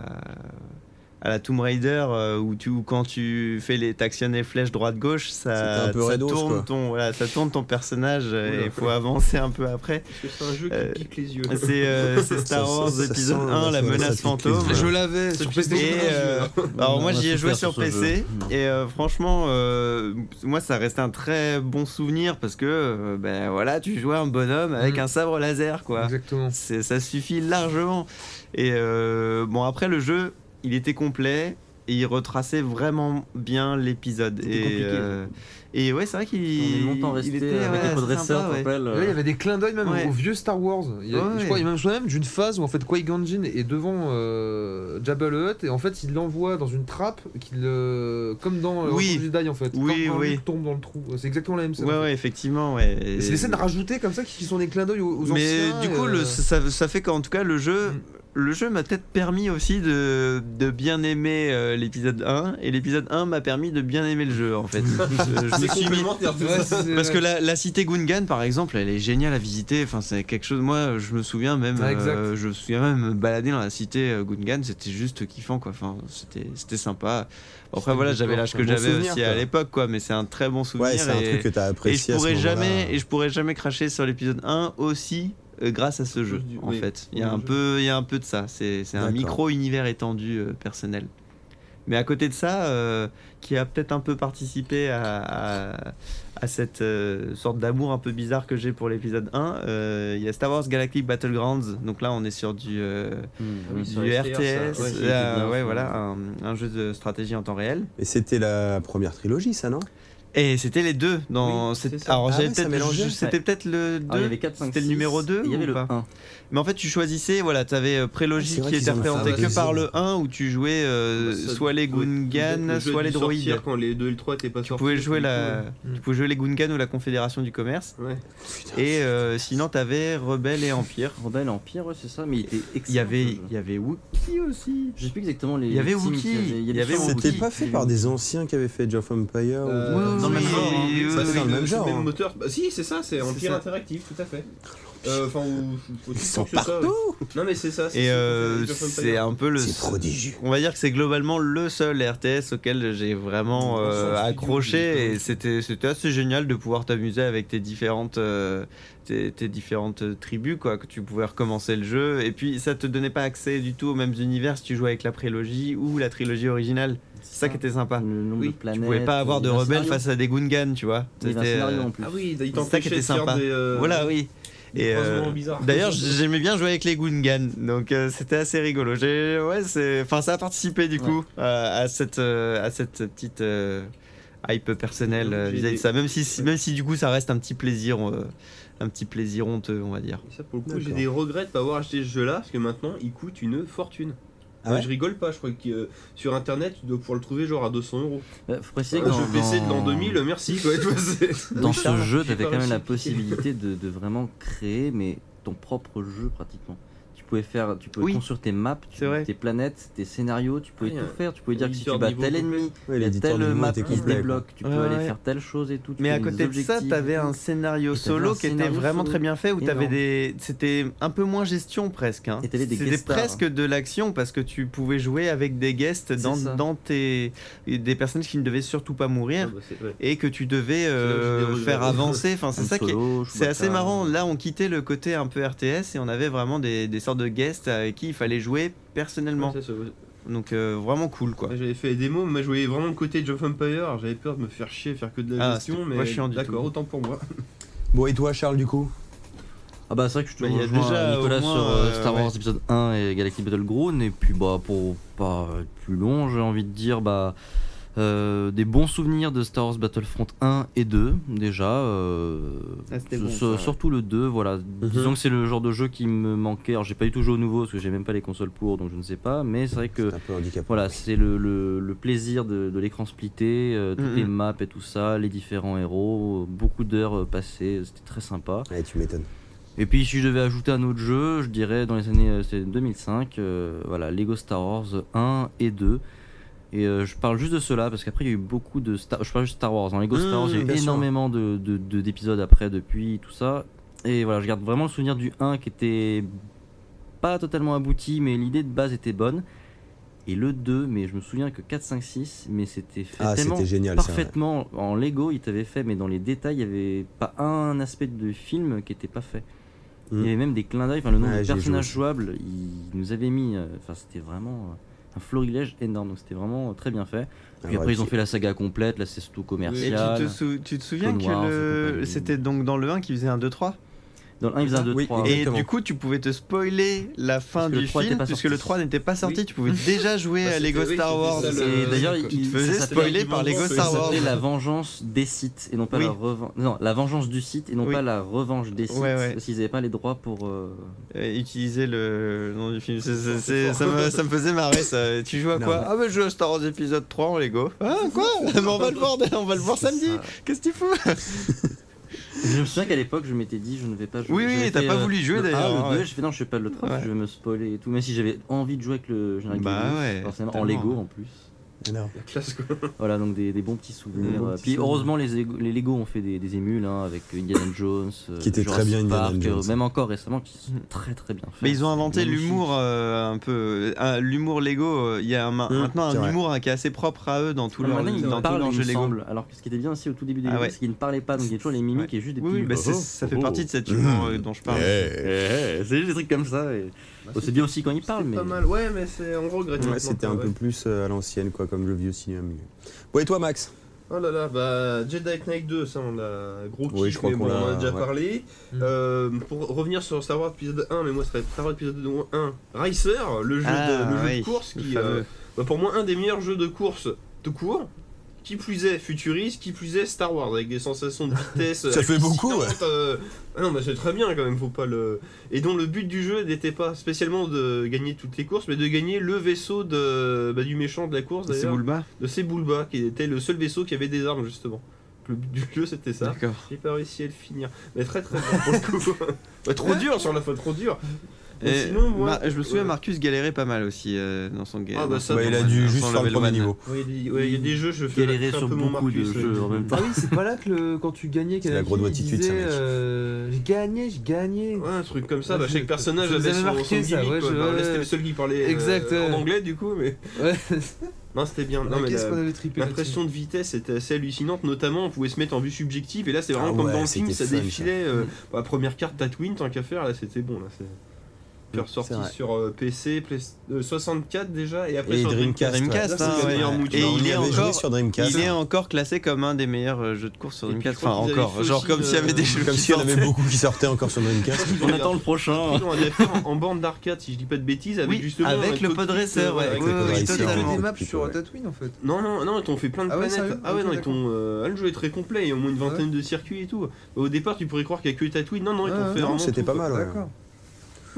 Speaker 3: à la Tomb Raider euh, où tu où quand tu fais les t'actionnes les flèches droite gauche ça,
Speaker 6: C'était un peu
Speaker 3: ça
Speaker 6: Redos, quoi.
Speaker 3: tourne ton voilà, ça tourne ton personnage euh,
Speaker 5: Oula.
Speaker 3: et il faut avancer un peu après
Speaker 5: Parce que c'est un jeu
Speaker 3: Euh,
Speaker 5: qui pique les yeux.
Speaker 3: c'est euh, c'est
Speaker 6: Ça-
Speaker 3: Star
Speaker 6: ça-
Speaker 3: Wars
Speaker 6: ça
Speaker 3: épisode
Speaker 6: sent-
Speaker 3: 1 la
Speaker 6: ça- ça
Speaker 3: menace
Speaker 6: pique les
Speaker 3: fantôme
Speaker 6: yeux.
Speaker 4: Je l'avais sur PlayStation.
Speaker 3: et euh, alors
Speaker 2: On
Speaker 3: moi
Speaker 2: a
Speaker 3: j'y ai joué sur
Speaker 2: souffert sur ce
Speaker 3: PC
Speaker 2: jeu.
Speaker 3: et euh, franchement euh, moi ça reste un très bon souvenir parce que euh, ben voilà tu jouais un bonhomme avec
Speaker 4: Mm.
Speaker 3: un sabre laser quoi.
Speaker 4: Exactement.
Speaker 3: C'est- ça suffit largement. Et euh, bon, après le jeu, il était complet et il retraçait vraiment bien l'épisode.
Speaker 2: C'était
Speaker 3: Et,
Speaker 2: compliqué.
Speaker 3: euh, et ouais, c'est vrai qu'il
Speaker 2: On est longtemps resté
Speaker 3: il était,
Speaker 2: avec
Speaker 3: ouais,
Speaker 2: un podresseur,
Speaker 3: sympa,
Speaker 2: tu
Speaker 3: ouais.
Speaker 2: te rappelles, euh,
Speaker 4: Là, il y avait des clins d'œil même
Speaker 3: Euh. Ouais.
Speaker 4: au vieux Star Wars. Il y a-
Speaker 3: Ouais, ouais.
Speaker 4: Je crois, il y a même, je crois même d'une phase où en fait Qui-Gon Jinn est devant euh, Jabba le Hutt et en fait il l'envoie dans une trappe qu'il euh, comme dans euh,
Speaker 3: Oui.
Speaker 4: Retour du Jedi en fait.
Speaker 3: Oui,
Speaker 4: quand un
Speaker 3: oui.
Speaker 4: Luke tombe dans le trou. C'est exactement la même scène.
Speaker 3: Ouais,
Speaker 4: en fait.
Speaker 3: ouais, effectivement. Ouais.
Speaker 4: Et C'est des scènes rajoutées comme ça qui sont des clins d'œil aux, aux
Speaker 3: Mais
Speaker 4: anciens.
Speaker 3: du
Speaker 4: et,
Speaker 3: coup,
Speaker 4: euh,
Speaker 3: le- ça, ça fait qu'en tout cas, le jeu,
Speaker 4: Mm.
Speaker 3: le jeu m'a peut-être permis aussi de, de bien aimer euh, l'épisode 1. Et l'épisode 1 m'a permis de bien aimer le jeu,
Speaker 4: [LAUGHS]
Speaker 3: en fait. Je- je me
Speaker 5: C'est
Speaker 3: suis mis-
Speaker 5: complémentaire tout
Speaker 4: [LAUGHS] ouais,
Speaker 5: ça.
Speaker 4: c'est-
Speaker 3: Parce que la, la cité Gungan, par exemple, elle est géniale à visiter. Enfin, c'est quelque chose. Moi, je me souviens même.
Speaker 4: Ah, exact.
Speaker 3: euh, je me souviens même me balader dans la cité euh, Gungan. C'était juste kiffant, quoi. Enfin, c'était, c'était sympa. Après, voilà, j'avais l'âge que
Speaker 6: bon
Speaker 3: j'avais
Speaker 6: souvenir,
Speaker 3: aussi
Speaker 6: quoi.
Speaker 3: à l'époque, quoi. Mais c'est un très bon souvenir.
Speaker 6: Ouais, c'est un
Speaker 3: et,
Speaker 6: truc que t'as
Speaker 3: et je
Speaker 6: apprécié. à ce
Speaker 3: pourrais
Speaker 6: moment-là.
Speaker 3: jamais, et je pourrais jamais cracher sur l'épisode 1 aussi. euh, grâce à ce jeu,
Speaker 5: Oui.
Speaker 3: en fait, il y a
Speaker 5: Oui,
Speaker 3: un
Speaker 5: je-
Speaker 3: peu, il y a un peu de ça. C'est, c'est un
Speaker 6: D'accord.
Speaker 3: micro univers étendu euh, personnel. Mais à côté de ça, euh, qui a peut-être un peu participé à, à- à cette euh, sorte d'amour un peu bizarre que j'ai pour l'épisode 1, euh, il y a Star Wars Galactic Battlegrounds. Donc là, on est sur du, euh,
Speaker 5: oui,
Speaker 3: du
Speaker 5: sur STR,
Speaker 3: RTS,
Speaker 5: ça. Ouais,
Speaker 3: euh,
Speaker 5: c'était bien,
Speaker 3: ouais,
Speaker 5: ça.
Speaker 3: voilà, un, un jeu de stratégie en temps réel.
Speaker 6: Et c'était la première trilogie, ça, non
Speaker 3: Et c'était les deux. Dans,
Speaker 5: Oui, c'est
Speaker 3: c'est-
Speaker 5: ça.
Speaker 3: alors,
Speaker 6: Ah
Speaker 3: j'avais
Speaker 6: ouais, ça
Speaker 3: peut-être-
Speaker 6: mélangeait.
Speaker 3: c'était peut-être le 2.
Speaker 2: Ah, il y avait 4, 5,
Speaker 3: C'était le numéro 2
Speaker 2: Il y avait
Speaker 3: ou
Speaker 2: le
Speaker 3: pas
Speaker 2: 1.
Speaker 3: Mais en fait, tu choisissais, voilà, t'avais euh,
Speaker 6: C'est
Speaker 3: Prélogie
Speaker 6: vrai
Speaker 3: qui
Speaker 6: qu'ils
Speaker 3: était
Speaker 6: ont fait un
Speaker 3: représenté que
Speaker 6: deuxième.
Speaker 3: par le 1 où tu jouais euh,
Speaker 5: Bah, ça,
Speaker 3: soit les Gungan,
Speaker 5: Le jeu
Speaker 3: soit
Speaker 5: a
Speaker 3: les
Speaker 5: dû sortir
Speaker 3: droïdes.
Speaker 5: Quand les 2 et le 3 étaient pas
Speaker 3: Tu pouvais jouer la,
Speaker 4: Mm.
Speaker 3: tu pouvais jouer les Gungan ou la Confédération du Commerce.
Speaker 5: Ouais.
Speaker 3: Et euh, sinon, t'avais Rebelle et Empire.
Speaker 2: Rebelle Empire, ouais, c'est ça, mais il était excellent.
Speaker 3: Il y avait,
Speaker 2: ce jeu.
Speaker 3: il y avait Wookie aussi.
Speaker 2: Je sais plus exactement les.
Speaker 3: Il y avait
Speaker 2: les teams
Speaker 3: Wookie,
Speaker 2: qu'il
Speaker 3: il y avait
Speaker 2: différents
Speaker 3: Wookie.
Speaker 6: C'était
Speaker 2: Wookie.
Speaker 6: pas fait par des anciens qui avaient fait Age of Empire
Speaker 4: Euh,
Speaker 6: ou...
Speaker 4: oui,
Speaker 2: dans le même
Speaker 3: oui,
Speaker 2: genre, hein.
Speaker 3: oui,
Speaker 5: C'est
Speaker 3: oui,
Speaker 6: dans
Speaker 5: le
Speaker 6: le
Speaker 5: même,
Speaker 6: même genre, hein.
Speaker 5: moteur. Bah, si, c'est ça, c'est
Speaker 3: C'est
Speaker 5: Empire
Speaker 3: ça.
Speaker 5: Interactif, tout à fait. Euh, Enfin, ou- ou- ou-
Speaker 6: Ils sont
Speaker 5: que ça, ouais. Non, mais c'est ça. c'est-
Speaker 3: Et
Speaker 5: c'est-
Speaker 3: euh,
Speaker 5: c'est Age of Empire.
Speaker 3: c'est un peu le.
Speaker 6: C'est prodigieux.
Speaker 3: On va dire que c'est globalement le seul RTS auquel j'ai
Speaker 2: Oh,
Speaker 3: vraiment euh, accroché et c'était c'était assez génial de pouvoir t'amuser avec tes différentes euh, tes, tes différentes tribus quoi que tu pouvais recommencer le jeu et puis ça te donnait pas accès du tout aux mêmes univers si tu jouais avec la prélogie ou la trilogie originale c'est ça qui était sympa
Speaker 2: Le nombre
Speaker 3: oui,
Speaker 2: de planètes.
Speaker 3: tu pouvais pas avoir de
Speaker 2: il y avait un
Speaker 3: rebelles
Speaker 2: scénario.
Speaker 3: face à des Gungans tu vois
Speaker 2: Il y avait un
Speaker 3: C'était,
Speaker 2: scénario
Speaker 3: euh,
Speaker 2: en plus.
Speaker 5: Ah oui, il
Speaker 3: ça qui
Speaker 5: t'empêchait
Speaker 3: était
Speaker 5: de faire
Speaker 3: sympa.
Speaker 5: des. euh,
Speaker 3: voilà oui
Speaker 5: des
Speaker 3: Et,
Speaker 5: croisements
Speaker 3: euh,
Speaker 5: bizarres.
Speaker 3: D'ailleurs, j'aimais bien jouer avec les Gungan, donc euh, c'était assez rigolo. J'ai, ouais, c'est, enfin, ça a participé du coup à, à cette, euh, à cette petite euh, hype personnelle euh,
Speaker 5: J'ai
Speaker 3: vis-à-vis de
Speaker 5: des-
Speaker 3: ça. Même si, si- même si du coup, ça reste un petit plaisir, euh, un petit plaisir honteux, on va dire.
Speaker 5: Et ça, pour le coup, j'ai
Speaker 6: D'accord.
Speaker 5: des regrets de pas avoir acheté ce jeu-là, parce que maintenant, il coûte une fortune.
Speaker 6: Ah ouais
Speaker 5: je rigole pas, je crois que euh, sur internet, tu dois pouvoir le trouver genre à 200 euros.
Speaker 2: Euh, Faut préciser que
Speaker 5: Un jeu
Speaker 2: dans-
Speaker 5: PC de l'an
Speaker 2: dans-
Speaker 5: 2000, merci quoi. tu vois, c'est-
Speaker 2: Dans
Speaker 5: Oui,
Speaker 2: ce
Speaker 5: Charles,
Speaker 2: jeu,
Speaker 5: j'ai pas
Speaker 2: t'avais quand même
Speaker 5: réussi.
Speaker 2: la possibilité de, de vraiment créer mais ton propre jeu pratiquement. Tu pouvais faire, tu pouvais
Speaker 3: Oui.
Speaker 2: construire tes maps, tu-
Speaker 3: C'est vrai.
Speaker 2: tes planètes, tes scénarios, tu pouvais
Speaker 5: Ouais,
Speaker 2: tout faire. Tu pouvais dire que si tu
Speaker 5: Éditeur
Speaker 2: bats
Speaker 5: niveau
Speaker 2: tel
Speaker 5: complet.
Speaker 2: ennemi,
Speaker 6: Ouais,
Speaker 2: il y a
Speaker 6: l'éditeur
Speaker 2: telle
Speaker 6: du
Speaker 2: map
Speaker 6: monde
Speaker 2: qui
Speaker 6: était
Speaker 2: se
Speaker 6: complet. quoi.
Speaker 2: débloque, tu peux
Speaker 3: Ouais,
Speaker 2: aller
Speaker 3: ouais.
Speaker 2: faire telle chose et tout. tu
Speaker 3: Mais à
Speaker 2: fais des
Speaker 3: côté de ça,
Speaker 2: objectifs.
Speaker 3: t'avais un scénario
Speaker 2: Et t'avais
Speaker 3: solo
Speaker 2: un
Speaker 3: qui était
Speaker 2: scénario
Speaker 3: vraiment
Speaker 2: solo
Speaker 3: très bien fait, où t'avais
Speaker 2: énorme.
Speaker 3: des, c'était un peu moins gestion presque. hein.
Speaker 2: Et t'avais des
Speaker 3: C'était
Speaker 2: guest stars.
Speaker 3: presque de l'action parce que tu pouvais jouer avec des guests dans,
Speaker 2: ça.
Speaker 3: dans tes, des personnages qui ne devaient surtout pas
Speaker 5: Ah
Speaker 3: mourir.
Speaker 5: bah, c'est- ouais.
Speaker 3: et que tu devais euh,
Speaker 5: C'est là où j'ai des
Speaker 3: faire
Speaker 5: regrets.
Speaker 3: avancer. Enfin, c'est
Speaker 2: Han
Speaker 3: ça qui est.
Speaker 2: Solo,
Speaker 3: C'est
Speaker 2: Chewbacca.
Speaker 3: assez marrant. Là, on quittait le côté un peu RTS et on avait vraiment des, des sortes de guests avec qui il fallait jouer personnellement.
Speaker 5: Ouais, ça, ça-
Speaker 3: Donc, euh, vraiment cool quoi.
Speaker 5: Ouais, J'avais fait les démos, mais je voyais vraiment le côté de Jump Empire. alors J'avais peur de me faire chier, faire que de la
Speaker 3: Ah,
Speaker 5: gestion,
Speaker 3: c'était
Speaker 5: mais
Speaker 3: pas chiant du
Speaker 5: d'accord,
Speaker 3: tout.
Speaker 5: autant pour moi.
Speaker 6: Bon, et toi, Charles, du coup
Speaker 2: Ah bah c'est vrai que je te
Speaker 3: Bah, il y a
Speaker 2: rejoins
Speaker 3: déjà, au
Speaker 2: Nicolas
Speaker 3: moins,
Speaker 2: sur euh,
Speaker 3: euh,
Speaker 2: Star Wars
Speaker 3: ouais.
Speaker 2: épisode 1 et Galactic Battleground et puis bah pour pas être plus long j'ai envie de dire bah euh, des bons souvenirs de Star Wars Battlefront 1 et 2 déjà euh,
Speaker 3: Ah, c'était bon,
Speaker 2: ce-
Speaker 3: ça, ouais.
Speaker 2: surtout le 2 voilà
Speaker 6: Mhm.
Speaker 2: disons que c'est le genre de jeu qui me manquait alors j'ai pas du tout joué au nouveau parce que j'ai même pas les consoles pour donc je ne sais pas mais c'est vrai que
Speaker 6: C'est un peu handicapé.
Speaker 2: voilà, c'est le, le- le plaisir de, de l'écran splitté, euh, toutes
Speaker 3: Mhm.
Speaker 2: les maps et tout ça, les différents héros, beaucoup d'heures euh, passées, c'était très sympa.
Speaker 6: Ouais, tu m'étonnes.
Speaker 2: Et puis si je devais ajouter un autre jeu, je dirais dans les années euh, c'est 2005, euh, voilà, Lego Star Wars 1 et 2. Et euh, je parle juste de cela parce qu'après il y a eu beaucoup de Star, je parle de Star Wars, dans Lego Star Wars, il y a eu
Speaker 1: Mm, bien sûr.
Speaker 2: énormément de- de- de- d'épisodes après depuis tout ça. Et voilà, je garde vraiment le souvenir du 1 qui était pas totalement abouti, mais l'idée de base était bonne. Et le 2, mais je me souviens que 4, 5, 6, mais c'était fait
Speaker 1: Ah,
Speaker 2: tellement
Speaker 1: c'était génial ça. ouais.
Speaker 2: parfaitement en Lego il t'avait fait mais dans les détails il y avait pas un aspect de film qui était pas fait
Speaker 1: Mm.
Speaker 3: Hmm.
Speaker 2: il y avait même des clins d'œil enfin le nombre
Speaker 1: Ouais,
Speaker 2: de
Speaker 1: j'y ai joué
Speaker 2: personnages
Speaker 1: aussi.
Speaker 2: jouables il nous avait mis euh, enfin c'était vraiment euh, un florilège énorme donc c'était vraiment euh, très bien fait
Speaker 1: Ah,
Speaker 2: puis
Speaker 1: ouais,
Speaker 2: après ils ont fait la saga complète là c'est surtout
Speaker 3: Et tu
Speaker 2: commercial
Speaker 3: te, sou- tu te souviens
Speaker 2: Clone
Speaker 3: que
Speaker 2: Wars,
Speaker 3: le-
Speaker 2: et compagnie.
Speaker 3: c'était donc dans le 1 qui faisait un 2-3
Speaker 2: dans le 1 ils faisaient un 2
Speaker 1: Oui,
Speaker 2: 3
Speaker 3: Et
Speaker 1: Exactement.
Speaker 3: du coup, tu pouvais te spoiler la fin
Speaker 2: Parce que le
Speaker 3: du
Speaker 2: 3
Speaker 3: film
Speaker 2: était pas
Speaker 3: puisque
Speaker 2: sorti.
Speaker 3: le 3 n'était pas sorti.
Speaker 5: Oui.
Speaker 3: Tu pouvais
Speaker 5: [LAUGHS]
Speaker 3: déjà jouer
Speaker 5: Bah,
Speaker 3: à
Speaker 5: c'était-
Speaker 3: Lego
Speaker 5: oui,
Speaker 3: Star
Speaker 5: c'était
Speaker 3: Wars.
Speaker 5: ça, le-
Speaker 2: et d'ailleurs il,
Speaker 3: tu te
Speaker 2: il-
Speaker 3: faisais
Speaker 2: ça s'appelait-
Speaker 3: spoiler par Lego
Speaker 2: ça
Speaker 3: Star Wars.
Speaker 2: s'appelait la vengeance des sites et non pas
Speaker 3: Oui.
Speaker 2: la revanche non la vengeance du site et non
Speaker 3: Oui.
Speaker 2: pas la revanche des sites
Speaker 3: Ouais, ouais.
Speaker 2: parce qu'ils n'avaient pas les droits pour euh,
Speaker 3: Euh, Utiliser le nom du film. C'est- c'est- c'est- ça, me, ça me faisait marrer ça. Tu joues à
Speaker 2: Non,
Speaker 3: quoi
Speaker 2: mais-
Speaker 3: Ah, bah je joue à Star Wars épisode 3 en Lego. Ah,
Speaker 2: [LAUGHS]
Speaker 3: quoi Mais On va le voir, on va le voir
Speaker 2: C'est
Speaker 3: samedi.
Speaker 2: ça.
Speaker 3: Qu'est-ce que tu fous
Speaker 2: Je me souviens qu'à l'époque, je m'étais dit, je ne vais pas jouer.
Speaker 3: Oui, oui,
Speaker 2: J'avais
Speaker 3: t'as
Speaker 2: fait,
Speaker 3: pas voulu jouer,
Speaker 2: le
Speaker 3: d'ailleurs,
Speaker 2: un, Le
Speaker 3: ouais.
Speaker 2: 2, j'ai fait non, je fais pas le 3,
Speaker 3: Ouais.
Speaker 2: je vais me spoiler et tout. Même si j'avais envie de jouer avec le général du
Speaker 3: Bah
Speaker 2: Golf,
Speaker 3: ouais,
Speaker 2: forcément,
Speaker 3: tellement.
Speaker 2: en Lego en plus.
Speaker 1: Énorme.
Speaker 5: La classe quoi.
Speaker 2: [LAUGHS] Voilà, donc des, des bons petits souvenirs. euh,
Speaker 3: bons petits
Speaker 2: Puis
Speaker 3: souvenirs.
Speaker 2: heureusement, les, Lego- les Lego ont fait des, des émules hein, avec Indiana Jones, euh,
Speaker 1: Qui était très
Speaker 2: Jurassic
Speaker 1: bien, Indiana
Speaker 2: Park, euh,
Speaker 1: Jones.
Speaker 2: Même encore récemment, qui
Speaker 5: Mm.
Speaker 2: sont très très bien faits.
Speaker 3: Mais ils ont inventé
Speaker 2: Magnifique.
Speaker 3: l'humour euh, un peu. euh, l'humour Lego, euh, il y a un-
Speaker 2: Mmh,
Speaker 3: maintenant
Speaker 1: c'est
Speaker 3: un
Speaker 1: vrai.
Speaker 3: humour hein, qui est assez propre à eux dans tout
Speaker 2: Ah,
Speaker 3: leur,
Speaker 2: maintenant, ils
Speaker 3: dans tout
Speaker 2: parlent,
Speaker 3: leur
Speaker 2: il
Speaker 3: jeu
Speaker 2: me
Speaker 3: Lego.
Speaker 2: semble. Alors que ce qui était bien aussi au tout début du
Speaker 3: Ah
Speaker 2: Lego,
Speaker 3: ouais.
Speaker 2: c'est qu'ils ne parlaient pas, donc il y a toujours les mimiques et juste des
Speaker 3: Oui, oui,
Speaker 2: petits-
Speaker 3: bah, c'est-
Speaker 2: Oh,
Speaker 3: ça fait
Speaker 2: oh.
Speaker 3: partie de cette humour euh, dont je parle. [LAUGHS]
Speaker 2: Eh, C'est juste des trucs comme ça. et- Bon, c'est bien aussi quand ils parlent,
Speaker 5: C'est
Speaker 2: mais.
Speaker 5: Bah, pas mal. Ouais, mais c'est on regrette.
Speaker 1: Ouais,
Speaker 5: maintenant,
Speaker 1: c'était un
Speaker 5: ouais.
Speaker 1: peu plus euh, à l'ancienne, quoi, comme le vieux cinéma. Bon, et toi, Max
Speaker 5: Oh là là, bah Jedi Knight 2, ça on l'a gros kiff,
Speaker 1: Oui, je crois
Speaker 5: mais
Speaker 1: qu'on
Speaker 5: bon, on en a
Speaker 1: l'a-
Speaker 5: déjà
Speaker 1: ouais.
Speaker 5: parlé.
Speaker 4: Mm.
Speaker 5: Euh, pour revenir sur Star Wars épisode 1, mais moi ce serait Star Wars épisode 1, Racer, le jeu,
Speaker 3: Ah,
Speaker 5: de, le jeu de
Speaker 3: oui,
Speaker 5: course
Speaker 3: le
Speaker 5: qui,
Speaker 3: fameux.
Speaker 5: euh, bah, pour moi, un des meilleurs jeux de course de cours. Qui plus est futuriste, qui plus est Star Wars avec des sensations de vitesse.
Speaker 1: [LAUGHS] Ça fait beaucoup, ouais.
Speaker 5: hallucinantes, euh, ah non, mais c'est très bien quand même, faut pas le. Et dont le but du jeu n'était pas spécialement de gagner toutes les courses, mais de gagner le vaisseau de, bah, du méchant de la course
Speaker 3: C'est
Speaker 5: d'ailleurs
Speaker 3: Boulba
Speaker 5: de Sebulba, qui était le seul vaisseau qui avait des armes, justement. Le but du jeu, c'était ça.
Speaker 3: D'accord.
Speaker 5: J'ai pas réussi à le finir. Mais très très bien pour le coup. [LAUGHS] Ouais, trop dur sur la fin, trop dur. Mais
Speaker 3: Et
Speaker 5: sinon, moi.
Speaker 3: Mar- je me souviens,
Speaker 5: ouais.
Speaker 3: Marcus galérait pas mal aussi euh, dans son game.
Speaker 5: Ah, bah, ça,
Speaker 3: dans
Speaker 5: Ouais,
Speaker 3: son-
Speaker 5: il a
Speaker 3: dans
Speaker 5: dû
Speaker 3: son level one.
Speaker 5: Ouais, il y a des- ouais, il y a des jeux, je fais
Speaker 2: Galérer
Speaker 5: un
Speaker 2: sur
Speaker 5: peu mon
Speaker 2: beaucoup de
Speaker 5: Marcus, euh,
Speaker 2: jeux
Speaker 5: ouais.
Speaker 2: en même temps.
Speaker 4: Ah oui, c'est pas là que le- quand tu gagnais,
Speaker 1: C'est la
Speaker 4: Kaneki,
Speaker 1: gratitude,
Speaker 4: il
Speaker 1: ça,
Speaker 4: disait,
Speaker 1: mec.
Speaker 4: euh, J'ai gagné, j'ai gagné.
Speaker 5: Ouais, un truc comme ça,
Speaker 4: Ouais,
Speaker 5: bah,
Speaker 4: je-
Speaker 5: chaque personnage
Speaker 4: je vous
Speaker 5: avait
Speaker 4: avais
Speaker 5: son,
Speaker 4: marqué
Speaker 5: son
Speaker 4: ça,
Speaker 5: gimmick,
Speaker 4: ouais,
Speaker 5: quoi.
Speaker 4: je-
Speaker 5: Bah, là,
Speaker 4: ouais.
Speaker 5: c'était le seul qui parlait euh,
Speaker 4: Exact, ouais.
Speaker 5: en anglais du coup, mais
Speaker 4: Ouais.
Speaker 5: non, c'était bien.
Speaker 4: [LAUGHS]
Speaker 5: Non, mais euh,
Speaker 4: Qu'est-ce
Speaker 5: la-
Speaker 4: qu'on avait trippé là-dessus.
Speaker 5: L'impression de vitesse était assez hallucinante, notamment on pouvait se mettre en vue subjective, et là c'est vraiment
Speaker 1: Ah
Speaker 5: comme
Speaker 1: ouais,
Speaker 5: dans le film, ça
Speaker 1: c'était fun,
Speaker 5: défilait. euh, bah, première carte Tatooine, tant qu'à faire, là c'était bon. là c'est puis ressorti
Speaker 1: c'est vrai.
Speaker 5: sur euh, PC, Play- euh, 64 déjà, et après
Speaker 1: Et
Speaker 5: sur
Speaker 1: [LAUGHS] Dreamcast.
Speaker 3: Dreamcast,
Speaker 5: hein, ouais. Et
Speaker 1: Et
Speaker 5: il
Speaker 1: il
Speaker 5: est
Speaker 1: est joué
Speaker 3: encore-
Speaker 1: sur Dreamcast.
Speaker 3: Il est encore classé comme un des meilleurs euh, jeux de course sur
Speaker 5: Et puis,
Speaker 3: Dreamcast.
Speaker 5: je crois
Speaker 3: Enfin,
Speaker 5: qu'ils avaient
Speaker 3: encore.
Speaker 5: fait
Speaker 3: Genre
Speaker 5: aussi
Speaker 3: comme
Speaker 5: une,
Speaker 3: s'il y avait des
Speaker 5: euh,
Speaker 3: jeux
Speaker 1: Comme
Speaker 3: qui
Speaker 1: s'il y en avait
Speaker 3: sortaient.
Speaker 1: beaucoup qui sortaient encore sur Dreamcast.
Speaker 5: Ils ont
Speaker 2: On attend
Speaker 5: [LAUGHS]
Speaker 2: le prochain.
Speaker 5: Ils ont adapté en, en bande d'arcade, si je dis pas de bêtises, avec
Speaker 3: Oui,
Speaker 5: justement.
Speaker 3: avec
Speaker 5: un
Speaker 3: le
Speaker 5: cockpit,
Speaker 3: podresseur,
Speaker 5: euh,
Speaker 3: ouais.
Speaker 5: avec
Speaker 3: Oui,
Speaker 5: le
Speaker 3: oui,
Speaker 5: podresseur.
Speaker 3: oui,
Speaker 4: Il y avait
Speaker 3: totalement.
Speaker 4: des maps
Speaker 1: Plutôt,
Speaker 4: sur
Speaker 1: ouais.
Speaker 4: Tatooine en fait.
Speaker 5: Non, non, non, ils t'ont fait plein de
Speaker 4: Ah ouais,
Speaker 5: planètes.
Speaker 4: sérieux
Speaker 5: ah ouais,
Speaker 4: Ok, Ah
Speaker 5: non, ils t'ont. euh, ah, le jeu est très complet, il y a au moins une vingtaine de circuits et tout. Au départ, tu pourrais croire qu'il y a que Tatooine. Non, non, ils t'ont
Speaker 4: Ah Ouais,
Speaker 5: fait
Speaker 4: non,
Speaker 5: vraiment.
Speaker 1: C'était
Speaker 5: tout,
Speaker 1: pas
Speaker 5: quoi.
Speaker 1: mal, ouais.
Speaker 4: D'accord.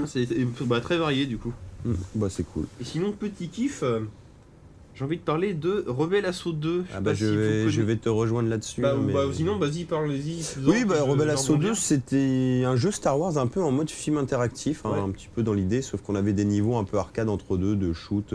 Speaker 5: C'était bah, très varié du coup.
Speaker 1: Mm, Bah, c'est cool.
Speaker 5: Et sinon, petit kiff, euh, j'ai envie de parler de Rebel Assault 2. sais
Speaker 1: Ah,
Speaker 5: pas
Speaker 1: bah, je
Speaker 5: si vous
Speaker 1: vais, je
Speaker 5: connaissez.
Speaker 1: vais te rejoindre là-dessus.
Speaker 5: Bah,
Speaker 1: hein,
Speaker 5: ou-
Speaker 1: mais-
Speaker 5: bah, sinon, vas-y, parle-y.
Speaker 1: Oui, bah,
Speaker 5: Je-
Speaker 1: Rebel
Speaker 5: je
Speaker 1: Assaut
Speaker 5: rebondir.
Speaker 1: 2, c'était un jeu Star Wars un peu en mode film interactif, hein,
Speaker 5: Ouais.
Speaker 1: un petit peu dans l'idée, sauf qu'on avait des niveaux un peu arcade entre deux, de shoot,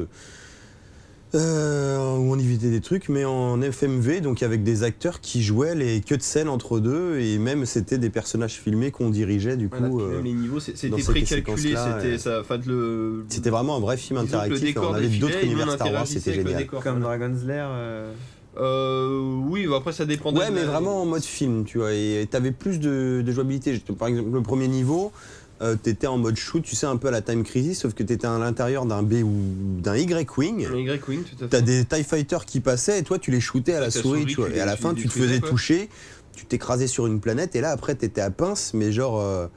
Speaker 1: euh, où on évitait des trucs, mais en FMV, donc avec des acteurs qui jouaient les queues de scène entre deux, et même c'était des personnages filmés qu'on dirigeait du
Speaker 5: Voilà,
Speaker 1: coup.
Speaker 5: puis même
Speaker 1: euh,
Speaker 5: les niveaux, c'est-
Speaker 1: dans
Speaker 5: c'était
Speaker 1: cette
Speaker 5: précalculé,
Speaker 1: séquence-là,
Speaker 5: c'était
Speaker 1: ouais.
Speaker 5: ça. Enfin, de le.
Speaker 1: c'était vraiment un vrai film
Speaker 5: disons que le
Speaker 1: interactif, et
Speaker 5: décor
Speaker 1: on avait
Speaker 5: défilait,
Speaker 1: d'autres
Speaker 5: et nous, on
Speaker 1: univers Star Wars,
Speaker 5: interagissait
Speaker 1: c'était
Speaker 5: avec le
Speaker 1: génial.
Speaker 5: décor.
Speaker 3: Comme Dragon's Lair. euh,
Speaker 5: Euh, oui, bah, après, ça dépendait.
Speaker 1: Ouais,
Speaker 5: de
Speaker 1: mais
Speaker 5: la-
Speaker 1: vraiment en mode film, tu vois. Et t'avais plus de, de jouabilité. J'étais- Par exemple, le premier niveau, euh, t'étais en mode shoot, tu sais, un peu à la Time Crisis, sauf que t'étais à l'intérieur d'un B ou d'un Y-Wing.
Speaker 5: Le Y Wing, tout à
Speaker 1: T'as
Speaker 5: fait.
Speaker 1: des TIE Fighters qui passaient et toi, tu les shootais à la
Speaker 5: Avec la
Speaker 1: souris,
Speaker 5: souris,
Speaker 1: tu vois.
Speaker 5: tu
Speaker 1: Et à
Speaker 5: les-
Speaker 1: la
Speaker 5: tu
Speaker 1: fin,
Speaker 5: les
Speaker 1: tu te
Speaker 5: détruisais,
Speaker 1: faisais
Speaker 5: quoi.
Speaker 1: toucher, tu t'écrasais sur une planète, et là, après, t'étais à pince, mais genre. euh,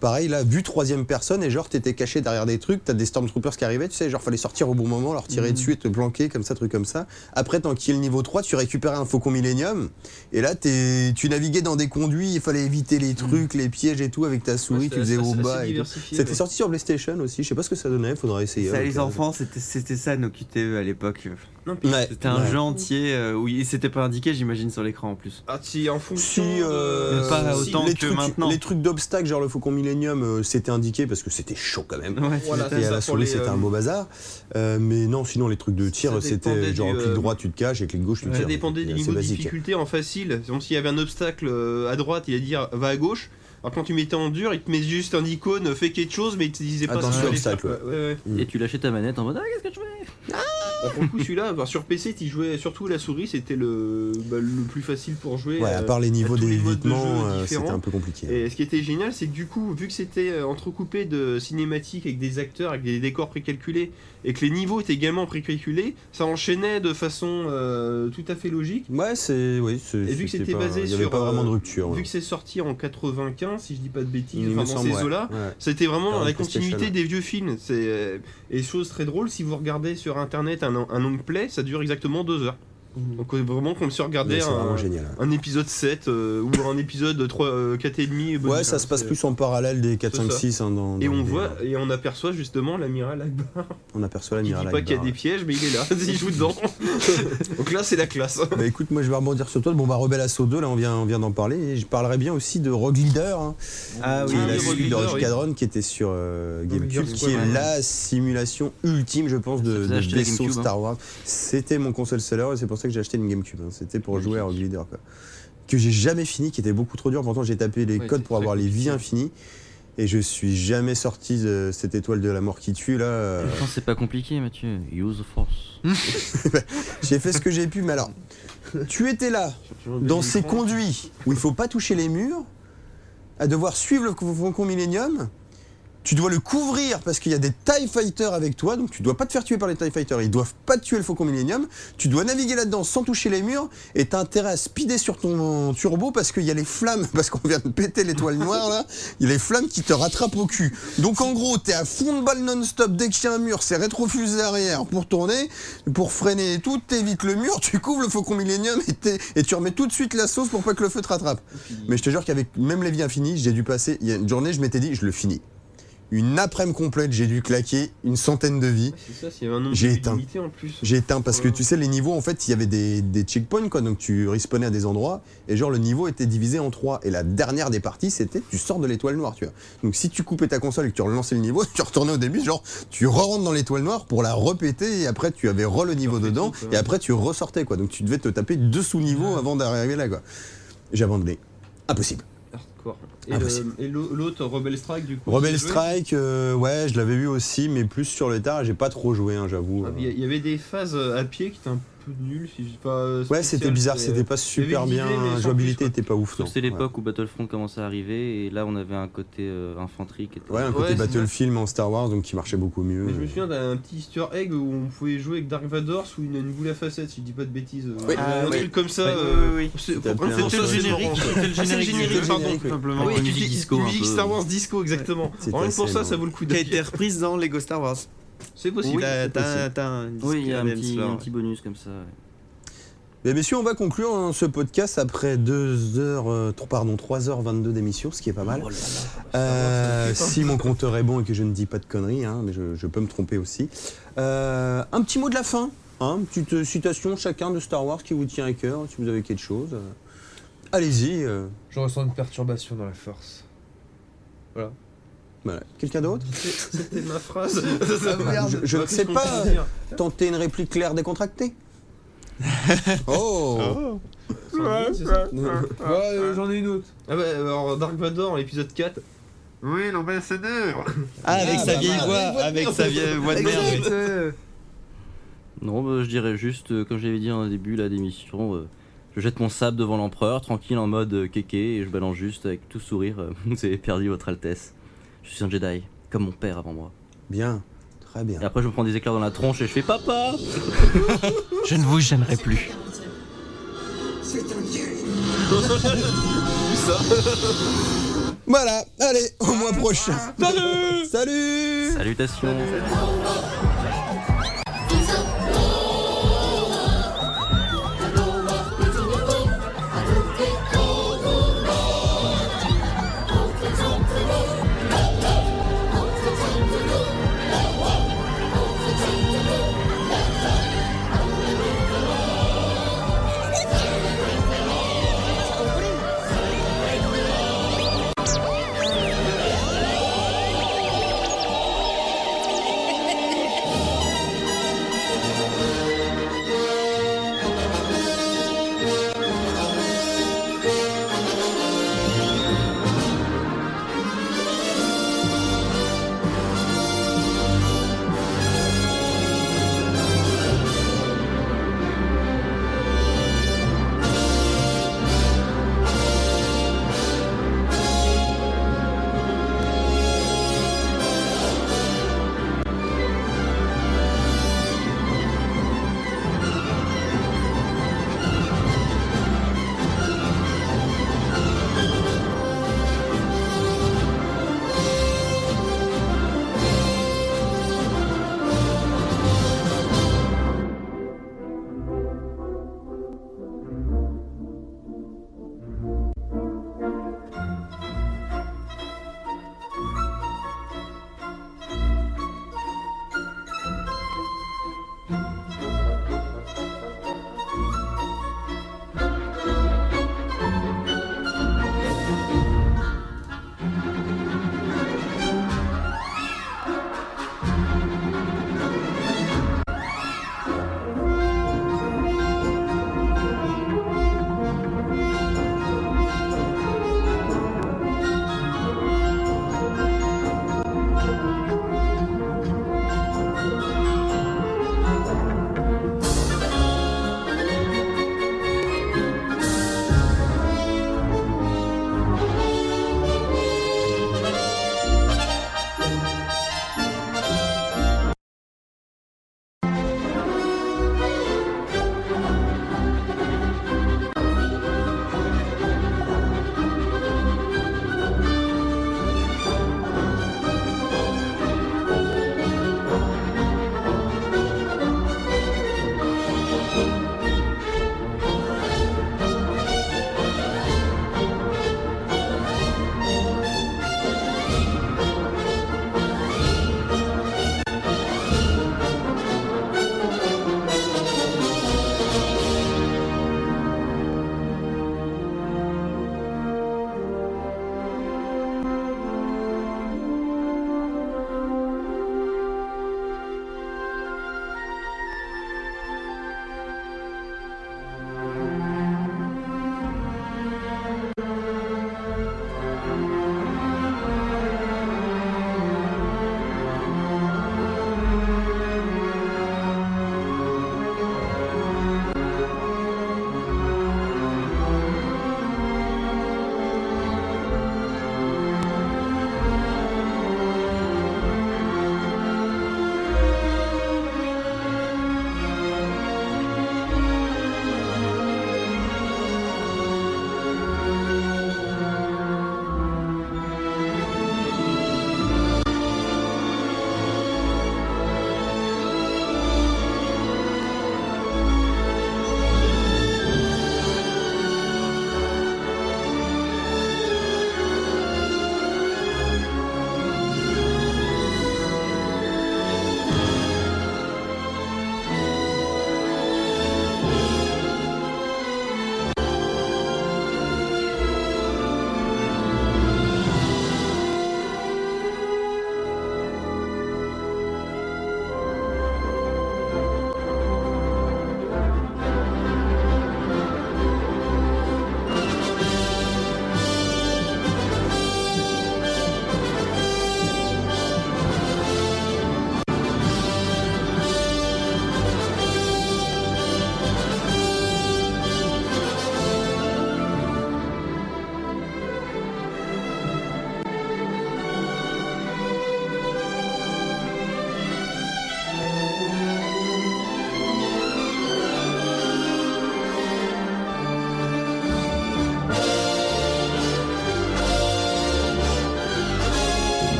Speaker 1: Pareil, là, vue troisième personne, et genre, t'étais caché derrière des trucs, t'as des Stormtroopers qui arrivaient, tu sais, genre, fallait sortir au bon moment, leur tirer dessus et te planquer, comme ça, truc comme ça. Après, tant qu'il y a le niveau 3, tu récupérais un Faucon Millenium, et là, t'es- tu naviguais dans des conduits, il fallait éviter les trucs, les pièges et tout, avec ta souris,
Speaker 5: Ouais,
Speaker 1: tu faisais
Speaker 5: c'était
Speaker 1: au
Speaker 5: assez- assez
Speaker 1: bas et tout.
Speaker 5: diversifié,
Speaker 1: C'était
Speaker 5: ouais.
Speaker 1: sorti sur PlayStation aussi, je sais pas ce que ça donnait, faudra essayer. hein,
Speaker 3: Ça,
Speaker 1: à
Speaker 3: les
Speaker 1: l'occasion.
Speaker 3: enfants, c'était c'était ça nos QTE euh, à l'époque.
Speaker 5: Non, puis-
Speaker 1: Ouais.
Speaker 3: C'était un
Speaker 1: Ouais.
Speaker 3: jeu entier euh, où il s'était pas indiqué, j'imagine, sur l'écran en plus.
Speaker 5: Ah, si, en fonction.
Speaker 1: Si, euh,
Speaker 5: de-
Speaker 3: pas
Speaker 5: si,
Speaker 3: autant
Speaker 1: les
Speaker 3: que
Speaker 1: trucs,
Speaker 3: maintenant.
Speaker 1: Les trucs d'obstacles, genre le Faucon Millenium, euh, c'était indiqué parce que c'était chaud quand même.
Speaker 3: Ouais, tu
Speaker 5: Voilà,
Speaker 3: m'étonnes.
Speaker 1: Et
Speaker 5: ça,
Speaker 1: à la
Speaker 5: pour
Speaker 1: souris,
Speaker 5: les,
Speaker 1: c'était un
Speaker 5: euh,
Speaker 1: beau bazar. Euh, mais non, sinon, les trucs de
Speaker 5: Ça
Speaker 1: tir,
Speaker 5: dépendait
Speaker 1: c'était genre
Speaker 5: du,
Speaker 1: clic
Speaker 5: euh,
Speaker 1: droit, tu te caches, et clic gauche, tu
Speaker 5: Ça
Speaker 1: tires.
Speaker 5: dépendait du
Speaker 1: C'est
Speaker 5: niveau de
Speaker 1: basique.
Speaker 5: difficulté en facile. Par exemple, s'il y avait un obstacle euh, à droite, il allait dire va à gauche. Alors quand tu mettais en dur, il te met juste un icône, fais quelque chose, mais il te disait pas
Speaker 1: Attention,
Speaker 5: ce que tu allais
Speaker 1: Ah, obstacle,
Speaker 5: faire, quoi. Ouais, ouais.
Speaker 2: Et tu lâchais ta manette en mode Ah, qu'est-ce que je fais
Speaker 5: Bah, pour le coup, celui-là, enfin, sur PC, tu jouais surtout la souris, c'était le, bah, le plus facile pour jouer.
Speaker 1: Ouais, à
Speaker 5: euh,
Speaker 1: part les niveaux
Speaker 5: tous les modes de
Speaker 1: d'évitement,
Speaker 5: jeu
Speaker 1: euh,
Speaker 5: différents.
Speaker 1: c'était un peu compliqué.
Speaker 5: Et ce qui était génial, c'est que du coup, vu que c'était euh, entrecoupé de cinématiques avec des acteurs, avec des décors précalculés, et que les niveaux étaient également précalculés, ça enchaînait de façon euh, tout à fait logique.
Speaker 1: Ouais, c'est. Oui, c'est-
Speaker 5: Et vu que c'était
Speaker 1: pas-
Speaker 5: basé
Speaker 1: Il n'y avait
Speaker 5: sur,
Speaker 1: pas vraiment de
Speaker 5: euh,
Speaker 1: rupture. ouais.
Speaker 5: Vu que c'est sorti en 95, si je dis pas de bêtises,
Speaker 1: Il me
Speaker 5: enfin, dans
Speaker 1: semble,
Speaker 5: ces
Speaker 1: ouais.
Speaker 5: eaux-là,
Speaker 1: Ouais.
Speaker 5: c'était vraiment
Speaker 1: Dans
Speaker 5: dans la
Speaker 1: le PlayStation,
Speaker 5: continuité
Speaker 1: Ah, ouais.
Speaker 5: des vieux films. C'est euh, et chose très drôle, si vous regardez sur internet un, un long play, ça dure exactement deux heures. Donc euh, vraiment comme si on
Speaker 1: Mais
Speaker 5: regardait
Speaker 1: C'est
Speaker 5: un,
Speaker 1: vraiment génial.
Speaker 5: un épisode 7 euh, ou un épisode 3, euh, 4 et demi. bon,
Speaker 1: Ouais, ça se passe
Speaker 5: c'est-
Speaker 1: plus en parallèle des 4,
Speaker 5: euh, C'est
Speaker 1: 5,
Speaker 5: ça.
Speaker 1: 6. hein, dans,
Speaker 5: Et
Speaker 1: dans
Speaker 5: on
Speaker 1: les-
Speaker 5: voit et on aperçoit justement l'amiral Akbar.
Speaker 1: On aperçoit la
Speaker 5: Qui
Speaker 1: Mirala
Speaker 5: dit pas qu'il y a
Speaker 1: Akbar,
Speaker 5: des pièges, mais il est là. [LAUGHS] Il
Speaker 1: [LAUGHS]
Speaker 5: joue dedans. Donc là, c'est la classe.
Speaker 1: Bah écoute, moi je vais rebondir sur toi. Bon, bah Rebel Assault 2, là on vient, on vient d'en parler. Et je parlerai bien aussi de Rogue Leader, hein,
Speaker 3: Ah oui,
Speaker 1: qui est
Speaker 5: oui,
Speaker 1: la
Speaker 5: Rogue
Speaker 1: suite de
Speaker 5: Leader,
Speaker 1: Rogue
Speaker 5: oui.
Speaker 1: Cadron, qui était sur euh, GameCube,
Speaker 4: Leader,
Speaker 1: qui
Speaker 4: ouais,
Speaker 1: est
Speaker 4: ouais.
Speaker 1: la simulation ultime, je pense,
Speaker 2: Ça
Speaker 1: de,
Speaker 2: faisait
Speaker 1: de
Speaker 2: acheter la
Speaker 1: vaisseau
Speaker 2: GameCube, hein.
Speaker 1: Star Wars. C'était mon console seller et c'est pour ça que j'ai acheté une GameCube. hein. C'était pour jouer à Rogue Leader, quoi. Que j'ai jamais fini, qui était beaucoup trop dur. Pourtant, j'ai tapé les
Speaker 14: Ouais,
Speaker 1: codes
Speaker 14: c'est
Speaker 1: pour
Speaker 14: très
Speaker 1: avoir les vies infinies. Et je suis jamais sorti de cette étoile de la mort qui tue, là.
Speaker 2: [LAUGHS]
Speaker 1: euh,
Speaker 2: Putain, c'est pas compliqué, Mathieu. Use the force.
Speaker 1: J'ai fait ce que j'ai pu, mais alors, tu étais là, dans ces conduits où il faut pas toucher les murs, à devoir suivre le Concon Millennium. Tu dois le couvrir parce qu'il y a des TIE Fighters avec toi, donc tu dois pas te faire tuer par les TIE Fighters, ils doivent pas te tuer le Faucon Millennium. Tu dois naviguer là-dedans sans toucher les murs et t'as intérêt à speeder sur ton turbo parce qu'il y a les flammes, [LAUGHS] parce qu'on vient de péter l'étoile noire là, il y a les flammes qui te rattrapent au cul. Donc en gros, t'es à fond de balle non-stop, dès qu'il y a un mur, c'est rétrofusé arrière pour tourner, pour freiner et tout, t'évites le mur, [LAUGHS] tu couvres le Faucon Millennium et, t'es- et tu remets tout de suite la sauce pour pas que le feu te rattrape. Mais je te jure qu'avec même les vies infinies, j'ai dû passer, il y a une journée, je m'étais dit, je le finis. Une après-midi complète, j'ai dû claquer une centaine de vies.
Speaker 5: C'est ça, s'il y avait un nombre
Speaker 1: J'ai
Speaker 5: de
Speaker 1: éteint.
Speaker 5: limité en plus.
Speaker 1: J'ai éteint parce que
Speaker 5: Ouais.
Speaker 1: tu sais, les niveaux, en fait, il y avait des, des checkpoints, quoi. Donc tu respawnais à des endroits et genre le niveau était divisé en trois. Et la dernière des parties, c'était tu sors de l'étoile noire, tu vois. Donc si tu coupais ta console et que tu relançais le niveau, [LAUGHS] tu retournais au début, genre tu re-rentres dans l'étoile noire pour la repéter et après tu avais re le niveau
Speaker 5: refais
Speaker 1: dedans
Speaker 5: tout, quoi.
Speaker 1: et après tu ressortais, quoi. Donc tu devais te taper deux sous-niveaux avant d'arriver là, quoi. J'ai abandonné. Impossible.
Speaker 5: Hardcore. Et
Speaker 1: Impossible.
Speaker 5: le- et l'au- l'autre, Rebel Strike, du coup.
Speaker 1: Ah, bah, Rebel
Speaker 5: tu jouais
Speaker 1: Strike, euh, ouais, je l'avais eu aussi, mais plus sur le tard, j'ai pas trop joué, hein, j'avoue.
Speaker 5: Ah, Il y a- il y avait des phases euh, à pied qui étaient un peu nulles, si je dis pas. euh,
Speaker 1: Ouais,
Speaker 5: spéciales,
Speaker 1: c'était bizarre,
Speaker 5: mais,
Speaker 1: c'était pas super
Speaker 5: l'idée,
Speaker 1: bien,
Speaker 5: mais sans
Speaker 1: la
Speaker 5: plus,
Speaker 1: jouabilité
Speaker 5: quoi.
Speaker 1: était pas ouf.
Speaker 2: Sauf
Speaker 1: non.
Speaker 2: que c'est l'époque où Battlefront commençait à arriver et là on avait un côté euh, infanterie qui était.
Speaker 1: Ouais, un côté
Speaker 5: Ouais, c'est
Speaker 1: Battlefield mais en Star Wars, donc qui marchait beaucoup mieux.
Speaker 5: Mais je me souviens d'un petit easter egg où on pouvait jouer avec Dark Vador sous une, une boule à facettes, si je dis pas de bêtises. euh,
Speaker 1: Oui.
Speaker 5: un
Speaker 3: Ah, oui.
Speaker 5: truc comme ça.
Speaker 3: Oui,
Speaker 5: euh,
Speaker 3: oui, oui.
Speaker 5: c'est-
Speaker 1: C'était
Speaker 5: pour-
Speaker 1: bien,
Speaker 5: pour-
Speaker 1: ça.
Speaker 5: pour-
Speaker 1: C'est le
Speaker 5: pour-
Speaker 14: C'était le
Speaker 5: Ah, c'est le
Speaker 14: générique du
Speaker 5: générique,
Speaker 14: jeu.
Speaker 5: pardon.
Speaker 3: Simplement.
Speaker 5: Ah oui,
Speaker 2: Ouais,
Speaker 5: musique
Speaker 2: musique
Speaker 5: disco.
Speaker 2: disco, un
Speaker 5: Musique
Speaker 2: peu.
Speaker 5: Star Wars disco, exactement.
Speaker 1: C'est
Speaker 5: Rien que
Speaker 1: assez
Speaker 5: pour ça,
Speaker 1: énorme.
Speaker 5: ça vaut le coup
Speaker 3: Qui a
Speaker 5: d'acheter.
Speaker 3: été reprise dans Lego Star Wars.
Speaker 5: C'est possible.
Speaker 3: Oui, t'as
Speaker 5: c'est possible.
Speaker 3: t'as- t'as un disque
Speaker 2: Oui, il y a un
Speaker 3: Adams
Speaker 2: petit,
Speaker 3: là,
Speaker 2: un
Speaker 3: ouais.
Speaker 2: petit bonus comme ça. ouais.
Speaker 1: Mais messieurs, on va conclure hein, ce podcast après 2 heures, euh, tr- pardon, 3h22 d'émission, ce qui est pas
Speaker 5: Oh
Speaker 1: mal. Euh, si mon compteur est bon et que je ne dis pas de conneries, hein, mais je, je peux me tromper aussi. Euh, un petit mot de la fin, hein, une petite euh, citation chacun de Star Wars qui vous tient à cœur, si vous avez quelque chose. euh, Allez-y. euh,
Speaker 4: Je ressens une perturbation dans la force.
Speaker 1: voilà. Quelqu'un d'autre
Speaker 5: C'était
Speaker 1: [LAUGHS]
Speaker 5: ma phrase.
Speaker 1: Je- je ne sais pas. Tentez une réplique claire
Speaker 5: [LAUGHS]
Speaker 1: décontractée. oh.
Speaker 5: Oh.
Speaker 4: Ouais, euh, j'en ai une autre.
Speaker 5: Ah bah alors Dark Vador, l'épisode 4. Oui, l'ambassadeur
Speaker 3: Ah, avec
Speaker 1: Ah,
Speaker 3: sa
Speaker 1: bah,
Speaker 3: vieille
Speaker 1: bah,
Speaker 3: voix, avec sa vieille voix de
Speaker 4: bah,
Speaker 3: merde.
Speaker 2: Non, bah, je dirais juste, euh, comme je l'avais dit en début la d'émission, euh, je jette mon sable devant l'empereur, tranquille en mode euh, kéké, et je balance juste avec tout sourire euh, [LAUGHS] Vous avez perdu votre Altesse. Je suis un Jedi, comme mon père avant moi.
Speaker 1: Bien, très bien.
Speaker 2: Et après, je me prends des éclairs dans la tronche et je fais Papa
Speaker 14: Je ne vous aimerai plus.
Speaker 12: C'est un dieu.
Speaker 1: Voilà, allez, au mois prochain. Salut Salut
Speaker 2: Salutations
Speaker 12: Thank